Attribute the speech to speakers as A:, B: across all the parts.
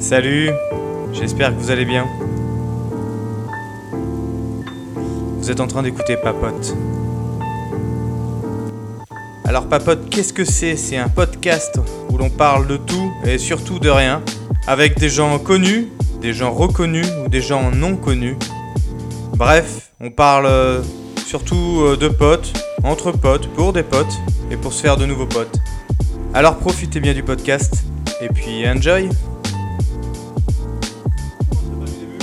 A: Salut, j'espère que vous allez bien. Vous êtes en train d'écouter Papote. Alors Papote, qu'est-ce que c'est C'est un podcast où l'on parle de tout et surtout de rien, avec des gens connus, des gens reconnus ou des gens non connus. Bref, on parle euh, surtout euh, de potes, entre potes, pour des potes et pour se faire de nouveaux potes. Alors profitez bien du podcast et puis enjoy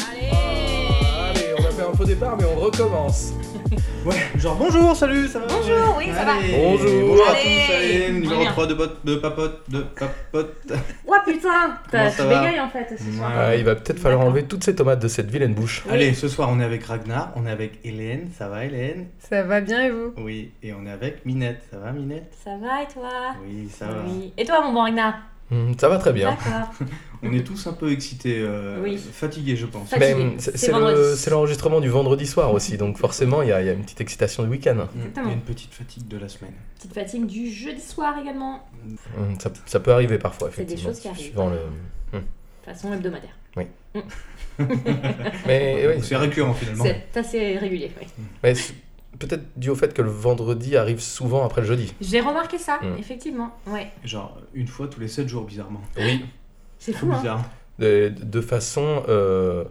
B: Allez, on a fait un faux départ, mais on recommence. Ouais, genre bonjour, salut, ça va
C: Bonjour, oui, ça va.
B: Allez, Bonjour à tous,
C: Allez.
B: allez, numéro
C: Bien.
B: 3 de, bot, de papote, de papote.
C: Ouah Oh, putain,
B: Comment
C: t'as-
B: ça
C: tu
B: va
C: bégayes en fait ce soir.
A: Ouais.
D: Ah, il va peut-être falloir enlever toutes ces tomates de cette vilaine bouche.
C: Oui.
B: Allez, ce soir on est avec Ragnar, on est avec Hélène, ça va Hélène
E: Ça va bien et vous
B: Oui, et on est avec Minette, ça va Minette
C: Ça va et toi
B: Oui, ça va.
C: Ah. Oui. Et toi mon bon Ragnar
D: Hmm, ça va très bien.
C: D'accord.
B: On est tous un peu excités, euh,
C: Oui.
B: fatigués je pense.
C: Fatigués.
D: Mais, hmm, c'est-
C: C'est
D: c'est le-
C: vendredi.
D: c'est l'enregistrement du vendredi soir aussi, donc forcément il y, a il y a une petite excitation du week-end.
B: Mm,
C: Exactement.
B: et une petite fatigue de la semaine.
C: Petite fatigue du jeudi soir également. De
D: Hmm, ça, ça peut arriver parfois,
C: C'est des
D: effectivement.
C: choses qui arrivent.
D: suivant le...
C: façon hebdomadaire.
D: Mais oui,
B: Donc, C'est récurrent finalement.
C: C'est assez régulier. oui.
D: mais c'est peut-être dû au fait que le vendredi arrive souvent après le jeudi.
C: J'ai remarqué ça,
D: Mm.
C: effectivement. Ouais.
B: Genre une fois tous les 7 jours bizarrement.
D: Oui.
C: C'est
B: Trop
C: fou, hein
B: bizarre.
D: De, de façon... euh,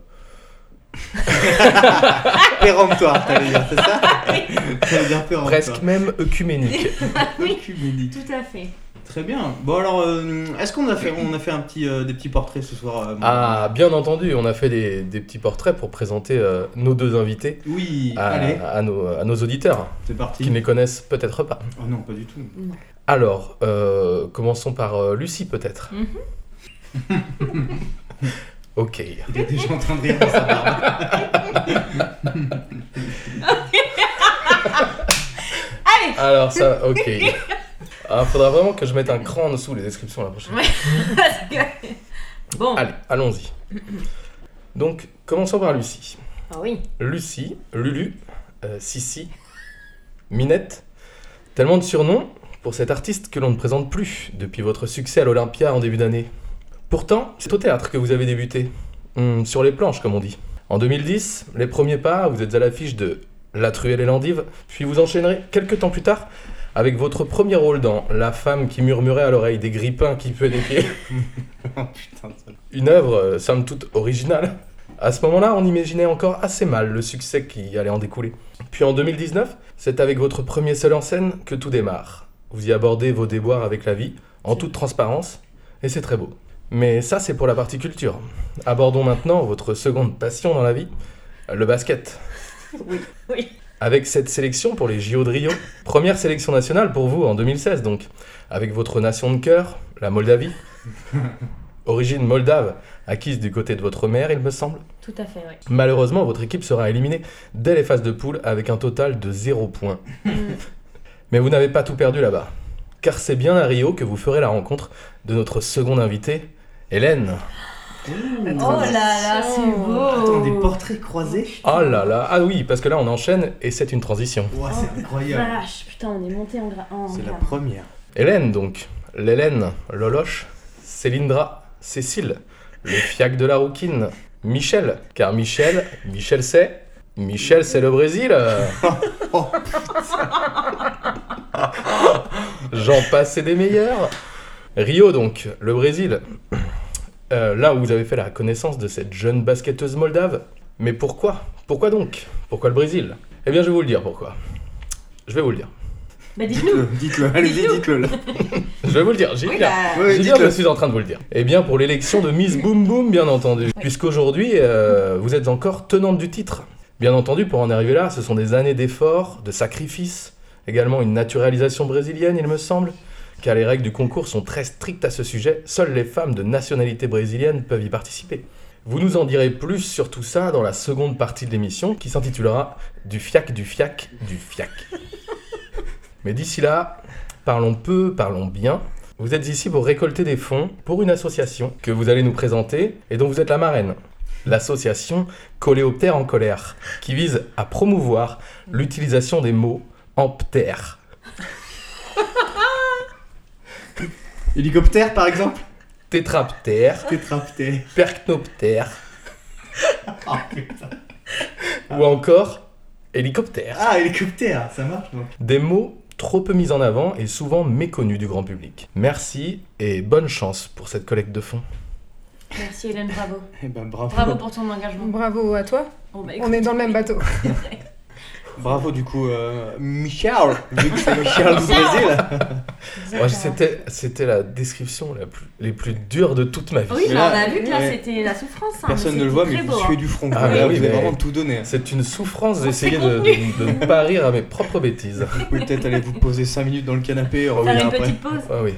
B: Péremptoire, t'allais dire, c'est ça T'allais dire péremptoire.
D: presque même œcuménique.
C: Oui.
B: Œcuménique.
C: Tout à fait.
B: Très bien. Bon alors, euh, est-ce qu'on a fait, on a fait un petit, euh, des petits portraits ce soir euh, mon-
D: ah, bien entendu, on a fait des, des petits portraits pour présenter euh, nos deux invités
B: Oui.
D: à,
B: Allez,
D: à nos- à nos auditeurs,
B: c'est parti.
D: qui ne les connaissent peut-être pas.
B: Oh non, pas du tout.
D: Alors, euh, commençons par euh, Lucie peut-être.
C: Mhm.
D: ok.
B: Il est déjà en train de rire dans sa barbe.
D: Alors ça, ok. Ah, faudra vraiment que je mette un cran en dessous les descriptions la prochaine.
C: Ouais. bon.
D: Allez, allons-y. Donc, commençons par Lucie.
C: Ah oui.
D: Lucie, Lulu, euh, Sissi, Minette. Tellement de surnoms pour cette artiste que l'on ne présente plus depuis votre succès à l'Olympia en début d'année. Pourtant, c'est au théâtre que vous avez débuté. Hum, sur les planches, comme on dit. En 2010, les premiers pas, vous êtes à l'affiche de La truelle et l'endive, puis vous enchaînerez quelques temps plus tard avec votre premier rôle dans La femme qui murmurait à l'oreille des grippins qui puaient des pieds.
B: Oh, putain, ça-
D: Une œuvre, euh, somme toute, originale. À ce moment-là, on imaginait encore assez mal le succès qui allait en découler. Puis en 2019, c'est avec votre premier seul en scène que tout démarre. Vous y abordez vos déboires avec la vie, en toute transparence, et c'est très beau. Mais ça, c'est pour la partie culture. Abordons maintenant votre seconde passion dans la vie, le basket.
C: Oui. Oui.
D: Avec cette sélection pour les JO de Rio, première sélection nationale pour vous en 2016 donc, avec votre nation de cœur, la Moldavie, origine moldave, acquise du côté de votre mère il me semble.
C: Tout à fait, oui.
D: Malheureusement, votre équipe sera éliminée dès les phases de poule avec un total de 0 points. Mais vous n'avez pas tout perdu là-bas, car c'est bien à Rio que vous ferez la rencontre de notre seconde invitée, Hélène.
C: Oh là là, c'est beau.
B: Attends, des portraits croisés.
C: Oh
D: Ah là là, ah oui, parce que là on enchaîne et c'est une transition.
B: Ouah, c'est incroyable.
C: Vache, putain, on est monté en gras. en
B: C'est la
C: gras.
B: première.
D: Hélène donc, l'Hélène, Loloche, Célindra, Cécile, le fiac de la rouquine, Michel, car Michel, Michel c'est, Michel c'est le Brésil. euh. J'en passais des meilleurs. Rio donc, le Brésil. Euh, là où vous avez fait la connaissance de cette jeune basketteuse moldave. Mais pourquoi Pourquoi donc Pourquoi le Brésil Eh bien je vais vous le dire pourquoi. Je vais vous le dire.
C: Bah dites-nous.
B: Dites-le, dites-le, allez-y, dites-le là.
D: Je vais vous le dire, j'y viens.
C: bah,
B: Oui,
D: J'ai bien, je suis en train de vous le dire. Eh bien, pour l'élection de Miss Boom Boom, bien entendu. Puisqu'aujourd'hui, euh, vous êtes encore tenante du titre. Bien entendu, pour en arriver là, ce sont des années d'efforts, de sacrifices, également une naturalisation brésilienne, il me semble. Car les règles du concours sont très strictes à ce sujet, seules les femmes de nationalité brésilienne peuvent y participer. Vous nous en direz plus sur tout ça dans la seconde partie de l'émission qui s'intitulera Du fiac, du fiac, du fiac. Mais d'ici là, parlons peu, parlons bien. Vous êtes ici pour récolter des fonds pour une association que vous allez nous présenter et dont vous êtes la marraine. L'association Coléoptère en colère, qui vise à promouvoir l'utilisation des mots en ptère.
B: Hélicoptère par exemple
D: tétraptère,
B: Tétrapté.
D: percnoptère
B: Ah putain.
D: ou encore hélicoptère.
B: Ah, hélicoptère, ça marche donc.
D: Des mots trop peu mis en avant et souvent méconnus du grand public. Merci et bonne chance pour cette collecte de fonds.
F: Merci Hélène, bravo.
B: Eh ben bravo.
F: Bravo pour ton engagement.
G: Bravo à toi.
F: Bon, bah,
G: On est dans le même bateau.
B: Bravo du coup, euh, Michel, vu que c'est Michel du
F: Ah,
B: Brésil.
D: Ouais, c'était, c'était la description la plus, les plus dures de toute ma vie.
F: Oui,
B: Mais
F: bah, on
B: là,
F: a vu que là,
B: ouais.
F: c'était la souffrance. hein,
B: Personne ne le
F: c'était
B: voit,
F: très
B: mais
F: beau,
B: vous
F: hein.
B: suivez du front.
D: Ah,
B: Là,
D: oui,
B: vous avez
D: mais-
B: vraiment tout donné.
D: C'est une souffrance d'essayer de, de, de ne pas rire à mes propres bêtises.
B: Vous pouvez peut-être aller vous poser 5 minutes dans le canapé et
F: Faire
B: revenir
F: une
B: après.
F: petite pause.
D: Ah oui.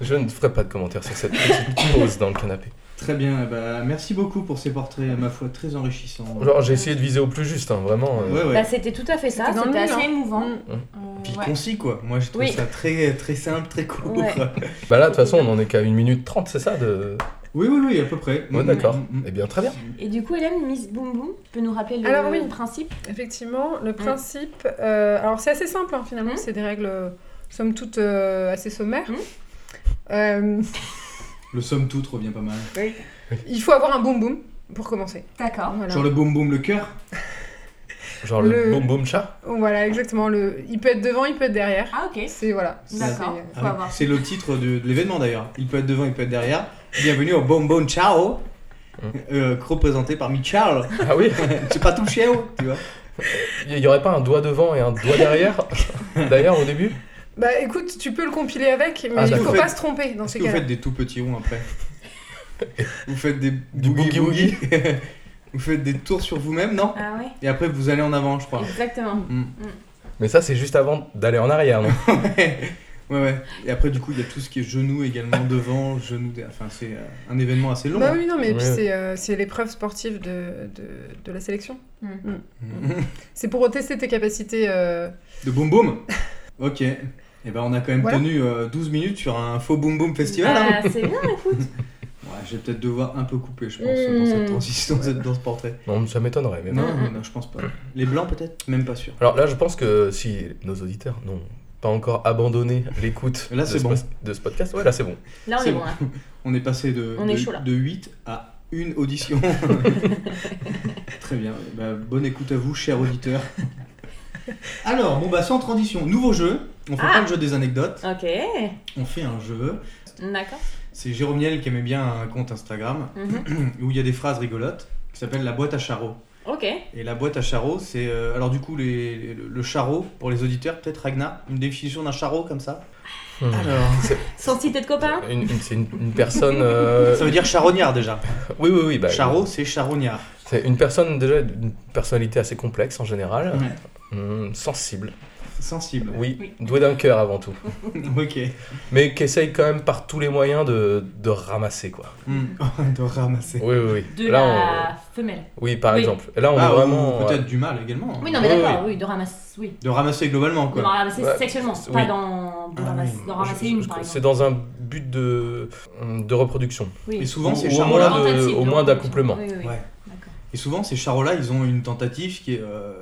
D: Je ne ferai pas de commentaires sur cette petite pause dans le canapé.
B: Très bien, eh ben, merci beaucoup pour ces portraits, ma foi, très enrichissants.
D: Genre, j'ai essayé de viser au plus juste, hein, vraiment. euh.
B: Ouais, ouais.
F: Bah, c'était tout à fait ça,
G: C'était dans le
F: c'était
G: mille,
F: assez
G: hein.
F: émouvant. Euh,
G: Mm.
B: Puis
F: Ouais.
B: concis quoi, moi je trouve
F: Oui.
B: ça très, très simple, très court.
F: Ouais.
D: Bah là, de toute façon, on en est qu'à 1 minute 30, c'est ça de...
B: Oui, oui, oui, à peu près.
D: Ouais,
B: Mm,
D: d'accord.
B: mm, mm.
D: Eh bien, très bien.
F: Et du coup, Hélène, Miss Boom Boom, tu peux nous rappeler le
G: Alors, oui.
F: principe
G: Effectivement, le principe. euh, alors, c'est assez simple, hein, finalement.
F: Mhm.
G: C'est des règles, euh, somme toute, euh, assez sommaires.
F: Mhm.
G: Euh,
B: Le somme toute revient pas mal.
G: il faut avoir un boom-boom pour commencer.
F: D'accord.
G: Voilà.
B: Genre le boum boum, le cœur.
D: Genre le,
G: Le-
D: boom boom chat.
G: Oh, Voilà, exactement. Le... Il peut être devant, il peut être derrière.
F: Ah, ok.
G: C'est euh, voilà.
B: C'est-
F: D'accord.
G: c'est-
F: Faut avoir.
B: Ah C'est le titre de, de l'événement d'ailleurs. Il peut être devant, il peut être derrière. Bienvenue au Bon Bon Ciao,
D: Mm.
B: euh, représenté par Michel.
D: Ah oui
B: C'est pas ton chien, oh, tu vois.
D: Il y aurait pas un doigt devant et un doigt derrière, d'ailleurs, au début
G: Bah écoute, tu peux le compiler avec, mais
D: Ah,
G: il
B: d'accord.
G: faut pas se tromper dans
B: Est-ce
G: ces
B: que vous
G: cas-là.
B: faites des tout petits ronds après Vous faites des
D: Du boogie woogie.
B: Vous faites des tours sur vous-même, non
F: Ah, ouais.
B: Et après vous allez en avant, je crois.
F: Exactement.
D: Mais ça, c'est juste avant d'aller en arrière, non
B: ouais, ouais. Et après, du coup, il y a tout ce qui est genou également devant, genou. derrière. Enfin, c'est euh, un événement assez long.
G: Bah
B: hein.
G: oui, non, mais
D: Ouais.
G: puis c'est, euh, c'est l'épreuve sportive de, de, de la sélection.
F: Mm.
B: Mhm.
G: C'est pour tester tes capacités. euh,
B: De boum boum Ok. Et ben, on a quand même
G: Voilà.
B: tenu euh, 12 minutes sur un faux boum boum festival. hein.
F: Ah, c'est bien, écoute.
B: Ouais, je vais peut-être devoir un peu couper, je pense, dans cette
F: Mm.
B: transition, dans, cette- dans ce portrait.
D: Non, ça m'étonnerait, mais bon.
B: Non, non, non, je pense pas. Les blancs, peut-être Même pas sûr.
D: Alors là, je pense que si nos auditeurs n'ont pas encore abandonné l'écoute
B: Là,
D: de,
B: c'est
D: ce
B: bon.
D: pos- de ce podcast, ouais, là, c'est bon.
F: Là, on est,
B: C'est
F: bon. hein.
B: bon.
F: là.
B: On est passé de,
F: On
B: de,
F: est chaud, là.
B: de 8 à une audition. Très bien. Bah, bonne écoute à vous, chers auditeurs. Alors, bon, bah, sans transition, nouveau jeu. On fait
F: Ah.
B: pas le jeu des anecdotes,
F: Ok.
B: on fait un jeu.
F: D'accord.
B: C'est Jérôme Niel qui aimait bien un compte Instagram
F: Mhm.
B: où il y a des phrases rigolotes qui s'appelle La boîte à charreaux.
F: Ok.
B: Et la boîte à charreaux, c'est. euh, alors, du coup, les, les- le, le charreau, pour les auditeurs, peut-être Ragna, une définition d'un charreau comme ça
D: Hmm.
B: Alors.
F: Sans citer de copain
D: Une- une- c'est une, une personne. euh,
B: Ça veut dire charognard déjà.
D: Oui, oui, oui. Bah,
B: Charreau, c'est charognard.
D: C'est une personne déjà d'une personnalité assez complexe en général,
B: Ouais. Mm.
D: Hmm, sensible,
B: Sensible.
D: oui,
F: Oui.
D: douée d'un cœur avant tout,
B: ok.
D: mais qui essaye quand même par tous les moyens de, de ramasser quoi.
B: Hmm. de ramasser.
D: Oui, oui, oui.
F: de
D: Là,
F: la femelle.
D: on... oui, par
F: Oui.
D: exemple. Là, on
B: Ah,
D: est
B: ou
D: vraiment.
B: peut-être du mal également. hein.
F: Oui, non, mais
D: Oui,
F: d'accord, oui, de ramasser. Oui.
B: De ramasser globalement,
F: De
B: quoi.
F: ramasser
D: Ouais.
F: sexuellement,
D: Bah, Oui.
F: pas dans. de
B: Ah,
F: ramasser,
B: oui.
F: d'en
D: Je-
F: ramasser
D: je-
F: une,
D: je-
F: par exemple.
D: euh, C'est dans un but de, de reproduction.
B: Et
F: Oui.
B: souvent,
D: Ou-
B: ces
D: ou au moins,
B: charreaux-là.
D: de-
F: Tentative
D: au
F: de
D: moins
F: reproduction.
D: d'accouplement.
F: Oui, oui, oui.
B: Ouais.
F: D'accord.
B: Et souvent, ces charreaux-là, ils ont une tentative qui est. euh,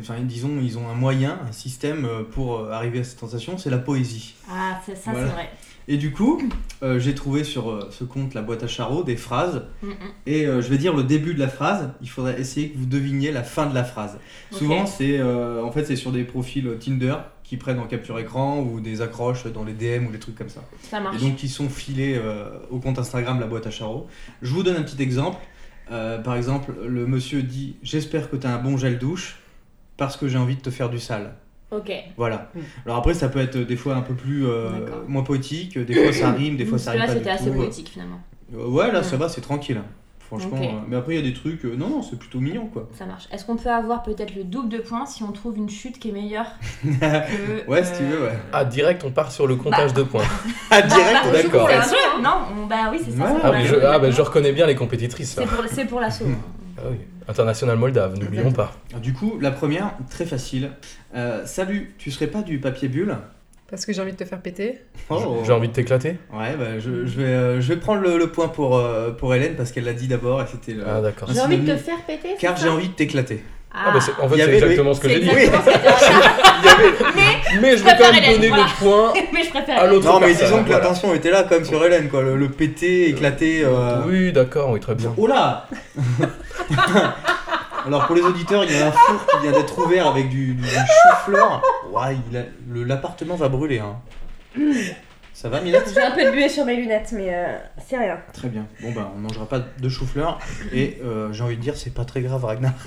B: Enfin, disons, ils ont un moyen, un système euh, pour euh, arriver à cette sensation, c'est la poésie.
F: Ah, c'est- ça,
B: Voilà.
F: c'est vrai.
B: Et du coup, euh, j'ai trouvé sur euh, ce compte, la boîte à charreaux, des phrases.
F: Mm, mm.
B: Et euh, je vais dire le début de la phrase, il faudrait essayer que vous deviniez la fin de la phrase.
F: Ok.
B: Souvent, c'est euh, en fait c'est sur des profils euh, Tinder qui prennent en capture écran ou des accroches dans les DM ou des trucs comme ça.
F: Ça
B: Et
F: marche.
B: donc ils sont filés euh, au compte Instagram la boîte à charreaux. Je vous donne un petit exemple. Euh, par exemple, le monsieur dit "J'espère que t'as un bon gel douche parce que j'ai envie de te faire du sale."
F: Ok.
B: Voilà.
H: Mm.
B: Alors après, ça peut être des fois un peu plus euh,
F: Hmm. D'accord.
B: moins poétique, des fois ça rime, des fois ça
F: Parce que là,
B: rime pas du tout.
F: c'était assez poétique finalement.
B: Euh, ouais, là
F: Mm.
B: ça va, c'est tranquille. Franchement,
F: Ok.
B: euh, mais après il y a des trucs. euh, non, non, c'est plutôt mignon quoi.
F: Ça marche. Est-ce qu'on peut avoir peut-être le double de points si on trouve une chute qui est meilleure que.
B: Ouais, si tu
F: euh,
B: veux, ouais.
D: Ah, direct, on part sur le comptage de points.
B: Ah,
F: bah,
B: direct,
F: bah,
D: d'accord.
F: c'est pour l'assaut, hein. Non, on- bah oui, c'est ça.
B: Ouais.
F: c'est pour
D: Ah, mais je,
F: l'assaut,
D: ah, bah, je
F: d'accord.
D: reconnais bien les compétitrices. là.
F: C'est pour, c'est pour l'assaut.
D: Ah oui. International Moldave, n'oublions pas.
B: Du coup, la première, très facile. Euh, salut, tu serais pas du papier bulle
G: Parce que j'ai envie de te faire péter.
B: Oh.
D: J'ai envie de t'éclater
B: Ouais, bah, je, je vais, euh, je vais prendre le, le point pour, euh, pour Hélène parce qu'elle l'a dit d'abord et c'était le-
D: Ah, d'accord.
B: un
F: J'ai envie de te
B: synonyme.
F: faire péter. c'est
B: Car
F: ça
B: j'ai envie de t'éclater.
D: Ah, bah, c'est- en fait,
B: Il y
D: c'est
B: avait-
D: exactement ce que
C: C'est
D: j'ai dit.
C: exactement ce que t'as-
D: Il y avait- Mais je vais quand
C: préfère
D: même donner
C: Hélène,
D: le point.
C: Mais je préfère.
D: À l'autre
B: Non, mais
D: personne,
B: disons que
D: voilà.
B: l'attention était là, comme sur Hélène, quoi. Le, le pété, éclaté. euh,
D: Oui, d'accord, oui, très bien.
B: Oh là Alors pour les auditeurs, il y a un four qui vient d'être ouvert avec du, du- du chou-fleur. Ouah, il a- le- l'appartement va brûler. Hein. Ça va, Minette
I: J'ai un peu de buée sur mes lunettes, mais euh, c'est rien.
B: Très bien. Bon bah on mangera pas de chou-fleur et euh, j'ai envie de dire c'est pas très grave Ragnar.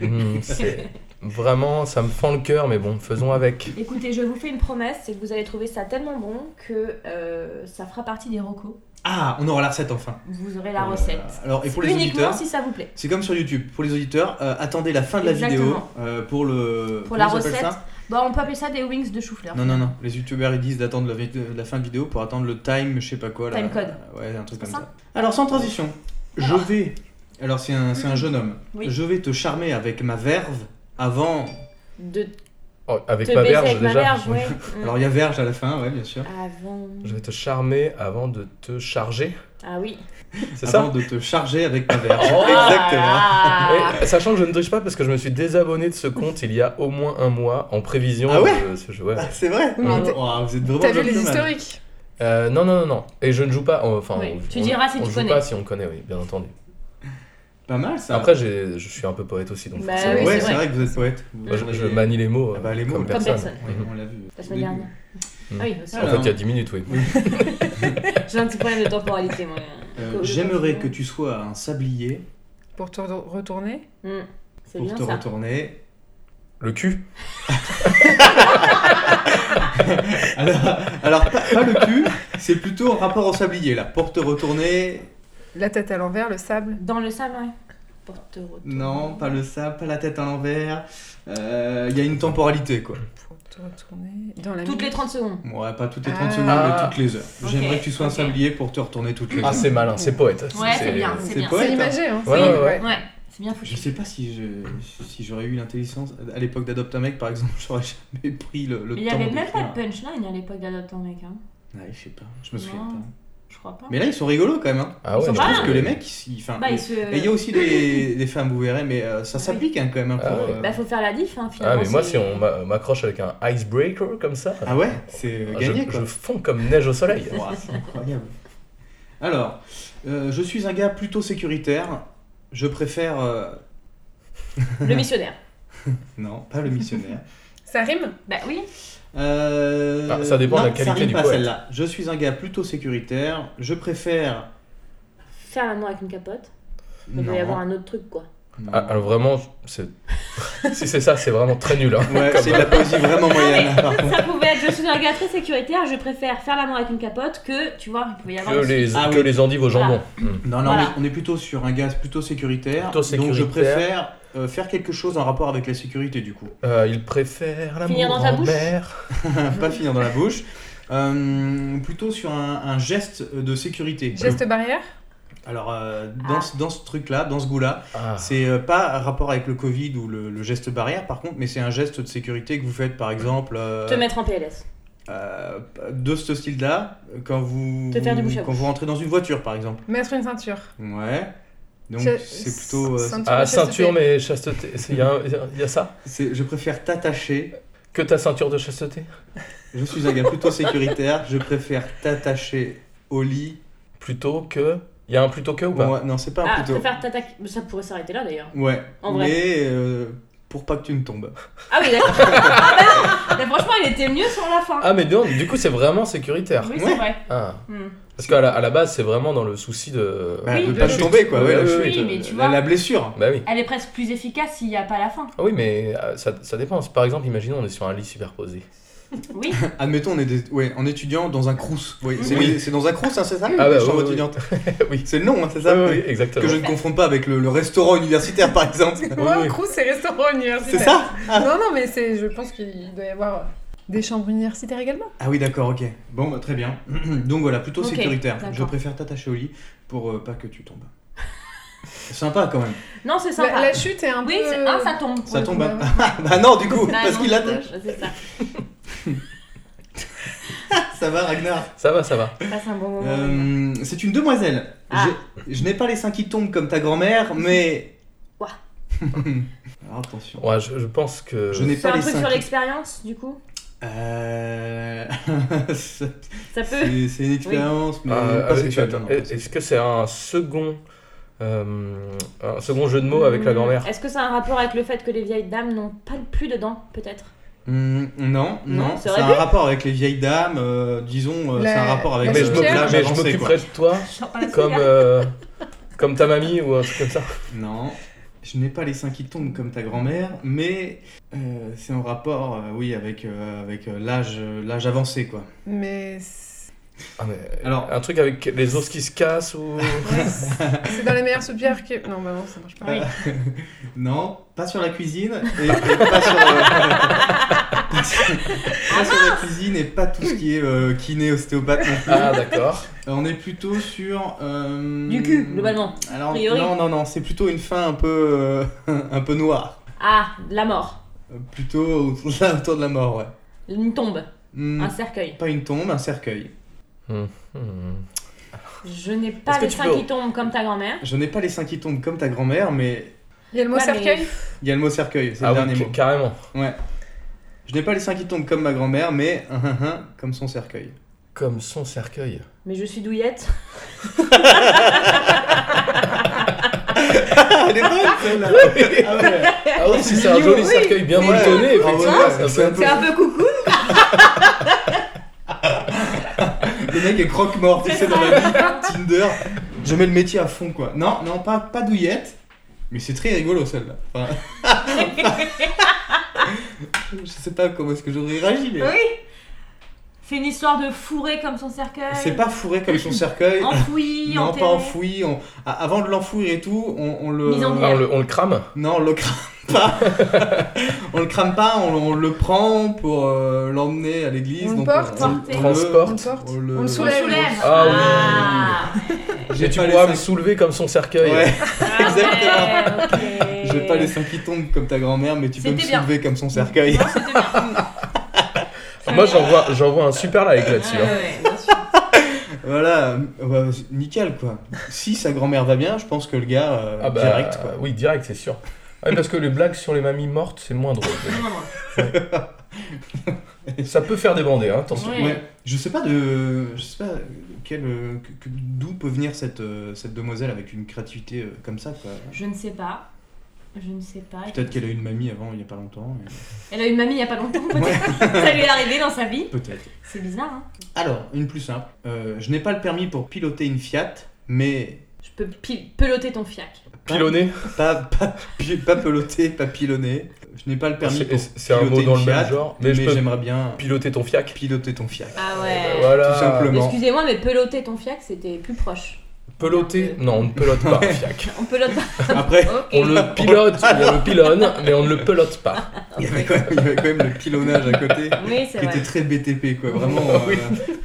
D: Mhm, c'est- Vraiment, ça me fend le cœur, mais bon, faisons avec.
C: Écoutez, je vous fais une promesse, c'est que vous allez trouver ça tellement bon que euh, ça fera partie des recos.
B: Ah, on aura la recette enfin.
C: Vous aurez la
B: Euh,
C: recette.
B: Alors et pour les
C: Uniquement
B: auditeurs,
C: si ça vous plaît.
B: c'est comme sur YouTube. Pour les auditeurs, euh, attendez la fin de la vidéo
C: Exactement.
B: euh, pour le
C: Pour la
B: comment ça s'appelle
C: recette.
B: ça
C: Bon, on peut appeler ça des wings de chou-fleur.
B: Non, non, non. Les youtubeurs ils disent d'attendre la, vi- la fin de vidéo pour attendre le time, je sais pas quoi. là.
C: Time code.
B: Ouais, un truc
C: C'est
B: comme ça.
C: ça Ah.
B: Alors, sans transition, je vais. Alors, c'est un, c'est un jeune homme.
C: Oui. Mm.
B: Je vais te charmer avec ma verve avant.
C: De
D: Oh, avec
C: te
D: ma
C: baiser
D: verge,
C: avec
D: déjà.
C: ma verge, ouais. Mm.
B: Alors, il y a verge à la fin, ouais, bien sûr.
C: Avant.
D: Je vais te charmer avant de te charger.
C: Ah oui.
D: C'est
B: avant
D: ça
B: de te charger avec ma verve.
D: Oh là
B: Exactement.
C: Exactement.
D: Et sachant que je ne triche pas parce que je me suis désabonné de ce compte il y a au moins un mois en prévision
B: Ah ouais
D: de ce jeu. ouais.
B: Ah, c'est vrai
G: Oui, mais
B: Oh, wow, Vous êtes vraiment
G: T'as vu
B: gentleman.
G: les historiques
D: Euh, non, non, non, non. Et je ne joue pas. euh, Enfin,
C: Oui,
D: on-
C: tu
D: on-
C: diras si
D: on
C: tu
D: joue
C: connais.
D: pas si on connaît, oui, bien entendu.
B: Pas mal ça.
D: Après, j'ai- je suis un peu poète aussi, donc
C: Bah
D: forcément,
C: oui,
B: ouais,
C: c'est
B: c'est
C: vrai.
B: vrai que vous êtes poète. Vous
D: moi, Bah, je, je
B: avez-
D: manie les mots,
B: Ah
D: euh,
B: bah, les mots,
D: comme,
B: comme
D: personne.
C: personne.
B: Oui,
D: Mhm.
B: on l'a vu.
C: La
B: au
C: semaine
B: début.
C: dernière.
D: Mm.
C: Ah oui, aussi.
D: En fait, il y a 10 minutes, oui.
C: J'ai un petit problème de temporalité, moi.
B: Euh, J'aimerais que tu sois un sablier
G: pour te re- retourner.
C: Mm. C'est
B: pour
C: bien
B: te
C: ça.
B: retourner
D: Le cul
B: Alors, alors, pas, pas le cul, c'est plutôt en rapport au sablier là. Porte retournée,
G: La tête à l'envers, le sable.
C: Dans le sable, ouais. Pour te retourner.
B: non, pas le sable, pas la tête à l'envers. Euh, Il y a une temporalité quoi.
G: Pour te retourner. Dans la
C: Toutes les 30 secondes.
B: Ouais, pas toutes les 30
G: Ah.
B: secondes, mais toutes les heures.
C: Ok,
B: J'aimerais que tu sois un
C: ok.
B: sablier pour te retourner toutes les
D: Ah,
B: heures.
D: c'est malin, c'est poète.
C: Ouais, c'est bien, c'est
B: c'est
C: bien.
B: poète.
G: C'est imagé, hein.
D: Ouais,
G: c'est-
D: ouais, ouais.
C: Ouais, c'est bien foutu.
B: Je sais pas si je- si j'aurais eu l'intelligence à l'époque d'adopte un mec par exemple, j'aurais jamais pris le, le
C: Mais il
B: temps.
C: n'y avait
B: de
C: même pas
B: faire.
C: de punchline à l'époque d'Adopt un mec, hein.
B: Ouais, je sais pas, je me souviens
C: Non.
B: pas.
C: Je crois pas.
B: Mais là ils sont rigolos quand même. Hein.
D: Ah ouais,
C: Ils sont
D: je
C: pas
D: trouve
B: Parce
C: Ah.
B: que les mecs, ils, enfin,
C: Bah, il
B: les-
C: se.
B: et il y a aussi des, des femmes, vous verrez, mais euh, ça s'applique hein, quand même. hein,
D: Ah
B: pour,
D: ouais.
B: euh,
C: Bah, faut faire la diff, hein,
D: Ah,
C: finalement.
D: mais moi,
C: c'est-
D: si on m'a- m'accroche avec un icebreaker comme ça,
B: Ah ouais C'est
D: je-
B: gagné
D: je,
B: quoi.
D: fonds comme neige au soleil.
B: Ouah, c'est incroyable. Alors, euh, je suis un gars plutôt sécuritaire. Je préfère. euh,
C: Le missionnaire.
B: Non, pas le missionnaire.
G: Ça rime
C: Bah oui.
B: Euh,
D: Ah, ça dépend de la
B: non,
D: qualité
B: rime
D: du
B: pas
D: poète.
B: celle-là. Je suis un gars plutôt sécuritaire. Je préfère.
C: Faire l'amour avec une capote. Mais il
B: non.
C: doit y avoir un autre truc, quoi.
B: non.
D: Ah, alors vraiment, c'est... si c'est ça, c'est vraiment très nul. hein.
B: Ouais, c'est de la poésie vraiment moyenne. par contre.
C: Ça pouvait être je suis un gars très sécuritaire, je préfère faire l'amour avec une capote que, tu vois, il pouvait y avoir.
D: Que
C: aussi-
D: les,
B: Ah
D: que
B: oui.
D: les endives au jambon. Mm.
B: Non, non,
C: Voilà.
B: mais on est plutôt sur un gars plutôt sécuritaire.
D: Plutôt
B: Donc je
D: sécuritaire.
B: préfère euh, faire quelque chose en rapport avec la sécurité du coup.
D: Euh, il préfère l'amour
C: Finir dans ta
D: en
C: bouche
D: mer.
B: pas finir dans la bouche. Euh, plutôt sur un, un geste de sécurité.
G: Geste barrière
B: Alors, euh, dans,
C: Ah.
B: ce- dans ce truc-là, dans ce goût-là,
D: Ah.
B: c'est euh, pas un rapport avec le Covid ou le, le geste barrière, par contre, mais c'est un geste de sécurité que vous faites, par exemple, euh,
C: Te mettre en PLS.
B: euh, de ce style-là, euh, quand vous,
C: Te faire du bouche à
B: quand vous rentrez dans une voiture, par exemple.
G: Mettre une ceinture.
B: Ouais. Donc,
G: Je-
B: c'est plutôt. euh,
G: ceinture
D: Ah,
G: de chasteté.
D: ceinture, mais chasteté. Il y, a un- y a ça
B: c'est- je préfère t'attacher.
D: Que ta ceinture de chasteté
B: Je suis un gars plutôt sécuritaire. Je préfère t'attacher au lit.
D: Plutôt que. Il y a un plutôt que ou pas
B: Ouais, non, c'est pas
C: Ah, je
B: plutôt.
C: préfère t'attaquer. Ça pourrait s'arrêter là d'ailleurs.
B: Ouais.
C: En vrai.
B: mais euh, pour pas que tu ne tombes.
C: Ah oui, d'accord. ah bah non Mais franchement, il était mieux sur la fin.
D: Ah, mais non, du coup, c'est vraiment sécuritaire.
C: oui, c'est
B: ouais.
C: vrai.
D: Ah.
C: Hmm.
D: Parce qu'à la, à la base, c'est vraiment dans le souci de.
B: Bah,
C: Oui, de
B: de pas
C: la
B: te
C: chute.
B: tomber, quoi. ouais, la
D: Oui,
B: chute,
C: oui, mais tu
B: la-
C: vois.
B: la blessure.
D: Bah oui.
C: Elle est presque plus efficace s'il n'y a pas la fin.
D: Ah oui, mais euh, ça, ça dépend. Par exemple, imaginons, on est sur un lit superposé.
C: Oui.
B: Admettons, on est des- ouais, en étudiant dans un crous. Oui, c'est
D: Oui.
B: les- c'est dans un crous, hein, c'est ça
D: Ah bah,
B: les chambres
D: oui, oui.
B: étudiantes.
D: oui.
B: C'est le nom, hein, c'est ça
D: oui, exactement.
B: Que je ne confonde pas avec le, le restaurant universitaire, par exemple.
G: Ouais,
D: Oui, Ah. oui.
G: au Crous, c'est restaurant universitaire.
B: C'est ça
G: Non, non, mais c'est, je pense qu'il doit y avoir euh, des chambres universitaires également.
B: Ah oui, d'accord, ok. Bon, bah, très bien. Donc voilà, plutôt
C: Ok,
B: sécuritaire. Je
C: d'accord.
B: préfère t'attacher au lit pour euh, pas que tu tombes. Sympa quand même.
C: Non, c'est sympa.
G: La, la chute Bah, est un
C: Oui,
G: peu.
C: c'est un, ça tombe.
B: Ça tombe. hein.
G: ouais,
B: bah non, du coup,
C: Ah,
B: parce
C: non,
B: qu'il
C: c'est
B: attache.
C: ça, C'est ça.
B: Ça va, Ragnar
D: Ça va, ça va.
C: Passe un bon moment.
B: Euh, C'est une demoiselle.
C: Ah.
B: Je, je n'ai pas les seins qui tombent comme ta grand-mère, mais.
C: Ouah.
B: Alors attention.
D: Ouais, je, je pense que.
B: Je n'ai
C: C'est
B: pas
C: un
B: les
C: truc sur
B: 5.
C: l'expérience, du coup
B: Euh... ça-
C: Ça peut
B: c'est c'est une expérience, mais
D: Ah,
B: pas
D: euh,
B: sexuelle.
D: attends,
B: non, non, pas
D: Est-ce que c'est un second. euh, un second jeu de mots avec la grand-mère
C: Mm. Mmh. Est-ce que ça a un rapport avec le fait que les vieilles dames n'ont pas de plus dedans, peut-être
B: Hum, non,
C: Non,
B: non,
C: ça
B: c'est
C: aurait
B: un
C: pu.
B: rapport avec les vieilles dames, euh, disons, euh,
G: La-
B: c'est un rapport avec
G: la
D: Mais je
B: euh,
G: Pierre.
D: m'occupe-
B: l'âge
D: mais je
B: avancé,
D: m'occuperai de toi comme, euh, comme ta mamie ou un truc comme ça.
B: quoi. Non, je n'ai pas les seins qui tombent comme ta grand-mère, mais euh, c'est en rapport, euh, oui, avec, euh, avec euh, l'âge euh, l'âge avancé, quoi.
G: Mais c'est
D: Ah, mais-
B: Alors,
D: Un truc avec les os qui se cassent ou.
G: ouais, c'est- c'est dans les meilleures soupières que. Non, bah non, ça marche pas.
B: euh, non, pas sur la cuisine, et, et pas, sur, euh, pas sur- pas sur
C: Ah
B: la cuisine, et pas tout ce qui est euh, kiné, ostéopathe. non plus.
D: Ah, d'accord.
B: Euh, On est plutôt sur. euh,
C: Du cul, globalement.
B: Alors,
C: priori.
B: non, non, non, c'est plutôt une fin un peu, euh, un peu noire.
C: Ah, la mort.
B: Euh, Plutôt au- là, autour de la mort, ouais.
C: Une tombe,
B: Hmm,
C: un cercueil.
B: Pas une tombe, un cercueil.
D: Hmm.
C: Je n'ai pas
D: Est-ce que
C: les
D: tu
C: seins
D: peux-
C: qui tombent comme ta grand-mère.
B: Je n'ai pas les seins qui tombent comme ta grand-mère, mais
G: Il y a le mot
C: Ouais,
G: cercueil
C: mais-
B: il y a le mot cercueil, c'est
D: Ah
B: le
D: oui,
B: dernier
D: ca-
B: mot.
D: carrément.
B: Je n'ai pas les seins qui tombent comme ma grand-mère, mais hein, hein, hein, comme son cercueil.
D: Comme son cercueil.
C: Mais je suis douillette.
B: Elle est bonne, celle-là Ah ouais.
D: Ah oui, si c'est un joli cercueil bien
B: Ouais.
D: boutonné,
B: Ah ouais,
D: effectivement,
B: ouais,
D: ça peut
B: c'est un
D: être-
B: peu-
C: peu coucou.
B: Le mec est croque-mort, tu sais, dans la vie, Tinder. Je mets le métier à fond, quoi. Non, non, pas, pas douillette, mais c'est très rigolo, celle-là. Enfin, je sais pas comment est-ce que j'aurais réagi, mais...
C: Oui. C'est une histoire de fourrer comme son cercueil.
B: C'est pas fourré comme son cercueil.
C: Enfoui,
B: non,
C: enterré.
B: pas enfoui. On... a- Avant de l'enfouir et tout, on, on le...
C: Mise en
D: Ah, on, le, on le crame
B: Non, on le crame pas. on le crame pas, on, on le prend pour euh, l'emmener à l'église.
G: On le
B: donc
G: porte.
B: le-
D: Transporte.
G: On le porte.
B: on le-
G: On le
C: On
G: soulève.
C: soulève.
D: Ah oui.
B: J'ai
D: Et tu
B: pas les
D: pourras
B: seins-
D: me soulever comme son cercueil.
B: Ouais.
C: Ah
B: Exactement.
C: ouais, ok.
B: Je vais pas les seins qui tombent comme ta grand-mère, mais tu peux me
C: C'était bien.
B: soulever comme son cercueil.
C: Non, c'était bien.
D: Moi, j'envoie j'envoie un super like là-dessus.
C: Ouais,
D: hein.
C: ouais, bien sûr.
B: voilà, ouais, c'est nickel quoi. Si sa grand-mère va bien, je pense que le gars, euh,
D: Ah bah,
B: direct quoi.
D: Oui, direct, c'est sûr. Ouais, parce que les blagues sur les mamies mortes, c'est moins drôle.
C: Non, non, non.
D: ça peut faire débander, hein, attention.
C: Ouais.
B: Ouais. Je sais pas de, je sais pas quel, euh, que- que- d'où peut venir cette, euh, cette demoiselle avec une créativité euh, comme ça quoi.
C: Je ne sais pas. Je ne sais pas.
B: Peut-être qu'elle a eu une mamie avant il y a pas longtemps. mais-
C: Elle a une mamie il y a pas longtemps, peut-être.
B: Ouais.
C: Ça lui est arrivé dans sa vie.
B: Peut-être.
C: C'est bizarre, hein.
B: Alors une plus simple. Euh, je n'ai pas le permis pour piloter une Fiat, mais
C: Je peux pil- peloter ton fiac.
D: Pilonner,
B: pas, pas, pi- pas peloter, pas pilonner. Je n'ai pas le permis
D: C'est-
B: pour
D: c'est un mot
B: piloter
D: dans
B: une
D: le même
B: Fiat,
D: genre, mais
B: mais,
D: je peux-
B: j'aimerais bien
D: piloter ton fiac.
B: piloter ton Fiat.
C: Ah ouais.
D: Voilà.
B: Tout simplement.
C: Excusez-moi, mais peloter ton fiac, c'était plus proche.
D: Peloter Non, on ne pelote pas un fiac.
C: On pelote pas.
B: Après,
C: Ok.
D: On le pilote, on le pilonne, mais on ne le pelote pas.
B: il y avait quand même, il y avait quand même le pilonnage à côté.
C: Oui, c'est
B: qui
C: vrai.
B: était très BTP quoi, vraiment euh,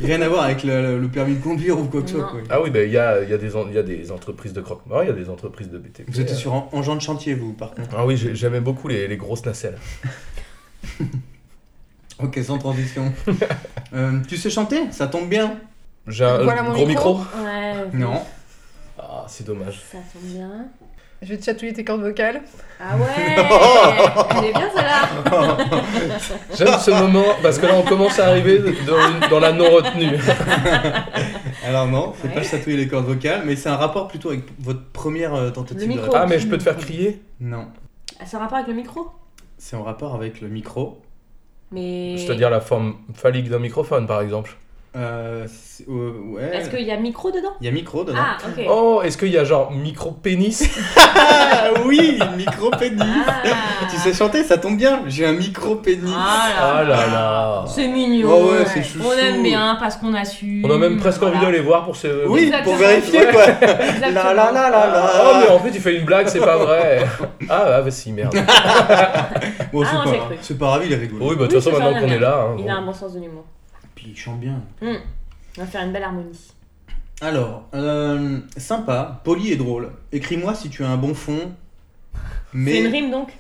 B: rien à voir avec le, le permis de conduire ou quoi que ce soit
C: Non.
B: quoi.
D: Ah oui, ben, il y, a, il y a des en- il y a des entreprises de croque-mort, il y a des entreprises de BTP.
B: Vous étiez sur en- engin de chantier vous par contre.
D: Ah oui, j'ai- j'aimais beaucoup les, les grosses nacelles.
B: Ok sans transition. Euh, tu sais chanter Ça tombe bien.
D: J'ai un
G: Voilà mon
D: gros micro.
G: micro.
C: Ouais.
B: Non.
D: Ah, c'est dommage.
C: Ça tombe bien.
G: Je vais te chatouiller tes cordes vocales.
C: Ah ouais Elle est bien celle-là
D: J'aime ce moment parce que là, on commence à arriver dans, dans la non-retenue.
B: Alors non, c'est
C: Ouais.
B: pas chatouiller les cordes vocales, mais c'est un rapport plutôt avec votre première euh,
C: Le
B: tentative. de
C: micro.
B: rap.
D: Ah, mais je peux te faire crier
B: Non,
C: Ah, C'est un rapport avec le micro
B: c'est en rapport avec le micro.
C: Mais.
D: C'est-à-dire la forme phallique d'un microphone, par exemple.
B: Euh, c'est- euh, ouais.
C: Est-ce qu'il y a micro dedans
B: Il y a micro dedans.
C: Ah, ok.
D: Oh, est-ce qu'il y a genre micro-pénis
B: Ah, oui, micro pénis.
C: Ah.
B: Tu sais chanter, ça tombe bien. J'ai un micro pénis.
D: Ah
C: Ah là
D: là là
C: C'est mignon.
B: Oh ouais, c'est chouchou.
C: On aime bien parce qu'on assume.
D: On a même presque envie d'aller voir pour ce.
B: Euh, oui,
C: Exactement.
B: pour vérifier quoi. La la la la la.
D: Ah, mais en fait, tu fais une blague, c'est pas vrai. Ah, ah, bah si, merde.
B: Bon,
C: Ah
B: c'est
C: non,
B: pas
C: j'ai
B: grave.
C: cru.
B: C'est pas grave, il est rigolo.
D: Oui, bah
C: Oui,
D: de toute façon,
C: c'est ça,
D: maintenant
C: on
D: qu'on
C: a
D: est là. hein,
C: Il
D: bon.
C: a un bon sens de l'humour.
B: Puis il chante bien.
C: On va faire une belle harmonie.
B: Alors, euh, sympa, poli et drôle. Écris-moi si tu as un bon fond. Mais
C: C'est une rime donc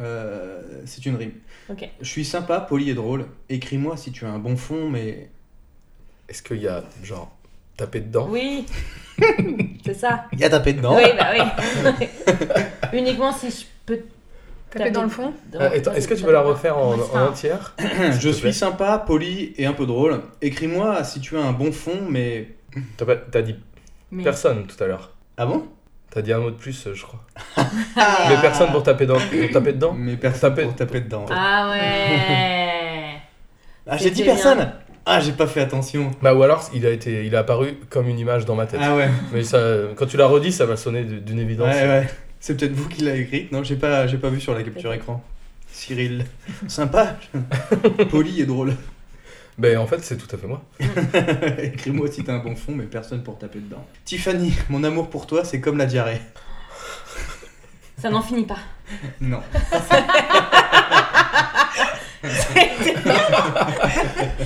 B: Euh, c'est une rime.
C: Ok.
B: Je suis sympa, poli et drôle. Écris-moi si tu as un bon fond, mais
D: Est-ce qu'il y a genre taper dedans
C: Oui. c'est ça.
B: il y a tapé dedans.
C: Oui, bah oui. Uniquement si je peux
G: Taper dans le fond.
D: Ah, attends, Est-ce que tu peux la refaire en, en
C: Enfin,
D: entière
B: Je
D: te plaît.
B: suis sympa, poli et un peu drôle. Écris-moi si tu as un bon fond, mais.
D: T'as pas- T'as dit
C: mais-
D: personne tout à l'heure.
B: Ah bon
D: T'as dit un mot de plus, euh, je crois.
C: Ah.
D: Mais personne pour taper, dans, pour taper dedans
B: Mais personne
D: Taper-
B: pour taper dedans. Ah,
C: Ah ouais
B: j'ai dit
C: c'était
B: personne Ah, j'ai pas fait attention.
D: Bah ou alors il a été, il est apparu comme une image dans ma tête.
B: Ah ouais,
D: Mais ça, quand tu l'as redit, ça m'a sonné d- d'une
B: ouais,
D: évidence.
B: ouais. C'est peut-être vous qui l'avez écrite. Non, j'ai pas, j'ai pas vu sur la capture écran. Cyril. Sympa, poli et drôle.
D: Ben en fait c'est tout à fait moi.
B: Écris-moi si t'as un bon fond, mais personne pour taper dedans. Tiffany, mon amour pour toi, c'est comme la diarrhée.
C: Ça n'en finit pas.
B: Non.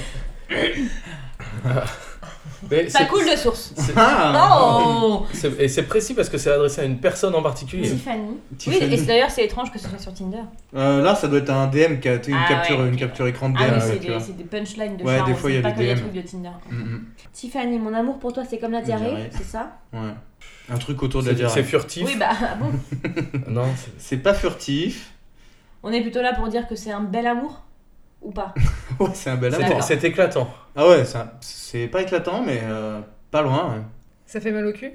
D: Mais
C: Ça
D: c'est-
C: coule de source.
D: c'est-
B: Ah
C: Oh
D: c'est- Et c'est précis parce que c'est adressé à une personne en particulier.
C: Tiffany. Oui,
B: Tiffany.
C: et c'est- d'ailleurs, c'est étrange que ce soit sur Tinder.
B: Euh, là, ça doit être un DM qui a été une,
C: Ah
B: capture,
C: ouais.
B: une capture écran de DM.
C: Ah, mais
B: ouais,
C: c'est
B: tu
C: des,
B: vois.
C: c'est des punchlines de
B: Ouais,
C: charme,
B: des fois, il y a
C: c'est pas
B: des
C: que les
B: DM.
C: trucs de Tinder.
B: Mhm.
C: Tiffany, mon amour pour toi, c'est comme la diarrhée,
B: diarrhée.
C: c'est ça
B: Ouais. Un truc autour de la
D: C'est c'est
B: diarrhée.
D: furtif.
C: Oui, bah ah bon.
D: Non, c'est-
B: C'est pas furtif.
C: On est plutôt là pour dire que c'est un bel amour ou pas
B: Ouais, c'est un bel
D: c'est-
B: amour.
C: D'accord.
D: c'est éclatant.
B: Ah ouais, c'est un- c'est pas éclatant, mais euh, pas loin. ouais.
G: Ça fait mal au cul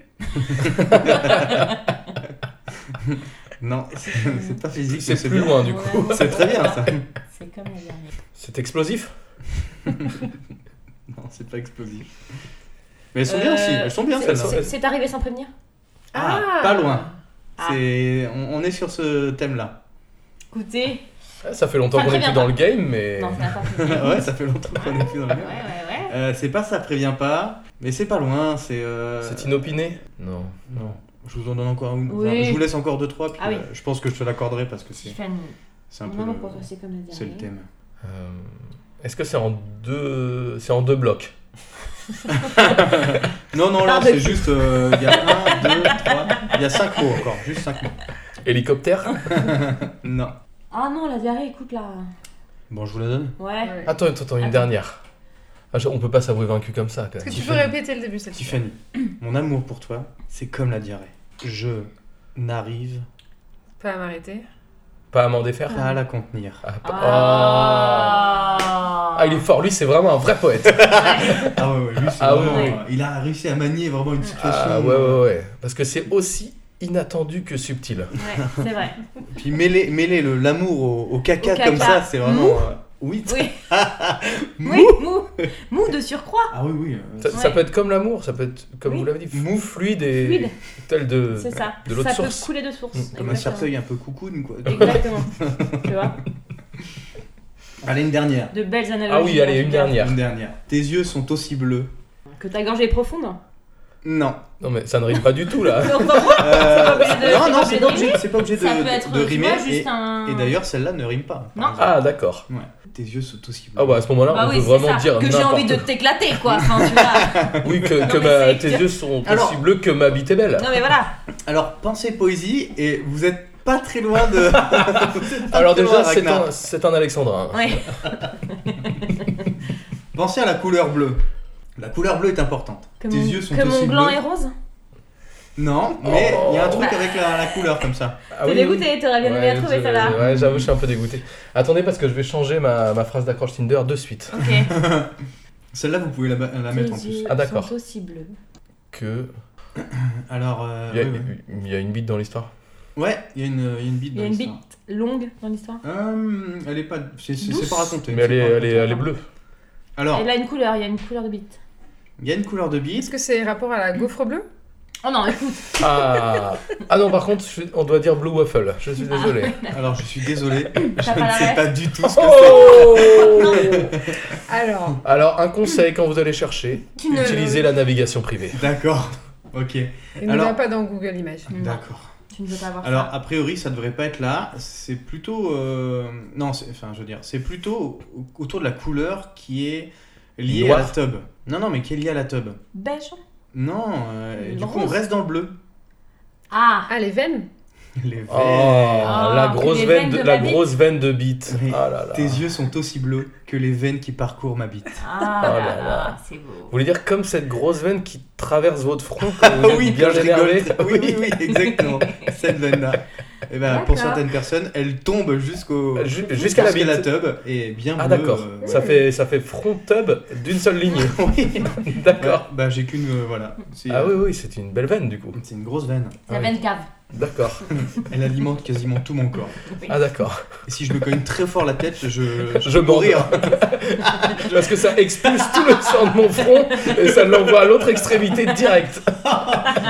B: Non, c'est c'est pas physique, mais
D: C'est plus
B: bien.
D: loin du
C: Mon
D: coup.
C: amour
B: C'est très
C: pour
B: bien
C: toi,
B: ça.
C: C'est comme la diarrhée.
D: C'est explosif.
B: Non, c'est pas explosif. Mais elles sont bien aussi. Elles sont bien
C: Euh, C'est- c'est-
B: celles-là.
C: C'est arrivé sans prévenir
B: Ah,
G: Ah.
B: pas loin.
C: Ah.
B: C'est, on, on est sur ce thème-là.
C: Écoutez,
D: Ah, Ça fait longtemps
C: Ça
D: qu'on n'est
C: prévient
D: plus dans le game, mais
C: hein. non, ça n'a pas prévenu.
B: ouais, ça fait longtemps qu'on est plus dans le
C: Ouais,
B: même.
C: ouais, ouais.
B: Euh, c'est pas ça prévient pas, mais c'est pas loin. C'est. euh,
D: c'est inopiné. Non.
B: Non. Je vous en donne encore une.
C: Oui.
B: enfin, je vous laisse encore deux trois. Puis,
C: Ah oui.
B: euh, je pense que je te l'accorderai parce que c'est,
C: Tiffany,
B: c'est un
C: mon
B: peu.
C: amour
B: le-
C: pour toi, c'est comme la diarrhée.
B: c'est le thème.
D: Euh, Est-ce que c'est en deux, c'est en deux blocs
B: Non, non, là,
C: Pardon.
B: c'est juste. euh, Il y a un, deux, trois. Il y a cinq mots encore. Juste cinq mots.
D: Hélicoptère.
B: Non.
C: Ah non, la diarrhée, écoute là.
B: Bon, je vous la donne.
C: Ouais.
G: Ouais.
D: Attends, attends, attends, une
C: Attends.
D: dernière. Ah, je- on peut pas s'avouer vaincu comme ça. Quand
G: Est-ce
D: même.
G: que tu peux
B: Tiffany.
G: répéter le début cette fois
B: Tiffany, mon amour pour toi, c'est comme la diarrhée. Je n'arrive
G: Pas à m'arrêter.
D: Pas à m'en défaire.
B: pas à la contenir.
D: Ah, pas-
C: Ah,
D: Oh. Ah, il est fort, lui, c'est vraiment un vrai poète.
B: Ah ouais, ouais, lui, c'est
D: Ah
B: vraiment,
D: ouais.
B: euh, Il a réussi à manier vraiment une situation.
D: Ah, ouais, ouais, ouais. Parce que c'est aussi inattendu que subtil.
C: Ouais, c'est vrai.
B: Puis mêler, mêler le- l'amour au, au caca
C: Au caca.
B: comme ça, c'est
C: Mou.
B: vraiment. euh, oui.
C: Oui.
B: Mou.
C: Oui, mou, mou de surcroît.
B: Ah oui, oui. euh,
D: Ça, ça
C: Ouais.
D: peut être comme l'amour, ça peut être, comme
C: Oui.
D: vous l'avez dit, mou, fluide et
C: Fluide.
D: tel de.
C: C'est ça.
D: de l'autre
C: ça
D: source.
C: peut couler de source.
D: Mm,
B: comme un cercueil un peu coucoune, quoi.
C: Exactement. tu vois
B: Allez, une dernière.
C: De belles analogies.
D: Ah oui, allez, une dernière.
B: Une dernière. Tes yeux sont aussi bleus.
C: Que ta gorge est profonde
B: Non.
D: Non, mais ça ne rime pas du tout là.
C: Non, pas moi.
B: Euh,
C: obligé de-
B: non,
C: c'est
B: non,
C: pas
B: c'est
C: obligé
B: pas
C: de
B: obligé, c'est pas obligé de,
C: Ça peut être
B: de
C: tu
B: rimer.
C: vois, juste
B: et
C: un.
B: et d'ailleurs, celle-là ne rime pas. par
C: Non.
B: exemple.
D: Ah, d'accord.
B: Tes yeux sont aussi bleus.
D: Ah, bah à ce moment-là,
C: Bah
D: on
C: oui,
D: peut
C: c'est
D: vraiment
C: ça.
D: dire
C: que j'ai
D: n'importe
C: envie de
D: quoi.
C: t'éclater, quoi. Enfin, tu vois.
D: Oui, que, que
C: Non,
D: ma-
C: mais c'est-
D: tes yeux sont
B: Alors-
D: aussi bleus que ma bite est belle.
C: Non, mais voilà.
B: Alors, pensez poésie et vous êtes pas très loin de. Vous êtes pas
D: Alors,
B: très
D: déjà,
B: loin,
D: c'est
B: Ragnar.
D: un, c'est un alexandrin.
C: Ouais.
B: Pensez à la couleur bleue. La couleur bleue est importante.
C: Que
B: Tes
C: mon,
B: yeux sont
C: que mon
B: aussi
C: gland
B: bleus.
C: est rose.
B: Non, mais il y a un
D: Oh.
B: truc avec la, la couleur comme ça.
C: T'es
D: Ah oui, oui.
C: dégoûté, t'aurais bien aimé la
D: Ouais,
C: trouver
D: je-
C: celle-là.
D: Ouais, j'avoue, je suis un peu dégoûté. Attendez, parce que je vais changer ma, ma phrase d'accroche Tinder de suite.
C: Ok.
B: Celle-là, vous pouvez la, la
C: Tes
B: mettre en plus.
C: yeux
D: Ah, d'accord.
C: sont aussi bleus.
D: Que.
B: Alors, euh,
D: Il y, a,
B: ouais, ouais.
D: il y a une bite dans l'histoire.
B: Ouais, il y a une, il y a une bite
C: Il y a
B: dans
C: une
B: l'histoire.
C: bite longue dans l'histoire.
B: Hum, elle est pas. C'est c'est- c'est
C: Douce.
B: pas raconté.
D: Mais elle
B: c'est
D: est,
B: pas
D: elle, est,
B: raconté.
D: elle est bleue.
B: Alors,
C: Elle a une couleur, il y a une couleur de bite.
B: il y a une couleur de bite.
G: Est-ce que c'est rapport à la gaufre bleue
C: Oh non, écoute.
D: Ah, ah non, par contre, je suis- on doit dire Blue Waffle. Je suis désolé.
B: Alors, je suis désolé,
C: Ah,
B: je ne
C: pas la
B: sais
C: ref
B: pas du tout ce que c'est.
D: Oh
G: Alors,
D: Alors, un conseil quand vous allez chercher
G: qui ne
D: utilisez la navigation privée.
B: D'accord. Ok.
G: Il ne
B: Alors-
G: va pas dans Google Images.
C: Non,
B: D'accord.
C: Tu ne veux pas voir
B: Alors,
C: ça.
B: a priori, ça devrait pas être là. C'est plutôt. euh, Non, c'est- enfin, je veux dire, c'est plutôt au- autour de la couleur qui est liée
D: Noir.
B: à la tub. Non, non, mais qui est liée à la tub.
C: Beige.
B: Non, euh,
C: Le
B: du coup, on
C: rose.
B: reste dans le bleu.
C: Ah.
G: Ah, les veines
B: Les
D: Oh,
B: veines.
D: la
C: que
D: grosse
C: les
D: veine
C: veines
D: de,
C: de
D: la
C: ma bite.
D: grosse veine de bite.
B: Oui.
D: Ah là là.
B: Tes yeux sont aussi bleus que les veines qui parcourent ma bite.
C: Ah
D: Oh
C: là
D: là là.
C: là, c'est beau.
D: Vous voulez dire comme cette grosse veine qui traverse votre front quand vous êtes Ah bien
B: quand je
D: énervé
B: rigole. Oui, oui, oui, exactement. Cette veine-là. Et ben pour
C: D'accord.
B: certaines personnes, elle tombe jusqu'au
D: Ju- Jusqu'à la bite.
B: tub et bien
D: Ah
B: bleu,
D: d'accord,
B: euh, ouais.
D: ça, fait, ça fait front tub d'une seule ligne. d'accord.
B: Ouais, bah j'ai qu'une euh, voilà. C'est euh,
D: Ah oui, oui, c'est une belle veine du coup.
B: c'est une grosse veine.
D: Ah
C: La
D: oui.
C: veine cave.
D: D'accord.
B: Elle alimente quasiment tout mon corps.
D: Ah d'accord.
B: Et si je me cogne très fort la tête, je
D: Je
B: peux mourir.
D: Parce que ça expulse tout le sang de mon front et ça l'envoie à l'autre extrémité direct.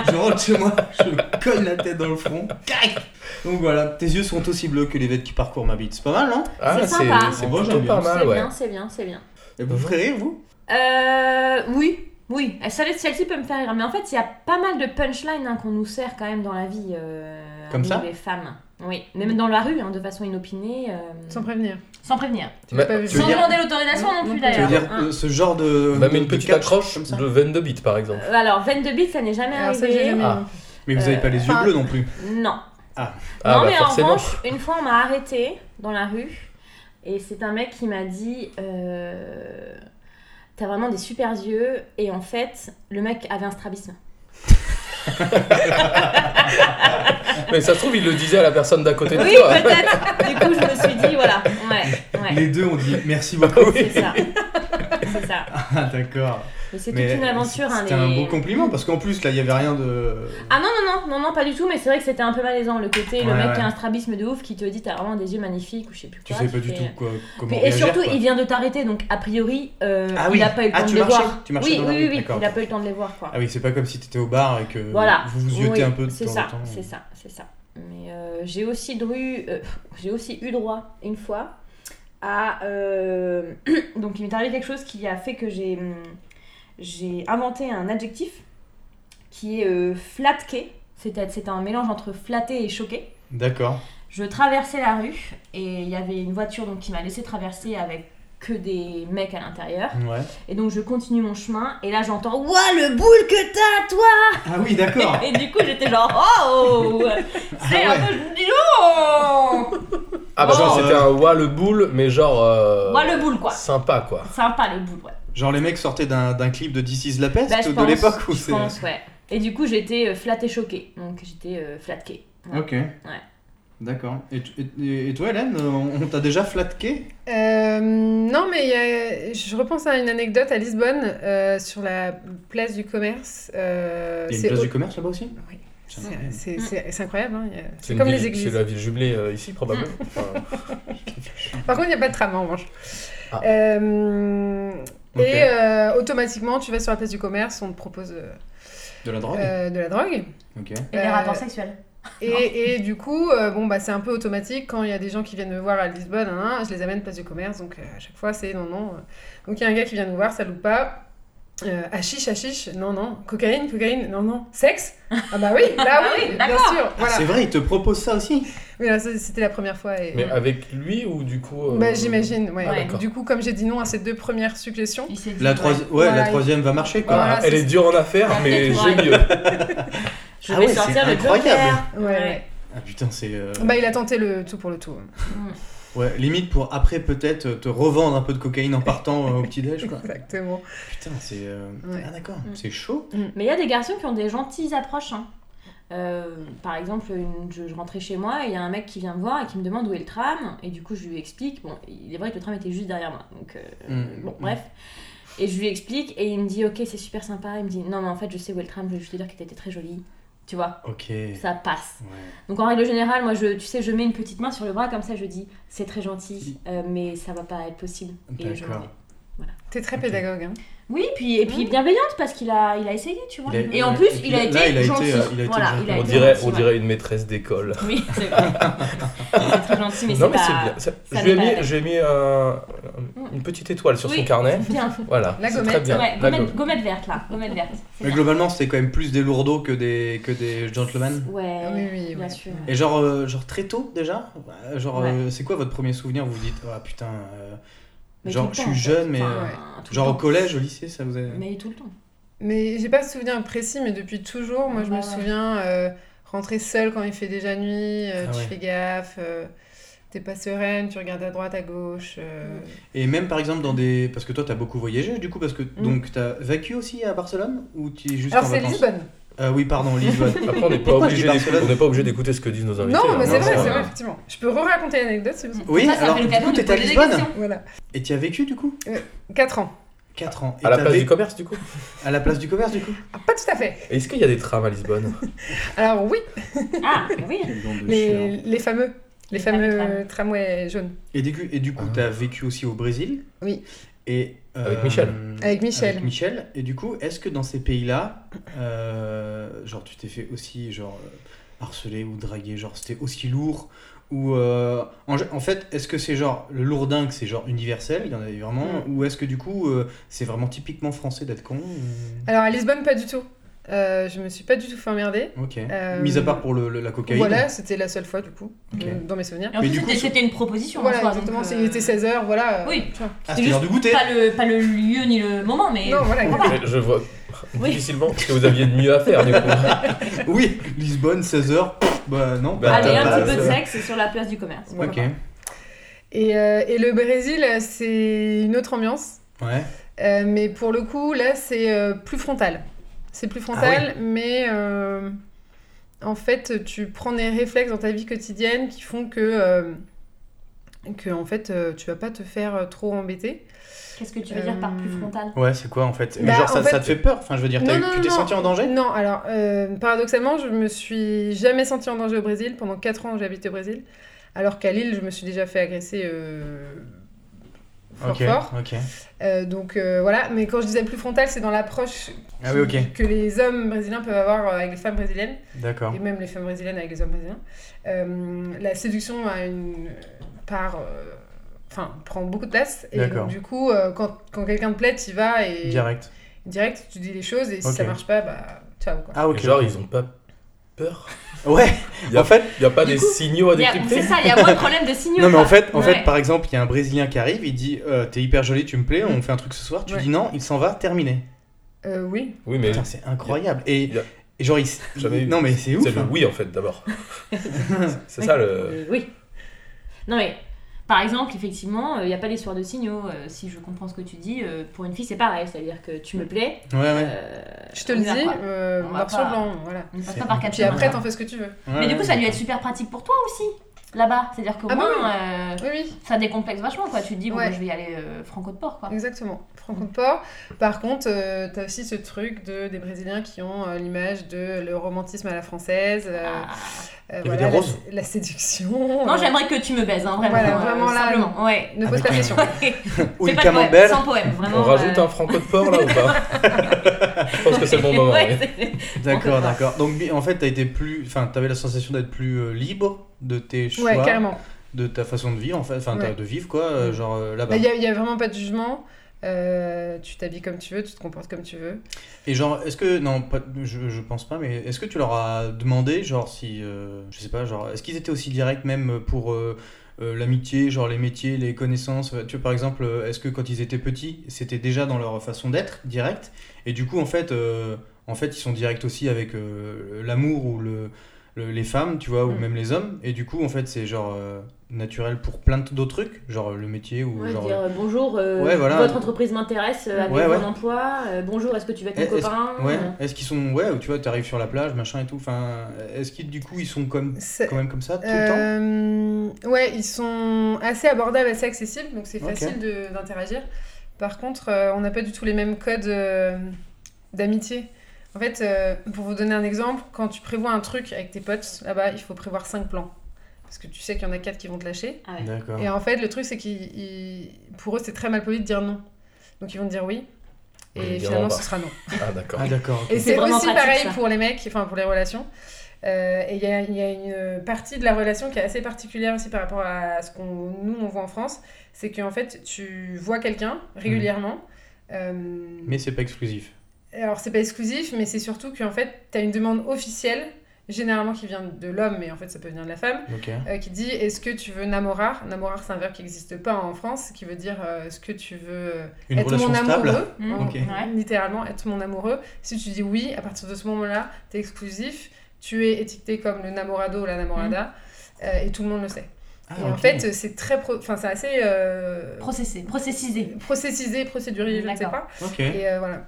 B: Je rentre chez moi, je me cogne la tête dans le front. Cac Donc voilà, tes yeux sont aussi bleus que les veines qui parcourent ma bite. C'est pas mal, hein non
D: Ah,
C: C'est
D: c'est
C: sympa.
D: c'est
B: En vrai,
D: plutôt
B: j'aime
D: pas
C: C'est
D: mal, ouais.
C: bien, c'est bien, c'est bien.
B: Et vous ferez rire, vous
C: Euh, oui, oui. Elle savait- Celle-ci peut me faire rire. Mais en fait, il y a pas mal de punchlines hein, qu'on nous sert quand même dans la vie. euh,
B: Comme
C: nous,
B: ça
C: Les femmes. Oui, même dans la rue, hein, de façon inopinée. euh,
G: Sans prévenir.
C: sans prévenir.
G: Tu
D: Mais-
G: l'as pas vu.
B: Bah, Tu veux
C: Sans
B: dire-
C: demander l'autorisation non plus
G: Tu veux
B: Tu veux
C: d'ailleurs.
B: dire
C: hein.
B: euh, ce genre de.
D: Même Bah, une
B: de
D: petite
B: catch
D: accroche
B: comme ça
D: de veine de bite par exemple.
C: Euh, Alors, veine de bite, ça n'est jamais
G: Alors ça,
C: arrivé.
G: j'ai jamais
D: Ah.
G: vu.
B: Mais vous avez pas les yeux
C: Euh,
G: enfin-
B: bleus non plus.
C: Non.
D: Ah
C: non,
D: bah
C: mais
D: forcément.
C: en revanche, une fois, on m'a arrêté dans la rue et c'est un mec qui m'a dit euh, T'as vraiment des super yeux. Et en fait, le mec avait un strabisme.
D: Mais ça se trouve, il le disait à la personne d'à côté de
C: Oui,
D: toi.
C: peut-être. du coup, je me suis dit Voilà, ouais, ouais.
B: Les deux ont dit merci beaucoup.
C: C'est ça. C'est ça.
B: Ah, d'accord.
C: Mais c'est
B: Mais
C: toute une aventure. hein,
B: C'était
C: les-
B: un beau compliment parce qu'en plus là il y avait rien de.
C: Ah non, non, non, non, non, pas du tout, mais c'est vrai que c'était un peu malaisant le côté, le
B: Ouais,
C: mec
B: ouais.
C: qui a un strabisme de ouf qui te dit t'as vraiment des yeux magnifiques ou je sais plus
B: Tu
C: quoi.
B: sais pas du
C: fais-
B: tout quoi, comment
C: Puis- et
B: réagir,
C: surtout,
B: quoi.
C: il vient de t'arrêter, donc a priori, euh,
B: Ah oui.
C: il n'a pas eu le temps
B: Ah,
C: de
B: tu
C: les
B: marchais-
C: voir.
B: tu marchais
C: oui,
B: dans la
C: oui,
B: rue,
C: oui, oui,
B: d'accord,
C: il n'a
B: ok.
C: pas eu le temps de les voir, quoi.
B: Ah oui, c'est pas comme si t'étais au bar et que
C: Voilà.
B: Euh, vous vous yotez
C: Oui,
B: un peu de
C: C'est
B: temps
C: ça,
B: en temps.
C: c'est ça, c'est ça. Mais euh, j'ai aussi dru- euh, j'ai aussi eu droit une fois à euh, donc il m'est arrivé quelque chose qui a fait que j'ai hum, j'ai inventé un adjectif qui est euh, flatqué, c'est-à-dire c'est un mélange entre flatté et choqué.
B: D'accord.
C: Je traversais la rue et il y avait une voiture donc qui m'a laissé traverser avec que des mecs à l'intérieur.
B: Ouais.
C: Et donc je continue mon chemin et là j'entends Ouah le boule que t'as toi
B: Ah oui, d'accord.
C: Et du coup j'étais genre Oh C'est
B: Ah ouais. Euh,
C: un peu dis donc
D: Ah bah
B: Bon,
D: genre,
B: euh,
D: c'était un wa le boule, mais genre. euh,
C: Ouah Bah, le boule quoi
D: Sympa quoi.
C: Sympa les boules ouais.
B: Genre les mecs sortaient d'un d'un clip de This is la peste
C: Bah, je
B: de
C: pense,
B: l'époque où
C: Je
B: c'est.
C: pense ouais. Et du coup j'étais euh, flattée choquée. Donc j'étais euh, flatquée.
B: Ok. D'accord. Et, tu- et- et toi, Hélène, on on t'a déjà flatqué
G: Euh, non, mais il y a- je repense à une anecdote à Lisbonne euh, sur la place du commerce. euh,
B: Il y a une
G: c'est
B: place
G: au-
B: du hein. commerce là-bas aussi
G: Oui.
B: C'est
G: C'est-
B: incroyable.
G: C'est c'est- c'est incroyable, hein, il y a- c'est
D: une
G: comme
D: ville-
G: les églises. Mm.
D: C'est la ville jumelée euh, ici probablement. Enfin,
G: Par contre, il n'y a pas de tram en revanche.
D: Ah.
G: Euh,
B: Ok.
G: Et euh, automatiquement, tu vas sur la place du commerce, on te propose euh,
B: De la drogue
G: euh, de la drogue.
B: Ok.
C: Et les
G: Euh,
C: rapports sexuels.
G: Et, et du coup, euh, bon, bah, c'est un peu automatique. Quand il y a des gens qui viennent me voir à Lisbonne, hein, hein, je les amène place du commerce. Donc euh, à chaque fois, c'est non, non. Donc il y a un gars qui vient nous voir, ça loupe pas. Euh, hashish, hashish, non, non. Cocaïne, cocaïne, non, non. Sexe Ah bah oui, là
C: Ah
G: oui,
C: oui,
G: bien
C: d'accord.
G: sûr. Voilà.
B: C'est vrai, il te propose ça aussi
G: Oui, là, ça, c'était la première fois. Et... euh,
D: mais avec lui ou du coup. euh,
G: Bah, j'imagine, ouais.
D: Ah,
C: Ouais.
D: d'accord.
G: Du coup, comme j'ai dit non à ces deux premières suggestions,
C: Il s'est dit,
B: la,
C: ouais,
B: troisi- ouais, la
G: Voilà.
B: troisième va marcher quoi.
C: Ah,
G: Voilà,
D: Ah, elle
G: c'est-
D: est dure en affaires, mais
C: Ouais.
D: génieux.
C: Je vais
B: Ah ouais, c'est
C: sortir le
B: incroyable.
C: Joker.
G: ouais, ouais.
B: Ah putain, c'est. euh,
G: Bah, il a tenté le tout pour le tout.
B: Ouais, limite pour après peut-être euh, te revendre un peu de cocaïne en partant euh, au petit-déj quoi.
G: Exactement.
B: Putain, c'est. euh,
G: Ouais.
B: Ah d'accord,
C: Mm.
B: c'est chaud.
C: Mais il y a des garçons qui ont des gentilles approches. hein. Euh, par exemple, une- je, je rentrais chez moi et il y a un mec qui vient me voir et qui me demande où est le tram. Et du coup, je lui explique. Bon, il est vrai que le tram était juste derrière moi. Donc, euh,
B: Mm.
C: bon,
B: Mm.
C: bref. Et je lui explique et il me dit Ok, c'est super sympa. Il me dit Non, mais en fait, je sais où est le tram. Je vais juste te dire que t'étais très jolie. Tu vois,
B: Ok. Ouais.
C: ça passe. Donc, en règle générale, moi, je, tu sais, je mets une petite main sur le bras comme ça. Je dis C'est très gentil, euh, mais ça va pas être possible. Et je m'en vais.
B: D'accord.
G: T'es très
B: Ok.
G: pédagogue, hein.
C: Oui, puis, et puis bienveillante parce qu'il a, il a essayé, tu vois.
B: Il a-
C: et en
B: ouais.
C: plus,
B: Et puis
C: il a
B: là, il a
C: été
B: été,
C: gentil.
B: euh, il a été
C: Voilà,
B: gentil.
C: il a
D: On
C: été
D: dirait,
C: gentil,
D: on
C: ouais.
D: dirait une maîtresse d'école.
C: Oui, c'est vrai. c'est très gentil, mais
D: non
C: c'est
D: mais c'est
C: pas...
D: bien. Ça-
C: ça
D: je lui
C: n'est
D: ai
C: pas la
D: mis,
C: peine.
D: je lui ai mis un- une petite étoile sur son
C: Oui.
D: carnet.
C: bien.
D: Voilà.
G: La
D: c'est
G: gommette.
D: Très bien.
C: Ouais,
D: La
C: gommette,
D: gomme.
C: gommette verte, là. Gommette verte. C'est
B: Mais
C: bien.
B: globalement, c'était quand même plus des lourdeaux que des, que des gentlemen.
C: Ouais,
G: Oui, oui,
C: Euh, bien
G: ouais.
C: sûr.
B: Et genre, euh, genre très tôt déjà Bah, Genre,
C: Ouais.
B: euh, c'est quoi votre premier souvenir Vous vous dites, ah putain, euh,
C: Mais
B: genre
C: tout le
B: je
C: temps,
B: suis
C: en fait.
B: jeune, mais.
C: Enfin,
B: euh,
C: tout le
B: genre au
C: temps.
B: collège, euh, au lycée, ça vous a.
C: Mais tout le temps.
G: Mais j'ai pas de souvenir précis, mais depuis toujours, moi je
C: Ah Ouais,
G: me
C: ouais.
G: souviens euh, rentrer seule quand il fait déjà nuit, euh,
B: Ah
G: tu
B: ouais.
G: fais gaffe, euh, t'es pas sereine, tu regardes à droite, à gauche. euh,
B: Et même par exemple dans des. Parce que toi, t'as beaucoup voyagé du coup, parce que.
G: Mm.
B: Donc, t'as vécu aussi à Barcelone Ou t'es juste
G: Alors
B: en
G: c'est
B: vacances
G: Lisbonne,
B: Euh, oui, pardon, Lisbonne.
D: Après, on n'est pas
B: Pourquoi je dis
D: obligé d'écouter-
B: Barcelone
D: on n'est pas obligé d'écouter ce que disent nos invités.
G: Non,
D: hein,
G: mais c'est vrai,
D: ça-
G: c'est vrai, effectivement. Je peux re-raconter l'anecdote si vous voulez.
B: oui,
C: Ça, ça
B: alors
C: fait
B: du
C: le cadeau
B: coup,
C: de
B: t'étais à
C: poser des
B: Lisbonne
C: questions.
G: Voilà.
B: et t'y as vécu du coup
G: 4 ans.
B: 4 ans. Et
D: À la
B: t'as
D: place du
B: vécu-
D: commerce, du coup.
B: à la place du commerce du coup
G: Ah, pas tout à fait.
D: Est-ce qu'il y a des trams à Lisbonne
G: Alors oui,
F: Ah, oui.
G: les, les fameux,
C: Les
G: les
C: fameux
G: fameux tramways jaunes.
B: Et du coup, et du coup,
D: Ah.
B: t'as vécu aussi au Brésil.
G: Oui.
B: Et euh,
D: Avec Michel.
G: Avec Michel.
B: avec Michel. Et du coup, est-ce que dans ces pays-là, euh, genre, tu t'es fait aussi genre euh, harceler ou draguer, genre c'était aussi lourd ou euh, en, en fait, est-ce que c'est genre le lourdingue, c'est genre universel, il y en a vraiment,
G: Mm.
B: ou est-ce que du coup, euh, c'est vraiment typiquement français d'être con ou-
G: Alors à Lisbonne, pas du tout. Euh, je me suis pas du tout fait emmerder.
B: Ok.
G: Euh,
B: Mis à part pour le, le- la cocaïne. Ah,
G: Voilà, c'était la seule fois du coup,
B: Ok.
G: euh, dans mes souvenirs.
C: Et en
B: Mais
C: plus,
B: du coup,
C: c'était-
B: sur-
C: c'était une proposition en
G: Voilà,
C: soi,
G: exactement.
C: donc,
G: c'est-
C: euh,
G: Il était 16h, voilà. euh,
C: Oui.
G: tu vois.
B: Ah,
C: C'est
B: c'était l'heure de
C: juste
B: goûter.
C: Pas le, pas le lieu ni le moment, mais.
G: Non, voilà.
C: Voilà.
D: je, je vois
C: Oui.
D: difficilement ce que vous aviez de mieux à faire, du coup.
B: Oui, Lisbonne, 16h. Bah non.
D: Bah,
C: Allez, un
D: bah,
C: petit peu de
D: ça-
C: sexe sur la place du commerce.
B: Ok.
G: Et, euh, et le Brésil, euh, c'est une autre ambiance.
B: Ouais.
G: Euh, mais pour le coup, là, c'est euh, plus frontal. C'est plus frontal, mais euh, en fait, tu prends des réflexes dans ta vie quotidienne qui font que, euh, que en fait, euh, tu vas pas te faire euh, trop embêter.
C: Qu'est-ce que tu veux dire par plus
G: Euh,
C: frontal
B: Ouais, c'est quoi en fait Mais
G: Bah,
B: Genre,
G: en
B: ça,
G: fait-
B: ça te fait peur Enfin, je veux dire,
G: Non,
B: t'as eu-
G: non,
B: tu t'es
G: non.
B: senti en danger
G: Non, alors, euh, paradoxalement, je me suis jamais sentie en danger au Brésil. Pendant 4 ans, j'habite au Brésil. Alors qu'à Lille, je me suis déjà fait agresser euh, fort
B: Ok.
G: fort.
B: Ok.
G: Euh, donc euh, voilà, mais quand je disais plus frontal, c'est dans l'approche
B: Ah oui, ok.
G: que les hommes brésiliens peuvent avoir euh, avec les femmes brésiliennes,
B: D'accord.
G: et même les femmes brésiliennes avec les hommes brésiliens. Euh, la séduction a une part. euh, Enfin, prend beaucoup de place. Et
B: D'accord.
G: donc, du coup, euh, quand, quand quelqu'un te plaît, tu y vas et
B: Direct.
G: direct, tu dis les choses, et si
B: Ok.
G: ça marche pas, bah ciao quoi.
B: Ah, ok.
D: Genre, ils ont pas peur.
B: Ouais.
D: Y a-
B: en fait,
D: Il n'y a pas
C: Du
D: des
C: coup,
D: signaux à
C: Il y a-
D: décrypter
C: C'est ça, il y a moins de problème de signaux.
B: non, mais en
C: quoi.
B: fait, en fait,
C: Ouais.
B: par exemple, il y a un Brésilien qui arrive, il dit euh, T'es hyper jolie, tu me plais, on fait un truc ce soir. Tu
G: Mm. Ouais.
B: dis non, il s'en va, terminé.
G: Euh, oui.
D: Oui, mais
B: Putain, c'est incroyable. Et,
D: Y a-
B: et genre, il. s-
D: J'avais eu-
B: Non, mais c'est ouf.
D: c'est le
B: hein.
D: oui, en fait, d'abord. c'est ça le.
F: Euh, oui.
C: Non, mais. Par exemple, effectivement, euh, il n'y a pas l'histoire de signaux. euh, si je comprends ce que tu dis, euh, pour une fille, c'est pareil. C'est-à-dire que tu me plais.
B: Ouais, ouais.
C: euh,
G: Je te
C: on
G: le
C: y va,
G: dis,
C: quoi.
G: euh,
C: On va
G: noir sur
C: pas-
G: blanc, voilà.
C: On ne passe
B: C'est-
C: pas par quatre
G: Puis après,
C: chemins.
G: t'en fais ce que tu veux.
B: Ouais,
C: Mais du
B: ouais,
C: coup, ça a dû
B: d'accord.
C: être super pratique pour toi aussi, là-bas. C'est-à-dire qu'au
G: Ah bah
C: moins, euh,
G: Oui, oui.
C: ça décomplexe vachement, quoi. Tu te dis, bon,
G: Ouais.
C: bah, je vais y aller euh, franco de port, quoi.
G: Exactement, franco de port. Par contre, euh, t'as aussi ce truc de, des Brésiliens qui ont euh, l'image de le romantisme à la française, euh,
C: Ah.
G: euh,
B: Il y avait
G: voilà,
B: des
G: la,
B: roses.
G: la séduction.
C: Non,
G: euh,
C: j'aimerais que tu me baises, hein, vraiment.
G: Voilà,
C: euh,
G: vraiment là.
C: Simplement, ouais.
G: Ne pose
B: Avec
D: Ah,
G: pas
B: un-
G: de questions.
B: Ou
C: Fais pas
B: une
C: de poème,
B: camembert.
C: Sans poème, vraiment.
D: On rajoute
C: euh,
D: un franco de porc là ou pas Je pense que c'est le bon moment.
C: Ouais,
D: oui.
C: c'est-
B: D'accord,
C: Encore pas.
B: d'accord. Donc, bi- en fait, t'as été plus. Enfin, t'avais la sensation d'être plus euh, libre de tes choix.
G: Ouais, carrément.
B: de ta façon de vivre en fait enfin
G: Ouais. Bah,
B: de vivre quoi euh, genre euh, là-bas
G: Il n'y a, y a vraiment pas de jugement. euh, tu t'habilles comme tu veux, tu te comportes comme tu veux.
B: et genre est-ce que non pas- je, je pense pas mais est-ce que tu leur as demandé genre si euh, je sais pas genre est-ce qu'ils étaient aussi directs même pour euh, euh, l'amitié genre les métiers les connaissances euh, tu vois par exemple euh, est-ce que quand ils étaient petits c'était déjà dans leur façon d'être direct et du coup en fait euh, en fait ils sont directs aussi avec euh, l'amour ou le le- les femmes, tu vois, ou
G: Mm.
B: même les hommes, et du coup, en fait, c'est genre euh, naturel pour plein d'autres trucs, genre le métier ou
F: Ouais,
B: genre.
F: dire euh, bonjour, euh,
B: Ouais, voilà.
F: votre entreprise m'intéresse, euh, avez-vous
B: Ouais, ouais. Eh,
F: un emploi Euh, Bonjour, est-ce que tu vas être
B: Est-ce-
F: mon copain
B: Ouais,
F: Euh,
B: est-ce qu'ils sont. Ouais, ou tu vois, t'arrives sur la plage, machin et tout. Enfin, est-ce qu'ils, du coup, ils sont comme,
G: C'est-
B: quand même comme ça tout le temps
G: Euh, ouais, ils sont assez abordables, assez accessibles, donc c'est
B: Ok.
G: facile de- d'interagir. Par contre, euh, on n'a pas du tout les mêmes codes euh, d'amitié. En fait, euh, pour vous donner un exemple, quand tu prévois un truc avec tes potes, là-bas, il faut prévoir 5 plans. Parce que tu sais qu'il y en a 4 qui vont te lâcher.
C: Ah ouais.
B: D'accord.
G: Et en fait, le truc, c'est que pour eux, c'est très mal poli de dire non. Donc ils vont te dire oui.
D: Ils diront
G: Et finalement,
D: pas.
G: ce sera non.
D: Ah, d'accord.
B: Ah, d'accord. ok.
G: Et
C: C'est
G: c'est
C: vraiment
G: aussi
C: pratique,
G: pareil
C: ça.
G: pour les mecs, enfin pour les relations. Euh, et il y a, il y a une partie de la relation qui est assez particulière aussi par rapport à ce qu'on nous on voit en France, c'est qu'en fait tu vois quelqu'un régulièrement. euh,
B: Mais c'est pas exclusif.
G: Alors c'est pas exclusif, mais c'est surtout qu'en fait t'as une demande officielle, généralement qui vient de l'homme, mais en fait ça peut venir de la femme,
B: Ok.
G: euh, qui dit est-ce que tu veux namorar Namorar c'est un verbe qui n'existe pas en France, qui veut dire euh, est-ce que tu veux
B: Une
G: être
B: relation
G: mon
B: stable
G: amoureux
C: Mmh,
B: Ok.
C: ouais.
G: littéralement être mon amoureux. Si tu dis oui, à partir de ce moment-là, t'es exclusif, tu es étiqueté comme le namorado ou la namorada,
C: Mmh.
G: euh, et tout le monde le sait.
B: Ah,
G: et en
B: ok.
G: fait, c'est très, pro- enfin, c'est assez euh,
C: Processé, processisé.
G: processisé, procéduré, je ne sais
C: D'accord.
G: pas.
B: Ok.
G: Et euh, voilà.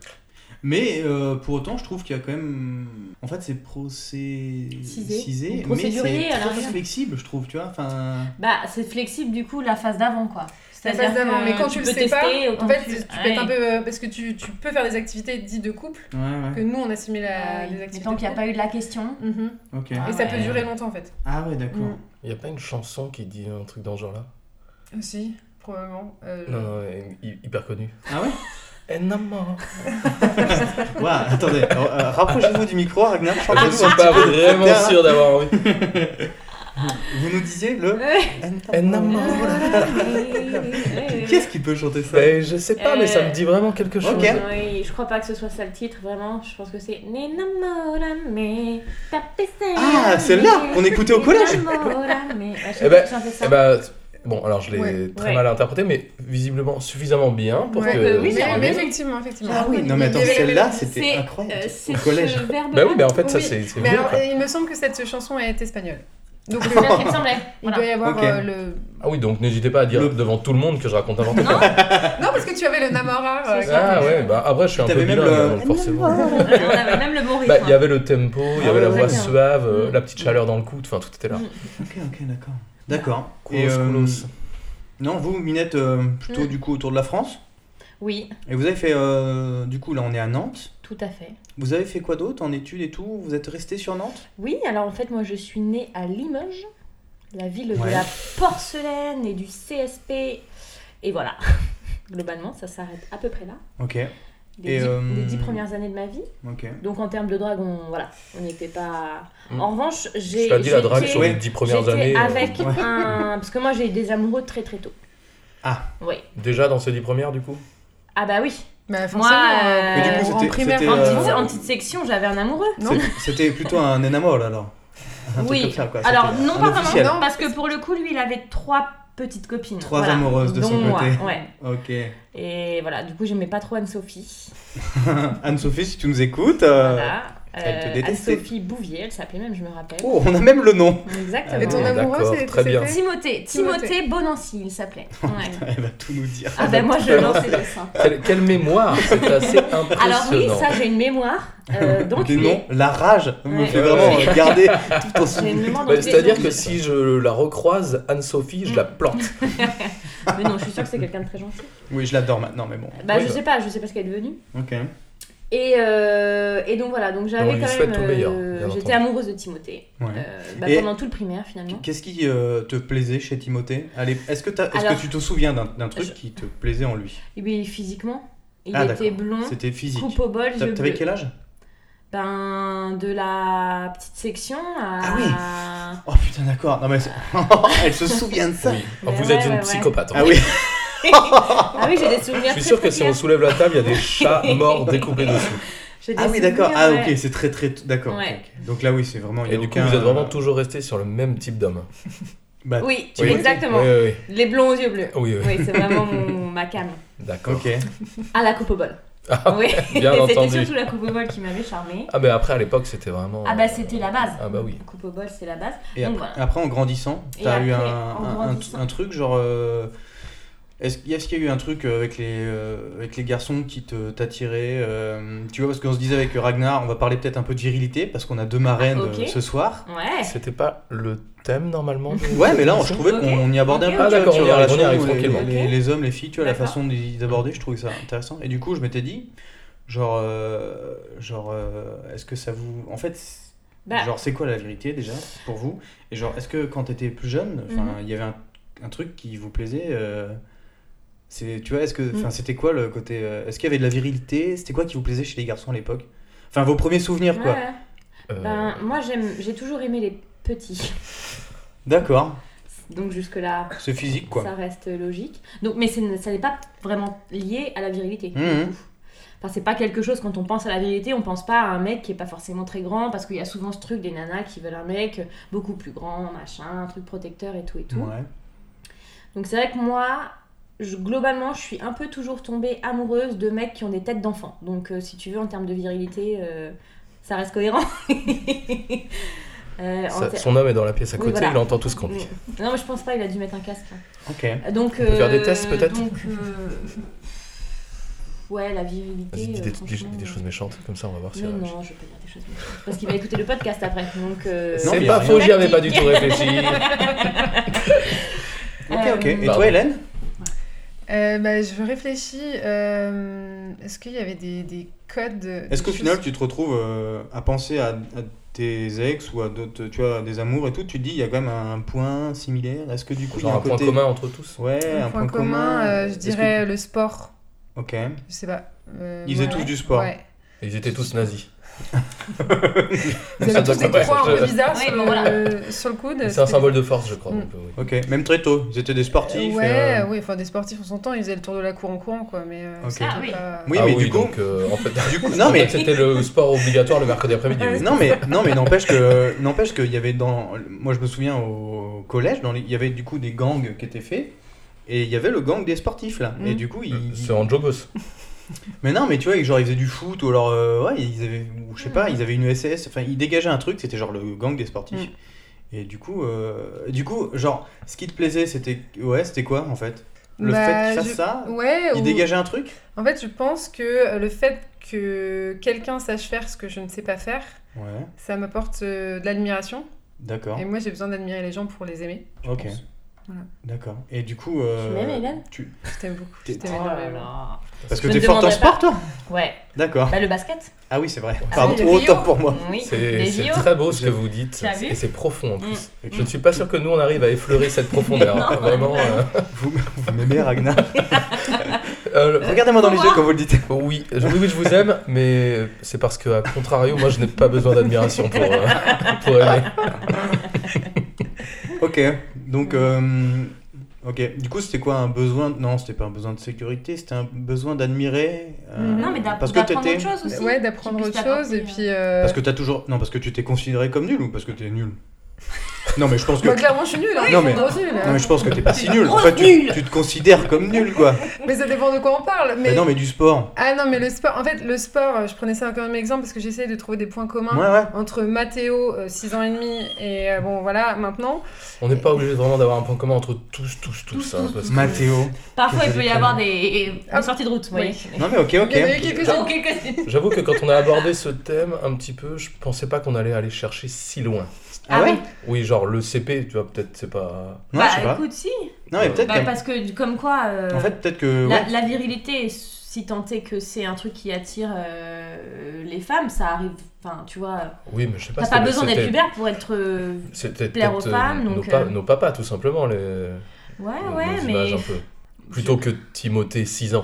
B: Mais euh, pour autant, je trouve qu'il y a quand même. En fait, c'est procé...
C: Cisé.
B: cisé, mais
C: Procédurier,
B: c'est
C: à la
B: très
C: rigueur.
B: flexible, je trouve, tu vois. Enfin,
C: Bah, c'est flexible du coup la phase d'avant quoi.
G: La
C: C'est-à-dire
G: phase d'avant,
C: que
G: mais quand tu, le
C: peux
G: sais pas,
C: tester autant
G: en fait,
C: que
G: tu,
C: Ouais.
G: peux être un peu. euh, Parce que tu, tu peux faire des activités dites de couple,
B: ouais, ouais.
G: que nous on assimile à
C: Ah oui.
G: des
C: Mais
G: activités.
C: tant qu'il n'y a
G: de
C: pas eu de la question.
G: couple. Mhm.
B: Ok.
C: Ah
G: Et ça
C: ouais.
G: peut durer longtemps en fait.
B: Ah ouais, d'accord.
G: Mm.
D: Il a pas une chanson qui dit un truc dans ce genre-là
G: Aussi, probablement. euh,
D: Non, non, elle est hy- hyper connue.
B: Ah ouais
D: And I'm more.
B: Ouais, attendez, euh, euh, rapprochez-vous du micro, Ragnar. Je crois que
D: Ah, Je suis pas vraiment sûr d'avoir envie.
B: Vous nous disiez le.
D: And I'm more.
B: Qu'est-ce qui peut chanter ça
D: Mais je sais pas, mais ça me dit vraiment quelque chose.
B: Ok.
C: Oui, je crois pas que ce soit ça le titre, vraiment. Je pense que c'est Nenamorame, tapese.
B: Ah, celle-là, qu'on écoutait au collège.
C: Nenamorame. Ouais, je
D: Eh
C: sais pas
D: ben,
C: qui chantait ça.
D: Eh ben, bon, alors je l'ai
G: Ouais.
D: très
C: Ouais.
D: mal interprété, mais visiblement suffisamment bien Hein, pour
G: Ouais.
D: que.
C: Euh, oui,
G: mais-
C: j'ai
G: mais
C: reconnu.
G: effectivement, effectivement.
B: Ah oui, non mais attends, celle-là, c'était
C: C'est, euh,
B: incroyable.
C: c'est
B: Au collège.
C: ce verbe.
D: Bah oui, mais en fait, ça
G: Oui,
D: c'est c'est
G: Mais
D: vieux,
G: alors, euh,
B: hein.
D: quoi.
G: il me semble que cette chanson est espagnole. Donc le-
C: C'est ce qui me semblait.
G: il
C: Voilà.
G: doit y avoir
B: Ok.
G: euh, le.
D: Ah oui, donc n'hésitez pas à dire
B: Le-
D: devant tout le monde que je raconte n'importe quoi.
G: Non, parce que tu avais le Namorar. euh,
D: Ah ouais, bah après, je suis un peu
B: T'avais même
D: bilingue,
B: le-
D: donc forcément.
C: On avait même le hein. mot rythme.
D: Bah, il y avait le tempo, il y avait la voix
C: Exactement.
D: suave, euh,
C: Ah Mm.
D: la petite chaleur dans le coude, enfin tout était là.
C: Mm.
B: Ok, ok, d'accord. D'accord.
D: Koulos,
B: Et, euh,
D: Koulos.
B: Non, vous, Minette, euh, plutôt
C: Mm.
B: du coup autour de la France.
C: Oui,
B: Et vous avez fait, euh, du coup, là, on est à Nantes.
C: tout à fait.
B: Vous avez fait quoi d'autre en études et tout Vous êtes resté sur Nantes
C: Oui, alors en fait, moi je suis née à Limoges, la ville
B: Ouais.
C: de la porcelaine et du CSP. Et voilà. Globalement, ça s'arrête à peu près là.
B: Ok,
C: Les
B: Et,
C: dix,
B: euh,
C: les dix premières années de ma vie.
B: ok.
C: Donc en termes de drague, on voilà, on n'y était pas.
D: Mm.
C: En revanche, j'ai.
D: Cela dit, la drague
C: j'étais-
D: sur les dix premières
C: j'étais
D: années. euh,
C: Avec
B: Ouais.
C: un. Parce que moi j'ai eu des amoureux très très tôt.
B: Ah.
C: Oui.
D: Déjà dans ces dix premières, du coup
C: Ah bah oui.
G: Bah,
C: Moi,
G: forcément. euh,
C: euh,
B: Mais du coup,
G: en
B: c'était-
G: primaire,
B: c'était,
C: en,
G: en
B: euh,
C: petite, en petite section, j'avais un amoureux.
G: Non.
B: C'est- C'était plutôt un enamol alors. Un truc
C: Oui.
B: comme ça, quoi.
C: Alors
B: Ah, C'était
C: non
B: un
C: pas
B: officiel.
C: vraiment, parce que pour le coup, lui, il avait trois petites copines.
B: Trois amoureuses de son
C: Dont moi,
B: côté.
C: ouais.
B: Ok.
C: Et voilà, du coup, j'aimais pas trop Anne-Sophie.
B: Anne-Sophie, si tu nous écoutes. euh,
C: Voilà.
B: elle te
C: Euh,
B: détestait.
C: Anne-Sophie Bouvier, elle s'appelait même, je me rappelle.
B: Oh, on a même le nom.
G: Et ton
C: Exactement.
D: Ah,
G: amoureux,
D: d'accord,
G: c'est.
D: très bien.
G: c'était-
C: Timothée,
G: Timothée.
C: Timothée Bonancy, il s'appelait. Ouais.
B: Elle va tout nous dire.
C: Ah ben moi je lance les dessins.
D: Quelle, quelle mémoire C'est assez impressionnant.
C: Alors oui, ça j'ai une mémoire. euh, donc
B: Des noms, la rage me
C: Ouais.
B: fait vraiment
D: Ouais.
B: regarder tout ton
C: J'ai une
B: souvenir.
C: mémoire
D: Bah,
C: d'enculé.
D: C'est-à-dire
C: Non,
D: que
C: je-
D: si je la recroise, Anne-Sophie, je la
C: Mm.
D: plante.
C: Mais non, je suis sûre que c'est quelqu'un de très gentil.
B: Oui, je l'adore maintenant, mais bon.
C: Bah
D: Oui,
C: je
D: bah.
C: sais pas, je sais pas ce qu'elle est devenue.
B: Ok.
C: Et, euh, et donc voilà, donc
D: Bah, on
C: j'avais
D: lui
C: quand
D: souhaite
C: même.
D: le meilleur,
C: euh,
D: bien
C: J'étais
D: entendu.
C: amoureuse de Timothée.
B: Ouais.
C: euh, bah,
B: Mmh. Et-
C: pendant tout le primaire finalement.
B: Qu'est-ce qui euh, te plaisait chez Timothée Allez, Est-ce que, t'as- est-ce
C: Alors-
B: que tu te souviens d'un d'un truc
C: Je-
B: qui te plaisait en lui
C: Et puis physiquement, il
B: Ah,
C: était
B: d'accord.
C: blond,
B: C'était physique.
C: coupe au bol,
B: T'a-
C: Hum, yeux
B: T'avais
C: bleus.
B: quel âge
C: Ben de la petite section à.
B: Ah oui. Oh putain, d'accord. Non mais c'est- elle se souvient de ça.
D: Alors,
C: Ouais,
D: vous êtes
C: ouais,
D: une
C: ouais.
D: psychopathe. hein.
B: Ah oui.
C: Ah oui, j'ai des
D: Je
C: souvenirs
D: suis
C: très,
D: sûr que
C: très
D: si on
C: clairs.
D: soulève la table, il y a des chats morts découpés dessous.
C: J'ai des
B: Ah oui, d'accord.
C: souvenirs,
B: Ah
C: ouais.
B: ok, c'est très très tôt. d'accord. ok,
C: Ouais.
B: ok. Donc là oui, c'est vraiment. il y
D: Et
B: a
D: du coup,
B: aucun-
D: vous êtes vraiment toujours resté sur le même type d'homme.
B: Bah,
C: Oui,
B: Oui.
C: exactement.
D: Oui, oui,
C: Les blonds aux yeux bleus.
D: oui. oui, oui.
C: Oui, c'est vraiment mon- ma cam.
D: D'accord.
B: Ok.
C: À la coupe au bol. oui,
D: Ah, Bien
C: c'était
D: entendu.
C: surtout la coupe au bol qui m'avait charmée.
D: Ah, mais après, à l'époque, c'était vraiment.
C: Ah bah c'était la base.
D: Ah bah oui.
C: La coupe au bol, c'est la base.
B: Et
C: Donc
B: après,
C: voilà.
B: après, en grandissant,
C: Et
B: t'as
C: après,
B: eu un,
C: en
B: un- un-
C: grandissant.
B: un truc genre. euh, Est-ce qu'il y a- est-ce qu'il y a eu un truc euh, avec les, euh, avec les garçons qui te t'attirait euh, Tu vois, parce qu'on se disait avec Ragnar, on va parler peut-être un peu de virilité, parce qu'on a deux marraines
C: Ah, ok.
B: euh, ce soir.
C: Ouais.
D: C'était pas le thème normalement de-
B: Ouais, mais là, on- je
D: Ok.
B: trouvais qu'on y abordait
C: Ok,
B: un peu.
C: ok,
B: tu vois,
D: ok.
B: sur
D: On y arrive, on y
B: les
D: arrive
B: relations, les-
D: tranquillement.
B: Les, les hommes, les filles, tu vois, la
C: D'accord.
B: façon d'y- d'aborder, je trouvais ça intéressant. Et du coup, je m'étais dit, genre, euh, genre, euh, est-ce que ça vous, en fait,
C: Bah,
B: Genre, c'est quoi la vérité déjà pour vous Et genre, est-ce que quand t'étais plus
G: Mhm.
B: jeune, enfin, il y avait un, un truc qui vous plaisait euh, c'est, Tu vois, est-ce que,
G: Mm.
B: enfin, c'était quoi le côté euh, Est-ce qu'il y avait de la virilité C'était quoi qui vous plaisait chez les garçons à l'époque Enfin, vos premiers souvenirs, quoi.
C: ouais.
D: Euh,
C: Ben, moi j'aime, j'ai toujours aimé les petits.
B: D'accord.
C: Donc jusque là,
B: C'est physique, quoi.
C: ça reste logique. Donc, mais c'est- ça n'est pas vraiment lié à la virilité. du
B: Mhm.
C: coup. Enfin, c'est pas quelque chose, quand on pense à la virilité, on pense pas à un mec qui est pas forcément très grand, parce qu'il y a souvent ce truc des nanas qui veulent un mec beaucoup plus grand, machin, un truc protecteur et tout et tout.
B: Ouais.
C: Donc c'est vrai que moi, je- globalement, je suis un peu toujours tombée amoureuse de mecs qui ont des têtes d'enfants. Donc euh, si tu veux, en termes de virilité, euh, ça reste cohérent. Euh, en
D: ça-
C: ter-
D: son homme est dans la pièce à
C: Oui,
D: côté,
C: voilà.
D: il entend tout ce qu'on dit.
C: Non, mais je pense pas, il a
G: Euh,
C: dû mettre un casque. hein.
B: Ok.
C: Donc,
D: peut faire des
C: euh,
D: tests, peut-être
C: donc, euh, ouais, la virilité.
D: Vas-y, dis,
C: euh,
D: des, dis-
C: franchement,
D: dis des choses méchantes, comme ça on va voir si
C: Mais
D: elle réagit.
C: non, je vais pas dire des choses méchantes. Parce qu'il va écouter le podcast après. Donc, euh,
B: Non,
D: C'est
B: mais
D: pas
B: rien.
D: faux, j'y avais pas du tout réfléchi.
B: Ok, ok. Et
D: Euh,
B: toi, Hélène
G: Euh, bah, je réfléchis. euh, Est-ce qu'il y avait des, des codes des
B: Est-ce qu'au
G: choses-
B: final, tu te retrouves euh, à penser à, à tes ex ou à d'autres, tu vois, à des amours et tout Tu te dis, il y a quand même un point similaire Est-ce que du coup, il y a
D: Genre
B: un,
D: un point
B: côté...
D: commun entre tous.
B: Ouais,
G: Un point commun, euh, je
B: Est-ce que-
G: dirais le sport.
B: Ok.
G: Je sais pas. euh,
B: Ils faisaient
G: ouais.
B: tous du sport.
G: Ouais.
D: Ils étaient tous
C: Euh,
D: nazis.
G: Ils
D: Ça
G: avaient tous
D: doit
G: des
D: pas-
G: croix un
D: Ah, je-
G: peu bizarres
C: Oui,
G: sur,
C: bon,
G: le-
C: voilà.
G: sur le coude.
D: C'est un
G: C'était-
D: symbole de force, je crois.
G: Mm.
D: un peu, oui.
B: Ok, même très tôt, ils étaient des sportifs. et,
G: Ouais,
B: euh,
G: oui, enfin des sportifs on s'entend, ils faisaient le tour de la cour en courant quoi, mais euh,
B: Ok.
G: c'était
C: Ah oui.
G: pas-
B: Oui,
D: Ah
B: mais du coup,
D: donc, euh, en fait,
B: du coup, non
D: en fait,
B: mais
D: c'était le sport obligatoire le mercredi après-midi. oui.
B: non mais non mais n'empêche que n'empêche qu'il y avait dans moi je me souviens au collège dans les- il y avait du coup des gangs qui étaient faits et il y avait le gang des sportifs là
G: Mm.
B: et du coup ils
D: C'est en jogos.
B: mais non mais tu vois genre ils faisaient du foot ou alors euh, ouais ils avaient ou je sais
G: Mm.
B: pas ils avaient une SS enfin ils dégageaient un truc c'était genre le gang des sportifs
G: Mm.
B: et du coup euh, du coup genre ce qui te plaisait c'était ouais c'était quoi en fait le
G: Bah,
B: fait qu'ils fassent
G: je-
B: ça
G: Ouais,
B: ils
G: ou-
B: dégageaient un truc
G: en fait je pense que euh, le fait que quelqu'un sache faire ce que je ne sais pas faire,
B: ouais
G: ça m'apporte euh, de l'admiration
B: d'accord
G: et moi j'ai besoin d'admirer les gens pour les aimer.
B: ok
G: pense. Voilà.
B: d'accord et du coup euh,
C: m'aimes, Hélène
B: tu-
G: Je t'aime beaucoup, je
B: T'es-
G: t'aime
C: Oh là
G: énormément.
C: là.
B: parce que
C: Je
B: t'es
C: ne
B: forte en
C: demanderai
B: sport toi
C: Ouais.
B: D'accord.
C: Bah, le basket.
B: Ah oui, c'est vrai.
G: Ah,
B: Pardon,
G: les
B: autant
G: JO.
B: pour moi.
C: Oui.
D: Oh, C'est
C: Les
D: c'est
C: JO.
D: très beau ce
B: Je-
D: que vous dites.
C: Tu as vu
D: Et c'est profond en plus.
B: Mm.
D: Je ne suis pas sûr que nous on arrive à effleurer cette profondeur. hein. Vraiment. euh,
B: Vous, vous m'aimez, Ragnar
D: euh, le-
B: Regardez-moi dans les yeux quand vous le dites.
D: oui, je- oui, oui, je vous aime, mais c'est parce que, à contrario, moi je n'ai pas besoin d'admiration pour, euh, pour aimer.
B: Ok, donc. euh, ok, du coup, c'était quoi un besoin Non, c'était pas un besoin de sécurité, c'était un besoin d'admirer. euh,
G: Mhm.
C: Mm-hmm. Non, mais d'a-
B: parce que
C: d'apprendre
B: t'étais-
C: autre chose aussi.
G: Ouais, d'apprendre
C: Qui puisse
G: autre chose et
C: t'apporter, hein.
G: puis euh,
B: Parce que t'as toujours. Non, parce que tu t'es considéré comme nul ou parce que t'es nul Non, mais je pense que.
G: Moi, clairement, je suis nulle. hein,
B: Non,
G: je
B: mais-
G: suis grosse nulle, hein.
B: Non, mais je pense que t'es pas si nul. En fait, tu, tu te considères comme nul, quoi.
G: Mais ça dépend de quoi on parle.
B: Mais,
G: Mais...
B: non, mais du sport.
G: Ah non, mais le sport, en fait, le sport, euh, je prenais ça comme exemple parce que j'essayais de trouver des points communs
B: Ouais, ouais.
G: entre Mathéo, 6 ans et demi, et euh, bon, voilà, maintenant.
D: On n'est pas obligé vraiment d'avoir un point commun entre tous, tous, tous. hein, parce que-
B: Mathéo.
C: Parfois, il peut y
B: Qu'est-ce
C: avoir
B: que
C: des, des
G: Ah.
C: sorties de route. vous
G: Oui.
C: voyez.
B: Non, mais ok,
G: Il y en a eu
B: ok.
G: quelques-uns.
C: Ok, ok.
D: J'avoue que quand on a abordé ce thème un petit peu, je pensais pas qu'on allait aller chercher si loin.
B: Ah ouais
D: Oui, genre le CP, tu vois, peut-être c'est pas.
B: Non,
C: bah
B: je sais pas.
C: écoute, si.
B: Non, mais peut-être
C: Bah,
B: qu'en
C: parce que, comme quoi. euh,
B: En fait, peut-être que.
C: La,
B: ouais.
C: la virilité, si tant est que c'est un truc qui attire euh, les femmes, ça arrive. Enfin, tu vois,
D: Oui, mais je sais pas.
C: t'as
D: si
C: pas
D: c'était-
C: besoin d'être
D: c'était-
C: pubère pour être. euh,
D: C'était
C: plaire
D: peut-être
C: aux
D: euh,
C: femmes,
D: nos,
C: donc,
D: pa-
C: euh,
D: nos papas, tout simplement, les,
C: Ouais,
D: nos-
C: ouais,
D: nos images
C: mais.
D: un peu. Plutôt que Timothée, 6 ans.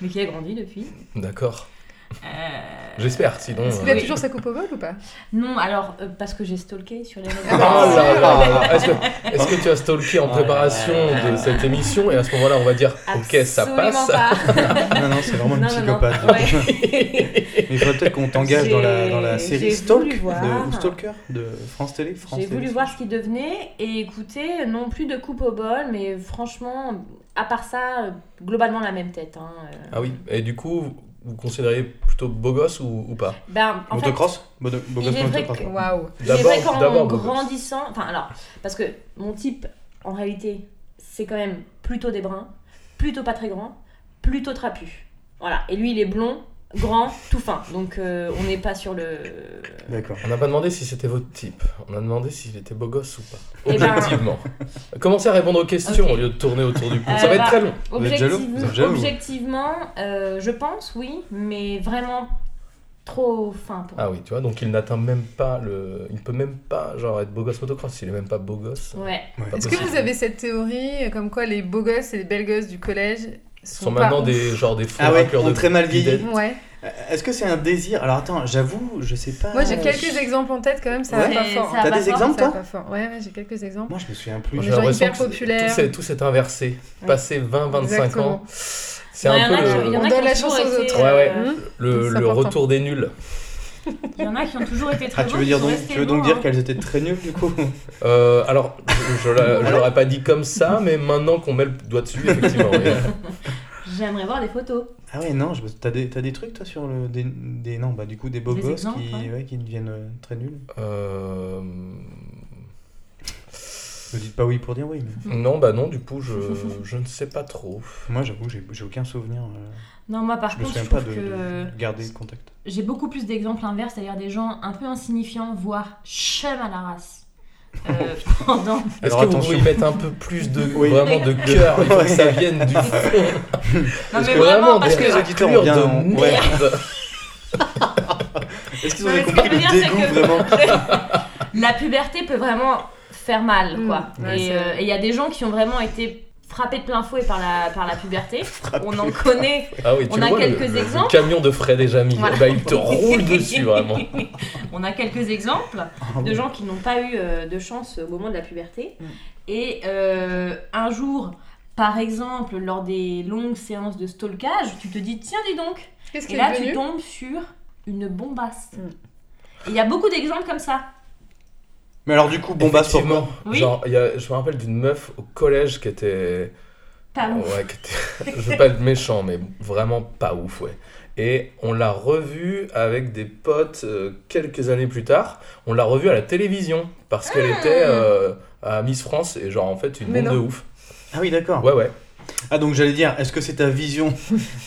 C: Mais qui a grandi depuis.
D: D'accord.
C: Euh,
D: J'espère, sinon.
G: Est-ce
D: euh,
G: qu'il a toujours sa coupe au bol ou pas
C: Non, alors, euh, parce que j'ai stalké sur les réseaux
D: Oh
C: sociaux.
D: là là là là. Est-ce que, est-ce que tu as stalké en
B: Oh là
D: préparation
B: là là
D: de cette émission Et à ce moment-là, on va dire Ok, ça
C: Absolument
D: passe.
C: pas.
B: Ah, Non, non, c'est vraiment une
C: Non, non, non.
B: psychopathe.
C: Ouais.
B: Mais il faudrait peut-être qu'on t'engage
C: J'ai-
B: dans la, dans la série
C: j'ai
B: Stalk
C: voulu
B: de-
C: voir.
B: ou Stalker de France Télé. France
C: J'ai
B: Télé,
C: voulu
B: c'est-
C: voir ce qu'il devenait et écouter, non plus de coupe au bol, mais franchement, à part ça, euh, globalement la même tête. hein, euh.
D: Ah oui, et du coup, vous, vous considérez plutôt beau gosse ou, ou pas
C: Ben, en fait,
B: Motocross Bodo- Bogos
C: il est vrai
B: motocross.
C: que-
G: Waouh
C: C'est vrai qu'en
D: beau gosse.
C: grandissant, enfin alors, parce que mon type, en réalité, c'est quand même plutôt des bruns, plutôt pas très grand, plutôt trapu. Voilà. Et lui, il est blond, grand, tout fin. Donc euh, on n'est pas sur le.
B: D'accord.
D: On n'a pas demandé si c'était votre type. On a demandé s'il était beau gosse ou pas.
C: Eh ben-
D: Objectivement. Commencez à répondre aux questions
C: Ok.
D: au lieu de tourner autour du pot.
C: Euh,
D: ça va être
C: bah,
D: très long.
B: Vous êtes jaloux
C: Objective-
B: Vous êtes jaloux
C: objectivement, euh, je pense oui, mais vraiment trop fin pour.
D: Ah oui, tu vois, donc il n'atteint même pas le. Il ne peut même pas genre, être beau gosse motocross. Il est même pas beau gosse.
C: Ouais.
D: Pas
G: Est-ce que
D: possible.
G: vous avez cette théorie euh, comme quoi les beaux gosses et les belles gosses du collège
D: Ce
G: sont,
D: sont
G: pas
D: maintenant
G: ouf
D: des genre des faux
B: Ah ouais,
D: racleurs
B: ont
D: de
B: très mal vieilli.
D: bidet.
G: Ouais.
B: Euh, Est-ce que c'est un désir Alors attends, j'avoue, je sais pas.
G: Moi, j'ai
D: Ah,
G: quelques exemples en tête quand même, ça
B: Ouais.
G: va pas
C: Et
G: fort.
C: ça
G: hein.
B: T'as
C: va
B: des
C: fort,
B: exemples
G: Ça va
B: toi
G: pas fort. Ouais, ouais, j'ai quelques exemples.
B: Moi je me souviens
D: J'ai
B: plus.
G: On est genre
D: l'impression
G: hyper
D: que c'est-
G: populaires.
D: Tout, est- tout s'est inversé.
C: Ouais.
D: Passer 20-25 ans,
G: Exactement.
D: c'est
C: Ouais,
D: un
C: Bah, y en a
D: peu
C: qui- il y
D: le,
C: en
G: On
C: a
G: donne
C: qui
G: la
C: ont toujours
G: chance aux
C: été,
G: autres.
C: euh,
D: Euh, Ouais, ouais.
G: Hum
D: le,
G: c'est
D: le
G: important.
D: retour des nuls.
C: Il y en a qui ont toujours été très
B: Ah, tu
C: beaux,
B: veux dire
C: qui sont
B: donc,
C: restés
B: tu veux donc
C: beaux,
B: dire
C: hein.
B: qu'elles étaient très nulles du coup
D: Euh, alors, je- je l'a- je l'aurais pas dit comme ça, mais maintenant qu'on met le doigt dessus, effectivement. oui.
C: J'aimerais voir des photos.
B: Ah ouais, non, je... me- t'as des... t'as des trucs toi sur le. Des... des- Non, bah du coup, des beaux
C: Des
B: gosses
C: exemples,
B: qui...
C: ouais.
B: ouais, qui deviennent euh, très nuls.
D: Euh,
B: Ne dites pas oui pour dire oui. mais-
D: Non, bah non, du coup, je, je ne sais pas trop.
B: Moi, j'avoue, j'ai j'ai aucun souvenir. euh,
C: Non, moi par
B: Je me
C: contre, je
B: souviens pas
C: trouve
B: de,
C: que euh,
B: de garder le contact.
C: j'ai beaucoup plus d'exemples inverses, c'est-à-dire des gens un peu insignifiants, voire chum à la race. Euh, pendant.
D: Est-ce
B: Alors,
D: que vous
B: attention.
D: pouvez y mettre un peu plus de
B: Oui. Ah,
D: vraiment de cœur Il faut que ça vienne du fond.
C: Non,
D: Parce
C: mais
D: que
C: vraiment, parce
D: des
C: que.
B: auditeurs
D: raclures
B: ont bien-
D: de
B: ouais.
D: merde.
B: Est-ce qu'ils
C: Non, mais
B: ont
C: ce que
B: compris
C: je veux
B: le
C: dire, c'est
B: dégoût
C: que-
B: vraiment
C: la puberté peut vraiment faire mal,
G: Mm.
C: quoi.
G: Ouais,
C: et
G: c'est-
C: euh, et il y a des gens qui ont vraiment été frappés de plein fouet par la, par la puberté. On en connaît.
D: Ah oui, tu
C: On a
D: vois, le-
C: quelques
D: le, le
C: exemples.
D: camion de Fred et Jamy,
C: Voilà.
D: bah, il te roule dessus vraiment.
C: On a quelques exemples
B: Ah
C: de gens qui n'ont pas eu euh, de chance au moment de la puberté.
D: Mm.
C: Et euh, un jour, par exemple, lors des longues séances de stalkage, tu te dis tiens, dis donc.
G: Qu'est-ce
C: Et
G: qu'il
C: là,
G: est
C: tu
G: devenu
C: tombes sur une bombasse. Et
G: Mm.
C: Il y a beaucoup d'exemples comme ça.
B: Mais alors, du coup, bon, bah, sur
D: Effectivement.
C: Oui.
D: Genre, il y a- je me rappelle d'une meuf au collège qui était. Ah,
C: Pas ouf.
D: Ouais, qui était- je veux pas être méchant, mais vraiment pas ouf, ouais. Et on l'a revue avec des potes euh, quelques années plus tard. On l'a revue à la télévision parce qu'elle
C: Ah.
D: était euh, à Miss France et genre en fait une
G: Mais
D: bombe de
G: non.
D: ouf.
B: Ah oui, d'accord.
D: Ouais, ouais.
B: Ah, donc j'allais dire, est-ce que c'est ta vision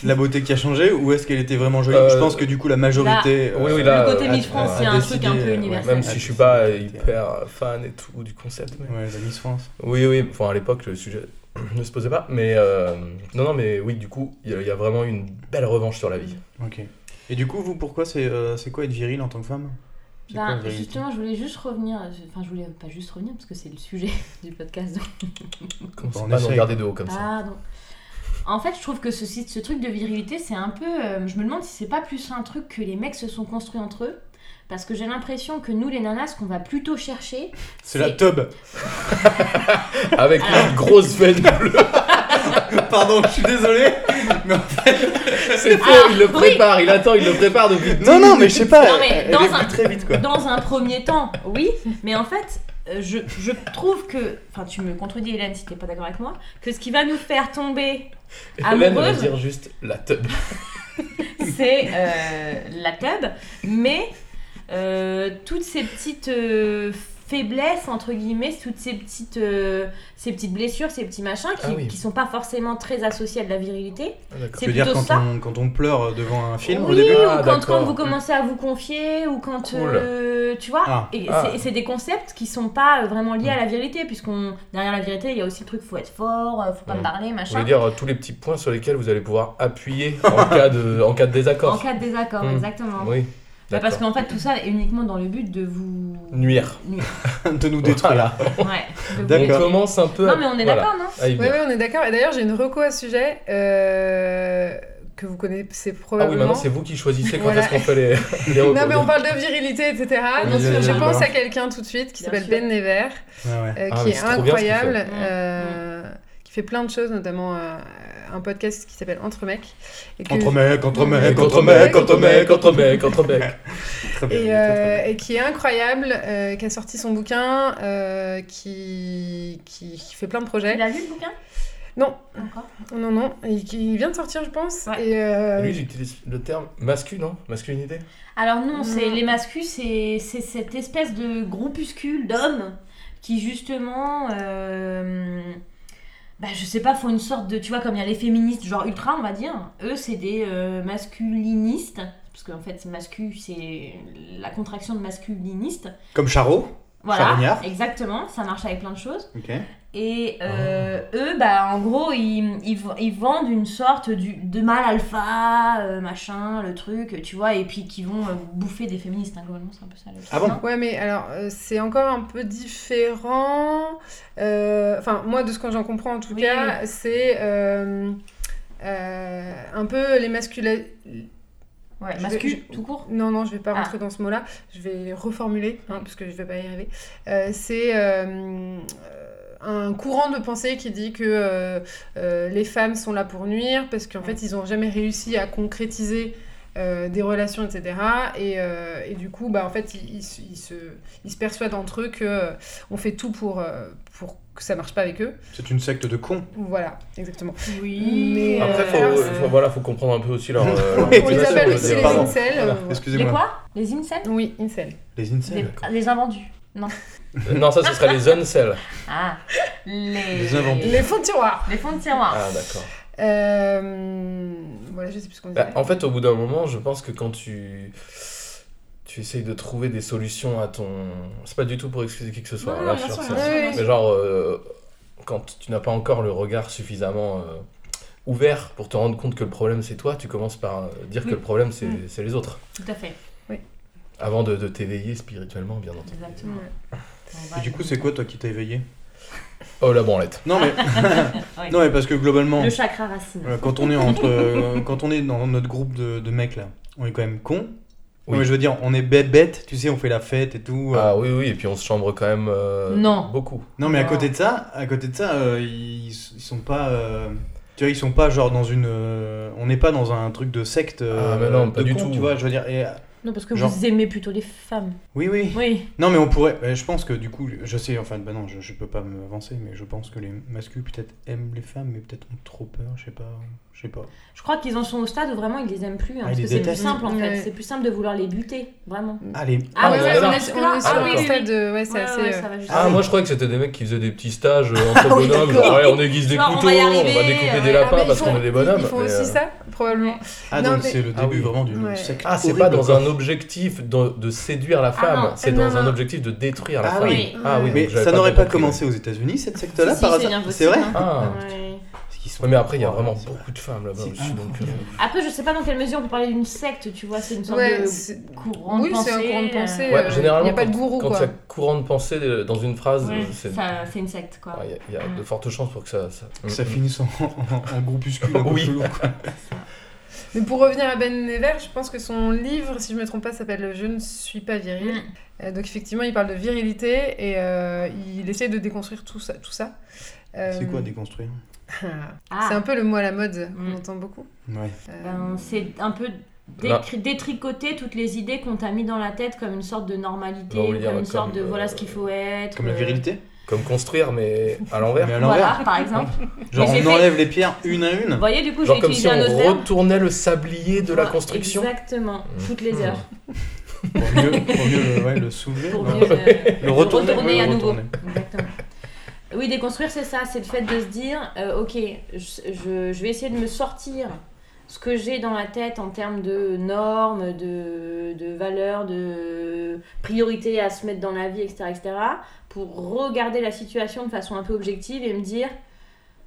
B: de la beauté qui a changé ou est-ce qu'elle était vraiment jolie Je
D: Euh,
B: pense que du coup, la majorité.
D: oui, oui,
B: euh,
D: là,
C: Le côté
B: a-
C: Miss
B: a-
C: France,
B: a
C: c'est un truc
B: décidé,
C: un peu
B: euh, ouais,
C: universel.
D: Même si je suis
B: Ah,
D: pas hyper fan et tout du concept. mais-
B: Ouais, la Miss France.
D: Oui, oui, enfin à l'époque le sujet ne se posait pas, mais euh, non, non, mais oui, du coup, il y, a- il y a vraiment une belle revanche sur la vie.
B: Ok. Et du coup, vous, pourquoi c'est euh, c'est quoi être viril en tant que femme C'est quoi la
C: Ben,
B: virilité
C: justement, je voulais juste revenir. Enfin, je voulais pas juste revenir parce que c'est le sujet du podcast. donc-
D: Comment
B: On
D: c'est pas de
B: essaye.
D: regarder de haut comme ça
C: Pardon. Ah, En fait, je trouve que ce, ce truc de virilité, c'est un peu. euh, je me demande si c'est pas plus un truc que les mecs se sont construits entre eux. Parce que j'ai l'impression que nous, les nanas, ce qu'on va plutôt chercher.
B: C'est la tub
D: Avec une grosse veine bleue,
B: Pardon, je suis désolé
D: c'est faux, il le prépare, il attend, il le prépare depuis.
B: Non, non, mais je sais pas
C: Non, mais
B: Ah, Elle
C: dans
B: est venue
C: un-
B: très vite, quoi.
C: Dans un premier temps, oui, mais en fait, euh, je, je trouve que. Enfin, tu me contredis, Hélène, si t'es pas d'accord avec moi, que ce qui va nous faire tomber
D: Hélène va
C: Amoureuse.
D: dire juste la teub.
C: c'est euh, la tub, mais euh, toutes ces petites euh, faiblesses, entre guillemets, toutes ces petites, euh, ces petites blessures, ces petits machins qui,
D: Ah oui.
C: qui sont pas forcément très associés à de la virilité.
B: Tu
C: C'est
B: veux dire
C: plutôt
B: quand
C: ça.
B: on, quand on pleure devant un film au
C: oui,
B: début
C: ou
D: Ah,
C: quand,
D: d'accord.
C: quand vous commencez à vous confier, ou quand.
D: Cool.
C: euh, tu vois
B: Ah.
C: Et
D: Ah. Hmm.
C: c'est- et c'est des concepts qui sont pas euh, vraiment liés à la virilité, puisqu'on derrière la virilité, il y a aussi le truc faut être fort, euh, faut pas
D: Mm.
C: parler,
D: Je voulais
C: machin.
D: dire euh, tous les petits points sur lesquels vous allez pouvoir appuyer en cas de, en cas de
C: En
D: désaccord.
C: cas de désaccord,
D: Mm.
C: exactement.
D: Oui.
C: Bah, parce
D: d'accord.
C: qu'en fait, tout ça est uniquement dans le but de vous.
D: Nuire.
B: de nous détruire.
D: Voilà.
C: Ouais. de vous-
D: On
B: D'accord.
D: commence un peu. à-
C: Non, mais on est
D: voilà, Ah,
C: d'accord, non
D: à y
G: Oui,
D: venir.
G: oui, on est d'accord. Et d'ailleurs, j'ai une reco à ce sujet euh, que vous connaissez
D: Ah oui,
G: probablement.
D: maintenant c'est vous qui choisissez quand
G: Voilà.
D: est-ce qu'on fait les, les
G: non, mais
D: recos.
G: on parle de virilité, etc. Donc,
B: sûr,
G: je
B: bien
G: pense
B: sûr.
G: à quelqu'un tout de suite qui
C: Bien
G: s'appelle
C: sûr.
G: Ben Never,
B: Ouais, ouais.
G: euh,
D: Ah,
G: qui
D: mais
G: est
D: c'est trop bien ce qu'il
G: incroyable,
D: fait.
G: euh,
C: Mm.
G: qui fait plein de choses, notamment euh, un podcast qui s'appelle Entre mecs. Et que-
B: Entre mecs, entre mecs,
D: Contre
B: entre
D: mec,
B: mecs,
D: contre
B: entre
D: mec,
B: mecs,
D: contre mec, contre mec.
B: Très bien, il
G: et,
B: est
G: euh,
B: très, très
G: et qui est incroyable, euh, qui a sorti son bouquin, euh, qui, qui, qui fait plein de projets.
C: Il a lu le bouquin
G: Non,
C: Encore
G: non, non, il, il vient de sortir, je pense.
C: Ouais.
G: Et, euh,
D: Et Lui, j'utilise le terme mascu, non Masculinité
C: Alors, non, c'est
G: Non.
C: les mascus, c'est c'est cette espèce de groupuscule d'hommes qui, justement. euh, Bah, je sais pas, font une sorte de. Tu vois, comme il y a les féministes, genre ultra, on va dire. Eux, c'est des euh, masculinistes. Parce qu'en fait, mascu, c'est la contraction de masculiniste.
B: bien. Comme Charo
C: Voilà,
B: Charognard.
C: exactement. Ça marche avec plein de choses.
B: Ok.
C: Et euh, eux, bah, en gros, ils, ils, ils vendent une sorte du, de mal alpha, euh, machin, le truc, tu vois, et puis qui vont euh, bouffer des féministes, hein, globalement, c'est un peu ça. le truc,
B: Ah bon
C: non
G: Ouais, mais alors, euh, c'est encore un peu différent. Euh, Enfin, moi, de ce que j'en comprends, en tout
C: Oui,
G: cas, c'est euh, euh, un peu les masculins.
C: Ouais,
G: Je
C: mascu,
G: vais- je-
C: tout court.
G: Non, non, je vais pas
C: Ah.
G: rentrer dans ce mot-là. Je vais reformuler, hein, parce que je vais pas y arriver. Euh, c'est euh, euh, un courant de pensée qui dit que euh, euh, les femmes sont là pour nuire, parce qu'en fait, ils n'ont jamais réussi à concrétiser euh, des relations, etc. Et, euh, et du coup, bah, en fait, ils, ils se- ils se, ils se persuadent entre eux que euh, on fait tout pour, euh, pour que ça marche pas avec eux.
B: C'est une secte de cons.
G: Voilà, exactement.
C: Oui,
G: Mais,
C: euh,
D: Après, faut,
G: alors,
D: euh, faut- voilà, faut comprendre un peu aussi leur. euh, leur
B: Oui,
G: On les
B: bien sûr,
G: appelle
B: je
G: aussi
B: veux
G: les
B: dire. Pardon.
G: incels. euh,
B: Voilà,
G: voilà.
C: Les
B: Excusez-moi.
C: quoi Les incels
G: Oui, incels.
B: Les
C: les,
B: incels.
C: les invendus.
D: Euh, non, ça, ce serait les uncels.
C: Ah, les...
B: Les inventeurs.
G: Les fonds de tiroir.
C: Les fonds de tiroir.
D: Ah, d'accord.
G: Euh, Voilà, je sais plus ce qu'on disait.
D: Bah, en fait, au bout d'un moment, je pense que quand tu. Tu essayes de trouver des solutions à ton. C'est pas du tout pour excuser qui que ce soit.
C: Non,
D: hein,
C: non,
D: là,
C: bien
D: sur
C: sûr,
D: ça.
C: bien sûr, bien
D: Mais
C: sûr.
D: genre, euh, quand tu n'as pas encore le regard suffisamment euh, ouvert pour te rendre compte que le problème c'est toi, tu commences par euh, dire
C: Oui.
D: que le problème c'est
C: Mm.
D: c'est les autres.
C: Tout à fait,
D: Avant de, de t'éveiller spirituellement, bien entendu.
C: exactement. bah, On va
B: Et du
C: aller-
B: coup, c'est quoi toi qui t'as éveillé
D: Oh la branlette.
B: Non mais
C: Ouais.
B: non mais parce que globalement,
C: Le chakra racine.
B: euh, quand on est entre, euh, quand on est dans notre groupe de, de mecs là, on est quand même con.
D: Oui.
B: mais je veux dire, on est bête bête, tu sais, on fait la fête et tout. euh.
D: Ah oui, oui, et puis on se chambre quand même euh,
C: Non.
D: beaucoup.
B: Non
C: Ah.
B: mais à côté de ça, à côté de ça, euh, ils, ils sont pas. euh, Tu vois, ils sont pas genre dans une. euh, on n'est pas dans un truc de secte. euh,
D: Ah, mais non, pas
B: de
D: du
B: con,
D: tout.
B: Tu vois, je veux dire. et, euh,
C: Non, parce que
B: Genre-
C: vous aimez plutôt les femmes.
B: Oui, oui.
C: Oui.
B: Non, mais on pourrait. euh, Je pense que du coup, je sais, enfin, bah non, je, je peux pas m'avancer, mais je pense que les masculins peut-être aiment les femmes, mais peut-être ont trop peur, je sais pas. Je sais pas.
C: Je crois qu'ils en sont au stade où vraiment ils les aiment plus. hein,
B: Ah,
C: parce
B: ils
C: que
B: les
C: c'est plus
B: détestent.
C: simple en fait.
G: Ouais.
C: C'est plus simple de vouloir les buter, vraiment.
B: Allez.
D: Ah,
G: ouais,
D: mais
G: ouais,
D: on est
G: on
D: là.
G: est, on est sur
D: Ah,
G: un
D: d'accord.
G: stade de. Ouais, c'est
C: Ouais,
G: assez.
C: ouais,
G: euh,
C: ça va jusqu'à-
D: Ah,
B: oui.
D: moi je croyais que c'était des mecs qui faisaient des petits stages euh, entre
B: Ah oui,
D: bonhommes.
B: d'accord.
D: genre, ouais, on aiguise des
C: Genre, on
D: couteaux, on
C: va y
D: va,
C: arriver,
D: découper des
C: ouais.
D: lapins
G: ah, mais
D: parce
G: ils
D: qu'on
G: font-
D: est des bonhommes.
G: Ils font
D: mais,
G: aussi
D: euh,
G: ça, probablement.
B: Ah,
G: Non,
B: donc
G: mais-
B: c'est le
D: Ah
B: début
D: oui.
B: vraiment du
G: Ouais.
B: secte.
D: Ah, c'est
B: horrible,
D: pas dans
B: quoi.
D: un objectif de, de séduire la
C: Ah
D: femme,
C: non,
D: c'est
G: non,
D: dans un
G: non.
D: objectif de détruire la
B: Ah
D: femme.
B: oui.
D: Ah oui,
B: Mais
D: donc j'avais
B: ça n'aurait
D: bien
B: pas
D: compris,
B: commencé aux États-Unis cette secte-là
C: Si,
B: par
C: si, c'est
B: hasard
C: bien possible,
B: C'est vrai
C: hein.
D: oui. Ah.
C: Ouais.
B: Parce qu'ils sont-
D: Ouais, mais après, il y a
B: Oh,
D: vraiment
B: c'est-
D: beaucoup de femmes là-bas.
B: C'est
D: aussi, donc, euh,
B: incroyable.
C: Après, je sais pas dans quelle mesure on peut parler d'une secte, tu vois, c'est une sorte
G: Ouais,
C: de
G: c'est-
C: courant
G: oui,
C: de pensée.
G: c'est un courant de
C: euh,
G: pensée.
D: Ouais,
G: euh,
D: généralement,
G: Il n'y a pas
D: quand-
G: de gourou,
D: Quand
G: quoi.
D: il y a courant de pensée euh, dans une phrase,
C: ouais,
D: euh, c'est.
C: ça- Mm. c'est une secte, quoi.
D: ouais, Il y, a- il y a de fortes chances pour que ça. ça...
B: Que Ça
D: Mm.
B: finisse en, en, en groupuscule. un peu
D: Oui.
B: chelou, quoi.
G: Mais pour revenir à Ben Never, je pense que son livre, si je ne me trompe pas, s'appelle Je ne suis pas viril.
C: Mm.
G: Euh, donc effectivement, il parle de virilité et euh, il essaie de déconstruire tout ça. Tout ça. Euh,
B: C'est quoi déconstruire
C: Ah,
G: C'est un peu le mot à la mode qu'on
C: Mm.
G: entend beaucoup.
B: Ouais.
G: Euh,
C: ben, c'est un peu
D: Là.
C: décri- détricoter toutes les idées qu'on t'a mis dans la tête comme une sorte de normalité,
D: Non,
C: comme
D: oui,
C: une
D: euh, comme,
C: sorte de
D: euh,
C: voilà ce qu'il faut être.
B: Comme la
C: euh,
B: virilité
D: Comme construire, mais à l'envers.
B: Mais à l'envers.
C: Voilà, par exemple.
B: Genre
C: Mais j'ai
B: on
C: fait-
B: enlève les pierres une à une
C: Vous voyez, du coup, j'ai
D: Genre comme si
C: utilisé
D: on
C: un autre verbe.
D: retournait le sablier de la
C: Voilà,
D: construction.
C: Exactement,
D: Mm.
C: toutes les heures.
B: Pour mieux, pour mieux le, ouais, le soulever.
C: Pour
B: non
C: mieux euh,
B: Le retourner, ouais,
C: à
B: le
C: nouveau.
B: retourner.
C: Exactement. Oui, déconstruire, c'est ça, c'est le fait de se dire, euh, ok, je, je- je vais essayer de me sortir ce que j'ai dans la tête en termes de normes, de, de valeurs, de priorités à se mettre dans la vie, etc., etc., pour regarder la situation de façon un peu objective et me dire,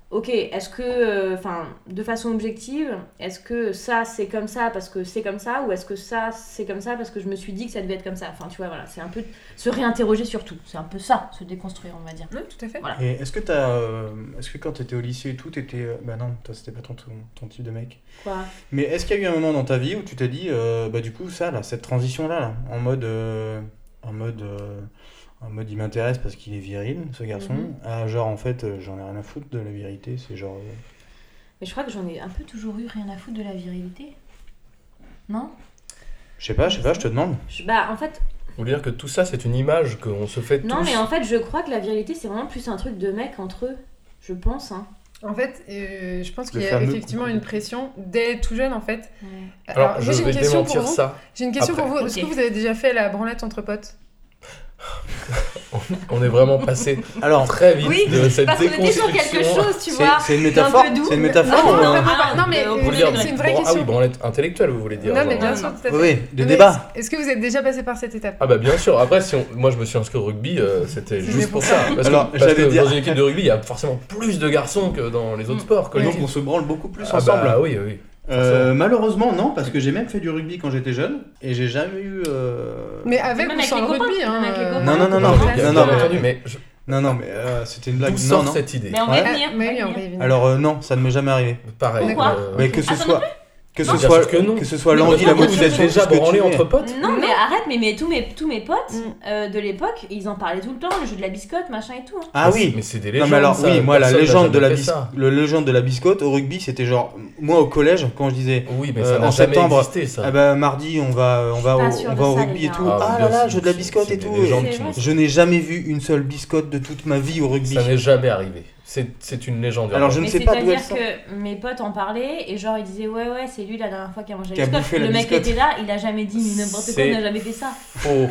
C: ok, est-ce que, euh, enfin, de façon objective, est-ce que ça c'est comme ça parce que c'est comme ça, ou est-ce que ça c'est comme ça parce que je me suis dit que ça devait être comme ça Enfin, tu vois, voilà, c'est un peu se réinterroger sur tout. C'est un peu ça, se déconstruire, on va dire.
G: non, tout à fait.
B: Et est-ce que t'as, euh, est-ce que quand t'étais au lycée et tout, t'étais, euh, bah non, toi c'était pas ton, ton, ton type de mec.
C: Quoi
B: Mais est-ce qu'il y a eu un moment dans ta vie où tu t'es dit, euh, bah du coup ça là, cette transition là, là en mode, euh, en mode, euh, en mode il m'intéresse parce qu'il est viril, ce garçon.
C: Mhm.
B: Ah genre en fait, euh, j'en ai rien à foutre de la vérité, c'est genre. euh,
C: Mais je crois que j'en ai un peu toujours eu rien à foutre de la virilité. Non
B: je sais pas, je sais pas, je te demande.
C: Je- Bah, en fait,
D: Vous voulez dire que tout ça, c'est une image qu'on se fait
C: non,
D: tous.
C: mais en fait, je crois que la virilité c'est vraiment plus un truc de mec entre eux. Je pense, hein.
G: En fait, euh, je pense
B: Le
G: qu'il y a
B: fameux
G: effectivement
B: couple.
G: une pression dès tout jeune, en fait.
D: Alors,
G: moi,
D: je
G: j'ai une
D: vais
G: question pour
D: démentir
G: vous.
D: ça.
G: J'ai une question
D: Après.
G: pour vous. Est-ce
C: Ok.
G: que vous avez déjà fait la branlette entre potes
D: On est vraiment passé
B: Alors,
D: très vite
C: Oui,
D: de cette
C: parce qu'on était sur quelque
D: déconstruction.
C: chose, tu
B: c'est,
C: vois.
B: c'est une métaphore,
C: doux.
B: c'est une métaphore.
G: Non,
B: ou
G: non,
B: un-
G: vraiment pas. Non, mais
C: euh,
G: euh,
D: Vous voulez
G: C'est
D: dire
G: une
D: branlette-
G: vraie
D: Ah oui,
G: question.
D: branlette intellectuelle, vous voulez dire.
G: Non, mais
D: genre.
G: bien
C: non,
G: sûr,
C: non.
G: tout à fait.
B: Oui, oui, des
G: Non, mais
B: débats.
G: est-ce- Est-ce que vous êtes déjà passé par cette étape
D: Ah bah bien sûr, après si on... moi je me suis inscrit au rugby, euh, c'était
G: C'était
D: juste
G: pour
D: pour ça. Parce que,
B: Alors,
D: parce
B: j'allais
D: que
B: dire-
D: dans une équipe de rugby, il y a forcément plus de garçons que dans les autres
C: Mm.
D: sports
B: Donc
D: collectifs.
B: on se branle beaucoup plus
D: Ah
B: ensemble.
D: bah oui, oui.
B: Euh, malheureusement, non, parce que j'ai même fait du rugby quand j'étais jeune et j'ai jamais eu. euh,
G: Mais avec
C: Même
G: ou
C: avec
G: sans
C: les
G: le
C: copains,
G: rugby,
C: même
G: hein,
C: avec les
G: euh,
C: copains.
B: Non, non, non, non,
D: Bien-
B: non,
D: bien
B: non, mais-
D: entendu, mais je...
B: Non, non, mais euh, c'était une
D: d'où
B: blague. Non,
D: sort
B: non.
D: cette idée
C: Mais on
B: Ouais.
C: va y
G: Ah,
C: venir. on
G: mais
C: va y
G: oui, on va
C: venir.
G: y venir.
B: Alors euh, non, ça ne m'est jamais arrivé.
D: Pareil.
C: Pourquoi
D: euh,
B: Mais que ce
C: Ah, ça
B: soit, que ce
D: Non, bien
B: soit,
D: sûr que non.
B: que ce soit
C: Mais
B: l'envie, la
C: pourquoi tu
B: motivation,
D: déjà
B: ce que tu
D: branlé
B: es.
D: entre potes
C: Non, mais arrête, mais, mais tous, mes, tous mes potes
G: Mm.
C: euh, de l'époque, ils en parlaient tout le temps, le jeu de la biscotte, machin et tout. hein.
B: Ah
D: Mais c'est-
B: oui.
D: Mais c'est des
B: non
D: légendes.
B: mais alors
D: ça,
B: oui, moi la
D: personne n'a
B: légende
D: jamais
B: de la
D: fait
B: bis-
D: ça.
B: le légende de la biscotte au rugby, c'était genre moi au collège quand je disais
D: Oui, mais
B: Euh,
D: ça n'a
B: en
D: jamais
B: septembre,
D: existé ça.
B: ah bah mardi on va on va au,
C: pas sûre
B: on va
C: de
B: au
C: ça,
B: rugby
C: les
B: et
C: gars.
B: tout.
D: Ah,
B: Ah,
D: bien
B: là là,
D: sûr,
B: jeu de la
D: c'est-
B: biscotte
D: c'est
B: et
D: des
B: tout.
D: légendes
C: C'est
D: qui
C: vrai.
D: nous-
B: Je n'ai jamais vu une seule biscotte de toute ma vie au rugby.
D: Ça n'est jamais arrivé. C'est c'est une légende.
B: Alors je ne
C: Mais
B: sais pas d'où elle
C: c'est-à-dire que
B: sort.
C: mes potes en parlaient et genre ils disaient ouais ouais c'est lui la dernière fois qui a mangé
B: Qui a
C: la biscotte.
B: bouffé la
C: Le mec
B: biscotte.
C: était là, il a jamais dit mais n'importe quoi,
D: C'est-
C: on n'a jamais fait ça.
D: Faux.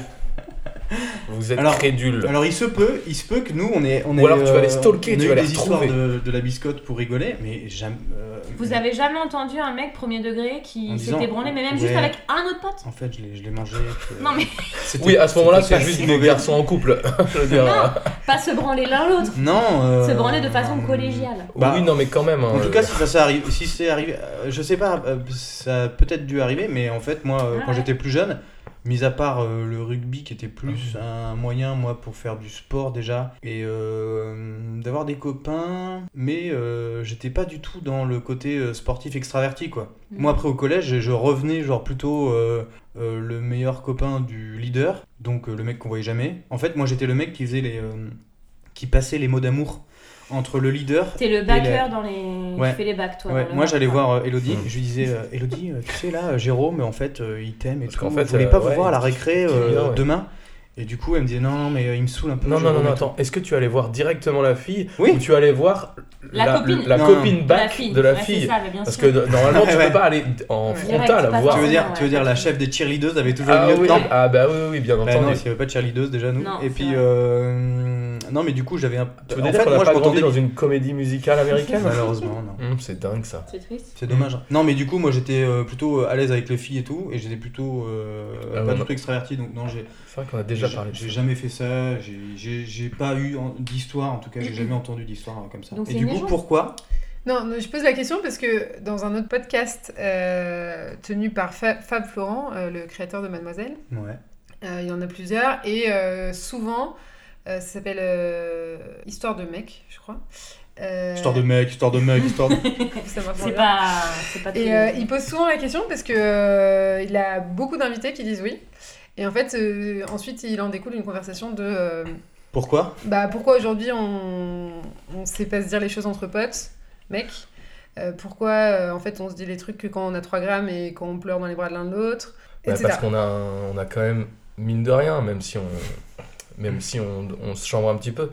D: Vous êtes
B: Alors-
D: crédule.
B: Alors il se peut, il se peut que nous on est on
D: Ou alors tu vas les stalker, tu vas les
B: des histoires
D: retrouver.
B: de, de la biscotte pour rigoler, mais jamais. euh,
C: Vous
B: mais
C: avez jamais entendu un mec premier degré
B: En
C: qui
B: disant-
C: s'était branlé, mais même juste
B: Ouais.
C: avec un autre pote
B: En fait, je l'ai, je l'ai mangé. que-
C: Non, mais-
B: C'était-
D: Oui, à ce moment-là,
B: c'était
D: c'est
B: pas
D: juste
B: si
D: des
B: mauvais.
D: garçons en couple. Je veux dire,
C: Non,
D: euh,
C: pas se branler l'un l'autre,
B: Non. euh,
C: se branler de façon collégiale.
B: bah,
D: oui, non, mais quand même.
B: En
D: hein,
B: tout
D: euh,
B: cas, si ça s'est arrivé, si c'est arrivé, euh, je sais pas, euh, ça a peut-être dû arriver, mais en fait, moi, euh,
C: Ah
B: quand
C: ouais.
B: j'étais plus jeune, mis à part euh, le rugby qui était plus un moyen, moi, pour faire du sport déjà, et euh, d'avoir des copains, mais euh, j'étais pas du tout dans le côté euh, sportif extraverti, quoi.
C: Mhm.
B: Moi, après, au collège, je revenais, genre, plutôt euh, euh, le meilleur copain du leader, donc euh, le mec qu'on voyait jamais. En fait, moi, j'étais le mec qui faisait les. euh, qui passait les mots d'amour entre le leader
C: T'es le
B: Et
C: backer
B: la-
C: dans les.
B: Ouais.
C: Tu fais les bacs, toi.
B: Ouais,
C: dans le-
B: moi j'allais voir euh, Elodie,
D: Mm.
B: je lui disais euh, Elodie, euh, tu sais là, euh, Jérôme, en fait, euh, il t'aime et
D: Parce
B: tout.
D: qu'en fait,
B: je voulais
D: euh,
B: pas vous
D: ouais,
B: voir à la
D: il-
B: récré
D: il-
B: euh,
D: il- ouais.
B: demain. Et du coup, elle me disait non, non, mais euh, il me saoule un peu.
D: Non, non,
B: Jérôme
D: non, non,
B: et tout.
D: attends. Est-ce que tu allais voir directement la fille
B: Oui.
D: ou tu allais voir
C: La copine.
D: la
B: Non,
D: copine
C: De la
D: back
C: fille.
D: de la
C: Ouais, c'est
D: fille
C: ça, mais bien
D: Parce
C: sûr.
D: que de- normalement, tu
B: Ouais.
D: peux pas aller d- en
G: Ouais.
D: frontal
C: Direct,
D: voir.
B: Tu veux dire, tu veux
C: Ouais.
B: dire la chef des cheerleaders avait toujours
D: Ah
B: une
D: oui,
B: lieutenant
D: ah bah oui, oui, bien
B: Bah non,
D: entendu.
B: s'il n'y avait pas de cheerleaders déjà, nous.
C: Non,
B: et
C: c'est
B: puis,
C: vrai.
B: euh, non, mais du coup, j'avais un.
D: Tu veux
B: en
D: dire
B: fait,
D: qu'on n'a
B: moi je
D: pas grandi
B: m'entendais
D: dans une comédie musicale américaine
B: Malheureusement, non.
D: Hum, C'est dingue ça.
C: C'est triste.
B: C'est
D: Hmm.
B: dommage. Non, mais du coup, moi j'étais euh, plutôt à l'aise avec les filles et tout, et j'étais plutôt euh,
D: Ah,
B: pas
D: ouais,
B: du
D: non.
B: tout extraverti, donc non, j'ai
D: C'est vrai qu'on a déjà
B: J'ai-
D: parlé de ça.
B: J'ai jamais fait ça, j'ai- j'ai j'ai pas eu en- d'histoire, en tout cas, j'ai jamais entendu d'histoire euh, comme ça.
C: Donc
B: Et
C: c'est
B: du
C: une
B: coup,
C: légende.
B: pourquoi
G: Non, non, je pose la question parce que dans un autre podcast euh, tenu par Fa- Fab Florent, euh, le créateur de Mademoiselle,
B: Ouais.
G: Euh, il y en a plusieurs. Et euh, souvent, euh, ça s'appelle euh, Histoire de mec, je crois. Euh,
B: Histoire de mec, histoire de mec, histoire de.
G: ça marche
C: C'est
G: bien.
C: pas. C'est pas
G: Et
C: très-
G: euh, il pose souvent la question parce que euh, il a beaucoup d'invités qui disent oui. Et en fait, euh, ensuite, il en découle une conversation de euh,
B: Pourquoi
G: bah, pourquoi aujourd'hui on ne sait pas se dire les choses entre potes, mec Euh, Pourquoi euh, en fait on se dit les trucs que quand on a 3 grammes et quand on pleure dans les bras de l'un de l'autre
B: Bah,
D: Ouais,
G: etc.
D: parce qu'on a, un- on a quand même, mine de rien, même si on, même si on, on se chambre un petit peu,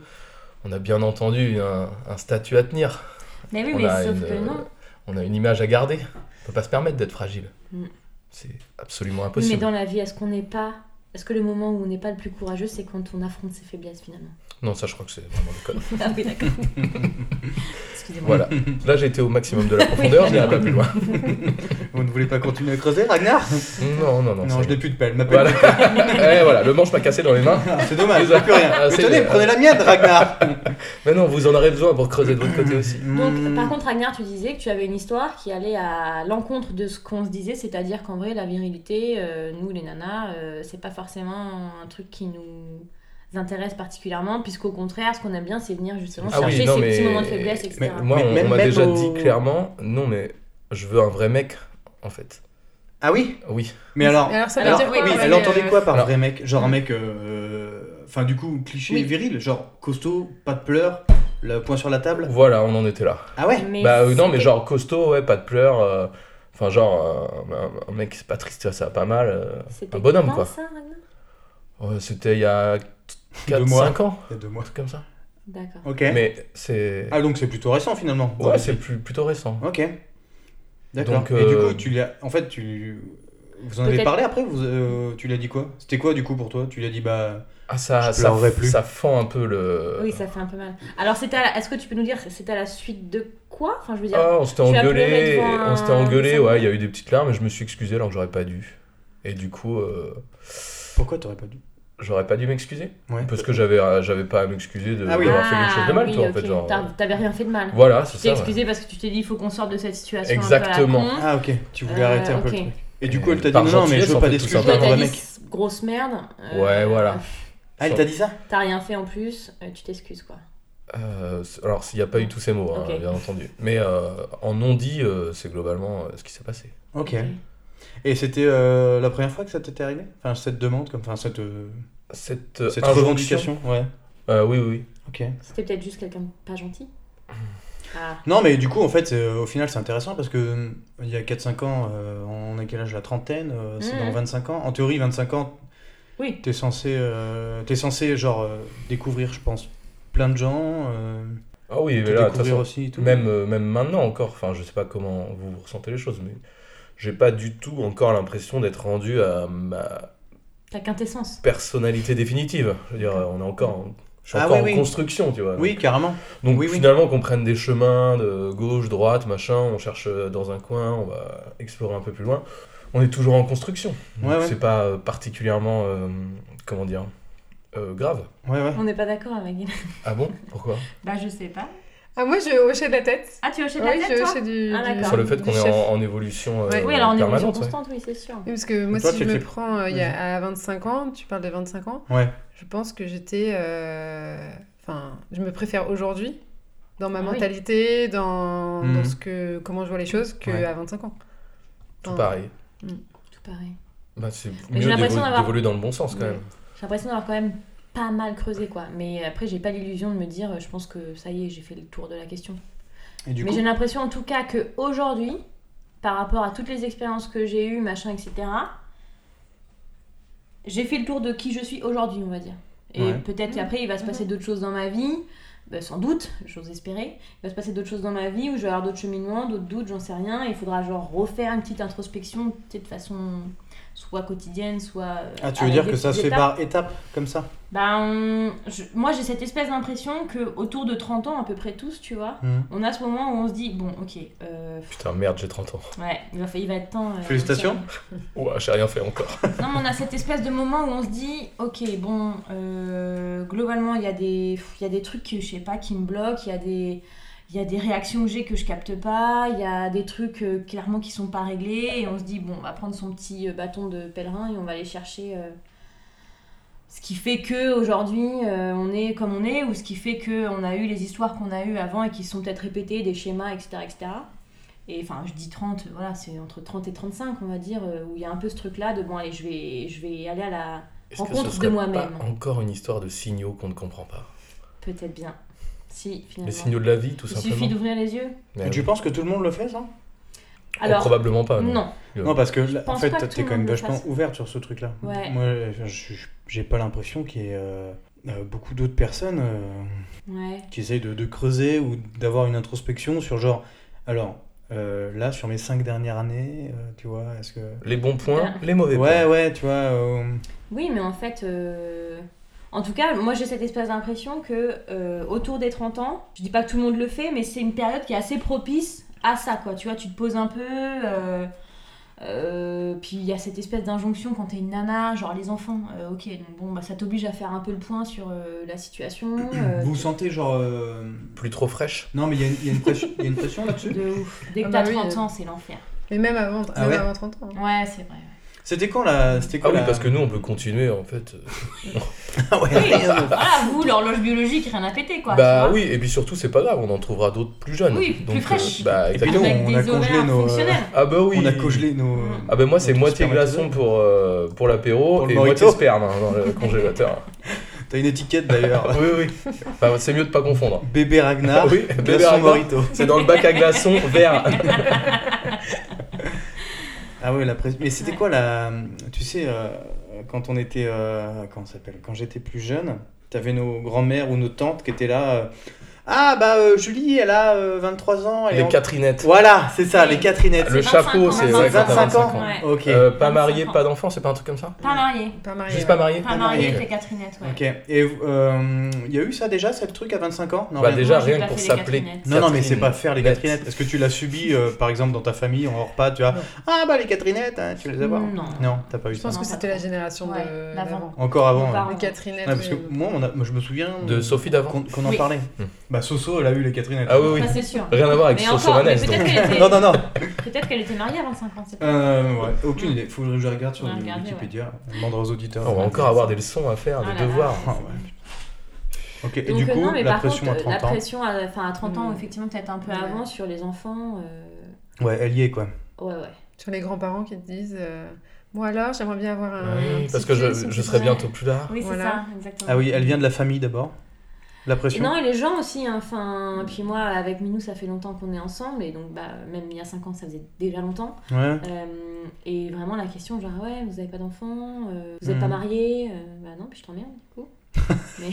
D: on a bien entendu un, un statut à tenir.
C: Mais oui,
D: on,
C: mais
D: a
C: sauf
D: une, euh,
C: que non.
D: on a une image à garder. On peut pas se permettre d'être fragile.
C: Mm.
D: C'est absolument
C: Oui, Mais
D: impossible.
C: dans la vie, est-ce qu'on n'est pas. Est-ce que le moment où on n'est pas le plus courageux, c'est quand on affronte ses faiblesses finalement
D: Non, ça, je crois que c'est vraiment le code.
C: Ah oui, d'accord. Excusez-moi.
D: voilà. Là, j'ai été au maximum de la profondeur, je n'irai pas plus loin.
B: Vous ne voulez pas continuer à creuser, Ragnar
D: Non, non, non.
B: Non,
D: c'est-
B: je n'ai plus de pelle, ma
D: Voilà.
B: pelle.
D: Eh, voilà, le manche m'a cassé dans les mains.
B: Ah, C'est dommage,
D: Désolé.
B: j'ai plus rien.
D: Ah,
B: Mais
D: c'est-
B: tenez, prenez la mienne, Ragnar Hmm.
D: Mais non, vous en aurez besoin pour creuser de votre côté aussi. Hmm.
C: Donc, par contre, Ragnar, tu disais que tu avais une histoire qui allait à l'encontre de ce qu'on se disait, c'est-à-dire qu'en vrai, la virilité, euh, nous les nanas, euh, c'est pas forcément un truc qui nous intéresse particulièrement, puisqu'au contraire, ce qu'on aime bien, c'est venir justement
D: Ah oui,
C: chercher
D: non,
C: ces
D: mais-
C: petits moments de faiblesse, etc.
B: Mais-
D: Moi, on- on
B: même-
D: m'a
B: même
D: déjà
B: au-
D: dit clairement, non, mais je veux un vrai mec, en fait.
B: Ah oui
D: Oui.
B: Mais alors.
G: Et Alors ça veut
B: Alors,
G: dire quoi
B: oui,
G: ouais,
B: elle
G: euh,
B: entendait quoi par
D: Alors-
B: vrai mec Genre un mec. euh, Enfin, du coup, cliché
C: Oui.
B: viril, genre costaud, pas de pleurs, le point sur la table.
D: Voilà, on en était là.
B: Ah ouais
C: Mais
D: bah euh, non, mais
C: c'était-
D: genre costaud, ouais, pas de pleurs. euh, Enfin, genre, euh, un- un mec qui se patrice, ça, ça a pas mal. euh,
C: c'était
D: un bonhomme,
C: quand,
D: quoi.
C: ça, Ragnar
D: ouais, C'était il y a
B: Deux mois.
D: 4-5 ans,
B: Il y a deux
D: un
B: mois.
D: truc comme ça.
C: D'accord.
B: Ok.
D: Mais c'est.
B: Ah, donc c'est plutôt récent finalement.
D: Ouais, c'est plus, plutôt récent.
B: Ok. D'accord.
D: Donc,
B: Et du
D: euh,
B: coup, tu l'as. En fait, tu. Vous en avez
C: Peut-être-
B: parlé après vous, euh, Tu l'as dit quoi C'était quoi du coup pour toi Tu l'as dit bah.
D: Ah, ça,
B: Je
D: ça,
B: pleurerai plus.
D: ça fend un peu le.
C: Oui, ça fait un peu mal. Alors, c'était à la- est-ce que tu peux nous dire, c'était à la suite de quoi Enfin, je veux dire,
D: Ah, on s'était
C: Tu as
D: engueulé,
C: pleuré devant
D: on s'était
C: un-
D: engueulé,
C: un-
D: ouais, il y a eu des petites larmes, et je me suis excusé alors que j'aurais pas dû. Et du coup, euh,
B: Pourquoi t'aurais pas dû
D: j'aurais pas dû m'excuser.
B: Ouais.
D: Parce que j'avais euh, j'avais pas à m'excuser de
B: Ah oui.
D: d'avoir fait quelque chose de mal,
C: oui,
D: toi,
C: ok.
D: en fait. Genre, euh,
C: T'as- T'avais rien fait de mal.
D: Voilà,
C: Tu
D: c'est
C: t'es
D: ça. ouais.
C: excusé parce que tu t'es dit, il faut qu'on sorte de cette situation.
D: Exactement.
C: Un peu à la con.
B: Ah, ok. Tu voulais
C: Euh,
B: arrêter un
C: ok.
B: peu le truc. Et du coup,
D: Euh,
B: elle t'a dit
D: par
B: non, non, mais je
D: gentillesse,
B: veux
D: en
B: pas
D: fait,
B: d'excuses,
D: tout
B: je veux
C: Ouais,
B: un
D: simplement.
C: t'as
B: vrai
C: dit
B: mec.
C: grosse merde. euh,
D: Ouais, voilà.
B: Ah, elle t'a dit ça
C: T'as rien fait en plus, euh, tu t'excuses quoi.
D: Euh, c'est- alors, s'il n'y a pas eu tous ces mots, hein,
C: Ok.
D: bien entendu. Mais euh, en non dit, euh, c'est globalement euh, ce qui s'est passé.
B: Ok. Et c'était euh, la première fois que ça t'était arrivé Enfin, cette demande, comme. Enfin, cette. euh,
D: Cette, euh,
B: cette
D: injonction-
B: revendication Ouais.
D: Euh, Oui, oui.
B: Ok.
C: C'était peut-être juste quelqu'un de pas gentil. Ah,
B: Non, mais du coup, en fait, c'est- au final, c'est intéressant parce que euh, il y a 4-5 ans, euh, on a quel âge La trentaine euh, C'est
C: Mhm.
B: dans 25 ans. En théorie, 25 ans,
C: Oui.
B: t'es censé, euh, t'es censé genre, euh, découvrir, je pense, plein de gens. euh,
D: Ah oui,
B: te
D: mais là, de toute
B: découvrir
D: façon,
B: aussi et tout.
D: Même, euh, même maintenant encore, enfin je sais pas comment vous, vous ressentez les choses, mais j'ai pas du tout encore l'impression d'être rendu à ma
C: La quintessence.
D: personnalité définitive. Je veux dire, on est encore en, je suis
B: Ah
D: encore
B: oui,
D: en euh.
B: oui.
D: construction, tu vois.
B: Oui, carrément.
D: Donc
B: Oui, oui.
D: finalement qu'on prenne des chemins de gauche, droite, machin, on cherche euh, dans un coin, on va explorer un peu plus loin. On est toujours en construction. Donc,
B: Ouais, ouais.
D: C'est pas euh, particulièrement euh, comment dire euh, grave.
B: Ouais, ouais.
C: On n'est pas d'accord avec Guylaine.
D: Ah bon Pourquoi
C: Bah, je sais pas.
G: Ah, moi, je hochais de la tête.
C: Ah, tu hochais de la
G: Oui,
C: tête,
G: je
C: toi
G: hochais du.
C: Ah,
G: du-
C: d'accord.
D: Sur le fait
G: du
D: qu'on est
G: chef.
D: en, en évolution euh,
G: Ouais.
C: Oui, alors on est en
D: permanente. ouais.
C: constante, oui, c'est sûr.
G: Oui, Parce que moi,
B: toi,
G: si
B: tu
G: je me
B: étais-
G: prends euh, il y a, à 25 ans, tu parles des 25 ans,
B: Ouais.
G: je pense que j'étais. euh, Enfin, je me préfère aujourd'hui dans ma
C: Ah oui.
G: mentalité, dans,
B: Mhm.
G: dans ce que, comment je vois les choses, qu'à
B: Ouais.
G: 25 ans.
D: Tout
G: Enfin,
D: pareil.
C: Tout pareil.
D: Bah, c'est
C: Mais j'ai
D: mieux
C: l'impression
D: d'évo-
C: d'avoir-
D: d'évoluer dans le bon sens quand
C: Ouais.
D: même.
C: J'ai l'impression d'avoir quand même pas mal creusé, quoi. Mais après, j'ai pas l'illusion de me dire, euh, je pense que ça y est, j'ai fait le tour de la question.
B: Et du
C: Mais
B: coup,
C: j'ai l'impression, en tout cas, que aujourd'hui, par rapport à toutes les expériences que j'ai eues, machin, etc., j'ai fait le tour de qui je suis aujourd'hui, on va dire. Et
B: Ouais.
C: peut-être qu'après, il va se passer d'autres choses dans ma vie, bah, sans doute, j'ose espérer. Il va se passer d'autres choses dans ma vie où je vais avoir d'autres cheminements, d'autres doutes, j'en sais rien. Il faudra, genre, refaire une petite introspection, tu sais, de façon soit quotidienne, soit. euh,
B: ah, tu veux
C: avec
B: dire
C: des
B: que ça se
C: petites
B: fait
C: étapes.
B: par étapes, comme ça
C: Ben, je- moi j'ai cette espèce d'impression que autour de 30 ans, à peu près tous, tu vois,
B: Mhm.
C: on a ce moment où on se dit bon, ok, euh, pff,
D: Putain, merde, j'ai 30 ans.
C: ouais, il va, fa- il va être temps. euh,
B: Félicitations.
D: Ouah, j'ai rien fait encore.
C: Non, mais on a cette espèce de moment où on se dit ok, bon, euh, globalement il y a des, pff, il y a des trucs que je sais pas qui me bloquent, il y a des, il y a des réactions que j'ai que je capte pas, il y a des trucs euh, clairement qui sont pas réglés et on se dit bon, on va prendre son petit euh, bâton de pèlerin et on va aller chercher. euh, ce qui fait que aujourd'hui euh, on est comme on est ou ce qui fait que on a eu les histoires qu'on a eues avant et qui se sont peut-être répétées des schémas etc etc et enfin je dis 30 voilà c'est entre 30 et 35 on va dire euh, où il y a un peu ce truc là de bon allez je vais je vais aller à la
D: Est-ce que
C: Rencontre
D: ce
C: de
D: serait pas
C: moi-même.
D: encore une histoire de signaux qu'on ne comprend pas
C: peut-être bien si
D: Les
C: finalement
D: signaux de la vie, tout
C: il
D: simplement.
C: suffit d'ouvrir les yeux
D: Mais
B: Et tu penses que tout le monde le fait, ça
D: Alors,
C: alors
D: Oh, probablement pas.
C: non
B: Non, parce que là, en
C: pense
B: fait,
C: pas que
B: t'es
C: tout le
B: quand même
C: monde le
B: vachement
C: fasse.
B: ouverte sur ce truc-là.
C: Ouais.
B: Moi, je- je- j'ai pas l'impression qu'il y ait euh, euh, beaucoup d'autres personnes euh,
C: ouais
B: qui essayent de, de creuser ou d'avoir une introspection sur genre, alors euh, là, sur mes cinq dernières années, euh, tu vois, est-ce que.
D: Les bons points, les mauvais
B: Ouais,
D: points.
B: ouais, tu vois. euh,
C: Oui, mais en fait, euh, en tout cas, moi j'ai cette espèce d'impression que euh, autour des 30 ans, je dis pas que tout le monde le fait, mais c'est une période qui est assez propice à ça, quoi. Tu vois, tu te poses un peu. euh, euh, puis il y a cette espèce d'injonction quand t'es une nana, genre les enfants, euh, ok, donc bon, bah, ça t'oblige à faire un peu le point sur euh, la situation. euh,
B: vous sentez genre. euh,
D: Plus trop fraîche.
B: Non, mais il y a une- il y, a une pression- il y a une pression là-dessus
C: de ouf. Dès que
G: Ah bah
C: t'as
G: oui,
C: 30
G: euh.
C: ans, c'est l'enfer.
G: Mais même avant,
B: Ah
G: même
B: ouais
G: avant 30 ans. hein.
C: Ouais, c'est vrai.
B: C'était quand la. C'était
D: Ah
B: quoi
D: oui,
B: la-
D: parce que nous, on peut continuer en fait. euh,
B: Ah ouais.
C: Oui, euh, voilà, vous, l'horloge biologique, rien à péter, quoi.
D: bah
C: tu vois.
D: oui, et puis surtout, c'est pas grave, on en trouvera d'autres plus jeunes.
C: Oui, plus
D: Donc, euh,
C: fraîches.
D: bah
B: Et puis
D: exactement.
C: Avec
B: nous, on a
C: des
B: congelé
C: horaires
B: nos, euh,
C: fonctionnels.
D: Ah bah oui.
B: On a congelé nos.
C: Mm.
D: Ah bah moi, c'est
B: notre
D: moitié
B: spermatozoïde.
D: glaçon pour, euh, pour l'apéro
B: Pour le
D: et moitié
B: mojito.
D: sperme hein, dans le congélateur.
B: T'as une étiquette d'ailleurs.
D: oui, oui. Enfin, c'est mieux de pas confondre.
B: Bébé Ragnar,
D: Ah Oui, bébé
B: glaçon
D: Ragnar.
B: Morito.
D: C'est dans le bac à glaçons vert.
B: Ah ouais, la presse. Mais c'était
C: Ouais.
B: quoi la. Tu sais, euh, quand on était. euh, Comment ça s'appelle Quand j'étais plus jeune, t'avais nos grands-mères ou nos tantes qui étaient là. euh, Ah bah euh, Julie, elle a euh, 23 ans. Elle est
D: Les
B: en-
D: Catherinettes.
B: Voilà, c'est ça, les Catherinettes.
D: Le
C: C'est
D: chapeau,
C: 25
D: c'est
C: ans,
D: ouais, quand t'as
B: 25 ans.
C: Ouais.
B: Ok.
D: Euh, pas marié,
C: 25 ans.
D: pas d'enfant, c'est pas un truc comme ça
C: Pas marié.
G: Pas euh, marié.
D: Juste
G: ouais.
D: pas marié
C: Pas
B: marié.
C: marié avec les Catherinettes, ouais.
B: Ok. Et euh, euh, il y a eu ça déjà, ce truc à 25 ans Non,
D: Bah
B: rien.
D: déjà,
C: Moi, j'ai
D: rien
C: pas
D: que pour
C: fait les
D: s'appeler.
C: Catherinettes.
B: Non, non, mais c'est
D: Catherine.
B: pas faire les
D: Net.
B: Catherinettes. Est-ce que tu l'as subi, euh, par exemple, dans ta famille, en repas Tu as.
G: Non.
B: Ah bah les Catherinettes, hein, tu les as voir.
C: Non.
B: Non, t'as pas eu
G: Je
B: ça.
G: pense
C: Non,
G: que
C: pas
G: c'était
C: trop.
G: la génération
C: Ouais,
G: de-
C: d'avant.
G: d'avant.
B: Encore avant. ouais.
C: Bah,
G: Les
C: ouais.
G: Catherinettes.
B: Ouais, parce que
G: oui.
B: moi, on a- moi, je me souviens
D: De Sophie d'avant.
B: qu'on qu'on en
C: Oui.
B: parlait.
D: Hmm.
B: Bah Soso, elle a eu les Catherinettes.
D: Ah oui, oui.
C: Ça, c'est sûr.
D: Rien à voir avec
C: Mais encore, mais
D: Sosomanès.
C: peut-être
D: donc.
C: qu'elle était,
B: Non, non, non.
C: peut-être qu'elle était mariée à 25 ans, c'est pas
B: Euh, ouais, aucune idée. Faut que je regarde sur
C: Ouais, regardez,
B: Wikipédia. On demandera aux auditeurs.
D: On va encore avoir des leçons à faire,
C: Ah
D: des
C: là là.
D: devoirs.
B: Ah ouais. Ok, et
C: Donc,
B: du
C: euh,
B: coup,
C: non, mais
B: la
C: par
B: pression
C: contre, euh,
B: à
C: la
B: 30 ans.
C: pression à, enfin, à 30 ans,
G: Mm.
C: effectivement, peut-être un peu
G: Ouais.
C: avant sur les enfants. euh,
B: Ouais, elle y est quoi.
C: Ouais, ouais.
G: Sur les grands-parents qui te disent euh, Moi alors, j'aimerais bien avoir
C: Ah
G: un. un
D: Oui,
G: petit
D: parce que
G: fils,
D: je,
G: une
D: je
G: petite
D: serai
G: fille.
D: bientôt plus là.
C: Oui, c'est
G: Voilà.
C: ça, exactement.
B: Ah oui, elle vient de la famille d'abord. La
C: Et
B: pression.
C: non, et les gens aussi, hein, enfin, puis moi, avec Minou, ça fait longtemps qu'on est ensemble, et donc, bah, même il y a 5 ans, ça faisait déjà longtemps.
B: Ouais.
C: Euh, et vraiment, la question, genre, ouais, vous avez pas d'enfants, euh, vous êtes pas
B: Mm.
C: mariés, euh, bah non, puis je t'emmerde, du coup. Mais,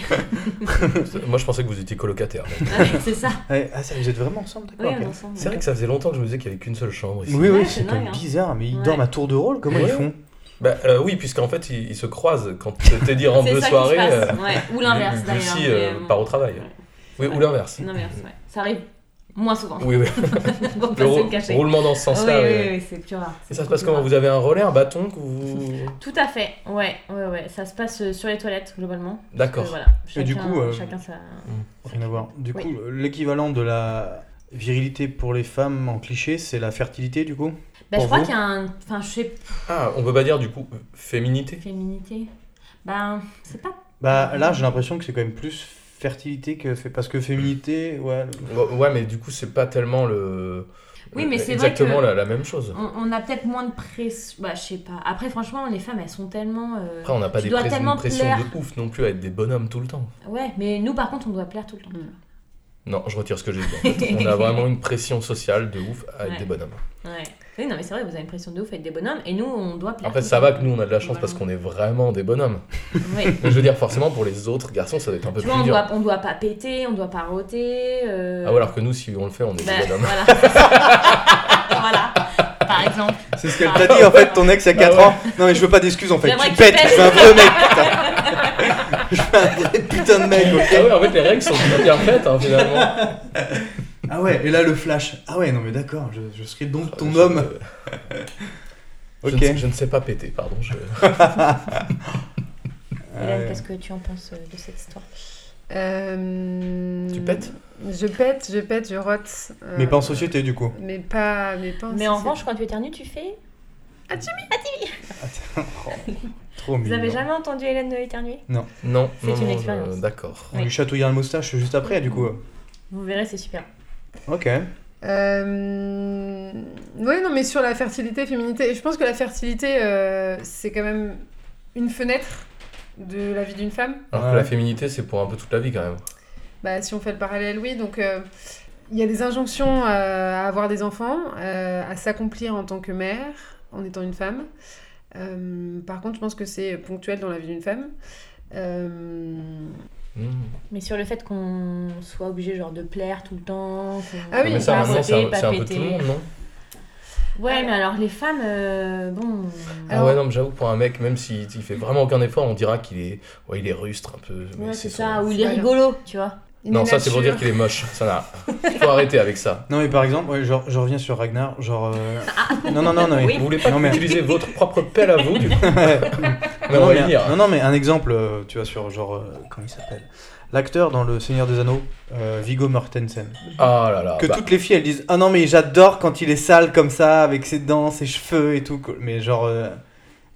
D: Moi, je pensais que vous étiez colocataire.
C: Ouais, Ah c'est ça,
B: Ouais, Ah, ça, vous êtes vraiment ensemble,
C: oui,
B: d'accord.
C: on est
B: ok.
C: ensemble.
D: C'est vrai que ça faisait longtemps que je me disais qu'il n'y avait qu'une seule chambre ici.
B: Oui, oui,
C: Ouais,
B: c'est
C: c'est dingue, hein.
B: bizarre, mais ils
C: Ouais.
B: dorment à tour de rôle, comment
D: Ouais.
B: ils font
D: Bah, euh, oui, puisqu'en fait, ils, ils se croisent quand t'es dire en
C: C'est
D: deux
C: ça qui se
D: soirées.
C: passe,
D: euh,
C: ouais. Ou l'inverse
D: Lucie,
C: d'ailleurs.
D: euh,
C: mais, euh,
D: part au travail.
C: ouais.
D: Oui,
C: Ouais.
D: ou l'inverse.
C: L'inverse, ouais. Ça arrive moins souvent.
D: Oui, oui.
C: Pour
D: Le
C: pas se le
D: rou-
C: cacher.
D: roulement dans ce
C: oui,
D: sens-là.
C: oui,
D: ouais.
C: oui, oui, c'est plus rare.
D: Et
C: c'est
D: ça se
C: beaucoup
D: passe
C: plus
D: comment
C: rare.
D: Vous avez un relais, un bâton que vous...
C: Tout à fait, ouais, ouais, ouais. Ça se passe euh, sur les toilettes, globalement.
D: D'accord.
C: Euh, voilà.
B: Et du
C: Chacun-
B: coup, euh,
C: Chacun sa... Bah,
B: Rien à voir. Du
C: Oui.
B: coup, l'équivalent de la virilité pour les femmes en cliché, c'est la fertilité du coup
C: Bah, je
B: pour
C: crois
B: vous
C: qu'il y a un... Enfin, je sais pas,
D: Ah, on peut pas dire du coup féminité.
C: féminité. Ben, c'est pas...
B: Bah là, j'ai l'impression que c'est quand même plus fertilité que fait parce que féminité, ouais.
D: Ouais, ouais, mais du coup, c'est pas tellement le.
C: Oui, mais c'est vrai
D: exactement
C: que-
D: la, la même chose.
C: On, on a peut-être moins de pression... Bah, je sais pas. Après, franchement, les femmes, elles sont tellement... euh,
D: Après, on n'a pas
C: tu
D: des
C: dois
D: pres-
C: tellement
D: une pression
C: plaire.
D: de ouf non plus à être des bonhommes tout le temps.
C: Ouais, mais nous, par contre, on doit plaire tout le temps.
D: Non, je retire ce que j'ai dit. en fait. on a vraiment une pression sociale de ouf à être
C: Ouais.
D: des bonhommes.
C: Ouais. Oui, non, mais c'est vrai, vous avez une pression de ouf avec des bonhommes, et nous, on doit plaire.
D: Après,
C: tout le
D: ça
C: temps.
D: va que nous, on a de la chance parce qu'on est vraiment des bonhommes.
C: Ouais.
D: Mais je veux dire, forcément, pour les autres garçons, ça doit être un peu
C: Tu vois, on
D: plus dur.
C: doit, on doit pas péter, on doit pas roter. euh,
D: Ah, ouais, alors que nous, si on le fait, on est
C: bah,
D: des bonhommes.
C: voilà. voilà. Par exemple.
B: C'est ce qu'elle t'a dit en fait, ton ex a 4
D: ouais.
B: ans. Non mais je veux pas d'excuses en fait,
C: Ah. J'aimerais que
B: tu
C: tu
B: pètes,
C: pètes.
B: je veux un vrai mec, putain. Je veux un vrai putain de mec,
D: Ah ouais,
B: ok
D: en fait, les règles sont bien- bien faites, hein, finalement.
B: Ah ouais, et là le flash. Ah ouais, non mais d'accord, je, je serai donc ton
D: Je-
B: homme.
D: Je,
B: Ok.
D: ne, je ne sais pas péter, pardon. Je...
C: Hélène,
B: Ouais.
C: qu'est-ce que tu en penses euh, de cette histoire
G: Euh,
D: Tu pètes
G: Je pète, je pète, je rote. euh,
B: Mais pas en société du coup.
G: Mais pas, mais pas
C: Mais en
G: société.
C: revanche, quand tu éternues, tu fais. Vous
B: Trop mignon.
C: avez jamais entendu Hélène éternuer
D: Non,
C: C'est
D: non,
C: une
D: non, je-
C: expérience.
D: D'accord.
B: On lui chatouilla le moustache juste après du coup.
C: Vous verrez, c'est super.
B: Ok.
G: Euh... Oui, non, mais sur la fertilité, féminité, et je pense que la fertilité, euh, c'est quand même une fenêtre de la vie d'une femme.
D: Alors
B: Ouais.
D: que la féminité, c'est pour un peu toute la vie quand même.
G: Bah, si on fait le parallèle, oui. Donc, euh, il y a des injonctions euh, à avoir des enfants, euh, à s'accomplir en tant que mère, en étant une femme. Euh, par contre, je pense que c'est ponctuel dans la vie d'une femme. Euh,
D: Mm.
C: Mais sur le fait qu'on soit obligé genre de plaire tout le temps. qu'on-
G: Ah oui,
D: mais ça,
G: pas
D: maintenant, c'est un,
C: roter,
D: c'est un
C: pas
D: peu
C: péter.
D: tout le monde, non
C: Ouais, mais alors les femmes, euh, bon.
D: Ah ouais, non, mais j'avoue, que pour un mec, même s'il il fait vraiment aucun effort, on dira qu'il est, ouais, il est rustre un peu. mais
C: Ouais, c'est
D: son-
C: ça, ou
G: c'est
C: il est
G: pas grave.
C: rigolo, tu vois.
G: il
D: Non,
G: est
D: ça, c'est pour
G: nature.
D: dire qu'il est moche. Ça n'a. Faut arrêter avec ça.
B: Non mais par exemple, ouais, genre, je reviens sur Ragnar, genre... euh,
D: Ah.
B: Non, non, non, non, mais...
C: Oui.
D: Vous voulez pas
B: Non, mais-
D: utiliser votre propre pelle à vous, du coup Mais
B: non,
D: on
B: non,
D: va
B: mais,
D: y
B: hein.
D: venir.
B: non, non, mais un exemple, euh, tu vois, sur genre... euh, comment il s'appelle L'acteur dans Le Seigneur des Anneaux, euh, Viggo Mortensen.
D: Ah là là.
B: que
D: bah,
B: toutes les filles, elles disent « Ah non, mais j'adore quand il est sale comme ça, avec ses dents, ses cheveux et tout. quoi. » Mais genre... euh,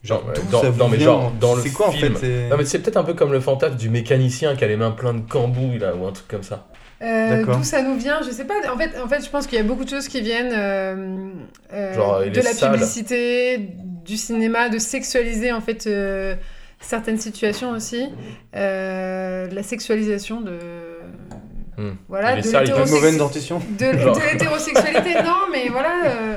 B: genre,
D: Non, mais
B: d'où
D: dans-
B: ça vous
D: non, mais
B: vient
D: genre, dans le
B: C'est quoi,
D: film.
B: en fait c'est-
D: Non, mais c'est peut-être un peu comme le fantasme du mécanicien qui a les mains pleines de cambouis, là, ou un truc comme ça.
G: Euh,
B: D'accord.
G: D'où ça nous vient, je sais pas. En fait, en fait je pense qu'il y a beaucoup de choses qui viennent euh, euh,
D: Genre, il
G: de
D: est
G: la
D: sale.
G: publicité, du cinéma, de sexualiser en fait euh, certaines situations aussi, Euh, la sexualisation de
D: Hmm.
G: voilà
D: Il est
G: de
D: sale, il a
B: Une
D: hétérosex-
B: mauvaise
G: l'hétérosex-
B: dentition
G: de l-
D: Genre.
G: de l'hétérosexualité, non, mais voilà, euh,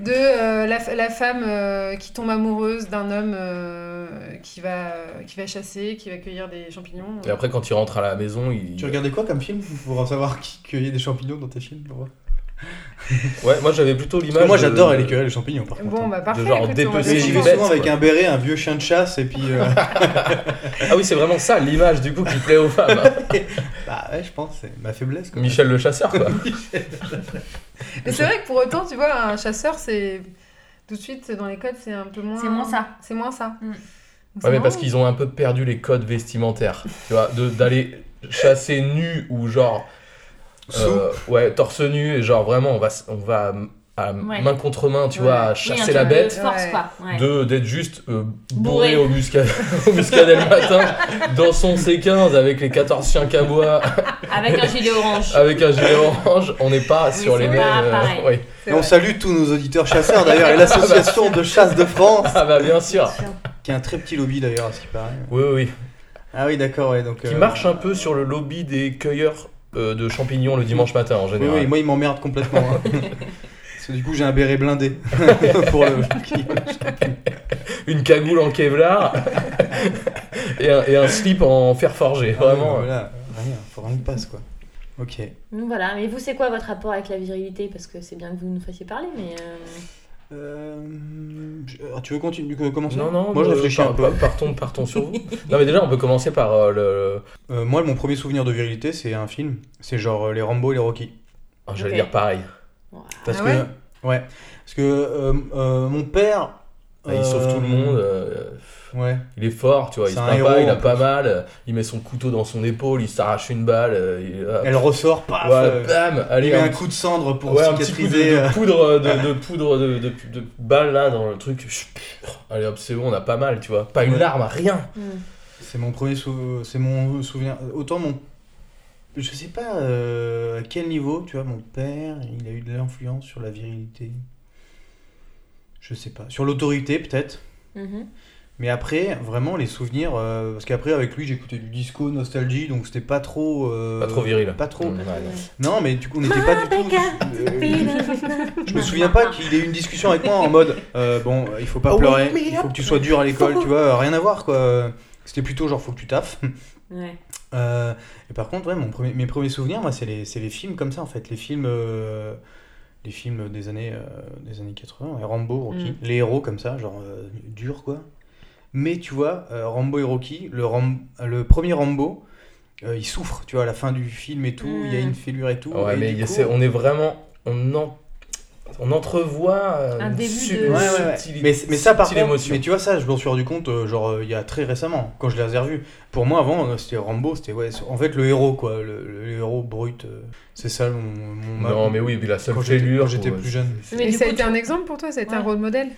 G: de euh, la, f- la femme euh, qui tombe amoureuse d'un homme euh, qui, va, qui va chasser, qui va cueillir des champignons.
D: Et après, quand il rentre à la maison, il.
B: Tu regardais quoi comme film pour savoir qui cueillait des champignons dans tes films pour voir
D: Ouais, moi j'avais plutôt l'image.
B: Parce que moi,
D: de-
B: j'adore les cueillir les champignons, par contre. hein.
G: Bon, bah parfait.
D: hein. genre
G: écoute, on va
D: dépecer
B: mais
G: le
B: j'y
D: une
B: vais
G: prendre.
D: bête,
B: souvent avec
D: quoi.
B: un béret, un vieux chien de chasse, et puis... euh,
D: Ah oui, c'est vraiment ça, l'image du coup qui plaît aux femmes. hein.
B: bah ouais, je pense, c'est ma faiblesse. quoi.
D: Michel le chasseur, quoi.
G: Mais c'est vrai que pour autant, tu vois, un chasseur, c'est. Tout de suite, dans les codes, c'est un peu moins.
C: C'est moins ça.
G: C'est moins ça.
C: Mm.
G: Donc c'est
D: Ouais, mais parce
G: marrant.
D: qu'ils ont un peu perdu les codes vestimentaires. Tu vois, de- d'aller chasser nu ou genre. euh, ouais, torse nu et genre vraiment, on va, s- on va à
C: Ouais.
D: main contre main, tu
C: Ouais.
D: vois, à
C: Oui, un
D: chasser
C: truc
D: la bête.
C: De force,
G: Ouais.
C: quoi. Ouais.
D: de D'être juste euh,
C: Bourré.
D: bourré, au, musca- au muscadet le matin dans son C15 avec les 14 chiens cabois,
C: Avec un gilet orange.
D: avec un gilet orange. On n'est pas
C: Oui,
D: sur les
C: c'est
D: mêmes.
C: pas
D: euh,
C: pareil.
D: ouais.
G: C'est
B: Et on
G: vrai.
B: salue tous nos auditeurs chasseurs d'ailleurs et l'association de chasse de France,
D: Ah bah bien sûr.
B: qui a un très petit lobby d'ailleurs à ce qui paraît.
D: Oui, oui, oui.
B: Ah oui d'accord ouais donc.
D: Qui
B: euh,
D: marche un peu sur le lobby des cueilleurs euh, de champignons le dimanche matin en
B: Oui
D: général.
B: oui moi il m'emmerde complètement. hein. Parce que du coup j'ai un béret blindé pour le. Ah
D: une cagoule en kevlar et, un, et un slip en fer forgé.
B: Ah,
D: Vraiment.
B: voilà rien faut rien que passe quoi. Ok.
C: Donc voilà, mais vous, c'est quoi votre rapport avec la virilité Parce que c'est bien que vous nous fassiez parler, mais. euh,
B: Euh, je- ah, tu veux continuer, euh, commencer
D: Non, non,
B: Moi, je
D: euh,
B: réfléchis
D: par-
B: un peu.
D: par- partons, partons sur vous. non, mais déjà, on peut commencer par euh, le.
B: Euh, moi, mon premier souvenir de virilité, c'est un film. C'est genre euh, les Rambo et les Rocky.
D: Ah, J'allais
C: Ok.
D: dire pareil.
B: Parce
G: Ah
B: que. Ouais. Parce que euh, euh, mon père.
D: Ah, Il sauve
B: euh,
D: tout le monde. euh,
B: Ouais.
D: Il est fort, tu vois, il se
B: C'est un
D: plaint pas,
B: héros,
D: il a
B: en
D: pas mal, euh, il met son couteau dans son épaule, il s'arrache une balle, euh, il, hop,
B: Elle ressort, paf
D: ouais,
B: euh,
D: bam, allez,
B: Il met
D: un,
B: un coup de cendre pour
D: ouais, un petit coup de,
B: cicatriser.
D: de
B: euh.
D: poudre, de, de poudre, de, de, de balle là dans le truc, chut, allez hop, c'est bon, on a pas mal, tu vois, pas une
B: Ouais.
D: larme, rien.
B: C'est mon premier sou- c'est mon souvenir. Autant mon. Je sais pas euh, à quel niveau, tu vois, mon père, il a eu de l'influence sur la virilité. Je sais pas. Sur l'autorité, peut-être.
C: Mhm.
B: Mais après, vraiment, les souvenirs. euh, parce qu'après, avec lui, j'écoutais du disco, nostalgie, donc c'était pas trop. euh,
D: Pas trop viril. Mm.
B: Pas trop.
D: Ouais, ouais.
B: Non, mais du coup, on n'était pas du tout. Euh, je me souviens pas qu'il ait eu une discussion avec moi en mode euh, Bon, il faut pas
H: Oh,
B: pleurer,
H: wake me
B: il faut
H: up.
B: que tu sois dur à l'école, tu vois, rien à voir quoi. C'était plutôt genre, faut que tu taffes.
C: Ouais.
B: Euh, et par contre, ouais, mon premier- mes premiers souvenirs, moi, c'est les, c'est les films comme ça, en fait. Les films, euh, les films des années, euh, des années 80, ouais, Rambo, Rocky. Les héros comme ça, genre euh, durs, quoi. Mais tu vois, euh, Rambo et Rocky, le, Ram- le premier Rambo, euh, il souffre, tu vois, à la fin du film et tout, il y a une fêlure et tout.
D: Ouais,
B: et
D: mais
B: du
D: il y a-
B: coup-
D: c'est- on est vraiment, on en- on entrevoit euh,
C: Un
D: une
C: début
D: sub-
C: de-
B: Ouais, ouais, ouais.
D: subtili-
B: Mais, mais ça, par
D: subtile
B: contre,
D: émotion.
B: mais tu vois, ça, je m'en suis rendu compte, euh, genre, euh, il y a très récemment, quand je les ai revus. Pour moi, avant, euh, c'était Rambo, c'était, ouais, c'est- en fait, le héros, quoi, le, le héros brut. euh, c'est ça, mon. mon
D: Non, mais oui, puis la seule
B: Quand j'étais-
D: fêlure. euh,
B: quand j'étais
D: ouais,
B: plus jeune.
D: c'est-
C: Mais
G: Et
C: du
G: ça a
C: coup,
G: été
C: tu-
G: un exemple pour toi, ça a été un
C: Ouais.
G: rôle modèle.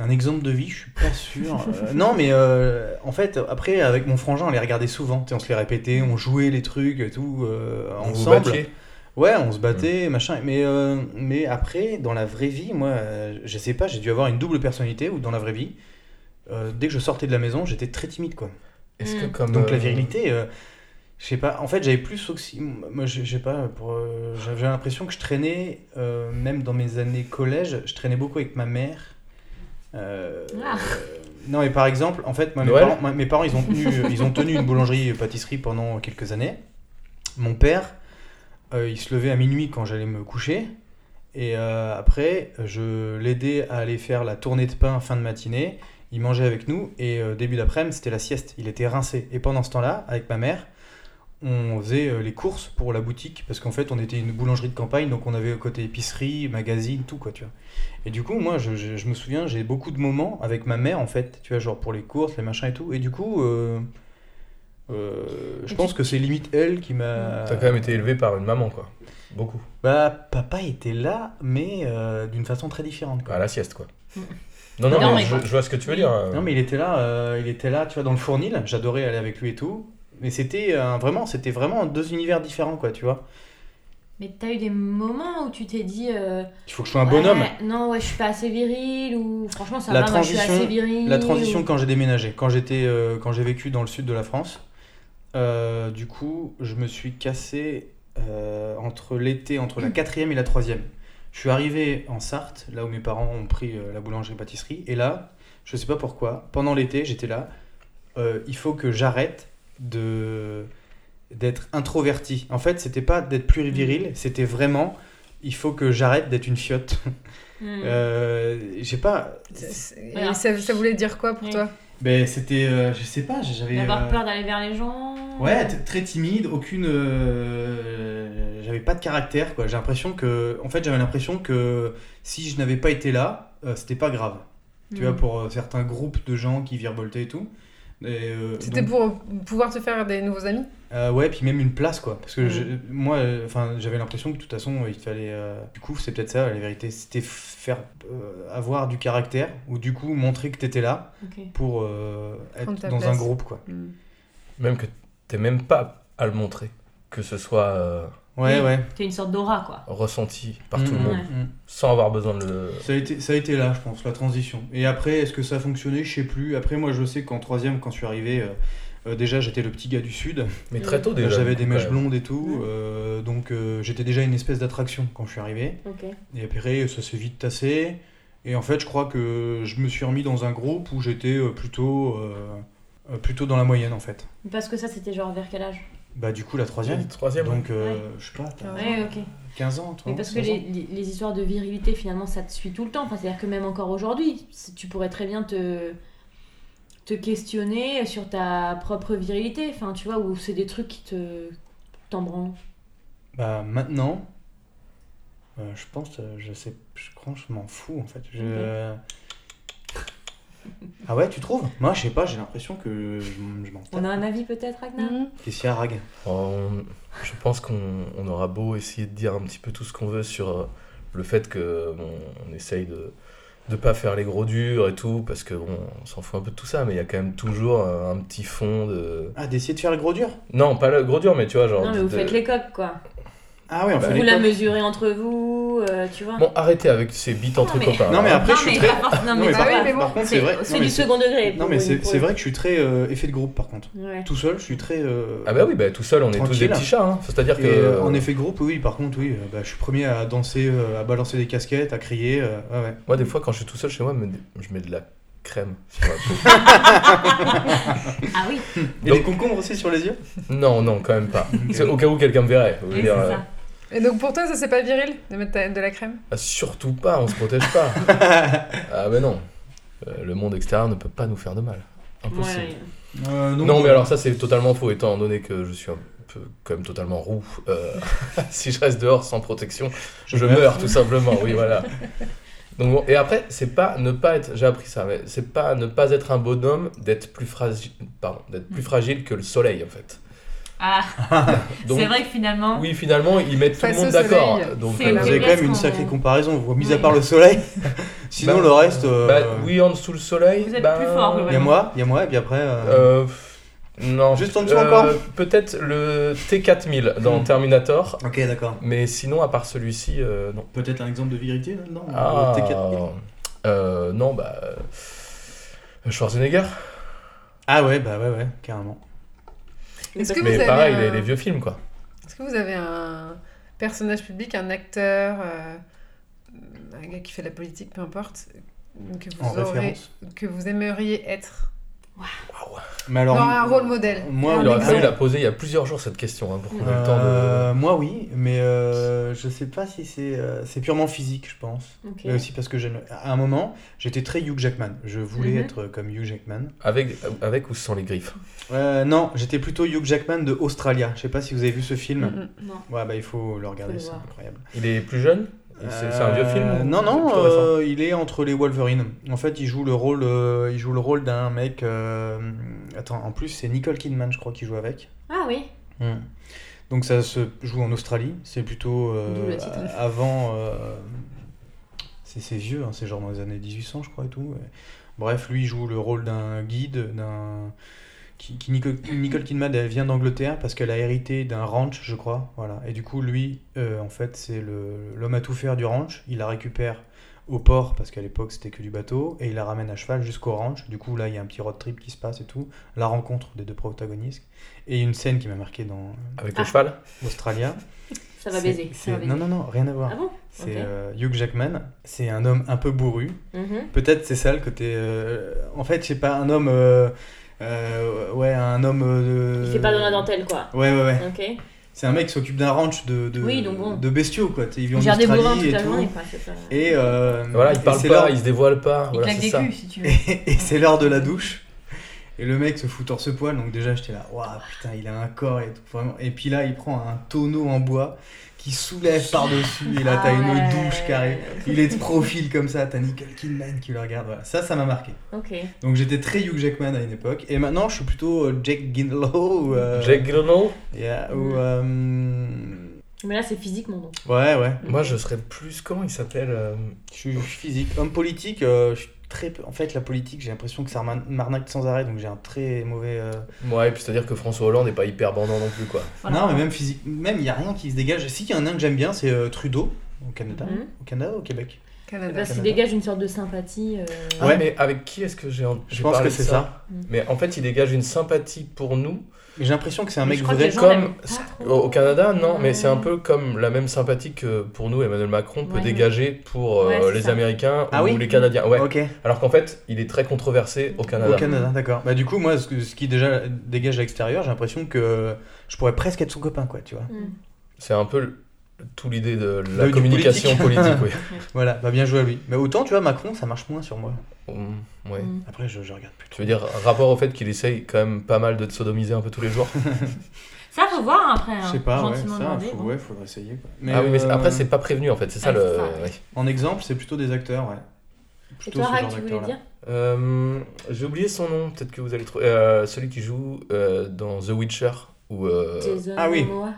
B: Un exemple de vie, je suis pas sûr. Euh, non, mais euh, en fait, après, avec mon frangin, on les regardait souvent, tu sais, on se les répétait, on jouait les trucs et tout, euh,
D: Vous vous
B: ensemble.
D: battiez.
B: Ouais, on se battait, machin. Mais, euh, mais après, dans la vraie vie, moi, euh, je sais pas, j'ai dû avoir une double personnalité ou dans la vraie vie, euh, dès que je sortais de la maison, j'étais très timide, quoi.
D: Est-ce que
C: Mm.
D: comme
B: Donc
D: euh,
B: la virilité, euh, je sais pas, en fait, j'avais plus aussi. Moi, je je sais pas, pour, euh, j'avais l'impression que je traînais, euh, même dans mes années collège, je traînais beaucoup avec ma mère. Euh,
C: Ah.
B: euh, non, mais par exemple, en fait, moi, mes,
D: Noël
B: parents, moi, mes parents, ils ont tenu, euh, ils ont tenu une boulangerie-pâtisserie pendant quelques années. Mon père, euh, il se levait à minuit quand j'allais me coucher. Et euh, après, je l'aidais à aller faire la tournée de pain fin de matinée. Il mangeait avec nous. Et euh, début d'après-midi, c'était la sieste. Il était rincé. Et pendant ce temps-là, avec ma mère, on faisait euh, les courses pour la boutique. Parce qu'en fait, on était une boulangerie de campagne. Donc on avait côté épicerie, magazine, tout quoi, tu vois. Et du coup, moi, je, je- je me souviens, j'ai beaucoup de moments avec ma mère, en fait. Tu vois, genre pour les courses, les machins et tout. Et du coup... euh, euh, je pense que c'est limite elle qui m'a.
D: T'as quand même été élevé par une maman, quoi. Beaucoup.
B: Bah, papa était là, mais euh, d'une façon très différente. quoi.
D: Bah, À la sieste, quoi. Non, non,
C: Mm. Non,
D: mais
C: mais
D: je,
C: bon.
D: je vois ce que tu veux dire. euh.
B: Non, mais il était là, euh, il était là, tu vois, dans le fournil. J'adorais aller avec lui et tout. Mais c'était euh, vraiment, c'était vraiment deux univers différents, quoi, tu vois.
C: Mais t'as eu des moments où tu t'es dit. euh,
B: Il faut que je sois un bonhomme.
C: ouais, Non, ouais, je suis pas assez viril ou franchement ça
B: La
C: va, moi, je suis
B: transition-
C: assez viril.
B: La transition
C: ou-
B: quand j'ai déménagé, quand j'étais, euh, quand j'ai vécu dans le sud de la France, euh, du coup, je me suis cassé euh, entre l'été, entre la quatrième et la troisième. Je suis arrivé en Sarthe, là où mes parents ont pris euh, la boulangerie-pâtisserie, et là, je sais pas pourquoi, pendant l'été, j'étais là. euh, il faut que j'arrête de d'être introverti. En fait, c'était pas d'être plus viril, c'était vraiment il faut que j'arrête d'être une fiotte.
C: Hmm.
B: Euh, je sais pas,
G: C'est- c'est- Et
C: Voilà.
G: ça, ça voulait dire quoi pour
C: Oui.
G: toi
B: ben, c'était, euh, je sais pas, j'avais.
C: D'avoir
B: euh,
C: peur d'aller vers les gens.
B: Ouais, t- très timide, aucune. euh, J'avais pas de caractère, quoi. J'ai l'impression que. En fait, j'avais l'impression que si je n'avais pas été là, euh, c'était pas grave. Tu
G: Mm.
C: Mm.
B: vois, pour euh, certains groupes de gens qui virevoltaient et tout. Et, euh,
G: C'était
B: donc-
G: pour pouvoir te faire des nouveaux amis
B: euh, ouais, puis même une place, quoi. Parce que
G: Mm.
B: je- moi, euh, enfin, j'avais l'impression que de toute façon, il fallait. euh, Du coup, c'est peut-être ça, la vérité. C'était faire euh, avoir du caractère, ou du coup, montrer que t'étais là
C: Ok.
B: pour euh, être
G: Prendre ta
B: dans un
G: place.
B: groupe, quoi.
D: Même que t'es même pas à le montrer. Que ce soit euh,
B: Ouais,
G: Mm.
C: Oui.
B: ouais.
C: T'es une sorte d'aura quoi.
D: ressenti par tout le
B: Mm,
D: monde,
C: Ouais.
B: mm, mm.
D: sans avoir besoin de le.
B: Ça a, été, ça a été là, je pense, la transition. Et après, est-ce que ça a fonctionné Je sais plus. Après, moi, je sais qu'en troisième, quand je suis arrivé, euh, euh, déjà, j'étais le petit gars du Sud.
C: Mm.
D: Mais très tôt déjà. du
B: J'avais des
D: coup,
B: mèches
D: quand même.
B: blondes et tout. euh, donc, euh, j'étais déjà une espèce d'attraction quand je suis arrivé.
C: Ok.
B: Et après, ça s'est vite tassé. Et en fait, je crois que je me suis remis dans un groupe où j'étais euh, plutôt, euh, euh, plutôt dans la moyenne, en fait.
C: Parce que ça c'était genre vers quel âge
B: Bah, du coup, la troisième.
D: Troisième.
B: Donc, euh, je sais pas, t'as
C: Ouais, ok.
B: 15 ans, toi
C: Mais parce que les, les- les histoires de virilité, finalement, ça te suit tout le temps. Enfin, C'est-à-dire que même encore aujourd'hui, c'est- tu pourrais très bien te, te questionner sur ta propre virilité. Enfin, tu vois, où c'est des trucs qui te t'embranlent.
B: Bah, maintenant, euh, je pense, euh, je sais, je crois que je m'en fous en fait. Je... euh, Ah ouais, tu trouves Moi, je sais pas, j'ai l'impression que je, m- je m'en
C: On
B: tape.
C: a un avis peut-être,
G: Mm.
C: Ragnar
B: Qu'est-ce qu'il y a, Rag
D: On- je pense qu'on on aura beau essayer de dire un petit peu tout ce qu'on veut sur euh, le fait que bon, on essaye de de pas faire les gros durs et tout parce que bon, on s'en fout un peu de tout ça, mais il y a quand même toujours euh, un, un petit fond de
B: Ah, d'essayer de faire le gros dur
D: non pas le gros dur, mais tu vois genre
C: Non, mais
D: de-
C: vous
D: de-
C: faites les coques, quoi.
B: Ah ouais, on fait
C: Vous
B: les
C: la
B: coques.
C: mesurez entre vous, euh, tu vois.
D: bon arrêtez avec ces bites
C: Non,
D: entre
C: mais-
D: copains. hein.
B: Non, mais après, je suis très.
C: pas forcément-
B: Non,
C: non, mais
B: par,
C: ça va.
G: oui, mais bon,
B: par contre, c'est vrai.
C: C'est
B: Non,
C: du
B: mais c'est-
C: second degré.
B: non,
C: pour-
B: mais c'est
C: pour-
B: c'est vrai que je suis très euh, effet de groupe par contre.
C: Ouais.
B: Tout seul, je suis très. euh,
D: ah bah oui, bah tout seul on est tous des
B: Tranquille.
D: petits chats. hein. Faut- C'est-à-dire
B: Et,
D: que
B: euh, en
D: euh,
B: effet de groupe, oui, par contre, oui, euh, bah, je suis premier à danser, euh, à balancer des casquettes, à crier. euh, ah ouais.
D: moi des fois quand je suis tout seul chez moi, me- je mets de la crème. sur la peau.
C: Ah oui,
B: Et
D: Donc-
B: les concombres aussi sur les yeux
D: non non quand même pas. C'est au cas où quelqu'un me verrait. je veux
C: oui, c'est
D: dire, euh,
C: ça.
G: Et donc pour toi, ça c'est pas viril de mettre ta- de la crème
D: Ah, Surtout pas, on se protège pas. ah ben non. Euh, le monde extérieur ne peut pas nous faire de mal. Impossible.
C: Ouais.
B: Euh,
D: non mais alors ça c'est totalement faux, étant donné que je suis un peu quand même totalement roux. euh, si je reste dehors sans protection, je, meurs tout simplement, oui voilà. Donc bon, et après, c'est pas ne pas être, j'ai appris ça, mais c'est pas ne pas être un bonhomme, d'être plus fragile, pardon, d'être plus fragile que le soleil en fait.
C: Ah,
D: Donc
C: c'est vrai hein. que finalement.
D: oui, finalement, ils mettent tout le
G: Face
D: monde
G: au soleil.
D: d'accord. Donc
C: C'est
D: euh,
C: la
B: bah, Vous avez quand même une
C: Parce qu'on-
B: sacrée comparaison, vous, mis à
C: Oui.
B: part le soleil. Sinon,
D: Bah,
B: le reste. euh,
D: bah, oui, en dessous le soleil.
C: Vous êtes
D: bah,
C: plus fort,
B: Il y a
C: globalement.
B: moi, il y a moi, et puis après. euh,
D: Euh, pff, non.
B: Juste en dessous
D: Euh,
B: encore
D: Peut-être le T4000 dans
B: Hmm.
D: Terminator,
B: Ok, d'accord.
D: mais sinon, à part celui-ci, euh, non.
B: Peut-être un exemple de vérité là-dedans
D: Ah,
B: le T4000.
D: euh, non, bah. euh, Schwarzenegger
B: Ah ouais, bah ouais, ouais, carrément.
G: Est-ce que, vous
D: Mais
G: avez
D: pareil,
G: un-
D: les, les vieux films, quoi.
G: est-ce que vous avez un personnage public, un acteur, euh, un gars qui fait de la politique, peu importe, que
B: En
G: vous, aurez-
B: référence.
G: que vous aimeriez être
B: Mais alors.
G: Non, un rôle modèle.
B: Moi,
G: Un
D: Ah, Il aurait
G: exemple.
D: fallu la poser il y a plusieurs jours, cette question, hein, pour qu'on ait le temps de.
B: euh, Moi, oui, mais euh, je sais pas si c'est. euh, c'est purement physique, je pense.
C: Ok.
B: Mais aussi parce que j'aime. À un moment, j'étais très Hugh Jackman. Je voulais
C: Mhm.
B: être comme Hugh Jackman.
D: Avec, avec ou sans les griffes.
B: Euh, non, j'étais plutôt Hugh Jackman de Australia. Je sais pas si vous avez vu ce film.
G: Mm-mm.
B: Ouais, bah il faut le regarder,
C: Faut le
B: c'est
C: voir.
B: incroyable.
D: Il est plus jeune C'est c'est un vieux film
B: Euh,
D: ou-
B: Non,
D: c'est
B: non,
D: plutôt récent
B: euh, il est entre les Wolverine. En fait, il joue le rôle, euh, il joue le rôle d'un mec. euh, attends, en plus, c'est Nicole Kidman, je crois, qui joue avec.
C: Ah oui,
B: Hmm. Donc ça se joue en Australie. C'est plutôt euh,
C: D'où le titre.
B: a- avant. euh, c'est c'est vieux, hein, c'est genre dans les années 1800, je crois et tout. ouais. Bref, lui il joue le rôle d'un guide, d'un qui, qui Nicole, Nicole Kidman elle vient d'Angleterre parce qu'elle a hérité d'un ranch, je crois. Voilà. Et du coup, lui, euh, en fait, c'est le- l'homme à tout faire du ranch. Il la récupère au port parce qu'à l'époque c'était que du bateau et il la ramène à cheval jusqu'au ranch. Du coup, là, il y a un petit road trip qui se passe et tout. La rencontre des deux protagonistes et une scène qui m'a marqué dans euh,
D: Avec
C: Ah.
D: le cheval
B: Australia.
C: ça va
B: C'est-
C: baiser.
B: c'est-
C: Ça va baiser.
B: Non, non, non, rien à voir.
C: Ah bon
B: c'est
C: ok.
B: euh, Hugh Jackman. C'est un homme un peu bourru.
C: Mhm.
B: Peut-être c'est ça le côté. euh, En fait, c'est pas un homme. euh, euh, ouais, un homme. euh,
C: Il fait pas dans la dentelle, quoi.
B: Ouais, ouais, ouais.
C: Ok.
B: C'est un mec qui s'occupe d'un ranch de, de,
C: Oui, donc bon.
B: de bestiaux, quoi. Il vit en
C: Gère des bourrins
B: Australie
C: toute
B: et
C: la journée,
B: tout.
C: quoi. c'est pas-
B: Et, euh,
D: Voilà,
B: et
D: il parle
B: c'est
D: pas,
B: l'heure-
D: il se dévoile pas.
C: Il
D: Voilà,
C: claque
D: c'est
C: des
D: ça.
C: culs, si tu veux.
B: et c'est l'heure de la douche. Et le mec se fout torse poil, donc déjà j'étais là, waouh putain, il a un corps et tout, vraiment. Et puis là, il prend un tonneau en bois qui soulève par-dessus, et là t'as une
C: Ah ouais.
B: douche carrée. Il est de profil comme ça, t'as Nicole Kidman qui le regarde, voilà. Ça, ça m'a marqué.
C: Ok.
B: Donc j'étais très Hugh Jackman à une époque, et maintenant je suis plutôt euh, Jake Gyllenhaal ou. euh,
D: Jake Gyllenhaal
B: yeah, ou, euh,
C: Mais là, c'est physiquement, donc.
B: Ouais, ouais.
D: Moi, je serais plus. Comment il s'appelle euh,
B: Je suis je suis physique. Homme politique, euh, je suis très peu. En fait, la politique, j'ai l'impression que ça m'arna- m'arnaque sans arrêt, donc j'ai un très mauvais. euh,
D: Ouais, et puis c'est-à-dire que François Hollande n'est pas hyper bandant non plus, quoi.
C: Voilà.
B: Non, mais même physique, même il n'y a rien qui se dégage. Si, il y en a un que j'aime bien, c'est euh, Trudeau, au Canada.
C: Mhm.
B: Au Canada ou au Québec
G: Canada.
C: Parce qu'il dégage une sorte de sympathie. euh,
B: Ah,
D: Ouais, mais avec qui est-ce que j'ai en-
B: Je
D: j'ai
B: pense
D: parlé
B: que
D: de
B: c'est ça.
D: Mais en fait, il dégage une sympathie pour nous
B: Mais j'ai l'impression que c'est un
C: Mais
B: mec
C: je crois
B: vrai.
C: que les gens
D: comme-
C: l'aiment pas
D: Au
C: trop.
D: au Canada, non, mais
C: Oh. Ouais.
D: c'est un peu comme la même sympathie que pour nous Emmanuel Macron peut
C: Ouais.
D: dégager pour euh,
C: Ouais, c'est
D: les
C: ça.
D: Américains
B: Ah
D: ou
B: oui
D: les Canadiens. Ouais. Ah,
B: Ok.
D: Alors qu'en fait, il est très controversé au Canada.
B: Au Canada, d'accord. Bah du coup, moi, ce, que- ce qui déjà dégage à l'extérieur, j'ai l'impression que je pourrais presque être son copain, quoi, tu vois.
C: Hmm.
D: C'est un peu le- tout l'idée de
B: Ah
D: la
B: oui, du
D: communication
B: politique.
D: politique.
B: Voilà, bah bien joué à lui. Mais autant, tu vois, Macron, ça marche moins sur moi.
D: oui. Mm, ouais.
C: Mm.
B: Après, je, je regarde plus.
D: Tu veux dire rapport au fait qu'il essaye quand même pas mal de te sodomiser un peu tous les jours.
C: Ça, faut voir après. hein.
B: Je sais pas, ouais,
C: Gentiment
B: ça,
C: demandé, hein.
B: faut-
C: bon.
B: ouais, faudrait essayer. Quoi. Mais,
D: ah oui, mais
B: euh,
D: après c'est pas prévenu en fait, c'est ça
C: Ah,
D: le.
C: c'est ça.
D: ouais.
B: En exemple, c'est plutôt des acteurs, ouais.
C: Et
B: Plutôt
C: toi,
B: ce
C: Rack,
B: genre
C: tu voulais
B: d'acteurs-là.
C: dire
D: Euh, J'ai oublié son nom, peut-être que vous allez trouver. Euh, celui qui joue euh, dans The Witcher ou. euh,
C: Jason
B: ah oui.
C: Momoa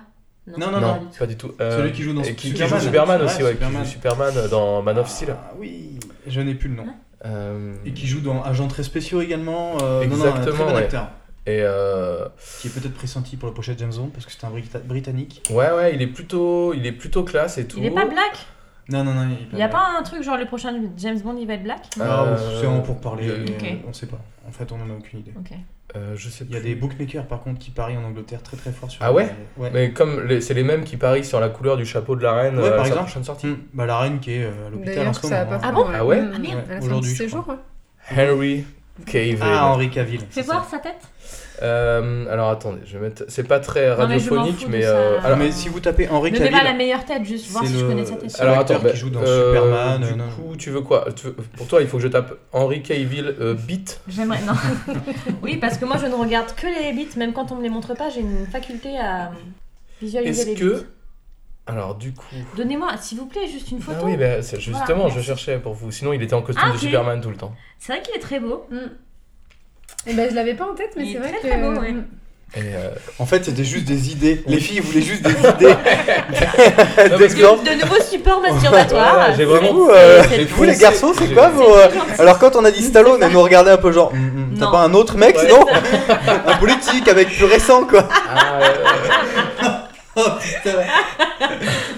B: Non,
D: Non,
B: non,
C: pas du tout.
D: pas du tout. Euh,
B: Celui qui joue dans
D: et qui, qui
B: Superman.
D: joue Superman
B: Ouais,
D: aussi, ouais,
B: Superman.
D: qui joue Superman euh, dans Man of Steel.
B: Ah oui, je n'ai plus le nom.
D: Euh,
B: Et qui joue dans Agents très spéciaux également. euh, Non, non, un très
D: Exactement,
B: bon
D: ouais.
B: acteur.
D: et, euh,
B: Qui est peut-être pressenti pour le prochain James Bond parce que c'est un Brita- britannique.
D: ouais, ouais, il est plutôt, il est plutôt classe et tout.
C: Il est pas black
B: Non, non, non, il est
C: Il y a pas un truc genre le prochain James Bond, il va être black
B: Ah,
D: Euh,
B: c'est vraiment pour parler,
D: il y
C: a-
B: mais
C: Ok.
B: on sait pas. En fait, on en a aucune idée.
C: Ok.
D: Euh, je sais
B: Il y a
D: plus.
B: des bookmakers par contre qui parient en Angleterre très très fort sur.
D: Ah ouais
B: les- Ouais.
D: Mais comme les- c'est les mêmes qui parient sur la couleur du chapeau de la reine
B: Ouais,
D: euh, à
B: par
D: sa
B: exemple.
D: prochaine sortie.
B: Hmm, Bah la reine qui est euh, à l'hôpital en
G: D'ailleurs,
B: ce
G: ça a
B: moment.
G: pas
B: hein.
G: fait.
C: Ah bon
G: ouais.
D: Ah ouais
G: Mmh.
C: Ah merde.
G: Elle a fait un
B: Aujourd'hui,
G: petit
B: je
G: séjour, ouais.
D: Henry Cavill.
B: Ah Henri Cavill.
C: Fais
B: c'est
C: voir
B: ça.
C: sa tête
D: Euh, alors attendez, je vais mettre. C'est pas très
C: Non, mais je m'en
D: radiophonique,
C: fous de
D: mais.
C: ça.
D: euh,
B: Alors
D: alors,
B: mais si vous tapez Henri
C: Ne mets pas la
B: Cavill,
C: meilleure tête, juste voir
B: c'est
C: si je
B: le-
C: connais sa tête.
B: c'est
D: alors,
B: l'acteur
D: attends,
B: qui
D: bah,
B: joue dans
D: euh,
B: Superman,
D: Du
B: euh, non.
D: coup, tu veux quoi Tu veux- Pour toi, il faut que je tape Henry Cavill euh, beat.
C: J'aimerais. Non. oui, parce que moi, je ne regarde que les bits, même quand on me les montre pas, j'ai une faculté à visualiser
D: Est-ce
C: les
D: que.
C: bits.
D: Alors du coup.
C: Donnez-moi, s'il vous plaît, juste une
D: Ah
C: photo.
D: oui, bah, c'est- justement,
C: Voilà,
D: je
C: merci.
D: cherchais pour vous. Sinon, il était en costume
C: Ah,
D: de
C: ok.
D: Superman tout le temps.
C: C'est vrai qu'il est très beau.
G: Et ben, je l'avais pas en tête, mais
C: Il
G: c'est
C: est
G: vrai
C: très,
G: que.
C: très beau, ouais.
G: Mmh.
D: Et, euh,
B: en fait c'était juste des idées. Les filles voulaient juste des
D: Non,
B: idées.
D: parce que-
B: D'exemples.
C: De, de nouveaux supports
D: Voilà,
C: masturbatoires.
D: j'ai
B: Du
D: vraiment.
B: coup, euh,
D: j'ai
B: vous les
D: foncé.
B: garçons, c'est
D: J'ai-
B: quoi vos euh, Alors quand on a dit Stallone, elle nous regardait un peu genre, Hum, hum, t'as
C: Non.
B: pas un autre mec
D: Ouais.
B: sinon Un politique avec plus récent quoi.
D: Ah, euh,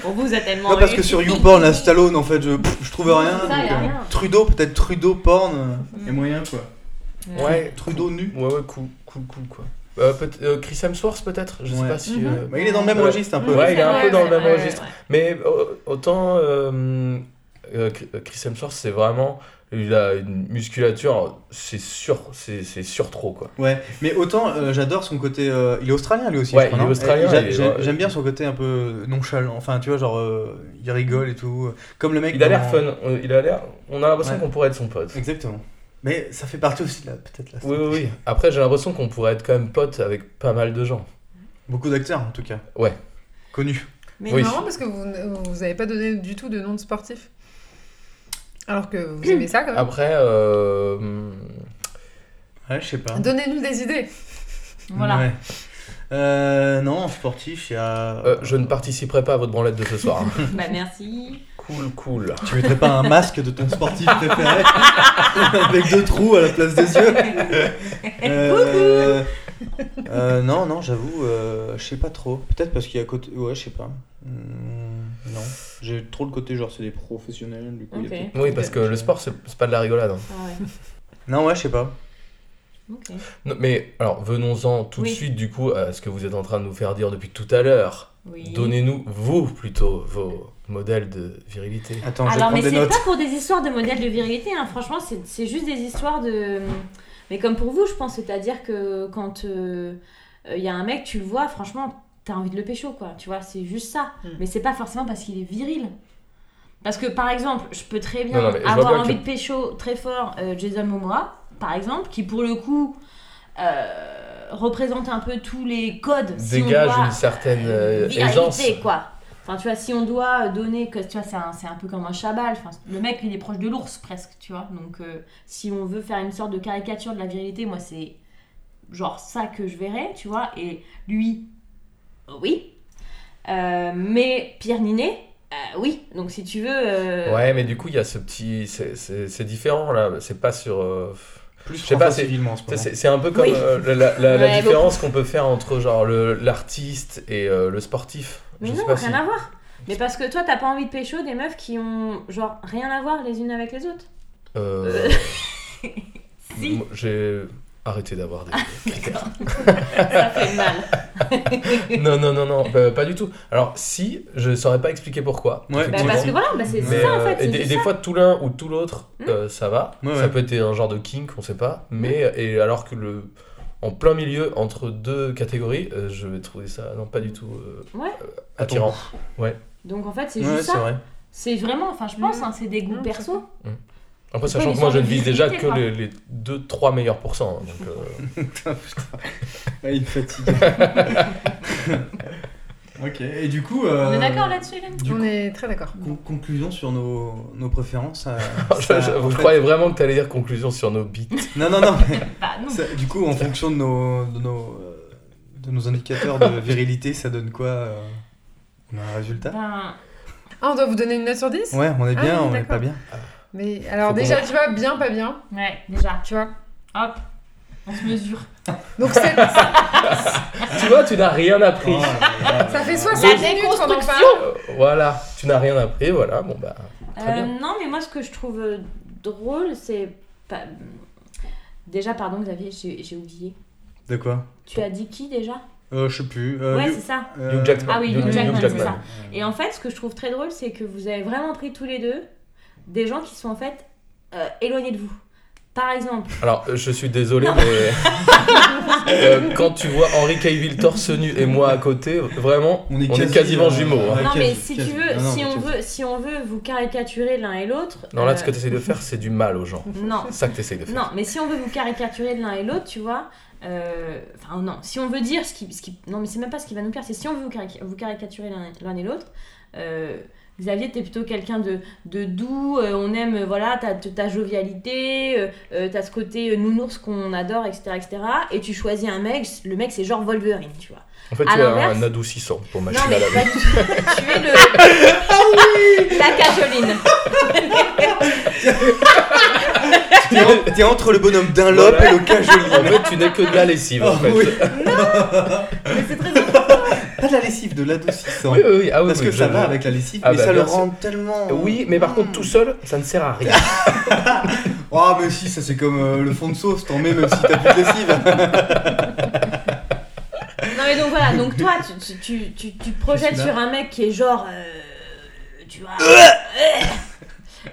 C: On vous a tellement.
B: Non, parce
C: eu.
B: que sur YouPorn, la Stallone, en fait, je, pff, je trouve rien.
C: C'est ça, y a
B: donc,
C: rien.
B: euh, Trudeau, peut-être Trudeau porn. Et moyen, quoi.
D: ouais,
B: Trudeau nu.
D: ouais, ouais, cool, cool, cool, quoi. Euh, peut- euh, Chris Hemsworth peut-être, je sais
B: Ouais.
D: pas si.
C: Mhm.
D: euh,
B: Bah, il est dans le même
D: Ouais.
B: registre, un peu.
D: Ouais, il est un
G: Ouais,
D: peu dans le
G: ouais,
D: même
G: ouais,
D: registre. Mais euh, autant euh, euh, Chris Hemsworth, c'est vraiment. Il a une musculature, c'est sûr, c'est c'est sur trop quoi.
B: Ouais. Mais autant, euh, j'adore son côté... euh, il est australien, lui aussi,
D: Ouais,
B: je crois,
D: il est
B: non
D: australien,
B: Et j'a-
D: il est-
B: j'a-
D: ouais.
B: J'aime bien son côté un peu nonchalant. Enfin, tu vois, genre, euh, il rigole et tout. Comme le mec...
D: Il a l'air
B: dans-
D: fun, on- il a l'air. On a l'impression
B: Ouais.
D: qu'on pourrait être son pote.
B: Exactement. Mais ça fait partie aussi, de la- peut-être, la
D: Oui, oui, oui. Après, j'ai l'impression qu'on pourrait être quand même pote avec pas mal de gens.
B: Beaucoup d'acteurs, en tout cas.
D: Ouais.
B: Connus.
G: Mais
D: Oui.
G: c'est marrant parce que vous vous avez pas donné du tout de nom de sportif. Alors que vous aimez ça
B: Ah
G: quand même.
D: Après, euh, hum,
B: Ouais, je sais pas.
G: Donnez-nous des idées.
C: Voilà.
B: Ouais. Euh, non, en sportif, il y a...
D: euh, je ne participerai pas à votre branlette de ce soir.
C: Bah merci.
D: cool, cool.
B: Tu mettrais pas un masque de ton sportif préféré avec deux trous à la place des yeux Euh, euh, Non, non, j'avoue, euh, je sais pas trop. Peut-être parce qu'il y a côté. Ouais, je sais pas. Hmm, non, j'ai trop le côté genre c'est des professionnels du coup. il y a
C: Ok.
B: peut-être-
D: Oui, parce que le sport, c'est c'est pas de la rigolade. hein.
C: Ah ouais.
B: Non, ouais, je sais pas.
C: Ok.
D: Non, mais alors, venons-en tout de
C: Oui.
D: suite, du coup, à ce que vous êtes en train de nous faire dire depuis tout à l'heure.
C: Oui.
D: Donnez-nous, vous plutôt, vos modèles de virilité.
B: Attends, je vais
C: Alors, mais
B: prendre des
C: c'est
B: notes.
C: pas pour des histoires de modèles de virilité, hein. franchement, c'est c'est juste des histoires de. Mais comme pour vous, je pense, c'est-à-dire que quand il y a un mec, tu le vois, franchement, t'as envie de le pécho, quoi, tu vois, c'est juste ça.
G: Mm.
C: Mais c'est pas forcément parce qu'il est viril. Parce que par exemple, je peux très bien
D: Non, non, mais je vois
C: avoir
D: bien
C: envie
D: que-
C: de pécho très fort euh, Jason Momoa, par exemple, qui pour le coup euh, représente un peu tous les codes. si on
D: Dégage
C: doit-
D: une certaine euh,
C: virilité,
D: aisance.
C: quoi. Enfin, tu vois, si on doit donner, que, tu vois, c'est un, c'est un peu comme un chabal. Enfin, le mec, il est proche de l'ours presque, tu vois. Donc, euh, si on veut faire une sorte de caricature de la virilité, moi, c'est genre ça que je verrais, tu vois. Et lui, oui. Euh, mais Pierre Ninet, euh, oui. Donc, si tu veux. euh,
D: Ouais, mais du coup, il y a ce petit. c'est- C'est c'est différent là, c'est pas sur. euh,
B: Plus
D: je sais pas,
B: François
D: c'est-
B: civilement en ce
D: Tu sais,
B: moment.
D: C'est c'est un peu comme
C: Oui.
D: euh, la, la- la- la
C: Ouais,
D: différence qu'on peut faire entre genre le- l'artiste et euh, le sportif.
C: Mais
D: je
C: non,
D: sais pas
C: rien
D: si-
C: à voir. Mais parce que toi, t'as pas envie de pécho des meufs qui ont, genre, rien à voir les unes avec les autres.
D: Euh,
C: Si. Ah,
D: moi, j'ai- Arrêtez d'avoir des critères.
C: Ça fait mal.
D: non, non, non, non, bah, pas du tout. Alors, si, je saurais pas expliquer pourquoi.
B: Ouais. Bah,
C: Bah, parce que voilà, bah, c'est c'est
D: Mais,
C: ça en
D: euh,
C: fait.
D: et
C: c'est
D: des,
C: juste
D: des
C: ça.
D: fois, tout l'un ou tout l'autre,
C: Mm.
D: euh, ça va.
B: Ouais,
D: ça
B: ouais.
D: peut être un genre de kink, on sait pas.
C: Hmm.
D: Mais euh, et alors que le en plein milieu entre deux catégories, euh, je vais trouver ça non pas du tout euh,
C: Ouais.
D: euh,
B: Ah,
D: attirant.
C: Donc en fait, c'est
B: Ouais,
C: juste
B: c'est
C: ça.
B: vrai.
C: C'est vraiment, enfin, je pense,
G: Mm.
C: hein, c'est des goûts
G: Mm,
C: perso.
D: Après,
C: C'est pas
D: sachant
C: une
D: que moi, je
C: histoire
D: ne
C: de
D: vise déjà
C: visibilité,
D: que
C: quoi.
D: les, les deux, trois meilleurs pourcents. hein, donc, euh,
B: Putain, putain. Ouais, il me fatigue. ok, et du coup. euh,
C: On est d'accord là-dessus, Hélène
B: Du
G: On
B: coup,
G: est très d'accord.
B: con- conclusion sur nos, nos préférences. euh,
D: je-
B: ça-
D: je-
B: en
D: Ah, vous
B: fait-
D: croyez vraiment que t'allais dire conclusion sur nos beats
B: Non, non, non.
G: Ah
B: mais
C: Bah non.
B: ça- du coup, en fonction de nos, de, nos, euh, de nos indicateurs de virilité, ça donne quoi euh, On a un résultat
C: Ben,
G: Ah, on doit vous donner une note sur 10
B: Ouais, on est
G: Ah
B: bien,
G: oui,
B: on est
G: d'accord.
B: pas bien.
G: Mais alors,
D: Faut qu'on
G: déjà, tu vois, bien, pas bien.
C: ouais, déjà.
G: Tu vois
C: Hop, on se mesure.
G: Donc, c'est-
D: Tu vois, tu n'as rien appris.
B: Oh là là.
G: ça fait
C: La
G: 60 minutes qu'on en
C: déconstruction
G: parle.
D: Euh, voilà, tu n'as rien appris. Voilà, bon bah. Très
C: Euh,
D: bien.
C: non, mais moi, ce que je trouve euh, drôle, c'est. pas- hmm, Déjà, pardon, Xavier, j'ai j'ai oublié.
B: De quoi
C: Tu as dit qui déjà
B: euh, Je sais plus. euh,
C: Ouais,
B: Hugh-
C: c'est ça.
B: euh,
D: Hugh Jackman.
C: Ah oui, Hugh
B: ouais,
C: Jackman,
B: Hugh
C: c'est ça. Et en fait, ce que je trouve très drôle, c'est que vous avez vraiment pris tous les deux des gens qui sont en fait euh, éloignés de vous. Par exemple,
D: Alors, euh, je suis désolé, mais euh, quand tu vois Henri Cavill torse nu et moi à côté, vraiment, on est,
B: quasi- euh,
D: quasiment jumeaux. hein.
B: Ouais,
C: non
B: Ah, quasi,
C: mais si
B: quasi.
C: tu veux,
B: Non, non,
C: si
B: mais
C: on
B: quasi.
C: veut, si on veut vous caricaturer l'un et l'autre.
D: Non, là,
C: euh,
D: ce que tu essayes de faire, c'est du mal aux gens.
C: Non,
D: C'est ça que tu essayes de faire.
C: Non, mais si on veut vous caricaturer de l'un et l'autre, tu vois. euh, Enfin, non, si on veut dire ce qui. Ce qui non, mais c'est même pas ce qui va nous plaire, c'est si on veut vous, caric- vous caricaturer l'un l'un et l'autre. euh, Xavier, t'es plutôt quelqu'un de, de doux, euh, on aime, euh, voilà, ta, ta jovialité, euh, euh, t'as ce côté euh, nounours qu'on adore, etc., etc. Et tu choisis un mec, le mec c'est genre Wolverine, tu vois.
D: En fait,
C: à
D: tu as un,
C: l'inverse-
D: adoucissant pour ma
C: Non,
D: chine
C: mais
D: à la
C: bah,
D: vie.
C: tu, tu es le.
D: Ah
C: La cajoline.
G: Ah
B: T'es en- T'es entre le bonhomme Dunlop
D: Voilà.
B: et le cajoli.
D: En fait, tu n'es que de la lessive, en
B: Ah
D: fait.
B: oui.
C: Mais c'est très important.
B: Pas de la lessive, de l'adoucissant.
D: Oui, oui, oui, ah oui,
B: Parce
D: oui,
B: que
D: je-
B: ça va avec la lessive,
D: Ah
B: mais
D: bah,
B: ça le
D: bien sûr.
B: rend tellement.
D: Oui, mais par
B: Mm.
D: contre, tout seul, ça ne sert à rien.
B: Ah, mais si, ça c'est comme euh, le fond de sauce, t'en mets même si t'as plus de lessive.
C: Non mais donc voilà, donc toi tu, tu, tu, tu- tu te projettes
B: Je suis là.
C: sur un mec qui est genre... euh, tu vois... euh,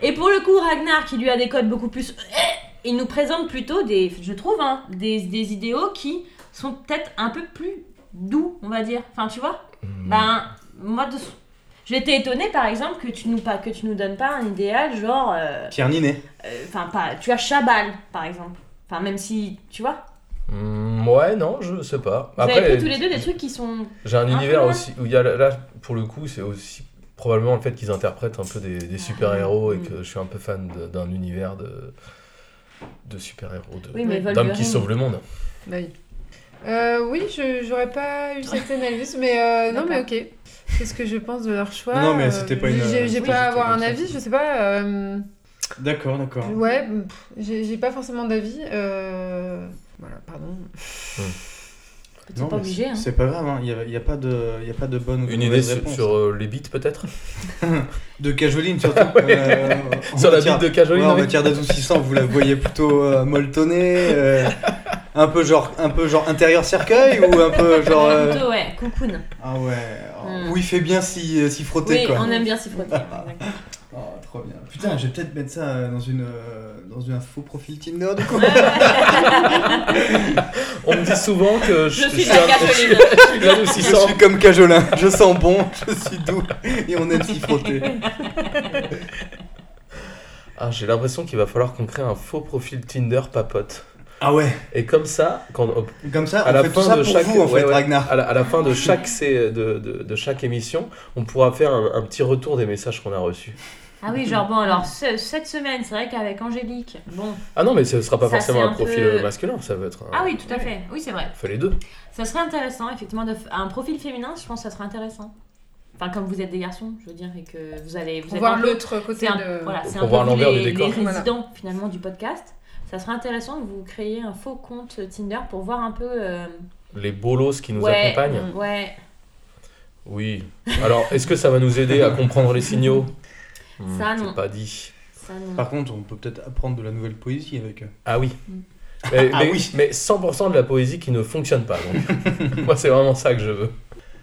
C: et pour le coup Ragnar qui lui a des codes beaucoup plus... euh, il nous présente plutôt des, je trouve, hein, des, des idéaux qui sont peut-être un peu plus doux, on va dire. Enfin tu vois
D: Mm.
C: Ben moi de... J'étais étonnée par exemple que tu nous pas que tu nous donnes pas un idéal genre euh,
B: Pierre Ninet.
C: euh, enfin pas tu as Chabal par exemple enfin même si tu vois
D: Mm, ouais, non, je sais pas.
C: vous avez
D: Après,
C: pris tous les deux des trucs qui sont
D: j'ai un
C: peu
D: univers
C: loin.
D: aussi où il y a là- là, pour le coup, c'est aussi probablement le fait qu'ils interprètent un peu des, des super-héros et
C: Mm.
D: que je suis un peu fan de- d'un univers de, de super-héros, de-
C: oui mais
D: d'hommes qui
C: Wolverine.
D: sauvent le monde.
G: Bah oui. Euh, oui, je- j'aurais pas eu cette analyse, mais euh, non, mais ok. Qu'est-ce que je pense de leur choix
B: Non, mais
G: euh,
B: c'était pas une-
G: J'ai j'ai
B: oui,
G: pas à
B: c'était
G: avoir
B: comme ça.
G: un avis, je sais pas. euh,
B: D'accord, d'accord.
G: ouais, pff, j'ai j'ai pas forcément d'avis. euh, voilà, pardon.
C: T'es pas
B: mais
C: obligé,
B: c'est-
C: hein.
B: C'est pas grave, hein. il n'y a, il y a pas de il y a pas de bonne ou de
D: Une idée
B: mauvaise
D: sur,
B: réponse.
D: sur, euh, les beats peut-être
B: De cajoline surtout. euh, en
D: Sur la
B: matière-
D: bite de Cajoline
B: ouais, en
D: oui.
B: matière d'adoucissant, vous la voyez plutôt euh, molletonnée, euh, un peu genre un peu genre intérieur cercueil ou un peu genre
C: Ouais,
B: euh,
C: plutôt, ouais, coucoune.
B: ah ouais
C: Hmm.
B: où il fait bien si si frotter
C: Oui,
B: quoi.
C: on aime bien s'y frotter. exactement.
B: Oh, trop bien. Putain, je vais peut-être mettre ça euh, dans une euh, dans un faux profil Tinder du coup.
D: On me dit souvent que je,
C: Je suis
D: je
C: la
D: un-
C: Cajoline.
D: je suis
B: Je
D: l'adoucissant.
B: suis comme Cajolin, je sens bon, je suis doux et on aime s'y frotter.
D: Ah, J'ai l'impression qu'il va falloir qu'on crée un faux profil Tinder papote.
B: Ah ouais,
D: Et comme ça, quand,
B: comme ça,
D: à
B: on
D: la
B: fait
D: fin
B: tout ça
D: de
B: pour
D: chaque
B: vous en fait,
D: ouais, ouais.
B: Ragnar.
D: à la, à la fin de chaque sé- de, de- de chaque émission, on pourra faire un, un petit retour des messages qu'on a reçus.
C: Ah oui, genre bon, alors ce- cette semaine, c'est vrai qu'avec Angélique, bon.
D: Ah non, mais ce sera pas
C: Ça,
D: forcément
C: c'est
D: un
C: un
D: profil
C: peu-
D: masculin, ça va être. Un...
C: Ah oui, tout à fait. Oui, c'est vrai.
D: Faut les deux.
C: Ça serait intéressant, effectivement, de f- un profil féminin, je pense que ça serait intéressant. Enfin, comme vous êtes des garçons, je veux dire, et que vous allez. Vous
G: Pour
C: êtes
G: voir
C: un peu-
G: l'autre
C: C'est
G: côté
C: un,
G: de.
C: voilà, c'est un
D: Pour
C: peu
D: voir
C: vous
D: l'envers du
C: les, les
D: décor.
C: résidents, finalement, du podcast. Ça serait intéressant de vous créer un faux compte Tinder pour voir un peu. euh,
D: Les bolos qui nous
C: ouais, Mm.
D: accompagnent.
C: Ouais.
D: Oui. Alors, est-ce que ça va nous aider à comprendre les signaux Hmm,
C: Ça,
D: c'est
C: non.
D: Pas dit.
C: Ça, non. Mm.
B: Par contre, on peut peut-être apprendre de la nouvelle poésie avec euh, eux.
D: Ah oui. Mais,
B: Ah
D: mais-
B: oui.
D: mais 100% de la poésie qui ne fonctionne pas. donc. Moi, c'est vraiment ça que je veux.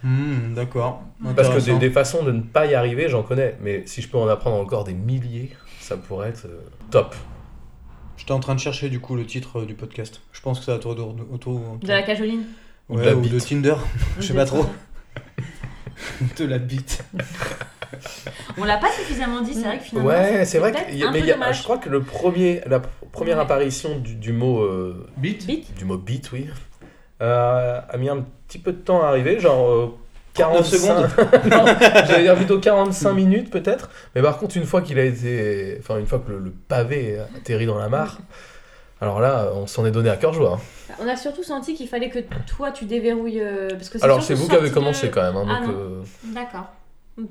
B: Hmm, D'accord.
D: Parce que des,
B: Intéressant.
D: des façons de ne pas y arriver, j'en connais. Mais si je peux en apprendre encore des milliers, ça pourrait être euh, top.
B: J'étais en train de chercher du coup le titre euh, du podcast. Je pense que ça va tourner autour, autour-
C: De la cajoline
D: Ou de la
B: Ouais, ou de
D: bite.
B: Tinder. Je sais pas trop. de la bite.
C: On l'a pas suffisamment dit, c'est vrai que finalement.
D: ouais, c'est vrai que
C: peut-être
D: y a-
C: un
D: mais
C: peu
D: y a-
C: dommage.
D: je crois que le premier, la pr- première
C: Ouais.
D: apparition du, du mot euh,
B: Bite
C: Bite
D: du mot beat, oui, euh, a mis un petit peu de temps à arriver, genre euh,
B: 49
D: 45
B: secondes.
D: non, j'allais dire plutôt 45 minutes peut-être. Mais par contre, une fois qu'il a été, enfin une fois que le, le pavé a atterri dans la mare, alors là, on s'en est donné à cœur joie. hein.
C: On a surtout senti qu'il fallait que toi tu déverrouilles. euh, parce que
D: Alors
C: surtout
D: c'est vous qui avez
C: sorti
D: commencé
C: de-
D: quand même, hein,
C: Ah
D: donc,
C: non.
D: euh,
C: D'accord.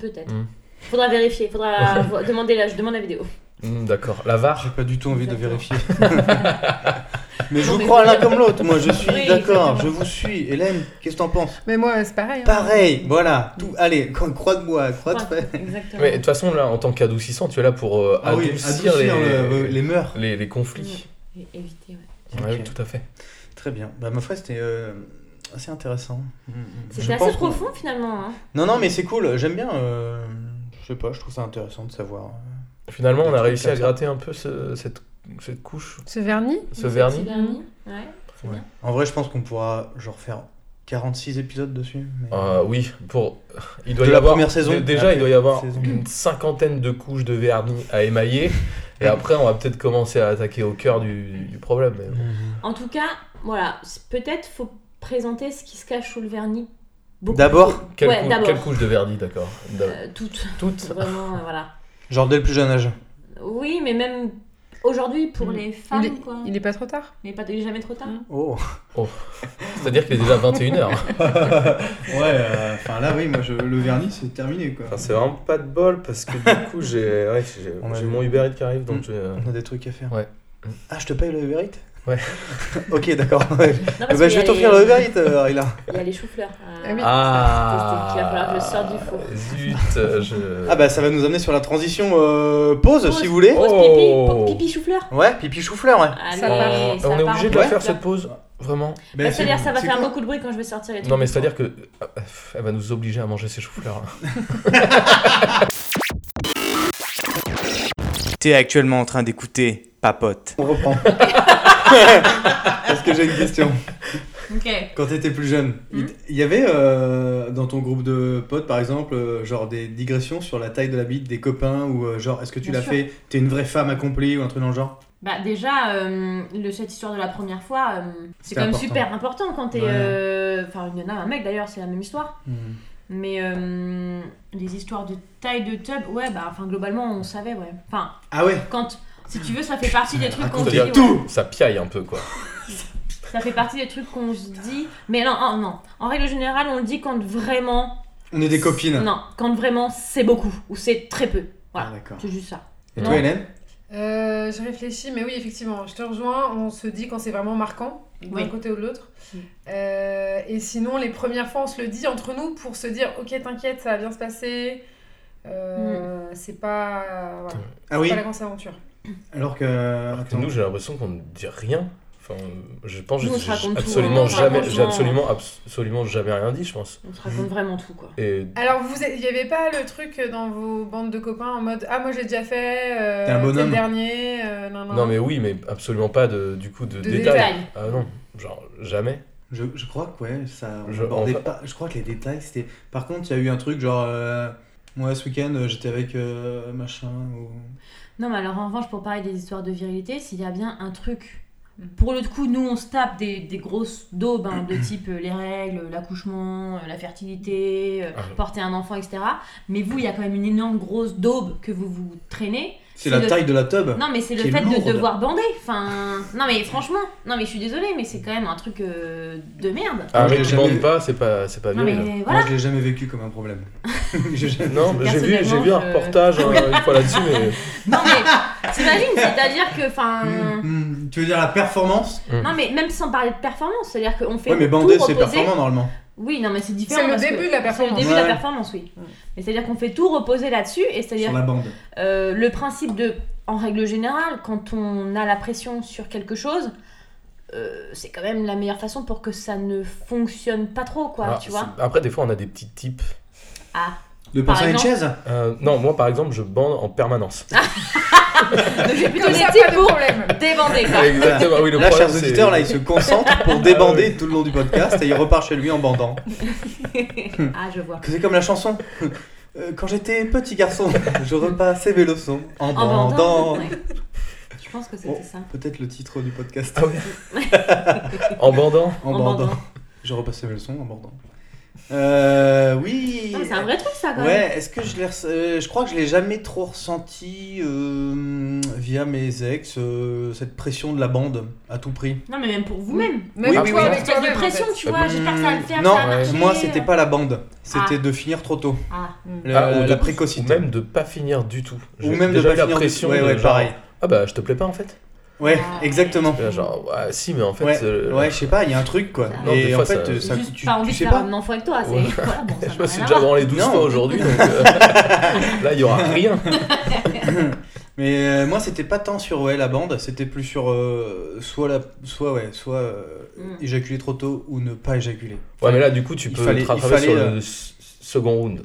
C: Peut-être.
D: Hmm.
C: Faudra vérifier, faudra vo- demander la, je demande la vidéo.
D: hmm, d'accord. La var.
B: Ah, J'ai pas du tout envie de
C: Exactement.
B: vérifier. mais je
C: Non,
B: vous
C: mais-
B: crois l'un comme l'autre. Moi, je suis
C: Oui,
B: d'accord.
C: exactement. Euh,
B: Je vous suis. Hélène, qu'est-ce que t'en penses
G: Mais moi, c'est pareil. hein.
B: Pareil. Voilà. Tout. Allez, cro- crois-moi. Crois-toi.
C: Exactement.
D: Mais de toute façon, là, en tant qu'adoucissant, tu es là pour euh,
B: Ah oui,
D: adoucir,
B: adoucir le-
D: les,
B: euh, les mœurs.
D: les- les conflits.
C: Et éviter, ouais.
D: Ouais,
B: Ok.
D: oui, tout à fait.
B: Très bien. Bah, ma foi, c'était euh, assez intéressant. Je
C: C'était assez
B: pense qu'on-
C: profond finalement. hein.
B: Non, non, mais c'est cool. J'aime bien. euh, Je sais pas, je trouve ça intéressant de savoir.
D: Finalement,
B: Des
D: on a
B: trucs
D: réussi
B: comme
D: à
B: ça.
D: gratter un peu ce- cette, cette couche,
G: Ce vernis
D: ce vernis.
C: Ouais.
B: Ouais. En vrai, je pense qu'on pourra genre faire 46 épisodes dessus. mais-
D: Euh, oui, pour il doit
B: De
D: y
B: la
D: avoir
B: première saison.
D: dé- Déjà,
B: Après,
D: il doit y avoir
B: saison.
D: une cinquantaine de couches de vernis à émailler, et après, on va peut-être commencer à attaquer au cœur du, du problème. mais bon.
C: En tout cas, voilà, c- peut-être faut présenter ce qui se cache sous le vernis. beaucoup
B: D'abord,
C: plus-
D: Quelle,
C: ouais,
D: cou-
C: d'abord.
D: quelle couche de vernis, d'accord D'a-
C: Euh, toutes,
D: Toutes.
C: vraiment, euh, voilà.
B: genre dès le plus jeune âge.
C: Oui, mais même aujourd'hui pour les femmes, quoi.
G: Il est pas trop tard
C: Mm. Il est Mm. pas, il est jamais trop tard.
B: Oh.
D: C'est-à-dire qu'il est déjà 21h.
B: Ouais, euh, enfin là, oui, moi, je- le vernis, c'est terminé, quoi.
D: c'est vraiment pas de bol parce que du coup, j'ai
B: On a j'ai vu. mon
D: mon Uber qui arrive,
C: Mm.
B: donc euh,
D: donc
B: On a des trucs à faire.
D: Ouais.
B: Ah, je te paye le Uber Eats
D: Ouais.
B: ok, d'accord. Ouais.
C: Non,
B: Eh
C: parce qu'il
B: ben, je
C: y a
B: vais t'offrir
C: les-
B: le Uber Eats, euh, Ayla.
C: Il y a les euh, choux-fleurs.
G: Ah oui.
D: Ah
C: Il va falloir que je sorte du four.
D: Zut, euh, je.
B: Ah bah, ça va nous amener sur la transition euh, pause,
C: Pause.
B: si vous voulez.
C: Pause
D: Oh.
C: pipi, pipi chou-fleur.
B: Ouais, pipi chou-fleur, ouais.
C: Allez,
G: Ça part.
D: on,
C: ça
D: on est
C: part
D: obligé de
C: en
D: la
C: fleurs.
D: faire cette pause, vraiment.
C: Bah, C'est-à-dire, ça va faire beaucoup de bruit quand je vais sortir les trucs.
D: Non, mais c'est-à-dire que euh, elle va nous obliger à manger ses hein. choux-fleurs. là.
A: T'es actuellement en train d'écouter Papote.
B: On reprend. Parce que j'ai une question.
C: Ok.
B: Quand t'étais plus jeune, il
C: Hmm.
B: il y avait euh, dans ton groupe de potes, par exemple, euh, genre des digressions sur la taille de la bite des copains ou euh, genre est-ce que tu
C: Bien
B: l'as
C: sûr.
B: fait, t'es une vraie femme accomplie ou un truc dans le genre
C: Bah, déjà, euh, le, cette histoire de la première fois, euh, c'est
B: C'était
C: quand même
B: important.
C: super important quand t'es.
B: Ouais.
C: euh, Enfin, il y en a un mec d'ailleurs, c'est la même histoire.
B: Hmm.
C: Mais euh, les histoires de taille de tub, ouais, bah, enfin, globalement, on savait, ouais. Enfin,
B: Ah ouais
C: quand. Si tu veux, ça fait partie des trucs qu'on se dit.
D: raconte-le
C: ouais.
B: tout
D: Ça piaille un peu, quoi.
C: Ça fait partie des trucs qu'on se dit. Mais non, non, non. En règle générale, on le dit quand vraiment.
B: On est des copines.
C: Non, quand vraiment c'est beaucoup ou c'est très peu.
B: Ah
C: Voilà.
B: d'accord.
C: C'est juste ça.
B: Et
C: Non.
B: toi Hélène
G: Euh, je réfléchis, mais oui, effectivement, je te rejoins. On se dit quand c'est vraiment marquant, d'un
C: Oui.
G: côté ou de l'autre.
C: Oui.
G: Euh, et sinon, les premières fois, on se le dit entre nous pour se dire Ok, t'inquiète, ça va bien se passer.
C: Hmm.
G: Euh, C'est pas, voilà,
B: Ah
G: c'est
B: oui
G: pas la grosse aventure.
B: Alors que...
D: Parce que nous, j'ai l'impression qu'on ne dit rien. Enfin, je pense que
C: Nous, on se
D: j'ai
C: raconte tout,
D: absolument
C: hein.
D: jamais, j'ai
C: Franchement.
D: absolument, absolument jamais rien dit, je pense.
C: On se
B: Mmh.
C: raconte vraiment tout, quoi.
D: Et
G: Alors, vous, il n'y avait pas le truc dans vos bandes de copains en mode Ah, moi j'ai déjà fait, euh,
B: T'es un
G: t'es
B: bonhomme.
G: le dernier. euh, nan, nan.
D: non, mais oui, mais absolument pas de, du coup de,
G: De
D: détails.
G: détails.
D: Ah non, genre jamais.
B: Je, je crois que ouais, ça... on
D: Je-
B: abordait
D: en fait-
B: pas... je crois que les détails c'était... Par contre, il y a eu un truc genre... euh, Moi ce week-end euh, j'étais avec euh, machin ou...
C: Non, mais alors en revanche, pour parler des histoires de virilité, s'il y a bien un truc. Pour le coup, nous, on se tape des, des grosses daubes hein, de
B: Mmh.
C: type euh, les règles, l'accouchement, euh, la fertilité, euh,
D: Ah.
C: porter un enfant, etc. Mais vous, il y a quand même une énorme grosse daube que vous vous traînez.
B: C'est la
C: le-
B: taille de la tub
C: Non, mais c'est le
B: Euh, Qui est
C: fait
B: lourde.
C: de devoir bander. Enfin, non, mais franchement, non, mais je suis désolée, mais c'est quand même un truc euh, de merde.
D: Ah,
B: je l'ai
D: mais tu
B: jamais
D: demandes
B: vu.
D: pas, c'est pas, c'est pas
C: Non,
D: viril.
C: mais
B: Moi
C: voilà.
B: je l'ai jamais vécu comme un problème. J'ai jamais-
D: Non, mais j'ai vu, j'ai vu un
C: Personnellement, je-
D: reportage hein, une fois là-dessus, mais
C: Non, mais t'imagines, c'est-à-dire que, enfin.
B: Hmm, hmm, Tu veux dire la performance
C: Non, mais même sans parler de performance, c'est-à-dire qu'on fait.
B: Ouais, mais
C: tout
B: bander, c'est
C: reposer-
B: performant normalement.
C: Oui, non, mais c'est différent.
G: C'est le
C: parce que-
G: début de
C: C'est
G: la
C: le
G: performance.
C: début de
B: Ouais.
C: la performance, oui.
G: Ouais.
C: Mais c'est-à-dire qu'on fait tout reposer là-dessus, et
B: Sur
C: c'est-à-dire
B: la bande.
C: euh, le principe de, en règle générale, quand on a la pression sur quelque chose, euh, c'est quand même la meilleure façon pour que ça ne fonctionne pas trop, quoi,
D: Ah,
C: tu vois.
D: c'est- Après, des fois, on a des petits types.
C: Ah,
B: De
C: Par
B: penser à une
C: exemple-
B: chaise
D: Euh, non, moi, par exemple, je bande en permanence.
C: Ah, donc j'ai plutôt
G: Comme
C: des
G: ça,
C: types
G: pas de
C: pour
G: problème.
C: débander, quoi.
D: Exactement, oui, le
B: Là,
D: problème,
B: chers
D: c'est-
B: auditeurs, là, il se concentre pour débander tout le long du podcast et il repart chez lui en bandant.
C: Ah, je vois.
B: C'est comme la chanson. Euh, Quand j'étais petit garçon, je repassais mes leçons en
C: En bandant.
B: bandant.
C: ouais. Je pense que c'était
B: Oh,
C: ça.
B: Peut-être le titre du podcast.
D: Ah ouais. En bandant
B: En,
C: En
B: bandant.
C: bandant.
B: Je repassais mes leçons en bandant. Euh, oui.
C: Non, mais c'est un vrai truc, ça, quand même.
B: Ouais, est-ce que je l'ai res- euh, Je crois que je l'ai jamais trop ressenti euh, via mes ex, euh, cette pression de la bande à tout prix.
C: Non, mais même pour vous-même.
G: Même
B: Oui, oui,
G: toi
B: oui.
G: avec
C: Une espèce
G: toi-même.
C: de
G: en
C: pression,
G: fait.
C: tu
D: Euh,
C: vois. J'espère que ça va le faire, ça
B: Non,
C: va
D: ouais.
C: marcher.
B: Moi, c'était pas la bande, c'était
C: Ah.
B: de finir trop tôt.
C: Ah.
B: Le-
D: Ah, ou de-
B: la
D: Ou
B: précocité.
D: même de pas finir du tout. J'ai
B: Ou même de
D: déjà
B: pas
D: eu la
B: finir du
D: pression
B: tout. Ouais,
D: de
B: ouais,
D: genre,
B: pareil.
D: Ah bah, je te plais pas en fait.
B: Ouais,
C: Ah.
B: exactement.
D: Et là, Genre, ouais, si, mais en fait.
B: Ouais,
D: euh,
B: ouais, je sais pas, il y a un truc quoi.
D: Non,
B: Et
D: des
B: en
D: fois,
B: fait,
D: ça-
B: euh, ça,
C: Juste
B: tu,
C: pas envie
B: tu sais
C: de faire
B: pas.
C: un enfant avec toi. c'est-
D: Ouais.
C: Voilà, bon, ça
D: Je
C: n'a
D: me suis
C: rien à
D: déjà
C: voir.
D: branlé 12
B: Non.
D: fois aujourd'hui, donc euh, là il y aura rien.
B: Mais euh, moi, c'était pas tant sur ouais, la bande, c'était plus sur euh, soit, la, soit, ouais, soit euh,
C: Mm.
B: éjaculer trop tôt ou ne pas éjaculer.
D: Ouais, mais là du coup tu
B: Il
D: peux
B: fallait-
D: te rattraper
B: il fallait,
D: sur
B: euh,
D: le s- second round.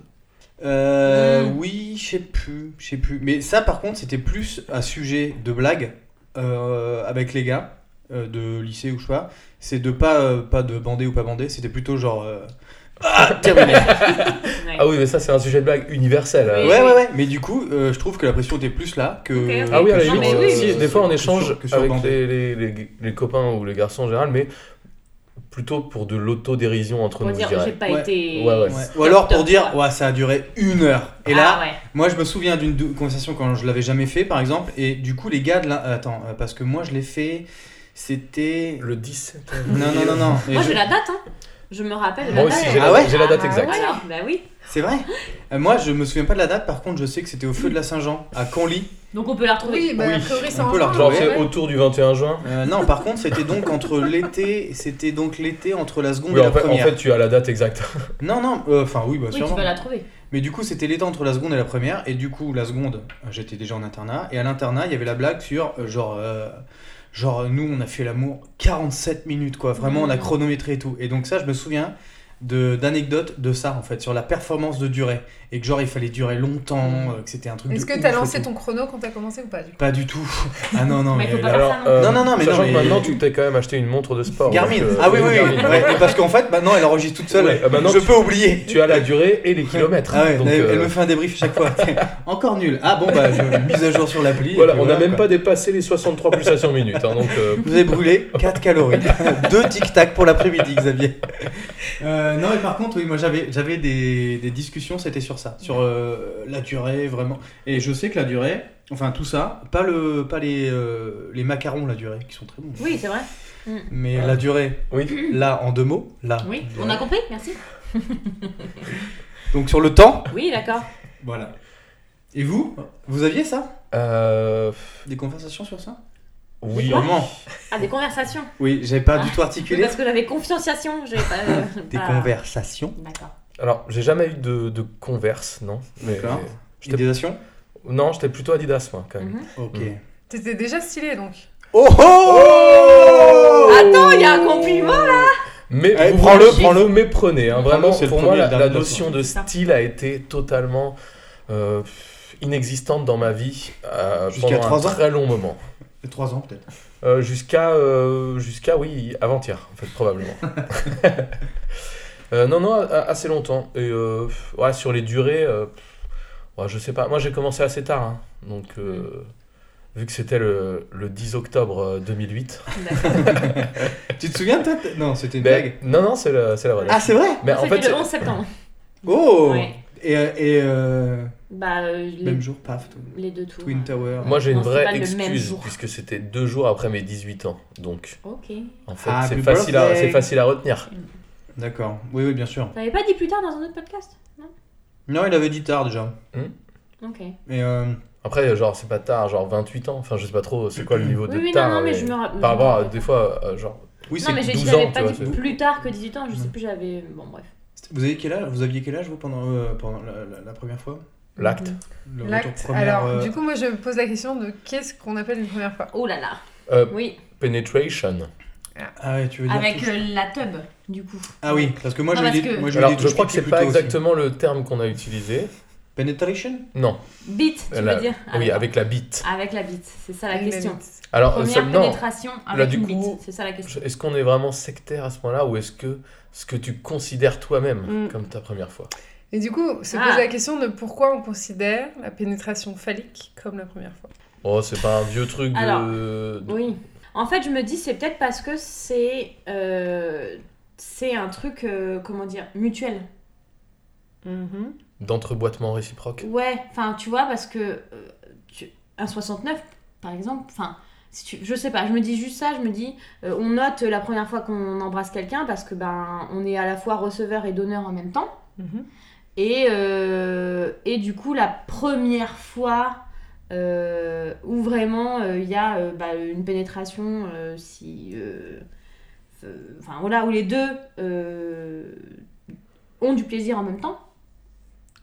B: Euh,
D: Hmm.
C: Mm.
B: Oui, je sais plus, je sais plus. Mais ça, par contre, c'était plus un sujet de blague euh, avec les gars euh, de lycée ou je sais pas. C'est de pas, euh, pas de bander ou pas bander, c'était plutôt genre. euh, Ah, terminé.
C: Ouais.
D: Ah oui, mais ça c'est un sujet de blague universel.
C: Oui.
D: euh.
B: ouais, ouais, ouais. Mais du coup, euh, je trouve que la pression était plus là que.
C: Ok, ok.
D: Ah oui, à la
C: Non,
D: limite,
C: mais oui.
D: si, des fois on échange
B: que sur
D: avec
B: bander.
D: les, les- les- les copains ou les garçons en général, mais plutôt pour de l'autodérision entre
C: Pour
D: nous, je
C: dire,
D: dirais.
C: j'ai pas
B: Ouais.
C: été.
D: Ouais, ouais.
B: Ouais.
C: Top,
B: Ou alors pour
C: top,
B: dire,
C: quoi.
B: ouais, ça a duré une heure. Et là,
C: Ah ouais.
B: moi je me souviens d'une dou- conversation quand je l'avais jamais fait, par exemple, et du coup les gars de la... Attends, euh, parce que moi je l'ai fait, c'était...
D: Le 17.
B: Non, non, non, non. Et
C: Moi,
B: je-
C: j'ai la date, hein. Je me rappelle.
D: Moi
C: la
D: aussi
C: date.
D: j'ai la,
B: Ah ouais
D: j'ai la date
G: Ah
D: exacte.
C: Ouais, alors, bah oui.
B: C'est vrai Euh, Moi je me souviens pas de la date, par contre je sais que c'était au feu de la Saint-Jean, à Conly.
C: Donc on peut la retrouver.
G: Oui, bah,
B: Oui,
G: a priori, c'est
B: on
G: en
B: peut la
G: juin,
D: Genre
B: Ouais,
D: c'est
G: ouais.
D: autour du 21 juin.
B: Euh, non, par contre c'était donc entre l'été, c'était donc l'été entre la seconde
D: Oui,
B: et la
D: en fait, en
B: première.
D: fait, tu as la date exacte.
B: Non, non, euh, enfin oui, bah
C: Oui, tu
B: sûrement.
C: vas la trouver.
B: Mais du coup, c'était l'été entre la seconde et la première, et du coup, la seconde, euh, j'étais déjà en internat, et à l'internat, il y avait la blague sur euh, genre. euh, Genre, euh, nous, on a fait l'amour 47 minutes, quoi. Vraiment, on
G: Mmh.
B: a chronométré et tout. Et donc, ça, je me souviens de- d'anecdotes de, ça, en fait, sur la performance de durée. Et que, genre, il fallait durer longtemps, euh, que c'était un truc.
G: Mmh. Est-ce
B: de
G: que
B: ouf
G: t'as
B: et
G: lancé
B: tout.
G: ton chrono quand t'as commencé ou pas du coup
B: Pas du tout. Ah non, non,
C: Mais
B: mais.
C: faut pas
B: là-
C: faire ça, non.
D: euh,
B: Non, non, non, mais
D: sachant
B: non, mais-
D: que maintenant, tu t'es quand même acheté une montre de sport.
B: Garmin
D: donc, euh,
B: Ah oui, oui, oui.
D: Garmin.
B: ouais, et parce qu'en fait, maintenant, elle enregistre toute seule.
D: Ouais, euh, maintenant,
B: je
D: tu-
B: peux oublier.
D: Tu as la durée et les kilomètres.
B: Ah ouais,
D: donc,
B: elle,
D: euh,
B: elle me fait un débrief chaque fois. Encore nul. Ah bon, bah, je- mise à jour sur l'appli. et
D: Voilà,
B: puis
D: on n'a même
B: quoi.
D: pas dépassé les 63 pulsations minutes. hein, donc, euh,
B: Vous avez brûlé 4 calories. 2 tic-tac pour l'après-midi, Xavier. Euh, non, mais par contre, oui, moi j'avais, j'avais des, des discussions, c'était sur ça, sur euh, la durée, vraiment. Et je sais que la durée, enfin tout ça, pas, le, pas les, euh, les macarons, la durée, qui sont très bons.
C: Oui, c'est vrai.
B: Mais
D: Ouais.
B: la durée,
D: oui.
B: là, en deux mots, là.
C: Oui, on a compris, merci.
B: Donc sur le temps,
C: Oui, d'accord.
B: voilà. Et vous, vous aviez ça
D: Euh,
B: Des conversations sur ça
D: oui.
B: Sûrement.
C: Ah, des conversations.
B: Oui, j'avais pas du
C: Ah.
B: tout articulé.
C: Parce que j'avais confianciation. J'avais pas. euh,
B: Des
C: pas-
B: conversations.
C: D'accord.
D: Alors, j'ai jamais eu de, de converse, non. Mais,
B: D'accord.
D: J'étais-
B: Idéation
D: Non, j'étais plutôt Adidas, moi, quand même.
C: Mhm.
B: Ok.
D: Mm.
G: T'étais déjà stylé donc.
B: Oh oh
C: Attends, il y a un compliment.
D: Mais
B: Allez,
D: vous
B: Eh, prends-le,
D: vous
B: prends-le.
D: méprenez. hein,
B: Prends-le,
D: vraiment,
B: c'est le
D: pour moi,
B: premier et
D: la,
B: le dernier
D: la
B: de la
D: notion de
C: soirée.
D: style a été totalement euh, inexistante dans ma vie euh,
B: Jusqu'à
D: pendant un
B: trois ans
D: très long moment.
B: 3 ans peut-être.
D: Euh, jusqu'à, euh, jusqu'à, oui, avant-hier, en fait, probablement. Euh, non, non, a- assez longtemps. Et euh, ouais, sur les durées, euh, ouais, je sais pas. Moi, j'ai commencé assez tard. hein. donc, euh, vu que c'était le, le 10 octobre euh, 2008.
C: D'accord.
B: Tu te souviens toi t- Non, c'était une
D: Mais-
B: blague.
D: non, non, c'est la, c'est la vraie.
B: Ah, c'est vrai
D: Mais en
C: C'était
D: fait,
C: le 11 septembre.
B: Oh
C: Ouais.
B: Et, euh, et euh,
C: Bah, euh, les,
B: même jour, paf, tout-
C: les deux tours.
B: Twin Tower.
D: Moi j'ai une
C: Non, c'est pas
D: vraie
C: le même
D: excuse
C: jour.
D: puisque c'était deux jours après mes 18 ans. Donc
C: Ok.
D: en fait
B: Ah,
D: c'est
B: mais
D: facile, à,
B: parfait.
D: c'est facile à retenir.
B: D'accord. Oui, oui, bien sûr.
C: T'avais pas dit plus tard dans un autre podcast Non
B: Non, il avait dit tard déjà.
C: Ok.
B: Mais euh,
D: Après genre c'est pas tard, genre 28 ans. Enfin je sais pas trop c'est quoi le niveau
C: Oui,
D: de
C: oui, non,
D: tard.
C: non, mais
D: mais
C: je me rappelle.
D: Par rapport à des fois euh, genre...
B: oui,
C: Non, mais
B: c'est
C: j'ai dit,
B: 12
C: j'avais
B: ans,
D: ans,
C: pas
D: tu
C: dit
D: vois, c'est-
C: plus tard que 18 ans, je sais plus, j'avais. euh, Bon, bref.
B: Vous aviez quel âge Vous aviez quel âge vous pendant euh, pendant la, la- la première fois
D: L'acte.
C: Mm.
B: Le retour
G: L'acte.
B: première,
G: Alors,
B: euh,
G: du coup, moi je me pose la question de qu'est-ce qu'on appelle une première fois
C: Oh là là.
D: Euh,
C: Oh Oui.
D: Penetration.
B: Ah ouais, tu veux dire.
C: Avec
B: tout-
C: euh, la tub, du coup.
B: Ah oui, parce que moi,
C: Non,
B: je,
C: parce
B: dis,
C: que-
B: moi je,
D: Alors,
B: dis
D: je crois que c'est pas exactement le terme qu'on a utilisé.
B: Penetration
D: Non.
C: Bite, tu
D: La-
C: veux dire Ah,
D: Oui,
C: d'accord.
D: avec la bite.
C: Avec la bite, c'est ça la
G: Une
C: question.
G: limite.
D: Alors, euh,
C: Première
D: ça- non.
C: pénétration avec
D: du
C: une
D: coup,
C: bite, c'est ça la question.
D: Je- Est-ce qu'on est vraiment sectaire à ce point-là ou est-ce que ce que tu considères toi-même
G: Mm.
D: comme ta première fois
G: Et du coup, se
C: Ah.
G: pose la question de pourquoi on considère la pénétration phallique comme la première fois.
D: Oh, c'est pas un vieux truc de.
C: Alors,
D: de-
C: Oui. En fait, je me dis, c'est peut-être parce que c'est euh, c'est un truc, euh, comment dire, mutuel. Mm-hmm.
D: D'entreboîtement réciproque.
C: Ouais, enfin, tu vois, parce que euh, tu- un 69, par exemple, enfin, si tu- je sais pas, je me dis juste ça, je me dis, euh, on note la première fois qu'on embrasse quelqu'un parce que ben, on est à la fois receveur et donneur en même temps. Mm-hmm.
G: Mhm.
C: Et, euh, et du coup, la première fois euh, où vraiment euh, il y a euh, bah, une pénétration, euh, si. euh, euh, Enfin voilà, où les deux euh, ont du plaisir en même temps.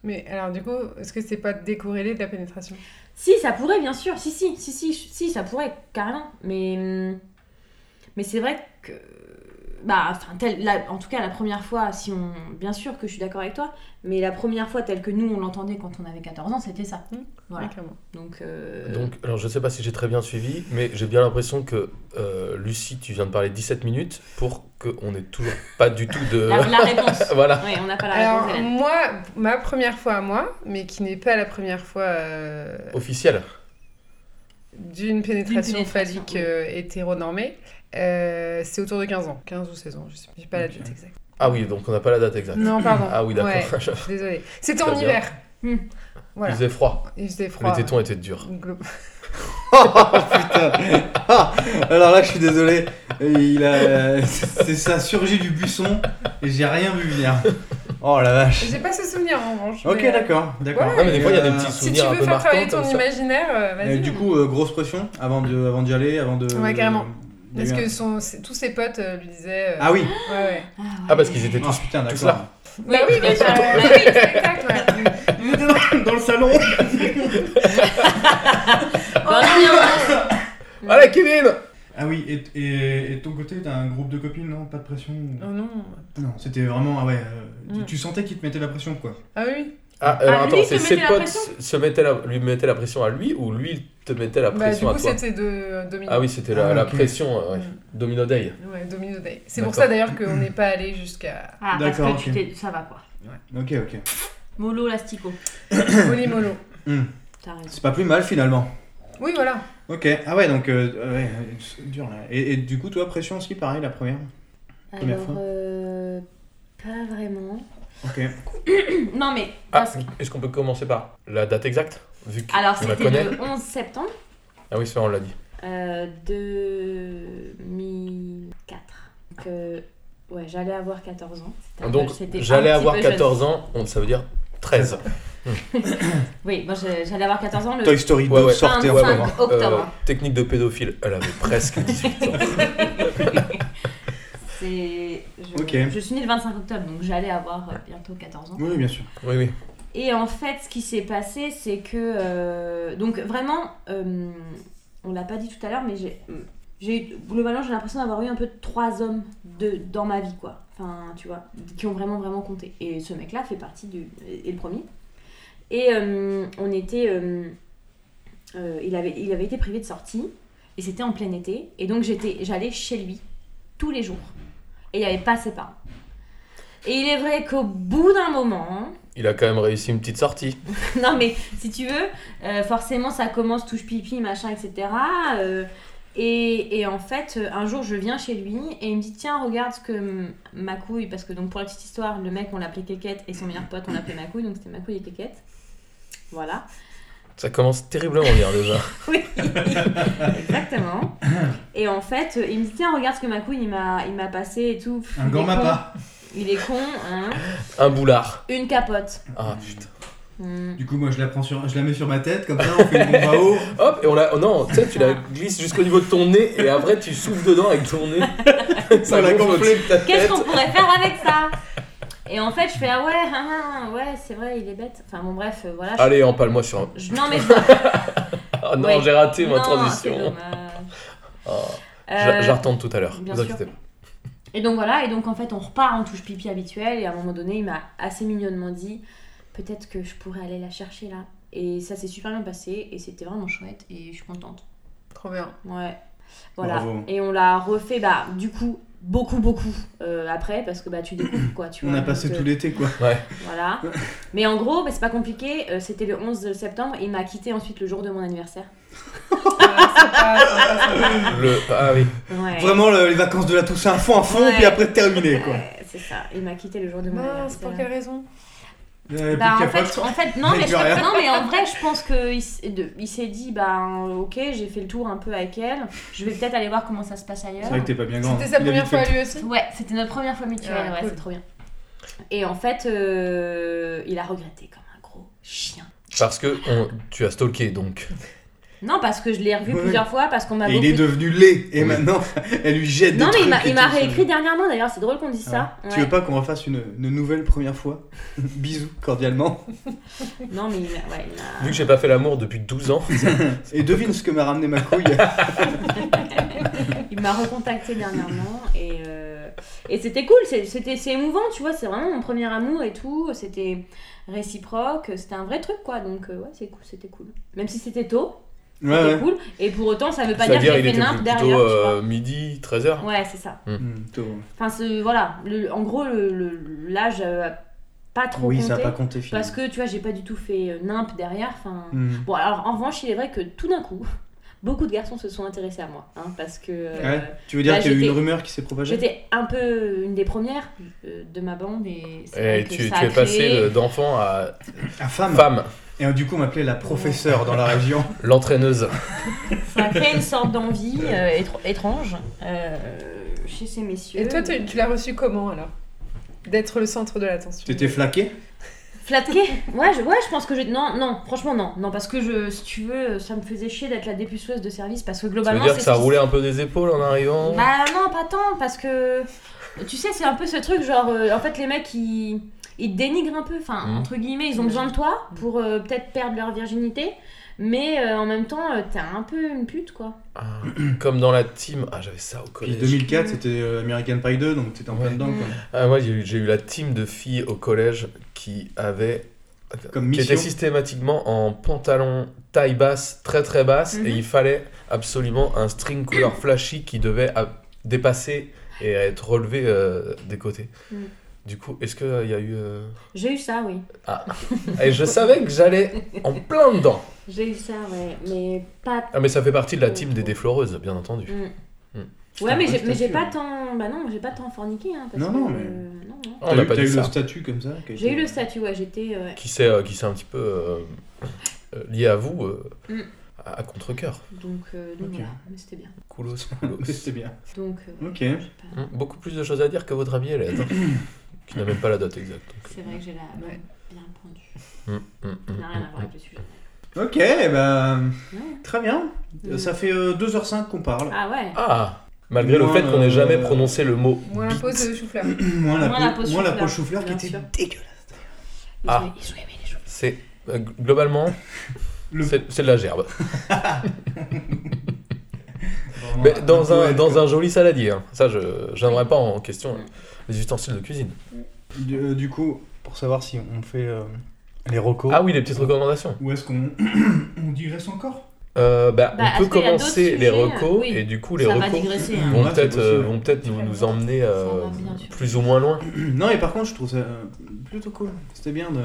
G: Mais alors, du coup, est-ce que c'est pas décorrélé de la pénétration
C: Si, ça pourrait, bien sûr. Si, si, si, si, si ça pourrait, carrément. Mais, hum, mais c'est vrai que. Bah, enfin, tel- la- en tout cas, la première fois, si on. Bien sûr que je suis d'accord avec toi, mais la première fois, telle que nous, on l'entendait quand on avait 14 ans, c'était ça. Voilà.
G: Oui, clairement.
C: Donc. euh,
D: Donc, alors je sais pas si j'ai très bien suivi, mais j'ai bien l'impression que euh, Lucie, tu viens de parler 17 minutes pour qu'on ait toujours pas du tout
B: euh,
D: de.
C: la, la réponse.
D: voilà.
C: Oui, on n'a pas la
G: Alors,
C: réponse, Hélène.
G: moi, ma première fois à moi, mais qui n'est pas la première fois euh,
D: Officielle.
G: d'une pénétration,
C: pénétration,
G: phallique
C: oui.
G: euh, hétéronormée, euh, c'est autour de 15 ans. 15 ou 16 ans, je sais pas, j'ai pas la date exacte.
D: Ah oui, donc on n'a pas la date exacte.
G: Non, pardon.
D: Ah oui, d'accord.
G: Ouais, je suis désolée. C'était en
D: Très bien.
G: hiver.
C: Hmm.
D: Il
G: Voilà.
D: faisait froid.
G: Il faisait froid.
D: Les tétons étaient durs.
G: Glo-
B: Putain Ah, Alors là, je suis désolé. Il a... C'est ça, surgit du buisson et j'ai rien vu venir. Oh la vache.
G: J'ai pas ce souvenir en revanche.
B: Ok,
G: mais, euh,
B: d'accord. d'accord.
D: Non, mais des fois, il y a des
B: Euh,
D: petits
G: Si tu
D: souvenirs un
G: veux
D: peu
G: faire
D: marquants.
G: travailler ton
D: comme ça.
G: imaginaire, euh,
B: Euh,
G: vas-y.
B: du coup, euh, grosse pression avant de, avant d'y aller, avant de.
G: Ouais, carrément.
B: il y a
G: Parce
B: eu un-
G: que son- ses- tous ses potes euh, lui disaient. euh,
B: Ah oui.
G: Ouais, ouais.
D: Ah, parce qu'ils étaient
B: Ah,
D: tous.
B: putain,
D: tous
B: d'accord.
G: Bah oui, bien sûr.
C: Ah,
G: Bah oui, spectacle, ouais.
B: Vous étiez dans, dans le salon.
C: Bah, bien.
D: Allez, Kevin
B: Ah oui. Et, et, et de ton côté, t'as un groupe de copines, non Pas de pression. ou-
G: Oh non.
B: Non, c'était vraiment ah ouais. euh, tu-
G: Mm.
B: Tu sentais qu'ils te mettaient la pression, quoi.
G: Ah oui.
D: Ah, alors,
C: Ah, lui,
D: attends,
C: il te
D: c'est ses
C: mettait la
D: potes
C: pression
D: se mettaient la- lui mettaient la pression à lui ou lui te mettait la
G: Bah, du
D: pression
G: coup,
D: à toi
G: c'était de euh, Domino.
D: Ah oui, c'était la,
B: Ah,
D: la
B: ok.
D: pression, euh, ouais.
G: Mm.
D: Domino Day.
G: Ouais, Domino Day. C'est pour
D: D'accord.
G: ça d'ailleurs qu'on n'est pas allé jusqu'à
C: Ah, parce
B: D'accord,
C: que tu
B: ok.
C: t'es- ça va quoi.
B: Ok, ok.
C: Molo Lastico.
G: Molimolo.
C: T'as raison.
B: C'est pas plus mal finalement.
G: Oui, voilà.
B: Ok, ah ouais, donc euh, ouais, euh, c'est dur là. Et, et du coup, toi, pression aussi, pareil, la première. Première
C: Alors,
B: fois.
C: euh, pas vraiment.
B: Ok.
C: Non, mais.
D: Ah,
C: parce que-
D: est-ce qu'on peut commencer par la date exacte Vu que
C: Alors,
D: tu la
C: c'était
D: connais.
C: le 11 septembre.
D: Ah oui, ça, on l'a dit.
C: Euh, 2004. Donc, euh, ouais, j'allais avoir 14 ans. C'était un
D: Ah, Donc,
C: peu- c'était un
D: j'allais
C: petit
D: avoir
C: peu jeune.
D: 14 ans, on- ça veut dire 13.
C: Oui, moi j'ai- j'allais avoir 14 ans le
B: Toy Story 2
D: Euh, Ouais, ouais.
B: sortait en
D: Ouais,
B: ce
D: ouais.
B: moment.
C: octobre.
D: technique de pédophile, elle avait presque 18 ans.
C: C'est- Je,
B: Ok.
C: je suis née le 25 octobre, donc j'allais avoir euh, bientôt 14 ans.
B: Oui, bien sûr.
D: Oui, oui.
C: Et en fait, ce qui s'est passé, c'est que. euh, donc, vraiment, euh, on l'a pas dit tout à l'heure, mais j'ai. euh, j'ai eu- Globalement, j'ai l'impression d'avoir eu un peu trois hommes de, dans ma vie, quoi. Enfin, tu vois, qui ont vraiment, vraiment compté. Et ce mec-là fait partie du. est le premier. Et euh, on était. euh, euh, il, avait, il avait été privé de sortie, et c'était en plein été. Et donc, j'étais, j'allais chez lui tous les jours. Et il n'y avait pas ses parents. Et il est vrai qu'au bout d'un moment,
D: Il a quand même réussi une petite sortie.
C: non mais si tu veux, euh, forcément ça commence touche pipi, machin, etc. euh, et, et en fait, euh, un jour je viens chez lui et il me dit tiens regarde ce que m- ma couille, parce que donc pour la petite histoire, le mec on l'appelait Kékette et son meilleur pote on l'appelait ma couille, donc c'était ma couille et Kékette. Voilà.
D: Ça commence terriblement bien déjà.
C: Oui, exactement. Et en fait, euh, il me dit tiens regarde ce que ma couille il m'a il m'a passé et tout. Pff,
B: Un
C: il est
B: grand
C: con.
B: mappa.
C: Il est con, hein.
D: Un boulard.
C: Une capote.
D: Ah putain.
C: Hmm.
B: Du coup, moi, je la, prends sur... je la mets sur ma tête, comme ça, on fait une bombe à eau.
D: Hop, et on l'a. oh Non, tu sais, tu la glisses jusqu'au niveau de ton nez et après tu souffles dedans avec ton nez.
B: On l'a
D: gonfle
B: gonflé
D: au-dessus de ta
C: Qu'est-ce
D: tête.
C: qu'on pourrait faire avec ça Et en fait, je fais ah ouais, ah, ah, ouais, c'est vrai, il est bête. Enfin bon, bref, euh, voilà. je-
D: Allez, empale-moi sur un.
C: je- non mais
D: Ah non,
C: Ouais.
D: j'ai raté
C: non,
D: ma
C: c'est
D: transition.
C: dommage.
D: Ah. J'a-
C: Euh,
D: J'en retourne tout à l'heure.
C: bien
D: vous
C: sûr.
D: inquiétez pas.
C: Et donc voilà, et donc en fait on repart en touche pipi habituelle et à un moment donné il m'a assez mignonnement dit peut-être que je pourrais aller la chercher là. Et ça s'est super bien passé et c'était vraiment chouette et je suis contente.
G: Trop bien.
C: Ouais. Voilà.
B: Bravo.
C: Et on l'a refait bah du coup beaucoup beaucoup euh, après parce que bah tu découvres quoi tu
B: On
C: vois.
B: a passé
C: Donc,
B: tout
C: euh,
B: l'été, quoi.
C: Voilà. Mais en gros, bah, c'est pas compliqué, euh, c'était le 11 septembre et il m'a quitté ensuite le jour de mon anniversaire.
G: Ah, c'est pas-
D: Le... Ah oui.
C: Ouais.
B: Vraiment le- les vacances de la Toussaint à fond, à fond,
C: Ouais.
B: puis après terminé, quoi.
C: Ouais, c'est ça, il m'a quitté le jour de mon
G: Mince,
C: anniversaire.
G: Bah, pour quelle raison
B: Euh,
C: Bah,
B: plus
C: en,
B: qu'à pas de
C: fait,
B: temps.
C: en fait, non, mais,
B: plus
C: je-
B: rien.
C: non, mais en vrai, je pense qu'il s- de- il s'est dit, bah ok, j'ai fait le tour un peu avec elle, je vais peut-être aller voir comment ça se passe ailleurs.
B: C'est vrai que t'es pas bien grande.
G: C'était sa
B: Il a vite
G: première
B: fait
G: fois
B: le
G: lui aussi
C: Ouais, c'était notre première fois mutuelle,
G: Ah,
C: ouais,
G: cool.
C: c'est trop bien. Et en fait, euh, il a regretté comme un gros chien.
D: Parce que on- tu as stalké donc.
C: Non, parce que je l'ai revu
B: Ouais.
C: plusieurs fois, parce qu'on m'a
B: Et
C: beaucoup
B: il est devenu laid. Et
D: Oui.
B: maintenant, elle lui jette des
C: Non, mais il
B: trucs
C: m'a-
B: et
C: il m'a
B: tout, c'est-
C: réécrit dernièrement d'ailleurs, c'est drôle qu'on dise ça.
B: Ah. Tu
C: Ouais.
B: veux pas qu'on refasse une, une nouvelle première fois Bisous, cordialement.
C: Non, mais il m'a- ouais, il m'a-
D: Vu que j'ai pas fait l'amour depuis 12 ans.
B: Et devine ce que m'a ramené ma couille.
C: il m'a recontacté dernièrement et, euh, et c'était cool, c'est- c'était c'est émouvant, tu vois, c'est vraiment mon premier amour et tout, c'était réciproque, c'était un vrai truc quoi, donc euh, ouais, c'est cool, c'était cool. Même si c'était tôt,
B: Ouais,
C: c'était
B: ouais.
C: cool, et pour autant ça veut pas
D: Ça veut
C: dire que j'ai
D: dire il
C: fait
D: était
C: nimp
D: plus-
C: derrière,
D: plutôt
C: tu vois.
D: euh, midi, 13h.
C: Ouais, c'est ça.
B: Hmm, tôt.
C: Enfin, c'est- voilà, le- en gros, le- le- l'âge euh, pas trop
B: Oui,
C: compté,
B: ça a pas compté finalement.
C: parce que tu vois, j'ai pas du tout fait euh, nimp derrière, enfin...
B: Hmm.
C: Bon, alors en revanche, il est vrai que tout d'un coup, beaucoup de garçons se sont intéressés à moi. hein, parce que euh,
B: Ouais. Tu veux dire
C: bah,
B: qu'il y a eu
C: j'étais-
B: une rumeur qui s'est propagée
C: j'étais un peu une des premières euh, de ma bande. Et, c'est vrai
D: Et
C: que
D: Eh, tu,
C: ça
D: tu
C: a
D: es passé
C: créé-
D: de- d'enfant à
B: À Ah, femme.
D: femme,
B: Et euh, du coup, on m'appelait la professeure dans la région.
D: l'entraîneuse.
C: Ça a créé une sorte d'envie euh, étr- étrange euh, chez ces messieurs.
G: Et toi, tu, tu l'as reçu comment alors D'être le centre de l'attention.
B: T'étais flaqué
C: Flatqué ouais je, ouais, je pense que j'ai. Non, non, franchement, non. Non, parce que je, si tu veux, ça me faisait chier d'être la dépuceuse de service parce que
D: Ça veut
C: globalement.
D: dire que
C: c'est
D: ça
C: ce qui-
D: roulait un peu des épaules en arrivant.
C: Bah non, pas tant, parce que tu sais, c'est un peu ce truc genre, euh, en fait, les mecs ils, ils te dénigrent un peu, enfin,
B: Mmh.
D: Mhm.
C: entre guillemets, ils ont besoin de toi pour euh, peut-être perdre leur virginité, mais euh, en même temps, euh, t'es un peu une pute quoi.
D: Ah, comme dans la team. Ah, j'avais ça au
B: Puis
D: collège.
B: 2004, c'était euh, American Pie 2, donc t'étais en plein
D: Ouais.
B: dedans, quoi.
D: Ah, moi, j'ai eu, j'ai eu la team de filles au collège qui avaient.
B: Comme
D: qui étaient
B: mission.
D: systématiquement en pantalon taille basse, très très basse,
C: Mhm.
D: et il fallait absolument un string couleur flashy qui devait à- dépasser et être relevé euh, des côtés.
C: Mhm.
D: Du coup, est-ce qu'il il y a eu. euh,
C: J'ai eu ça, oui.
D: Ah. Et je savais que j'allais en plein dedans.
C: J'ai eu ça, ouais, mais pas.
D: Ah, mais ça fait partie de la team des défloreuses, bien entendu.
C: Mhm.
D: Mhm.
C: Ouais, mais
B: un
C: j'ai-
B: peu
C: mais j'ai pas
B: statut,
C: tant. Bah non, j'ai pas tant forniqué, hein, parce
B: Non,
C: que,
B: non, mais-
C: euh, non, non.
D: On
B: T'as
D: n'a
B: eu-
D: pas
B: t'as
D: dit
B: eu le
D: ça.
B: statut comme ça qui a
C: J'ai
B: été-
C: eu le statut, ouais, j'étais. euh,
D: Qui s'est euh, qui s'est un petit peu euh, euh, lié à vous euh,
C: Mm.
D: à, à contre-coeur.
C: donc, euh, donc
B: Ok.
C: voilà, mais c'était bien.
D: Coulos,
B: Mais C'était bien.
C: Donc, euh, voilà,
B: Ok.
C: j'ai pas-
D: Mm, Beaucoup plus de choses à dire que votre ami Hélène, qui n'a même pas la date exacte.
C: c'est vrai que j'ai la main
G: Ouais.
C: bien pendue.
D: Mm, mm,
B: Mmh.
C: Ça
D: mm,
C: n'a rien à
D: mm,
C: voir avec le sujet.
B: Ok, bah.
C: Ouais.
B: Très bien.
C: Mm.
B: Ça fait euh, 2h05 qu'on parle.
C: Ah ouais.
D: Ah Malgré le
B: Moins,
D: fait qu'on n'ait jamais
B: euh,
D: prononcé le mot
G: Moi,
D: bite.
G: l'impose de chou-fleur.
B: Moins la,
C: Moins
B: peau-
C: la peau
B: moins la
C: chou-fleur,
B: peau chou-fleur qui
C: bien
B: était
C: sûr.
B: dégueulasse.
C: Ils
D: Ah.
C: ont- Ils ont aimé les choses.
D: c'est euh, g- globalement
B: Le-
D: c'est c'est de la gerbe.
B: Vraiment,
D: Mais dans un
B: poète,
D: dans
B: quoi.
D: un joli saladier. hein. Ça, je j'aimerais pas en question
C: Mm.
D: les ustensiles de cuisine.
B: Du, euh, du coup, pour savoir si on fait euh, les recos.
D: Ah oui, les petites recommandations.
B: Ou est-ce qu'on on digresse encore
D: Euh, bah,
C: Bah,
D: on peut
C: est-ce qu'il y a d'autres
D: commencer les
C: sujets hein.
D: recos
C: Oui.
D: et du coup les
C: ça va
D: recos
C: digresser.
B: Mm.
C: Hein.
D: vont
B: Ouais, c'est
D: peut-être
B: possible.
D: euh, vont peut-être nous, nous emmener euh,
C: Ça va, bien sûr.
D: plus ou moins loin.
B: Non, et par contre, je trouve ça euh, plutôt cool. C'était bien de.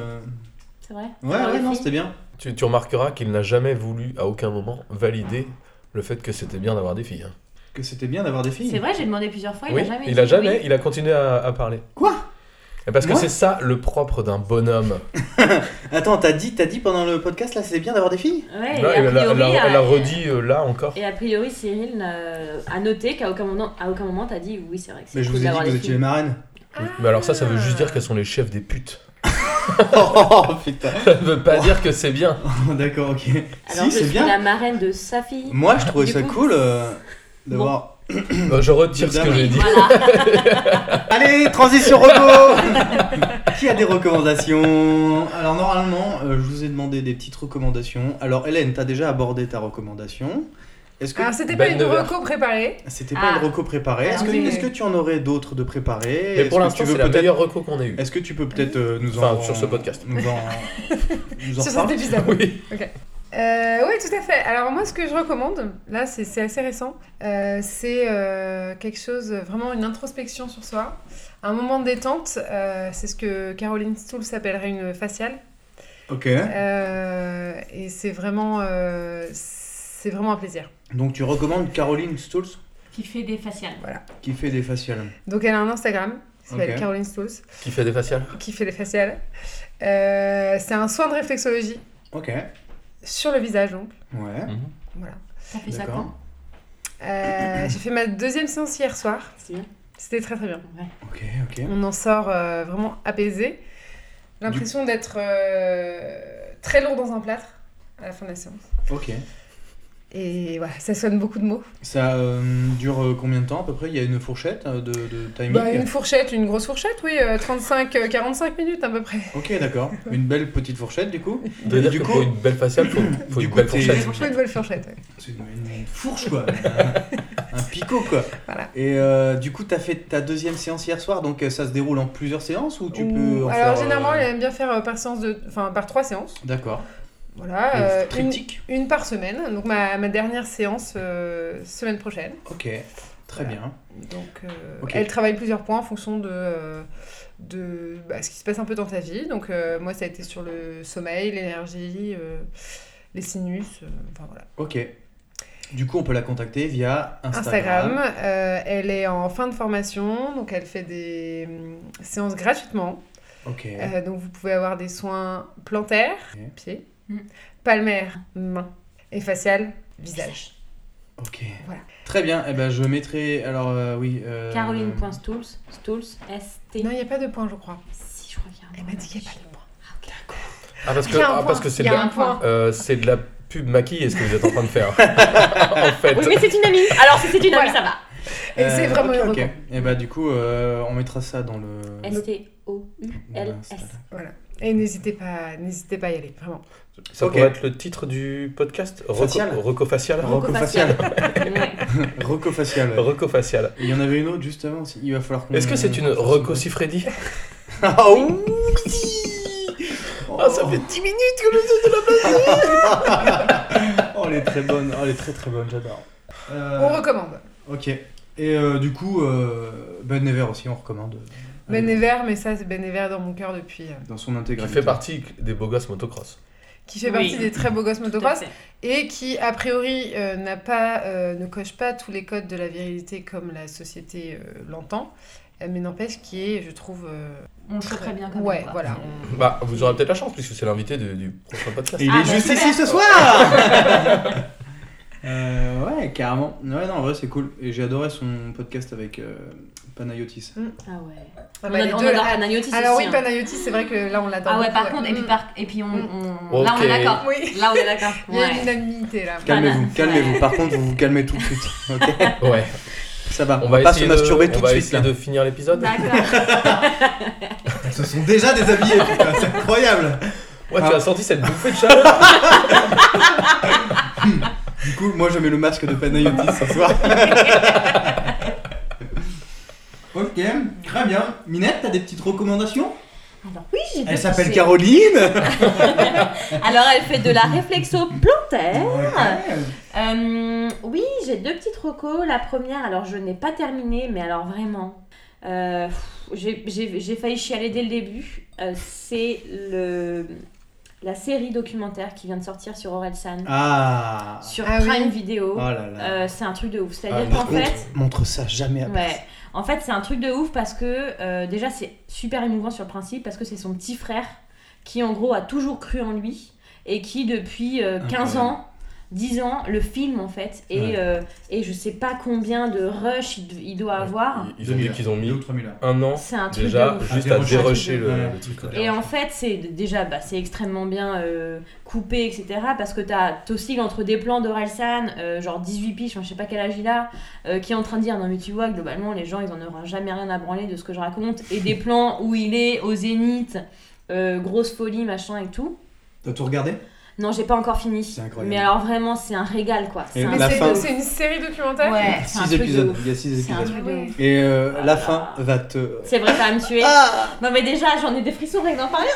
C: C'est vrai.
B: Ouais,
C: Ah,
B: ouais,
C: les
B: non,
C: filles.
B: c'était bien.
D: Tu, tu remarqueras qu'il n'a jamais voulu à aucun moment valider le fait que c'était bien d'avoir des filles. hein.
B: Que c'était bien d'avoir des filles.
C: C'est vrai, j'ai demandé plusieurs fois.
D: oui,
C: il a jamais.
D: il
C: dit
D: a jamais,
C: oui.
D: il a continué à, à parler.
B: Quoi
D: Et Parce que
B: Moi
D: c'est ça le propre d'un bonhomme.
B: Attends, t'as dit, t'as dit pendant le podcast là, c'est bien d'avoir des filles
C: Ouais, et
D: Là,
C: a
D: elle, l'a-
C: priori,
D: l'a-
C: euh,
D: elle l'a redit euh, là encore.
C: Et a priori, Cyril euh, a noté qu'à aucun moment, à aucun moment, t'as dit oui, c'est vrai. que c'est
B: Mais je
C: cool
B: vous ai dit
C: d'avoir
B: que vous
C: des
B: étiez les
C: filles.
B: marraines.
C: eh,
D: Oui. Mais alors ça, ça veut juste dire qu'elles sont les chefs des putes.
B: oh putain.
D: Ça veut pas dire que c'est bien.
B: D'accord, ok.
C: Alors
B: si,
C: je
B: c'est
C: suis
B: bien.
C: la marraine de sa fille.
B: Moi, je trouvais
C: Du
B: ça
C: coup-
B: cool euh, d'avoir.
D: Euh, je retire ce que
B: Évidemment.
D: j'ai dit.
C: Voilà.
B: Allez, transition reco Qui a des recommandations Alors, normalement, euh, je vous ai demandé des petites recommandations. Alors, Hélène, t'as déjà abordé ta recommandation. Est-ce que
G: Alors, c'était pas
D: Ben
G: une
D: Nevers.
G: reco préparée.
B: c'était pas
C: Ah.
B: une reco préparée Est-ce que,
G: Oui.
B: est-ce que tu en aurais d'autres de préparées
D: Mais pour
B: Est-ce que tu
D: l'instant,
B: veux
D: c'est la
B: peut-être-
D: meilleure reco qu'on ait eue.
B: Est-ce que tu peux peut-être euh, nous en
D: Enfin, sur ce podcast.
B: nous en nous en
G: Sur cet
B: parler
G: épisode.
D: Oui.
G: Euh, oui, tout à fait. Alors moi, ce que je recommande, là, c'est c'est assez récent, euh, c'est euh, quelque chose, euh, vraiment une introspection sur soi, un moment de détente. euh, c'est ce que Caroline Stool s'appellerait une faciale.
B: Ok.
G: Euh, et c'est vraiment, euh, c'est vraiment un plaisir.
B: Donc tu recommandes Caroline Stools
C: Qui fait des faciales.
B: qui fait des faciales.
G: Donc elle a un Instagram. qui s'appelle
B: Ok.
G: Caroline Stools,
D: Qui fait des faciales
G: qui fait les faciales. Euh, c'est un soin de réflexologie
B: Ok.
G: sur le visage, donc.
B: Ouais.
G: Voilà.
C: T'as fait ça
B: D'accord.
C: quand
G: Euh, J'ai fait ma deuxième séance hier soir.
C: C'est bien.
G: C'était très très bien.
C: Ouais.
B: Ok, ok.
G: On en sort euh, vraiment apaisé. L'impression d'être euh, très lourd dans un plâtre à la fin de la séance.
B: Ok.
G: Et voilà, ça sonne beaucoup de mots.
B: Ça euh, dure euh, combien de temps à peu près Il y a une fourchette euh, de, de timing
G: Bah, une fourchette, une grosse fourchette, oui, euh, 35-45 minutes à peu près.
B: Ok, d'accord. Une belle petite fourchette du coup.
D: De
B: Et
D: dire
B: du
D: que
B: coup-
D: pour une belle faciale, faut, faut
B: Du
D: une
B: coup,
D: belle
B: t'es-
D: fourchette.
G: Une nouvelle fourchette, ouais.
B: C'est une, une fourche quoi. un, un picot quoi.
G: Voilà.
B: Et euh, du coup, t'as fait ta deuxième séance hier soir, donc euh, ça se déroule en plusieurs séances ou tu
G: Ou-
B: peux. en
G: Alors
B: faire,
G: généralement,
B: euh,
G: elle aime bien faire euh, par séance de, enfin par trois séances.
B: D'accord.
G: Voilà,
B: Le
G: euh, une,
B: triptyque.
G: une par semaine. Donc ma, ma dernière séance euh, semaine prochaine.
B: Ok, très
G: Voilà.
B: bien.
G: Donc, euh,
B: Ok.
G: elle travaille plusieurs points en fonction de, euh, de bah, ce qui se passe un peu dans ta vie. Donc, euh, moi, ça a été sur le sommeil, l'énergie, euh, les sinus, euh, enfin voilà.
B: Ok. Du coup, on peut la contacter via Instagram.
G: Instagram. euh, elle est en fin de formation, donc elle fait des hum, séances gratuitement.
B: Ok.
G: Euh, donc, vous pouvez avoir des soins plantaires,
B: Ok.
G: pieds,
C: Mm.
G: palmaires, mains, et facial, visage.
B: Ok.
G: Voilà.
B: Très bien. Eh ben, je mettrai. Alors, euh, oui. euh,
C: Caroline.stools, stools, S-T.
G: Non, il n'y a pas de points, je crois.
C: Si je regarde.
G: Elle m'a dit qu'il n'y a pas de points.
D: Ah, parce que
G: Il y a un
D: ah, parce
G: point,
D: que c'est
G: il y
D: de,
G: a un
D: la-
G: point.
D: euh, c'est de la pub maquillée, ce que vous êtes en train de faire. en fait.
C: Oui, mais c'est une amie. Alors, si c'est une amie,
G: Voilà.
C: ça va.
G: Et c'est vraiment
B: Euh, ok, ok.
G: une reco.
B: Et bah, du coup, euh, on mettra ça dans le. Dans l'Insta.
C: S-T-O-U-L-S.
G: Et n'hésitez pas, n'hésitez pas à y aller, vraiment.
D: Ça
B: Ok.
D: pourrait être le titre du podcast
B: Facial.
D: Reco facial.
B: Rocofacial.
C: Ouais.
B: Rocofacial. ouais.
D: Reco facial.
B: Il y en avait une autre juste avant. si- Il va falloir qu'on.
D: Est-ce que c'est une Reco Sifredi
B: Ah oui
D: Ah, ça fait 10 minutes que je
B: Oh, elle est très bonne. Oh, elle est très très bonne. J'adore. Euh,
G: On recommande.
C: Oh.
B: ok. Et euh, du coup, euh, Ben Never aussi, on recommande.
G: Ben et Vert, mais ça, c'est Ben et Vert dans mon cœur depuis. euh,
B: Dans son
D: Qui
B: intégralité.
D: fait partie des beaux gosses motocross.
G: qui fait
C: Oui.
G: partie des très beaux gosses
C: Tout à
G: motocross
C: fait.
G: et qui, a priori, euh, n'a pas, euh, ne coche pas tous les codes de la virilité comme la société euh, l'entend, euh, mais n'empêche qui est, je trouve. euh,
C: On le fait très bien comme
G: Ouais,
C: ça.
G: voilà.
C: Euh,
G: on-
D: Bah, vous aurez peut-être la chance puisque c'est l'invité de- du prochain podcast.
B: Et il
C: Ah,
B: est
C: bah,
B: juste
C: super.
B: ici ce soir Euh, Ouais, carrément. Ouais, non, en vrai, c'est cool. Et j'ai adoré son podcast avec euh, Panayotis.
C: Ah ouais.
G: Ah
C: On,
G: bah, les
C: adore- on
G: deux,
C: adore
G: là-
C: Panayotis
G: Alors,
C: aussi.
G: ah oui,
C: hein.
G: Panayotis, c'est vrai que là, on l'adore.
C: Ah ouais,
G: beaucoup,
C: par contre, et puis,
G: Mm.
C: par, et puis on, on-
D: Ok.
C: là on est d'accord.
G: Oui,
C: Là on est d'accord.
G: il y a
C: Ouais.
G: une unanimité là.
B: Calmez-vous,
C: Voilà.
B: calmez-vous. Par contre, vous vous calmez tout de suite. ok
D: Ouais.
B: Ça va,
D: On va
B: pas se
D: essayer
B: masturber
D: de,
B: tout
D: on va
B: de suite.
D: essayer
B: Là.
D: de finir l'épisode.
C: D'accord.
B: Ils se sont déjà déshabillés, putain, c'est incroyable.
D: Ouais,
B: Ah.
D: tu as sorti cette bouffée de chaleur.
B: Du coup, moi, je mets le masque de Panayotis ce soir. ok, très bien. Minette, t'as des petites recommandations
C: Alors, oui, j'ai deux
B: Elle s'appelle
C: petits-
B: Caroline
C: Alors elle fait de la réflexo plantaire.
B: Ouais.
C: Euh, oui, j'ai deux petites recos. La première, alors je n'ai pas terminé, mais alors vraiment, euh, pff, j'ai- j'ai j'ai failli chialer dès le début. Euh, C'est le la série documentaire qui vient de sortir sur Orelsan,
B: Ah
C: sur
G: Ah oui.
C: Prime Video.
B: Oh là là.
C: Euh, C'est un truc de ouf. C'est-à-dire
D: Ah,
C: qu'en
B: Par contre,
C: fait,
B: montre ça jamais à
C: Ouais. En fait, c'est un truc de ouf parce que euh, déjà, c'est super émouvant sur le principe parce que c'est son petit frère qui, en gros, a toujours cru en lui et qui, depuis euh, 15
B: Incroyable.
C: ans, 10 ans, le film en fait. Et,
B: Ouais.
C: euh, et je sais pas combien de rush il, il doit avoir.
D: Ils, ils ont dit qu'ils ont mis
B: 3000 heures.
D: un an
C: C'est un truc
D: déjà
C: de ouf.
D: juste
B: Ah,
D: à
B: dérocher.
D: dérocher le,
B: Ouais.
D: le truc. quoi.
C: Et en fait, c'est déjà bah, c'est extrêmement bien euh, coupé, etc. Parce que t'as t'oscilles entre des plans d'Orelsan, euh, genre 18 piges, enfin, je sais pas quel âge il a, euh, qui est en train de dire non, mais tu vois, globalement, les gens ils en auront jamais rien à branler de ce que je raconte, et des plans où il est au zénith, euh, grosse folie, machin et tout.
B: T'as tout regardé
C: Non, j'ai pas encore fini.
B: C'est incroyable.
C: Mais alors vraiment, c'est un régal quoi. C'est
B: Et
C: un...
G: Mais
B: La
G: c'est
B: fin.
G: c'est une série documentaire
C: Ouais, c'est un
B: Six
C: truc de
B: épisodes.
C: ouf.
B: Il y a six
C: C'est un
B: épisodes.
C: truc Ah, de ouf.
B: Et euh, la
C: Voilà.
B: fin va te.
C: C'est vrai, ça va me tuer.
B: Ah
C: Non mais déjà, j'en ai des frissons rien que d'en parler.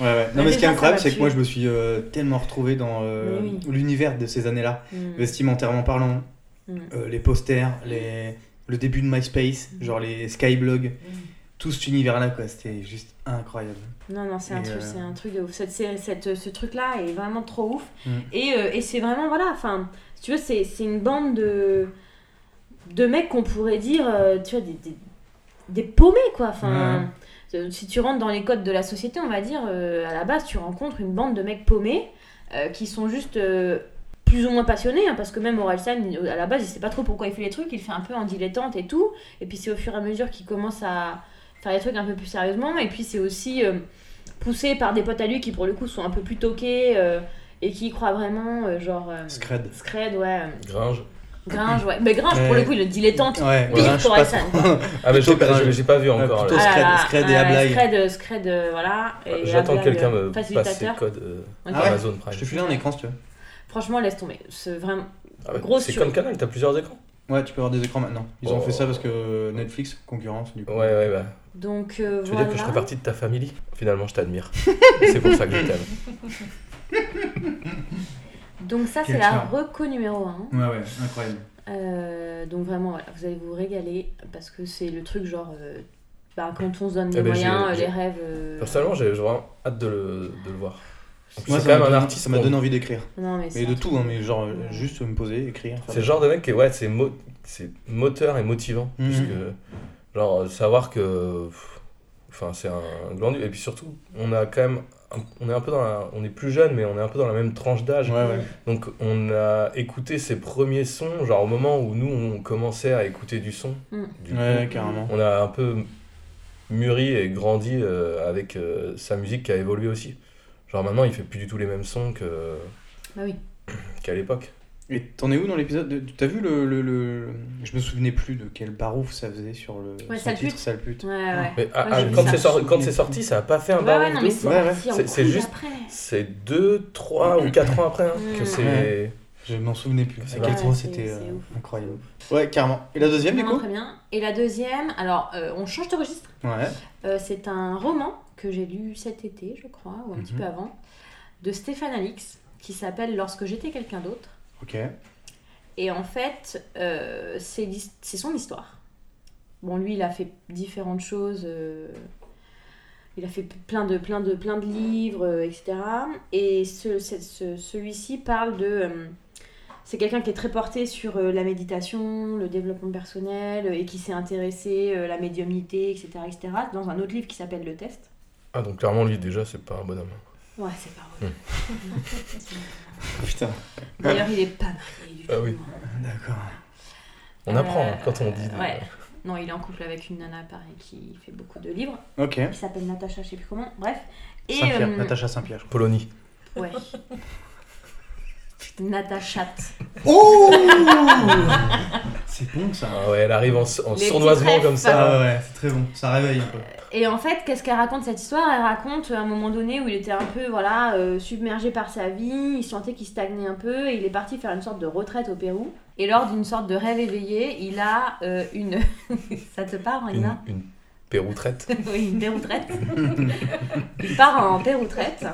B: Ouais, ouais. Non,
C: Mais
B: mais ce qui
C: déjà,
B: est
C: ça
B: incroyable,
C: va
B: c'est que
C: tuer.
B: moi, je me suis euh, tellement retrouvé dans euh,
C: Mais oui.
B: l'univers de ces années-là, vestimentairement parlant,
C: Mm.
B: euh, les posters, les... le début de MySpace,
C: Mm.
B: genre les Skyblogs, tout cet univers-là, quoi. C'était juste incroyable.
C: Non, non, c'est un,
B: Et,
C: truc,
B: euh,
C: c'est un truc de ouf. Cette, série- cette- ce truc-là est vraiment trop ouf.
B: Mm.
C: Et, euh, et c'est vraiment, voilà, enfin, si tu veux, c'est, c'est une bande de, de mecs qu'on pourrait dire, euh, tu vois, des, des, des paumés, quoi. Enfin,
B: Mm.
C: euh, si tu rentres dans les codes de la société, on va dire, euh, à la base, tu rencontres une bande de mecs paumés euh, qui sont juste euh, plus ou moins passionnés, hein, parce que même Orelsan, à la base, il sait pas trop pourquoi il fait les trucs, il fait un peu en dilettante et tout. Et puis c'est au fur et à mesure qu'il commence à faire les trucs un peu plus sérieusement. Et puis c'est aussi euh, poussé par des potes à lui qui pour le coup sont un peu plus toqués euh, et qui y croient vraiment, euh, genre euh,
B: Scred.
C: Scred, ouais, euh,
D: Gringe.
C: Gringe, ouais. Mais Gringe pour
B: Ouais.
C: le coup il est dilettante.
B: Ouais,
C: Pire
B: voilà, je suis
C: pour
B: pas
C: Hassan.
B: trop-
D: Ah, mais j'ai
B: Plutôt
D: pas,
B: Gringe.
D: j'ai pas vu
B: Ouais,
D: encore.
B: plutôt
D: là.
B: Scred, Scred et
C: Ah ouais,
B: Ablaï.
C: Scred, euh, Scred, euh, voilà. Et
D: Ah, J'attends que
C: Ablaï,
D: quelqu'un
C: euh,
D: me passe ses
C: facilitateur.
D: codes euh,
C: Ok.
B: Ah ouais
D: Amazon Prime.
B: Je te file un écran si tu veux.
C: Franchement, laisse tomber. C'est vraiment.
D: Ah ouais,
C: Grosse
D: c'est
C: sur-
D: comme Canal, t'as plusieurs écrans.
B: Ouais, tu peux avoir des écrans maintenant. Ils ont
D: Oh.
B: fait ça parce que Netflix, concurrence, du coup.
D: Ouais, ouais, bah.
C: Donc euh,
D: Tu veux
C: voilà.
D: dire que je fais partie de ta famille Finalement, je t'admire. c'est pour ça que je t'aime.
C: Donc ça c'est
B: Quel
C: la
B: charme.
C: reco numéro 1.
B: Ouais, ouais, incroyable.
C: Euh, donc vraiment, voilà, vous allez vous régaler parce que c'est le truc genre. euh, bah, quand on se donne
D: Eh
C: les
D: ben, j'ai-
C: moyens, euh,
D: j'ai-
C: les rêves. euh,
D: Personnellement, j'ai j'ai vraiment hâte de le, de le voir. En plus,
B: Moi,
D: c'est quand
B: ça m'a
D: même un
B: donné-
D: artiste.
B: Ça m'a
D: qu'on-
B: donné envie d'écrire.
C: Non, mais
B: Mais
C: c'est
B: de
C: un truc-
B: tout, hein, mais genre euh, juste me poser, écrire. faire
D: C'est le
B: des-
D: genre de mec qui est- ouais, c'est mo- c'est moteur et motivant.
B: Mhm.
D: Puisque, genre, euh, savoir que. pff, Enfin, c'est un glandu. Et puis surtout, on a quand même. un- On est un peu dans la. On est plus jeune, mais on est un peu dans la même tranche d'âge.
B: Ouais, ouais.
D: Donc, on a écouté ses premiers sons, genre au moment où nous, on commençait à écouter du son.
C: Mhm.
D: Du
B: Ouais,
D: coup,
B: carrément.
D: on a un peu mûri et grandi euh, avec euh, sa musique qui a évolué aussi. Genre, maintenant, il fait plus du tout les mêmes sons que.
C: Bah oui.
D: Qu'à l'époque.
B: Et t'en es où dans l'épisode de- T'as vu le, le, le- Je me souvenais plus de quel barouf ça faisait sur le.
C: Ouais,
B: son
C: sale
B: titre,
C: pute.
B: Sale pute.
C: Ouais, ouais.
D: Mais ah,
C: Ouais,
D: ah,
C: j'ai vu
D: quand
C: ça.
D: c'est sorti, quand c'est sorti, ça a pas fait un
C: Ouais,
D: barouf
C: ouais, non,
D: de
C: mais
D: ouf.
C: c'est
B: Ouais, ouais.
C: parti en
D: C'est- c'est
C: couille
D: juste-
C: après.
D: C'est deux, trois ou quatre ans après hein, que
C: Mm.
D: c'est.
B: Ouais. Je m'en souvenais plus.
D: C'est
B: À
D: vrai.
B: quel point
C: Ah bah Ouais,
B: c'était
C: c'est- c'est
B: euh,
C: ouf.
B: incroyable. Ouais, carrément. Et la deuxième, du
C: Vraiment
B: coup
C: très bien. Et la deuxième, alors, euh, on change de registre.
B: Ouais.
C: Euh, c'est un roman que j'ai lu cet été, je crois, ou un petit
B: Mhm.
C: peu avant, de Stéphane Alix, qui s'appelle Lorsque j'étais quelqu'un d'autre.
B: Ok.
C: Et en fait, euh, c'est l'his- c'est son histoire. Bon, lui, il a fait différentes choses. euh, il a fait plein de, plein de, plein de livres, euh, etc. Et ce, ce- ce- celui-ci parle de... euh, c'est quelqu'un qui est très porté sur euh, la méditation, le développement personnel, euh, et qui s'est intéressé euh, à la médiumnité, etc., etc., dans un autre livre qui s'appelle Le Test.
D: Ah donc clairement lui déjà c'est pas un bonhomme. hein.
C: Ouais, c'est pas
D: Hmm.
C: vrai.
B: Putain,
C: D'ailleurs, il est pas marié du tout.
D: Ah oui.
B: d'accord.
D: On
C: Euh,
D: apprend hein, quand on dit.
C: ouais. Non, il est en couple avec une nana, pareil, qui fait beaucoup de livres.
B: Ok.
C: qui s'appelle Natacha, je sais plus comment, bref. Et
B: Saint-Pierre,
C: euh,
B: Natacha Saint-Pierre. je crois.
D: Polonie.
C: Ouais. Natacha.
B: Oh C'est bon ça.
D: Ah ouais, elle arrive en, en
C: Les
D: sournoisement
C: petits
D: comme
B: Ah
D: ça.
B: ouais, c'est très bon. Ça réveille un peu.
C: Et en fait, qu'est-ce qu'elle raconte cette histoire Elle raconte euh, à un moment donné où il était un peu voilà euh, submergé par sa vie, il sentait qu'il stagnait un peu et il est parti faire une sorte de retraite au Pérou. Et lors d'une sorte de rêve éveillé, il a euh, une. Ça te parle, Anna
D: Une, une péroutrette.
C: Oui, une péroutrette. il part en péroutrette.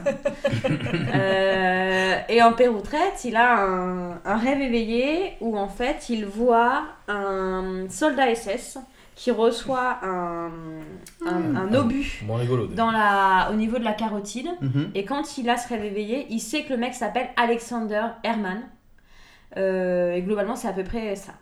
C: Euh, et en péroutrette, il a un, un rêve éveillé où en fait il voit un soldat SS qui reçoit un, un, un obus
D: Moins rigolo. déjà.
C: dans la, au niveau de la carotide.
B: Mhm.
C: Et quand il a ce rêve éveillé, il sait que le mec s'appelle Alexander Herman. Euh, et globalement, c'est à peu près ça.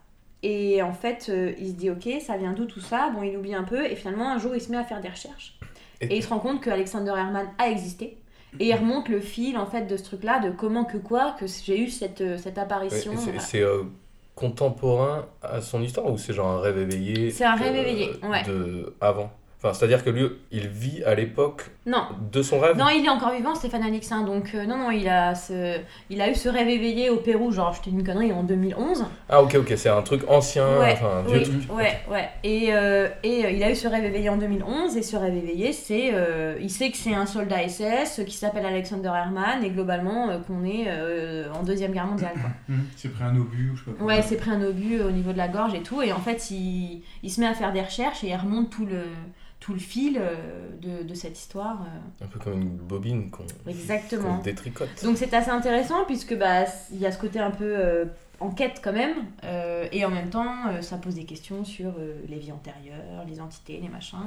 C: Et en fait, euh, il se dit ok, ça vient d'où tout ça Bon, il oublie un peu. Et finalement, un jour, il se met à faire des recherches.
D: Et-
C: Et, il se rend compte que Alexander Herman a existé. Et il remonte le fil en fait de ce truc-là, de comment que quoi, que j'ai eu cette, euh, cette
D: Ouais, et
C: apparition.
D: c'est
C: voilà.
D: c'est, euh, contemporain à son histoire ou c'est genre un rêve éveillé
C: C'est un rêve
D: euh,
C: éveillé, ouais.
D: De avant. Enfin, c'est-à-dire que lui, il vit à l'époque
C: Non.
D: de son rêve.
C: Non, il est encore vivant, Stéphane Alexin. Donc, euh, non, non, il a, ce... il a eu ce rêve éveillé au Pérou, genre, je t'ai dit une connerie, en 2011.
D: Ah, ok, ok, c'est un truc ancien,
C: Ouais,
D: enfin, un vieux
C: Oui,
D: truc.
C: ouais, ouais. Et, euh, et euh, il a eu ce rêve éveillé en 2011. Et ce rêve éveillé, c'est. euh, il sait que c'est un soldat SS euh, qui s'appelle Alexander Herman et globalement euh, qu'on est euh, en Deuxième Guerre mondiale. quoi.
B: C'est pris un obus ou je sais pas quoi.
C: Ouais, il s'est pris un obus euh, au niveau de la gorge et tout. Et en fait, il, il se met à faire des recherches et il remonte tout le, tout le fil euh, de, de cette histoire. euh.
D: Un peu comme une bobine qu'on
C: Exactement.
D: qu'on détricote.
C: Donc c'est assez intéressant puisque bah il y a ce côté un peu euh, enquête quand même euh, et en même temps euh, ça pose des questions sur euh, les vies antérieures, les entités, les machins.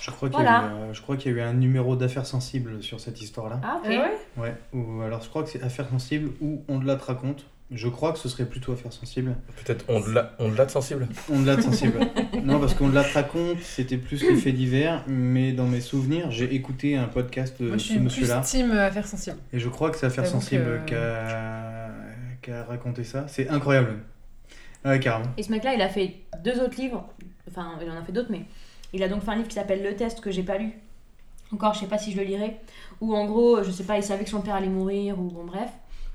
B: Je crois qu'il y,
C: Voilà.
B: a eu, euh, je crois qu'il y a eu un numéro d'affaires sensibles sur cette histoire-là.
C: Ah ok.
G: Ah ouais
B: Ouais. Ou alors je crois que c'est affaires sensibles ou on de la te raconte. Je crois que ce serait plutôt affaires sensibles.
D: Peut-être on de la- on de la sensible.
B: On de la te sensible. non, parce qu'on de la te raconte, c'était plus les faits divers, mais dans mes souvenirs, j'ai écouté un podcast de
G: Moi, je
B: ce
G: suis plus
B: monsieur-là.
G: team euh, affaires sensibles.
B: Et je crois que c'est affaire
G: J'avoue
B: sensible
G: que-
B: qu'a qu'a raconté ça. C'est incroyable. Ouais, carrément.
C: Et ce mec-là, il a fait deux autres livres. Enfin, il en a fait d'autres, mais il a donc fait un livre qui s'appelle Le Test que j'ai pas lu. Encore, je sais pas si je le lirai. Ou en gros, je sais pas, il savait que son père allait mourir ou bon bref.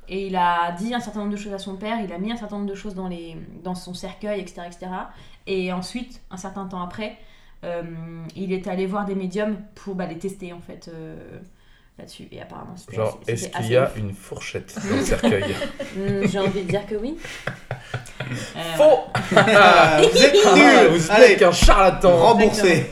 C: Et il a dit un certain nombre de choses à son père. Il a mis un certain nombre de choses dans les dans son cercueil, etc., etc. Et ensuite, un certain temps après, euh, il est allé voir des médiums pour bah, les tester en fait euh, là-dessus. Et apparemment, c'était
D: Genre,
C: c'était
D: est-ce qu'il
C: assez
D: y a
C: ouf.
D: une fourchette dans le cercueil
C: Hmm, J'ai envie de dire que oui. Euh,
D: Faux
B: Ah, vous êtes nuls
D: Vous
B: Allez,
D: êtes qu'un charlatan
B: remboursé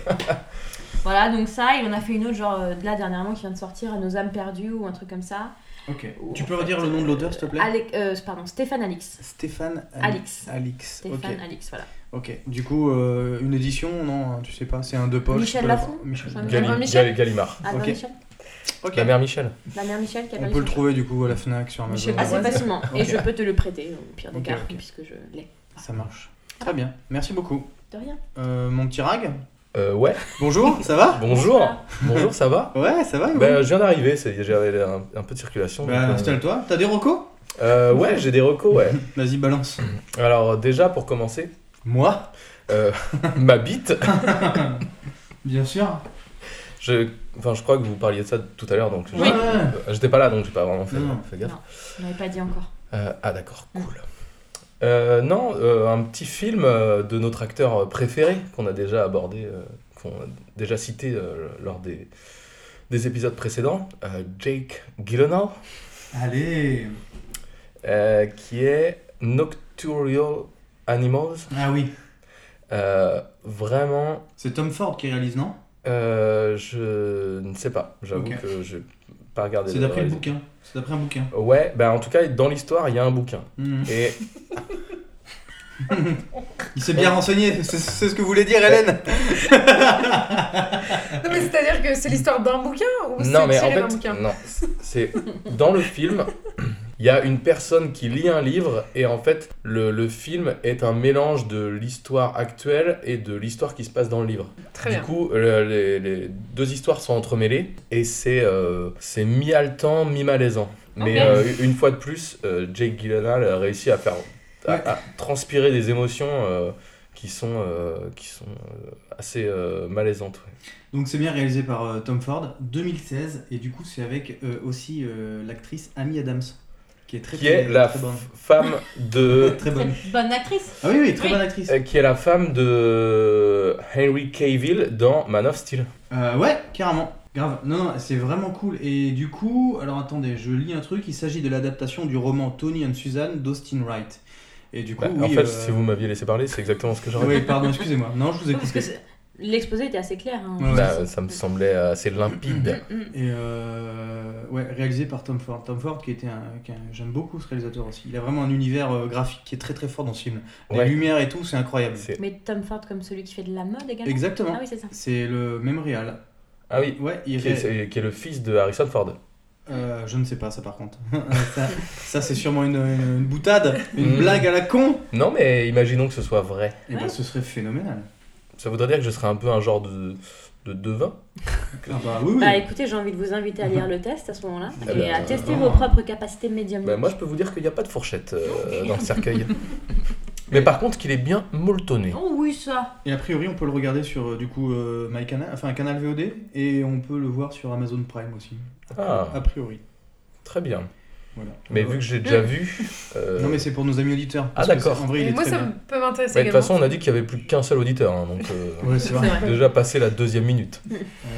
C: Voilà, donc ça, il en a fait une autre, genre euh, là dernièrement, qui vient de sortir, À Nos âmes perdues ou un truc comme ça.
B: Ok.
C: Ou,
B: Tu
C: en
B: peux
C: fait,
B: redire le nom de l'auteur, s'il te plaît
C: Alec- euh, pardon, Stéphane Alix.
B: Stéphane
C: Alix.
B: Alix. ok.
C: Stéphane Alix, voilà.
B: Ok, du coup, euh, une édition, non, hein, tu sais pas, c'est un deux poches.
C: Michel
B: tu peux la-
C: Lafon
B: Michel-
C: Ouais.
D: Gali-
G: Albin Michel.
D: Gali- Gallimard.
C: Ah,
B: Ok.
C: Michel
B: Ok,
D: La mère Michel.
C: La mère Michel qui a
B: on
C: pas
B: peut
C: eu
B: le
C: son-
B: trouver du coup à la Fnac, sur Amazon.
G: Michel
C: Assez
G: Ouais.
C: facilement. Et
B: Ok.
C: je peux te le prêter, au pire des
B: Ok,
C: cas,
B: ok.
C: puisque je l'ai.
B: Ça marche.
C: Ah.
B: Très bien, merci beaucoup.
C: De rien.
B: Euh, mon petit rag,
D: Euh, ouais.
B: bonjour, ça va
D: Bonjour. Bonjour, ça va
B: Ouais, ça va oui.
D: Ben, je viens d'arriver, c'est- j'avais un, un peu de circulation.
B: Bah,
D: donc, euh,
B: installe-toi. T'as des recos
D: euh, ouais, j'ai des recos, ouais.
B: Vas-y, balance.
D: Alors, déjà, pour commencer,
B: Moi
D: euh, ma bite,
B: Bien sûr.
D: je, enfin, je crois que vous parliez de ça tout à l'heure, donc je-
C: Oui.
B: Ouais.
D: euh, j'étais pas là, donc j'ai pas vraiment fait,
B: Non, non.
D: fait gaffe.
C: Je l'avais pas dit encore.
D: Euh, ah, d'accord, cool. Euh, non, euh, un petit film euh, de notre acteur préféré qu'on a déjà abordé, euh, qu'on a déjà cité euh, lors des, des épisodes précédents, euh, Jake Gyllenhaal.
B: Allez.
D: euh, qui est Nocturnal Animals.
B: Ah oui,
D: Euh, vraiment,
B: c'est Tom Ford qui réalise, non
D: euh, je ne sais pas. J'avoue
B: Ok.
D: que je n'ai pas regardé.
B: C'est
D: la
B: d'après le
D: réalisation.
B: bouquin. C'est d'après un bouquin.
D: Ouais, bah en tout cas, dans l'histoire, il y a un bouquin.
B: Hmm.
D: Et
B: Il s'est bien renseigné, c'est c'est ce que voulait dire Hélène.
G: Non, mais c'est-à-dire que c'est l'histoire d'un bouquin ou
D: non,
G: c'est
D: mais en
G: tiré d'un
D: fait,
G: bouquin
D: non. C'est dans le film, il y a une personne qui lit un livre et en fait, le, le film est un mélange de l'histoire actuelle et de l'histoire qui se passe dans le livre.
G: Très
D: du
G: bien.
D: coup, le- les, les deux histoires sont entremêlées et c'est euh, c'est mi-haletant, mi-malaisant. Mais
C: Ok.
D: euh, une fois de plus, euh, Jake Gyllenhaal a réussi à faire à,
B: Ouais.
D: à transpirer des émotions euh, qui sont, euh, qui sont euh, assez euh, malaisantes. ouais.
B: Donc c'est bien réalisé par euh, Tom Ford, 2016, et du coup c'est avec euh, aussi euh, l'actrice Amy Adams, qui est très,
D: Qui
B: très-
D: est la
B: très bonne.
D: f- femme de
B: Très bonne.
C: Cette bonne actrice.
B: Ah oui, oui, très
C: Oui.
B: bonne actrice.
D: Euh, qui est la femme de Henry Cavill dans Man of Steel.
B: Euh, ouais, carrément. Grave. Non, non, c'est vraiment cool. Et du coup, alors attendez, je lis un truc, il s'agit de l'adaptation du roman Tony and Suzanne d'Austin Wright. Et du coup,
D: Bah,
B: oui,
D: en fait,
B: euh,
D: si vous m'aviez laissé parler, c'est exactement ce que j'aurais
B: Oui, pardon, excusez-moi. Non, je vous ai
C: Parce que
B: coupé.
C: c'est- l'exposé était assez clair. hein.
B: Ouais, ouais.
D: dit. Bah, ça me semblait assez limpide.
B: Et euh, ouais, réalisé par Tom Ford. Tom Ford, qui était un, qui est un- j'aime beaucoup ce réalisateur aussi. Il a vraiment un univers euh, graphique qui est très très fort dans ce film. Les
D: Ouais.
B: lumières et tout, c'est incroyable.
D: C'est-
C: Mais Tom Ford comme celui qui fait de la mode également.
B: Exactement.
C: Ah oui, c'est ça.
B: C'est le même réal.
D: Ah oui,
B: Ouais, il
D: qui
B: ré-
D: est, c'est- qui est le fils de Harrison Ford.
B: Euh, je ne sais pas ça par contre. ça, ça, c'est sûrement une, une boutade, une
D: Mm.
B: blague à la con.
D: Non, mais imaginons que ce soit vrai.
B: Et bah ce serait phénoménal.
D: Ça voudrait dire que je serais un peu un genre de, de devin.
B: Ah bah oui, oui.
C: Bah écoutez, j'ai envie de vous inviter à lire le test à ce moment-là
D: Ah
C: et
D: bah,
C: à tester
B: euh,
C: vos
B: non.
C: propres capacités médiumniques.
D: Bah, moi, je peux vous dire qu'il n'y a pas de fourchette euh, dans le cercueil. mais par contre, qu'il est bien molletonné.
C: Oh oui, ça.
B: Et a priori, on peut le regarder sur euh, du coup euh, My Canal, enfin Canal VOD, et on peut le voir sur Amazon Prime aussi.
D: Ah,
B: A priori.
D: très bien.
B: Voilà. Euh,
D: Mais vu que j'ai déjà vu. euh,
B: Non, mais c'est pour nos amis auditeurs.
D: Ah,
B: parce que
D: d'accord.
B: c'est- En vrai, il
G: Et
B: est
G: moi,
B: très
G: ça
B: bien.
G: me- peut m'intéresser
D: bah, de toute
G: également.
D: façon, on a dit qu'il n'y avait plus qu'un seul auditeur, hein, donc euh,
B: Ouais, c'est vrai.
D: déjà passé la deuxième minute.
B: Euh,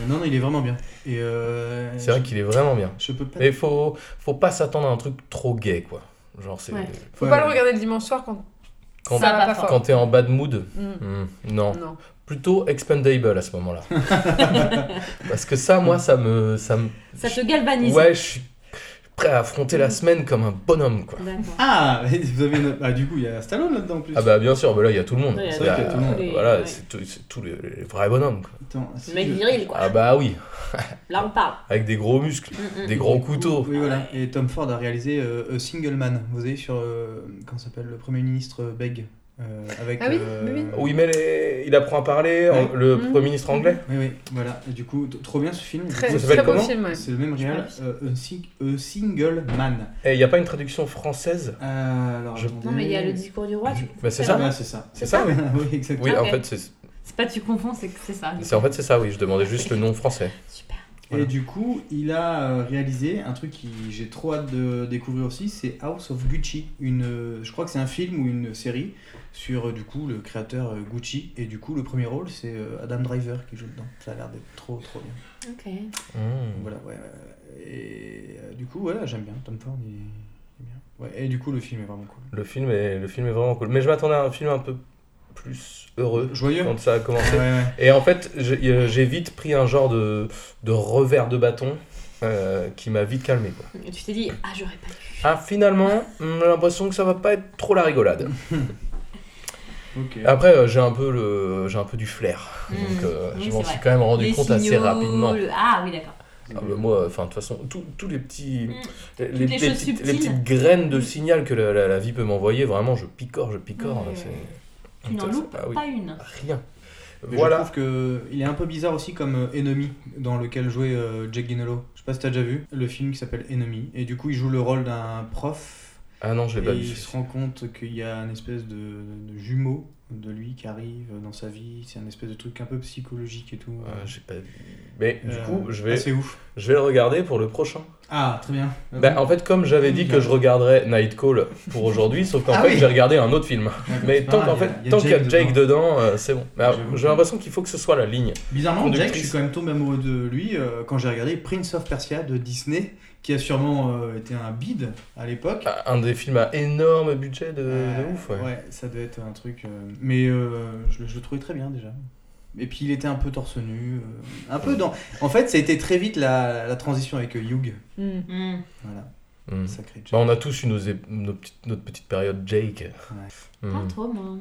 B: non, non, il est vraiment bien. Et euh,
D: C'est vrai qu'il est vraiment bien.
B: je peux pas.
D: Mais faut, faut pas s'attendre à un truc trop gay, quoi. Genre, c'est.
C: Ouais.
G: Faut
B: Ouais.
G: pas le regarder le dimanche soir quand,
D: Quand,
G: ça va pas
D: quand
G: fort.
D: t'es en bad mood,
G: Hmm.
D: hmm, non.
G: Non.
D: Plutôt expendable à ce moment-là. Parce que ça, moi, ça me. Ça me...
C: Ça te galvanise.
D: Ouais, je suis prêt à affronter la semaine comme un bonhomme, quoi.
C: D'accord.
B: Ah, vous avez une- ah, du coup, il y a Stallone là-dedans en plus.
D: Ah bah bien sûr, bah là il y a tout le monde.
C: Ouais, il y a
D: C'est-à-dire,
B: tout le
D: euh,
B: monde.
C: Les-
D: Voilà,
C: ouais.
D: c'est tout- c'est tous les, les vrais bonhommes. Quoi.
B: Attends, si
C: Mec
B: je-
C: viril, quoi.
D: Ah bah oui,
C: Là, on parle.
D: avec des gros muscles,
C: Mm, mm.
D: des gros couteaux.
B: Oui, voilà. Et Tom Ford a réalisé euh, A Single Man. Vous savez, sur. euh, comment s'appelle le Premier ministre Beg euh, avec,
G: Ah oui,
B: euh,
G: oui, oui.
D: Oui mais les- il apprend à parler, en-
B: Ouais.
D: le
G: Mhm.
D: Premier ministre anglais.
B: Oui, oui, voilà. Et du coup, t- trop bien ce film.
G: Très,
D: Ça
G: très
D: s'appelle
G: beau
D: comment
G: film, ouais.
B: C'est le même réel, euh, a, Sing- A Single Man.
D: Et Eh, il n'y a pas une traduction française
B: Euh, alors,
D: Je-
B: attendez.
C: Non, mais il y a le discours du roi. tu comprends
D: Bah, c'est
C: pas.
D: ça.
B: Ah, c'est ça.
D: C'est ça, oui.
B: oui, exactement.
D: Oui,
C: Ah,
D: en
C: ok.
D: fait c'est-
C: C'est pas tu confonds, c'est que c'est ça.
D: c'est en fait c'est ça, oui, je demandais juste le nom français.
C: Super.
B: Et du coup, il a euh, réalisé un truc qui j'ai trop hâte de découvrir aussi, c'est House of Gucci. Une, euh, je crois que c'est un film ou une série sur euh, du coup le créateur euh, Gucci. Et du coup, le premier rôle, c'est euh, Adam Driver qui joue dedans. Ça a l'air d'être trop trop bien.
C: Ok. Mm,
B: Donc
D: Mhm.
B: Voilà, ouais. ouais. Et euh, du coup, voilà, j'aime bien Tom Ford. Il est, il est bien. Ouais, et du coup, le film est vraiment cool.
D: Le film est le film est vraiment cool. Mais je m'attendais à un film un peu plus heureux
B: Joyeux.
D: quand ça a commencé.
B: Ouais, ouais.
D: Et en fait, j'ai euh, j'ai vite pris un genre de, de revers de bâton euh, qui m'a vite calmé. Quoi.
C: Et Tu t'es dit, ah, j'aurais pas dû.
D: Ah, finalement, hmm, j'ai l'impression que ça va pas être trop la rigolade.
B: Ok.
D: Après, euh, j'ai un peu le, j'ai un peu du flair,
C: Mm.
D: donc euh,
C: Oui,
D: je
C: c'est
D: m'en
C: vrai.
D: suis quand même rendu
C: Les
D: compte assez
C: signaux,
D: rapidement.
C: le- Ah, oui, d'accord.
D: Ah, bah, moi, enfin, de toute façon, tout- tous les petits,
C: Mm.
D: les,
C: les choses
D: petites, les
C: subtiles. Mm.
D: petites graines de signal que la, la- la vie peut m'envoyer, vraiment, je picore, je picore.
C: Ouais.
D: c'est-
C: Tu n'en
D: ça-
C: loupes
D: ah oui,
C: pas une.
D: rien.
B: Mais Je
D: voilà.
B: trouve que il est un peu bizarre aussi comme euh, Enemy dans lequel jouait euh, Jack Gyllenhaal. Je sais pas si t'as déjà vu le film qui s'appelle Enemy et du coup il joue le rôle d'un prof
D: Ah non, je
B: et
D: l'ai pas vu.
B: il se rend compte qu'il y a un espèce de, de jumeau de lui qui arrive dans sa vie. C'est un espèce de truc un peu psychologique et tout.
D: Ah, j'ai pas vu. Mais du
B: Euh,
D: coup, je
B: ah,
D: vais,
B: c'est ouf.
D: je vais le regarder pour le prochain.
B: Ah très bien.
D: Bah, en fait, comme j'avais dit
B: Nickel.
D: que je regarderais Night Call pour aujourd'hui, sauf qu'en
B: Ah
D: fait,
B: oui.
D: j'ai regardé un autre film.
B: Ouais,
D: Mais
B: c'est pas
D: tant
B: grave,
D: qu'en fait,
B: il y a- il y a
D: tant qu'il y a Jake
B: dedans.
D: dedans, euh, c'est bon. Mais alors,
B: J'avoue.
D: j'ai l'impression qu'il faut que ce soit la ligne.
B: Bizarrement,
D: Conductrice.
B: Jack, je suis quand même tombé amoureux de lui euh, quand j'ai regardé Prince of Persia de Disney, qui a sûrement euh, été un bide à l'époque.
D: Ah, Un des films à énorme budget de, de
B: Euh,
D: ouf, ouais.
B: ça devait être un truc. euh, mais euh, je, le- je le trouvais très bien déjà. Et puis il était un peu torse nu. euh, un peu dans. En fait, ça a été très vite la, la transition avec euh, Hugh.
C: Mm.
B: Voilà,
D: Mm.
B: sacré
D: Bah,
B: Jack.
D: on a tous eu nos, é- nos petites- notre petite période Jake. Mm.
C: Pas trop, moi.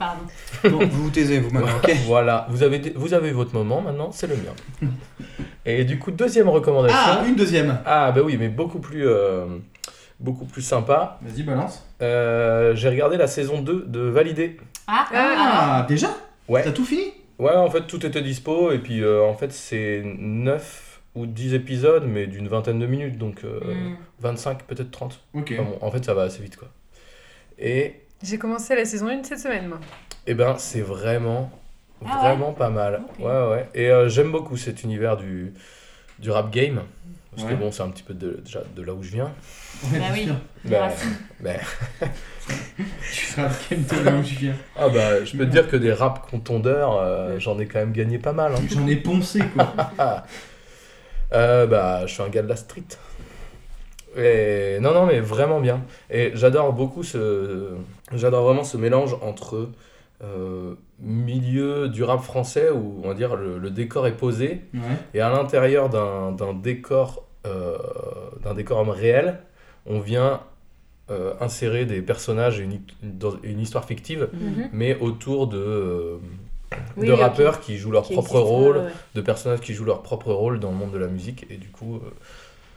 C: Pardon.
B: Bon, vous vous taisez vous maintenant, ok
D: Voilà, vous avez, dé- vous avez votre moment maintenant, c'est le mien. Et du coup, deuxième recommandation.
B: Ah, une deuxième
D: Ah, bah oui, mais beaucoup plus, euh, beaucoup plus sympa.
B: Vas-y, balance.
D: Euh, j'ai regardé la saison 2 de Validé.
C: Ah, ah,
B: Ah, déjà
D: Ouais.
B: T'as tout fini
D: Ouais, en fait, tout était dispo, et puis euh, en fait, c'est 9 ou 10 épisodes, mais d'une vingtaine de minutes, donc euh,
C: ah. Mm.
D: 25, peut-être 30.
B: Ok.
D: Enfin bon, en fait, ça va assez vite, quoi. Et,
G: J'ai commencé la saison 1 cette semaine, moi.
D: eh ben, c'est vraiment,
C: Ah ouais
D: vraiment pas mal.
C: Ok.
D: Ouais, ouais. Et euh, j'aime beaucoup cet univers du, du rap game, parce
B: Ouais.
D: que bon, c'est un petit peu de, déjà de là où je viens.
C: Bah
B: Ouais, bien
C: oui.
B: sûr.
C: Les
D: Mais-
C: racines.
B: Tu feras le game de là où je viens.
D: ah bah, je peux te dire que des raps contondeurs, euh,
C: Mm.
D: j'en ai quand même gagné pas mal. hein.
B: J'en ai poncé quoi.
D: Ah. Euh, bah, je suis un gars de la street. Et... Non, non, mais vraiment bien. Et j'adore beaucoup ce. J'adore vraiment ce mélange entre euh, milieu du rap français où on va dire le, le décor est posé
B: Ouais.
D: et à l'intérieur d'un d'un décor euh, d'un décor réel, on vient euh, insérer des personnages et une, dans une histoire fictive,
C: Mhm.
D: mais autour de, euh,
C: Oui,
D: de
C: ok.
D: rappeurs qui jouent leur
C: Qui
D: propre
C: existent,
D: rôle
C: ouais, ouais.
D: de personnages qui jouent leur propre rôle dans le monde de la musique et du coup euh,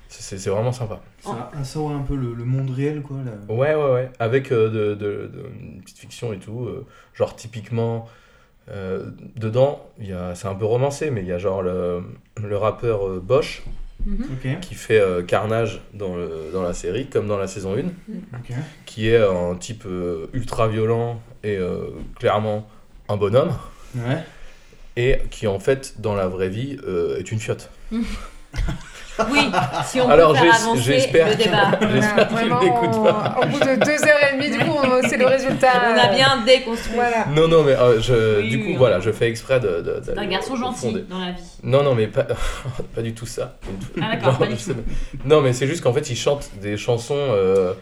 D: c'est c'est vraiment sympa.
C: Oh.
B: Ça, ça aurait un peu le, le monde réel quoi là.
D: Ouais ouais ouais, avec euh, de, de- de- une petite fiction et tout, euh, genre typiquement euh, dedans, il y a- c'est un peu romancé mais il y a genre le, le rappeur euh, Bosch
C: Mm-hmm.
B: Ok.
D: qui fait euh, carnage dans, le- dans la série, comme dans la saison 1,
B: Ok.
D: qui est un type euh, ultra violent et euh, clairement un bonhomme,
B: Ouais.
D: et qui en fait, dans la vraie vie, euh, est une fiotte.
C: Oui, si on
D: Alors,
C: peut faire
D: j'es-
C: avancer
D: j'espère
C: le
D: que-
C: débat.
D: J'espère que tu ne
G: Vraiment,
D: l'écoutes pas.
G: au bout de deux heures et demie, du coup, on- c'est le résultat.
C: On a bien déconstruit.
G: Voilà.
D: Non, non, mais euh, je,
C: Oui,
D: du
C: oui,
D: coup,
C: hein.
D: voilà, je fais exprès de. de-
C: C'est
D: d'aller
C: un garçon
D: Euh, au- au fond
C: gentil
D: des-
C: dans la vie.
D: Non, non, mais pas, pas du tout ça.
C: Ah d'accord,
D: Non,
C: pas du
D: je
C: tout.
D: sais pas. Non, mais c'est juste qu'en fait, il chante des chansons euh,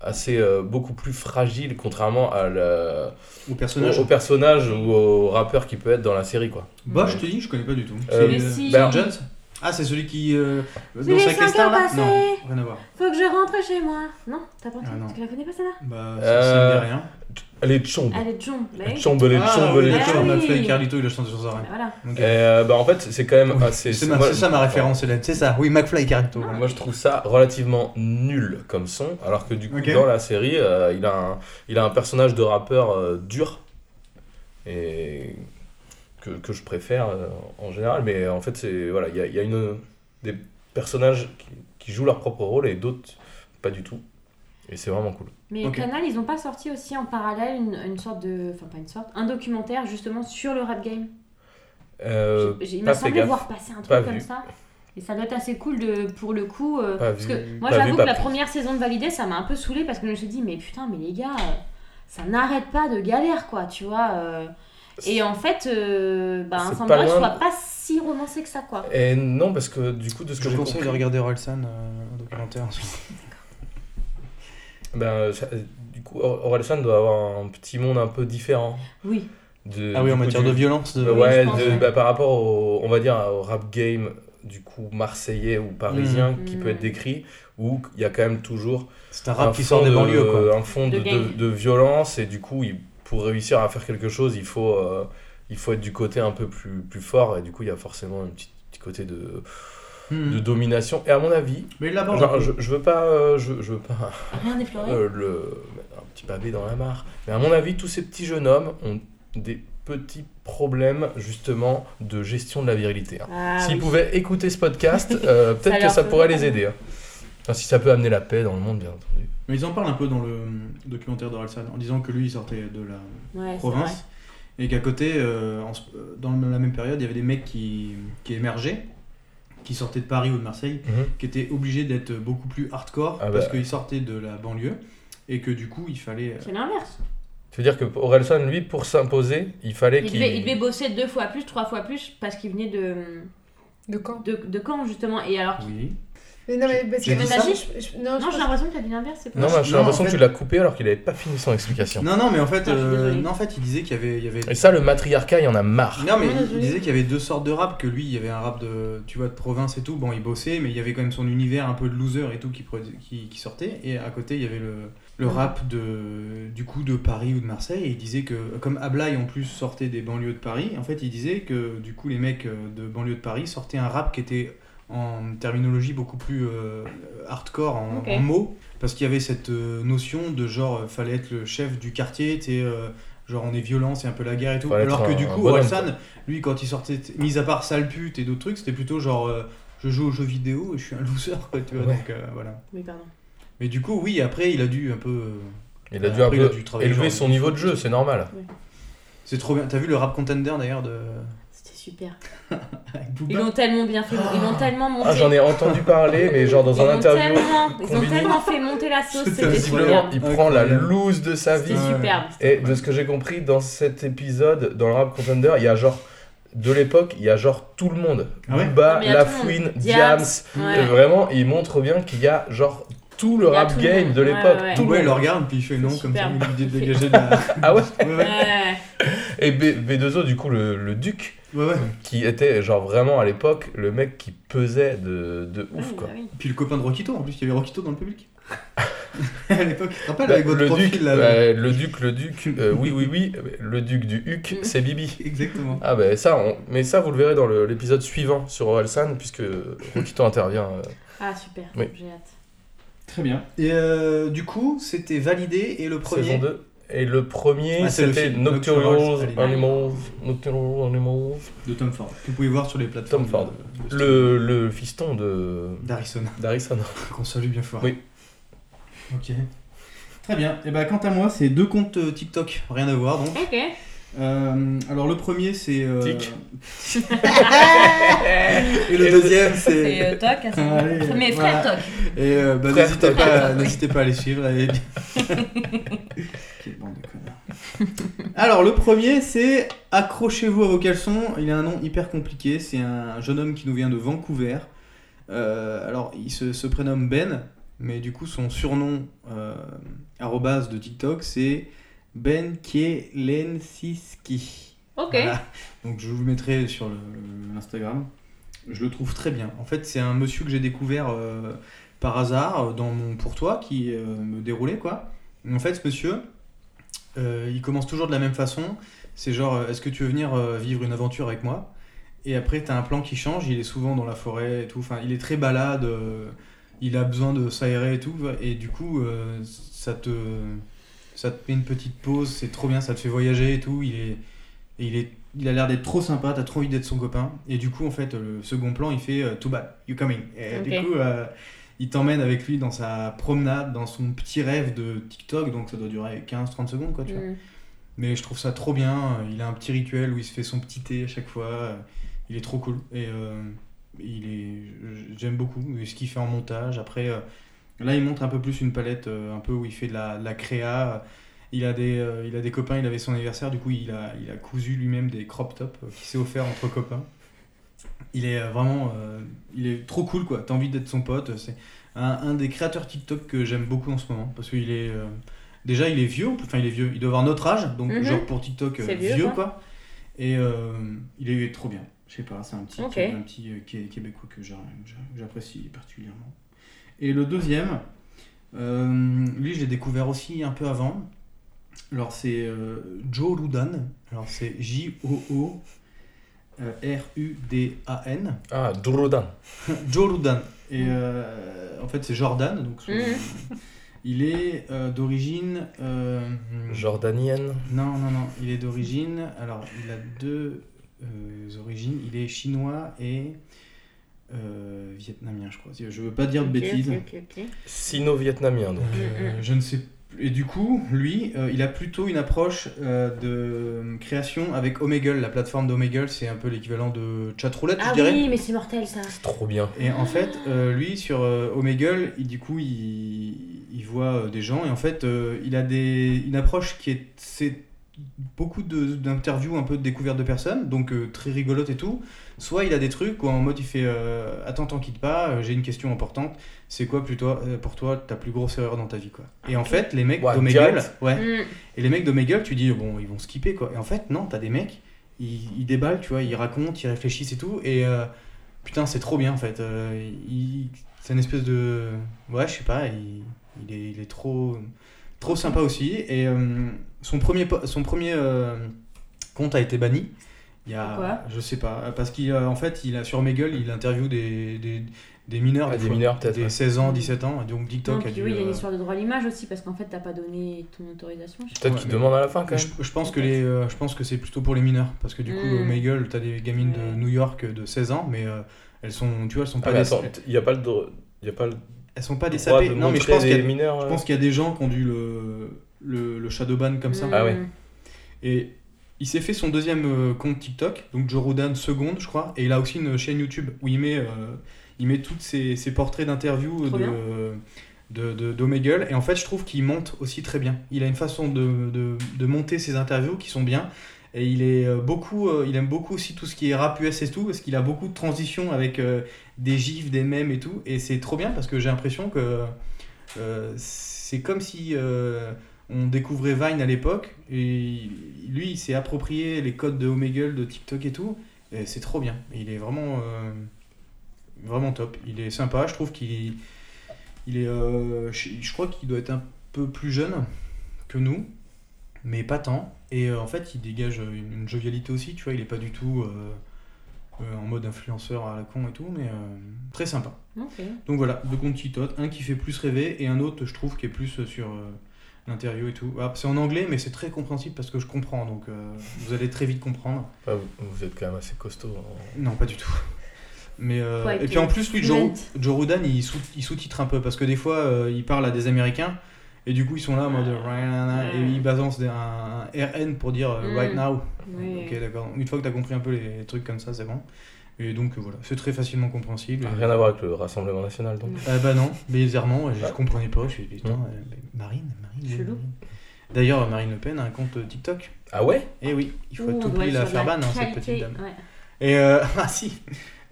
D: assez euh, beaucoup plus fragiles, contrairement à la-
B: Au
D: au,
B: personnage.
D: au personnage ou au rappeur qui peut être dans la série, quoi.
B: Bah, je te dis, je connais pas du tout.
D: Euh,
B: C'est,
C: mais
B: euh,
C: si.
B: John Jones Ah, c'est celui qui. Euh, dans
C: les
B: Chaque
C: cinq
B: Star,
C: heures
B: là
C: passées.
B: Non, rien à voir.
C: Faut que je rentre chez moi. Non, t'as pas entendu
B: Ah, non.
C: Tu la connais pas celle-là
B: Bah, ça,
D: Euh,
B: ça me dit rien.
D: Les chombes.
C: Elle est John, mais.
D: Chombe, les
B: Ah,
D: chombes,
B: oui,
D: les
C: Chombe.
B: d'accord,
D: chombes.
B: on a fait
C: Oui.
B: Carlito, il a chanté sur sa
C: Bah,
B: reine.
C: Voilà.
B: Ok.
D: Et, euh, bah, en fait, c'est quand même
B: Oui,
D: assez.
B: C'est ma-
D: moi-
B: c'est ça ma référence, Hélène, c'est ça. Oui, McFly et Carlito. voilà.
D: Moi, je trouve ça relativement nul comme son, alors que du coup,
B: Ok.
D: dans la série, euh, il, a un, il a un personnage de rappeur euh, dur et que, que je préfère euh, en général. Mais en fait, c'est voilà, il y a, il y a une, des personnages qui, qui jouent leur propre rôle et d'autres pas du tout. Et c'est vraiment cool.
C: Mais
B: Ok.
C: Canal, ils ont pas sorti aussi en parallèle une, une sorte de. Enfin, pas une sorte, un documentaire justement sur le rap game.
D: Euh,
C: J'ai- j'ai- il
D: pas
C: m'a
D: fait
C: semblé
D: gaffe.
C: voir passer un
D: Pas
C: truc comme
D: vu.
C: ça. Et ça doit être assez cool de, pour le coup. euh,
D: Pas
C: parce
D: vu.
C: que moi,
D: Pas vu,
C: j'avoue
D: pas
C: que la
D: pris.
C: première saison de Validé, ça m'a un peu saoulée parce que je me suis dit, mais putain, mais les gars, euh, ça n'arrête pas de galère, quoi, tu vois. euh. Et en fait, euh, bah,
D: C'est
C: un
D: pas
C: semblant
D: loin.
C: soit pas si romancé que ça, quoi.
D: et non, parce que du coup, de ce
B: Je
D: que
B: vous
D: j'ai
B: conseille
D: compris,
B: de regarder Orelsan, euh, un documentaire.
D: ben, euh, ça- du coup, Or- Orelsan doit avoir un petit monde un peu différent.
C: Oui.
D: De,
B: Ah oui,
D: du
B: en
D: coup,
B: matière
D: du-
B: de violence. de-
D: Euh,
C: Oui,
D: ouais,
C: je pense,
D: de-
C: ouais.
D: bah, par rapport au, on va dire, au rap game du coup marseillais ou parisien qui peut
C: Mm.
D: être décrit où il y a quand même toujours
B: C'est un rap
D: un
B: qui
D: fond
B: sort des
D: de-
B: banlieues, quoi.
D: un fond
C: De
D: de,
C: gang.
D: de- de violence et du coup il- pour réussir à faire quelque chose il faut euh, il faut être du côté un peu plus plus fort et du coup il y a forcément un petit, petit côté de, de
B: Hmm.
D: domination et à mon avis
B: Mais là-bas,
D: genre, je, je veux pas euh, je, je veux pas
C: Rien d'effleuré.
D: euh, le mettre un petit pavé dans la mare mais à mon avis tous ces petits jeunes hommes ont des petits problèmes justement de gestion de la virilité hein.
C: Ah,
D: S'ils
C: oui.
D: pouvaient écouter ce podcast, euh, peut-être
C: Ça
D: que
C: leur
D: ça
C: ferait
D: pourrait
C: pas
D: les
C: mal.
D: aider. hein. Enfin, si ça peut amener la paix dans le monde, bien entendu.
B: Mais ils en parlent un peu dans le hum, documentaire d'Orelsan, en disant que lui, il sortait de la
C: Ouais, c'est vrai.
B: province. Et qu'à côté, euh, en ce- euh, dans la même période, il y avait des mecs qui, qui émergeaient, qui sortaient de Paris ou de Marseille,
D: Mhm.
B: qui étaient obligés d'être beaucoup plus hardcore
D: Ah bah.
B: parce qu'ils sortaient de la banlieue et que du coup, il fallait. euh,
C: C'est l'inverse.
D: Tu veux dire que Orelsan, lui, pour s'imposer, il fallait
C: Il
D: qu'il.
C: devait, il devait bosser deux fois plus, trois fois plus, parce qu'il venait de,
G: De quand
C: de, de Caen, justement. Et alors,
B: Oui.
G: Mais non, mais parce
B: J'ai
G: que
B: dit
G: t'as
B: ça
G: dit, je- je- non, je
C: non, j'ai
G: pense-
C: l'impression que t'as dit l'inverse, c'est pas
D: Non,
C: vrai.
D: mais j'ai
B: Non,
D: l'impression
B: en
D: que
B: fait-
D: tu l'as coupé alors qu'il n'avait pas fini son explication.
B: Non, non, mais en fait,
C: Ah, je suis
B: euh,
C: désolée.
B: non, en fait, il disait qu'il y avait, il y avait
D: Et ça, le matriarcat, il en a marre.
B: Non, mais
C: Ouais,
B: il
C: je-
B: disait qu'il y avait deux sortes de rap, que lui, il y avait un rap de, tu vois, de province et tout. Bon, il bossait, mais il y avait quand même son univers un peu de loser et tout qui, produ- qui, qui sortait. Et à côté, il y avait le, le rap de, du coup, de Paris ou de Marseille. Et il disait que, comme Ablaï en plus sortait des banlieues de Paris, en fait, il disait que, du coup, les mecs euh, de banlieue de Paris sortaient un rap qui était en terminologie beaucoup plus euh, hardcore en,
C: Ok.
B: en mots parce qu'il y avait cette euh, notion de genre euh, fallait être le chef du quartier t'es euh, genre on est violent c'est un peu la guerre et tout
D: Fallait
B: alors
D: être
B: que
D: un-
B: du
D: un
B: coup
D: bonhomme,
B: Orelsan lui quand il sortait t- mis à part sale pute et d'autres trucs c'était plutôt genre euh, je joue aux jeux vidéo et je suis un loser quoi tu vois
D: Ouais.
B: donc euh, voilà
C: Oui, pardon.
B: mais du coup oui après il a dû un peu euh,
D: Il a dû
B: Après,
D: un
B: il a
D: peu
B: dû travailler
D: élever
B: genre-
D: son niveau de jeu, c'est normal.
B: c'est trop bien t'as vu le rap contender d'ailleurs de
C: C'était super.
B: avec
C: Ils
B: Booba
C: l'ont tellement bien fait, ils l'ont tellement monté.
D: Ah, j'en ai entendu parler, mais genre dans
C: ils
D: un
C: l'ont
D: interview.
C: tellement- ils ont
D: Combini.
C: tellement fait monter la sauce,
B: C'était
C: c'était superbe.
D: Visiblement, il prend la
B: Incroyable.
D: loose de sa vie.
C: C'était
B: Ouais.
C: superbe.
D: Et de ce que j'ai compris dans cet épisode, dans le rap contender, il y a genre de l'époque, il y a genre tout le monde.
B: Ah ouais
D: Booba,
C: Non, mais il y a tout le
D: Lafouine,
C: monde.
D: Diams.
C: Diams,
D: Et
C: Ouais.
D: Vraiment, il montre bien qu'il y a genre tout le
C: Il y a
D: rap
C: tout le
D: game
C: monde.
D: de
C: Ouais,
D: l'époque.
C: ouais, ouais.
D: Tout le
B: ouais il le
D: monde.
B: regarde puis il fait non comme
C: super.
B: ça il a l'idée de dégager de la
D: Ah ouais
B: ouais ouais,
C: Ouais.
D: Et B- B2O, du coup, le, le duc,
B: ouais, ouais.
D: qui était genre vraiment à l'époque le mec qui pesait de, de ouf
C: Oui,
D: quoi.
C: bah oui.
B: Puis le copain de Roquito, en plus, il y avait Roquito dans le public. à l'époque, tu te rappelles
D: Bah,
B: avec votre
D: le,
B: profil
D: duc,
B: là
D: bah, le duc, le duc, euh, oui, oui, oui, le duc du Huc,
C: Mm.
D: c'est Bibi.
B: Exactement.
D: Ah ben ça, on- mais ça vous le verrez dans le- l'épisode suivant sur Orelsan, puisque Rokito intervient. euh,
C: Ah, super.
D: Oui.
C: J'ai hâte.
B: Très bien. Et euh, du coup, c'était validé et le premier.
D: Saison 2. Et le premier,
B: Ah, c'est le
D: c'était
B: film,
D: Nocturnal
B: Nocturnal
D: Animals. Nocturnal Animals.
B: de Tom Ford, que vous pouvez voir sur les plateformes.
D: Tom Ford.
B: de- de-
D: Le, le fiston de
B: D'Harrison,
D: d'Harrison.
B: qu'on salue bien fort.
D: Oui.
B: Ok. Très bien. Et bah, quant à moi, c'est deux comptes euh, TikTok, rien à voir donc.
C: Ok.
B: Euh, alors, le premier, c'est. euh,
D: Tic.
B: Et le deuxième, c'est.
C: C'est euh, toc. à ce moment.
B: Allez,
C: Mais
B: Ah voilà.
C: frère toc.
B: Et euh, bah,
D: Frère
B: n'hésitez
D: Toc.
B: pas, à- n'hésitez pas à les suivre. Et... Quelle bande de connards. Alors, le premier, c'est Accrochez-vous à vos caleçons. Il a un nom hyper compliqué. C'est un jeune homme qui nous vient de Vancouver. Euh, alors, il se, se prénomme Ben, mais du coup, son surnom euh, arrobase de TikTok, c'est Ben Kielensiski.
C: Ok.
B: Voilà. Donc je vous mettrai sur le- l'Instagram. Je le trouve très bien. En fait, c'est un monsieur que j'ai découvert euh, par hasard euh, dans mon pour toi qui euh, me déroulait quoi. En fait, ce monsieur, euh, il commence toujours de la même façon. C'est genre, euh, est-ce que tu veux venir euh, vivre une aventure avec moi Et après, t'as un plan qui change. Il est souvent dans la forêt et tout. Enfin, il est très balade. euh, il a besoin de s'aérer et tout. Et du coup, euh, ça te ça te met une petite pause. C'est trop bien. Ça te fait voyager et tout. Il est et il, est, il a l'air d'être trop sympa, t'as trop envie d'être son copain. Et du coup, en fait, le second plan, il fait euh, Too bad, you coming. Et
C: Ok.
B: du coup, euh, il t'emmène avec lui dans sa promenade, dans son petit rêve de TikTok, donc ça doit durer 15-30 secondes, quoi, tu vois.
C: Mm.
B: Mais je trouve ça trop bien. Il a un petit rituel où il se fait son petit thé à chaque fois. Il est trop cool. Et euh, il est... j'aime beaucoup ce qu'il fait en montage. Après, euh, là, il montre un peu plus une palette euh, un peu où il fait de la, de la créa. Il a, des, euh, il a des copains, il avait son anniversaire, du coup, il a, il a cousu lui-même des crop tops euh, qu'il s'est offert entre copains. Il est euh, vraiment. euh, il est trop cool, quoi. T'as envie d'être son pote. C'est un, un des créateurs TikTok que j'aime beaucoup en ce moment. Parce qu'il est. euh, Déjà, il est vieux, enfin il est vieux, il doit avoir notre âge, donc
C: Mhm.
B: genre pour TikTok, euh,
C: C'est
B: vieux,
C: vieux,
B: quoi. Et euh, il est trop bien, je sais pas, c'est un petit,
C: Ok.
B: un petit euh, Qué- québécois que j'a- j'a- j'apprécie particulièrement. Et le deuxième, euh, lui je l'ai découvert aussi un peu avant. Alors c'est euh, Joe Rudan, alors c'est J-O-O-R-U-D-A-N.
D: Ah, Drudan.
B: Joe Rudan. Et euh, en fait, c'est Jordan. Donc son-
C: Mhm.
B: Il est euh, d'origine. euh,
D: Jordanienne.
B: Non, non, non. Il est d'origine. Alors, il a deux euh, origines. Il est chinois et euh, vietnamien, je crois. Je veux pas dire de
C: Ok, Mm,
B: bêtises.
C: ok, ok, ok.
D: Sino-vietnamien, donc.
B: Euh, je ne sais plus. Et du coup, lui, euh, il a plutôt une approche euh, de création avec Omegle. La plateforme d'Omegle, c'est un peu l'équivalent de Chatroulette,
C: Ah
B: je dirais.
C: oui, mais c'est mortel ça.
D: C'est trop bien.
B: Et en fait, euh, lui, sur euh, Omegle, il, du coup, il, il voit euh, des gens et en fait, euh, il a des, une approche qui est. C'est beaucoup de- d'interviews un peu de découverte de personnes, donc euh, très rigolote et tout. Soit il a des trucs où en mode il fait euh, Attends, t'en quitte pas, euh, j'ai une question importante. C'est quoi plus toi, euh, pour toi ta plus grosse erreur dans ta vie quoi Et en fait, les mecs
D: Ouais,
B: d'Omegle.
D: direct.
B: Ouais.
C: Mm.
B: Et les mecs de Megal, tu dis, bon, ils vont skipper quoi. Et en fait, non, t'as des mecs, ils, ils déballent, tu vois, ils racontent, ils réfléchissent et tout. Et euh, putain, c'est trop bien en fait. Euh, il- c'est une espèce de. Ouais, je sais pas, il, il est, il est trop, trop sympa aussi. Et euh, son premier, po- son premier euh, compte a été banni. Il y a,
C: Pourquoi
B: Je sais pas. Parce qu'en fait, il a, sur Megal, il interviewe des, des, des mineurs.
D: Ah, des
B: fois,
D: mineurs, peut-être,
B: Des
D: ouais.
B: 16 ans, 17 ans. Donc,
C: Non,
B: TikTok a
C: puis
B: dû.
C: oui, il y a une
B: euh,
C: histoire de droit à l'image aussi parce qu'en fait t'as pas donné ton autorisation. je sais
D: Peut-être
B: Ouais,
D: qu'il
B: mais-
D: demande à la fin, quand
B: Je,
D: même.
B: je pense que les, euh, je pense que c'est plutôt pour les mineurs parce que du coup,
C: Mm.
B: Megal, t'as des gamines de
C: Ouais.
B: New York de 16 ans, mais euh, elles sont, tu vois, elles sont pas,
D: Ah, mais
B: des,
D: attends, il n'y a pas le droit. Il a pas le
B: elles sont pas des
D: droit
B: sapées.
D: de
B: Non, mais je
D: montrer
B: pense qu'il y
D: des
B: a, je
D: mineurs. euh.
B: pense qu'il y a des gens qui ont dû le, le, le shadowban comme ça.
C: pas.
D: Ah ouais.
C: Mm.
B: Et il s'est fait son deuxième euh, compte TikTok, donc Joe Rodan seconde, je crois, et il a aussi une chaîne YouTube où il met, euh, il met toutes ses, ses portraits d'interviews
C: Trop
B: de,
C: bien.
B: de, de- d'Omegle. Et en fait, je trouve qu'il monte aussi très bien. Il a une façon de, de- de monter ses interviews qui sont bien. Et il, est euh, beaucoup, euh, il aime beaucoup aussi tout ce qui est rap US et tout, parce qu'il a beaucoup de transitions avec euh, des gifs, des mèmes et tout. Et c'est trop bien parce que j'ai l'impression que euh, c'est comme si euh, on découvrait Vine à l'époque. Et lui, il s'est approprié les codes de Omegle, de TikTok et tout. Et c'est trop bien. Il est vraiment, euh, vraiment top. Il est sympa. Je trouve qu'il il est. euh, je, je crois qu'il doit être un peu plus jeune que nous, mais pas tant. Et euh, en fait, il dégage une, une jovialité aussi. Tu vois, il est pas du tout euh, euh, en mode influenceur à la con et tout, mais euh, très sympa.
C: Mm. Ok.
B: Donc voilà, deux comptes TikTok, un qui fait plus rêver et un autre, je trouve, qui est plus euh, sur euh, l'interview et tout. Ah, c'est en anglais, mais c'est très compréhensible parce que je comprends, donc euh, vous allez très vite comprendre.
D: Ah, vous, vous êtes quand même assez hein. costaud. en-
B: Non, pas du tout. Mais euh,
C: Ouais,
B: et
C: qui
B: puis en
C: est
B: plus, lui,
C: fluent.
B: Joe, Joe Rodan, il, sous, il sous-titre un peu parce que des fois, euh, il parle à des Américains et du coup, ils sont là en mode
C: Ah.
B: et ils balancent des- un, un RN pour dire euh,
C: Mm.
B: right now.
C: Oui.
B: Ok, d'accord. Une fois que t'as compris un peu les trucs comme ça, c'est bon. Et donc euh, voilà, c'est très facilement compréhensible.
D: Ah, Rien à voir avec le Rassemblement National, donc.
B: Ah bah non, bizarrement, ouais, je
D: Ah.
B: comprenais pas. Je suis putain,
D: Mm.
B: euh, mais Marine, Marine.
C: Chelou.
B: Marine. D'ailleurs, Marine Le Pen a un compte euh, TikTok.
D: Ah ouais
B: Et oui, il faut
C: Ouh,
B: à
C: on
B: tout
C: doit
B: prix
C: être
B: la
C: sur de
B: faire ban, hein, cette
C: qualité.
B: petite dame.
C: Ouais,
B: Et euh, ah si,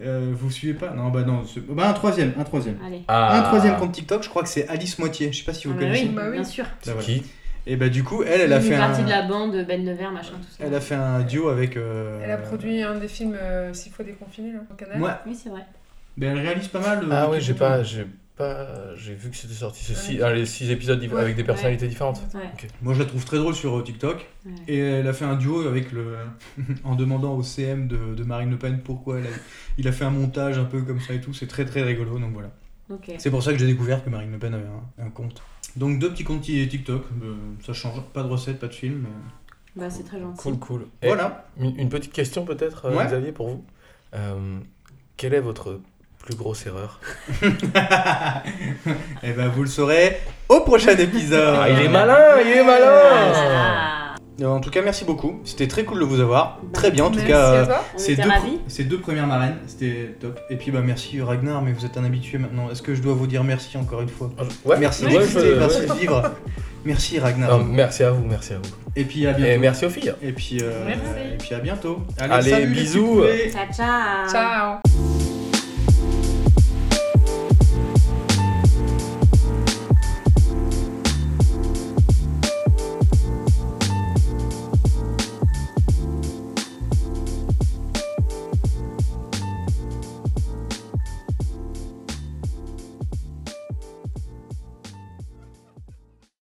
B: euh, vous suivez pas Non, bah non. c'est- Bah un troisième, un troisième.
C: allez.
D: ah,
B: Un troisième compte TikTok, je crois que c'est Alice Moitié. Je sais pas si vous
C: Ah bah
B: connaissez.
C: oui,
G: Bah oui.
C: bien sûr.
B: Bah,
D: C'est
B: voilà.
D: qui
B: Et bah du coup, elle, elle a
C: Il fait
B: fait
C: partie
B: un,
C: de la bande Ben Nevers, machin, tout ça.
B: elle a fait un duo avec. euh,
G: Elle a produit un des films euh, Six fois déconfiné là, au Canal.
B: Ouais.
C: Oui, c'est vrai.
B: Mais elle réalise pas mal. euh,
D: Ah
B: des
D: ouais,
B: trucs
D: j'ai
B: et
D: pas, j'ai pas, j'ai vu que c'était sorti ce six-
G: Ouais.
D: ah, les six épisodes diff-
G: Ouais.
D: avec des personnalités différentes.
C: Ouais.
B: tout. Moi, je la trouve très drôle sur euh, TikTok.
C: Ouais.
B: Et elle a fait un duo avec le. en demandant au CM de, de Marine Le Pen pourquoi elle a- il a fait un montage un peu comme ça et tout. C'est très très rigolo, donc voilà.
C: Ok.
B: C'est pour ça que j'ai découvert que Marine Le Pen avait un, un compte. Donc deux petits comptes TikTok, euh, ça change. Pas de recette, pas de film. mais-
C: Bah, c'est très gentil.
D: Cool, cool. Et
B: Voilà.
D: Une, une petite question peut-être, euh,
B: Ouais.
D: Xavier, pour vous. Euh, quelle est votre plus grosse erreur
B: Et ben vous le saurez au prochain épisode.
D: Ah, il est malin, il est
C: Ah
D: malin
C: Voilà.
B: Euh, En tout cas, merci beaucoup. C'était très cool de vous avoir. Très bien, en tout
G: Merci
B: cas.
G: à
B: euh,
G: toi.
C: On
B: ces
C: était
B: deux,
C: ravis.
B: pr- ces deux premières marraines, c'était top. Et puis bah merci Ragnar, mais vous êtes un habitué maintenant. Est-ce que je dois vous dire merci encore une fois
D: Ah, je- Ouais,
B: Merci
D: ouais,
B: d'exister,
D: je-
B: merci
D: ouais.
B: de vivre. Merci Ragnar.
D: Non, merci à vous, merci à vous.
B: Et puis à bientôt.
D: Et merci aux filles.
B: Et puis, euh,
C: Merci.
B: et puis à bientôt.
D: Allez,
B: salut les
D: bisous.
B: petits poulets.
C: Ciao, ciao.
G: Ciao.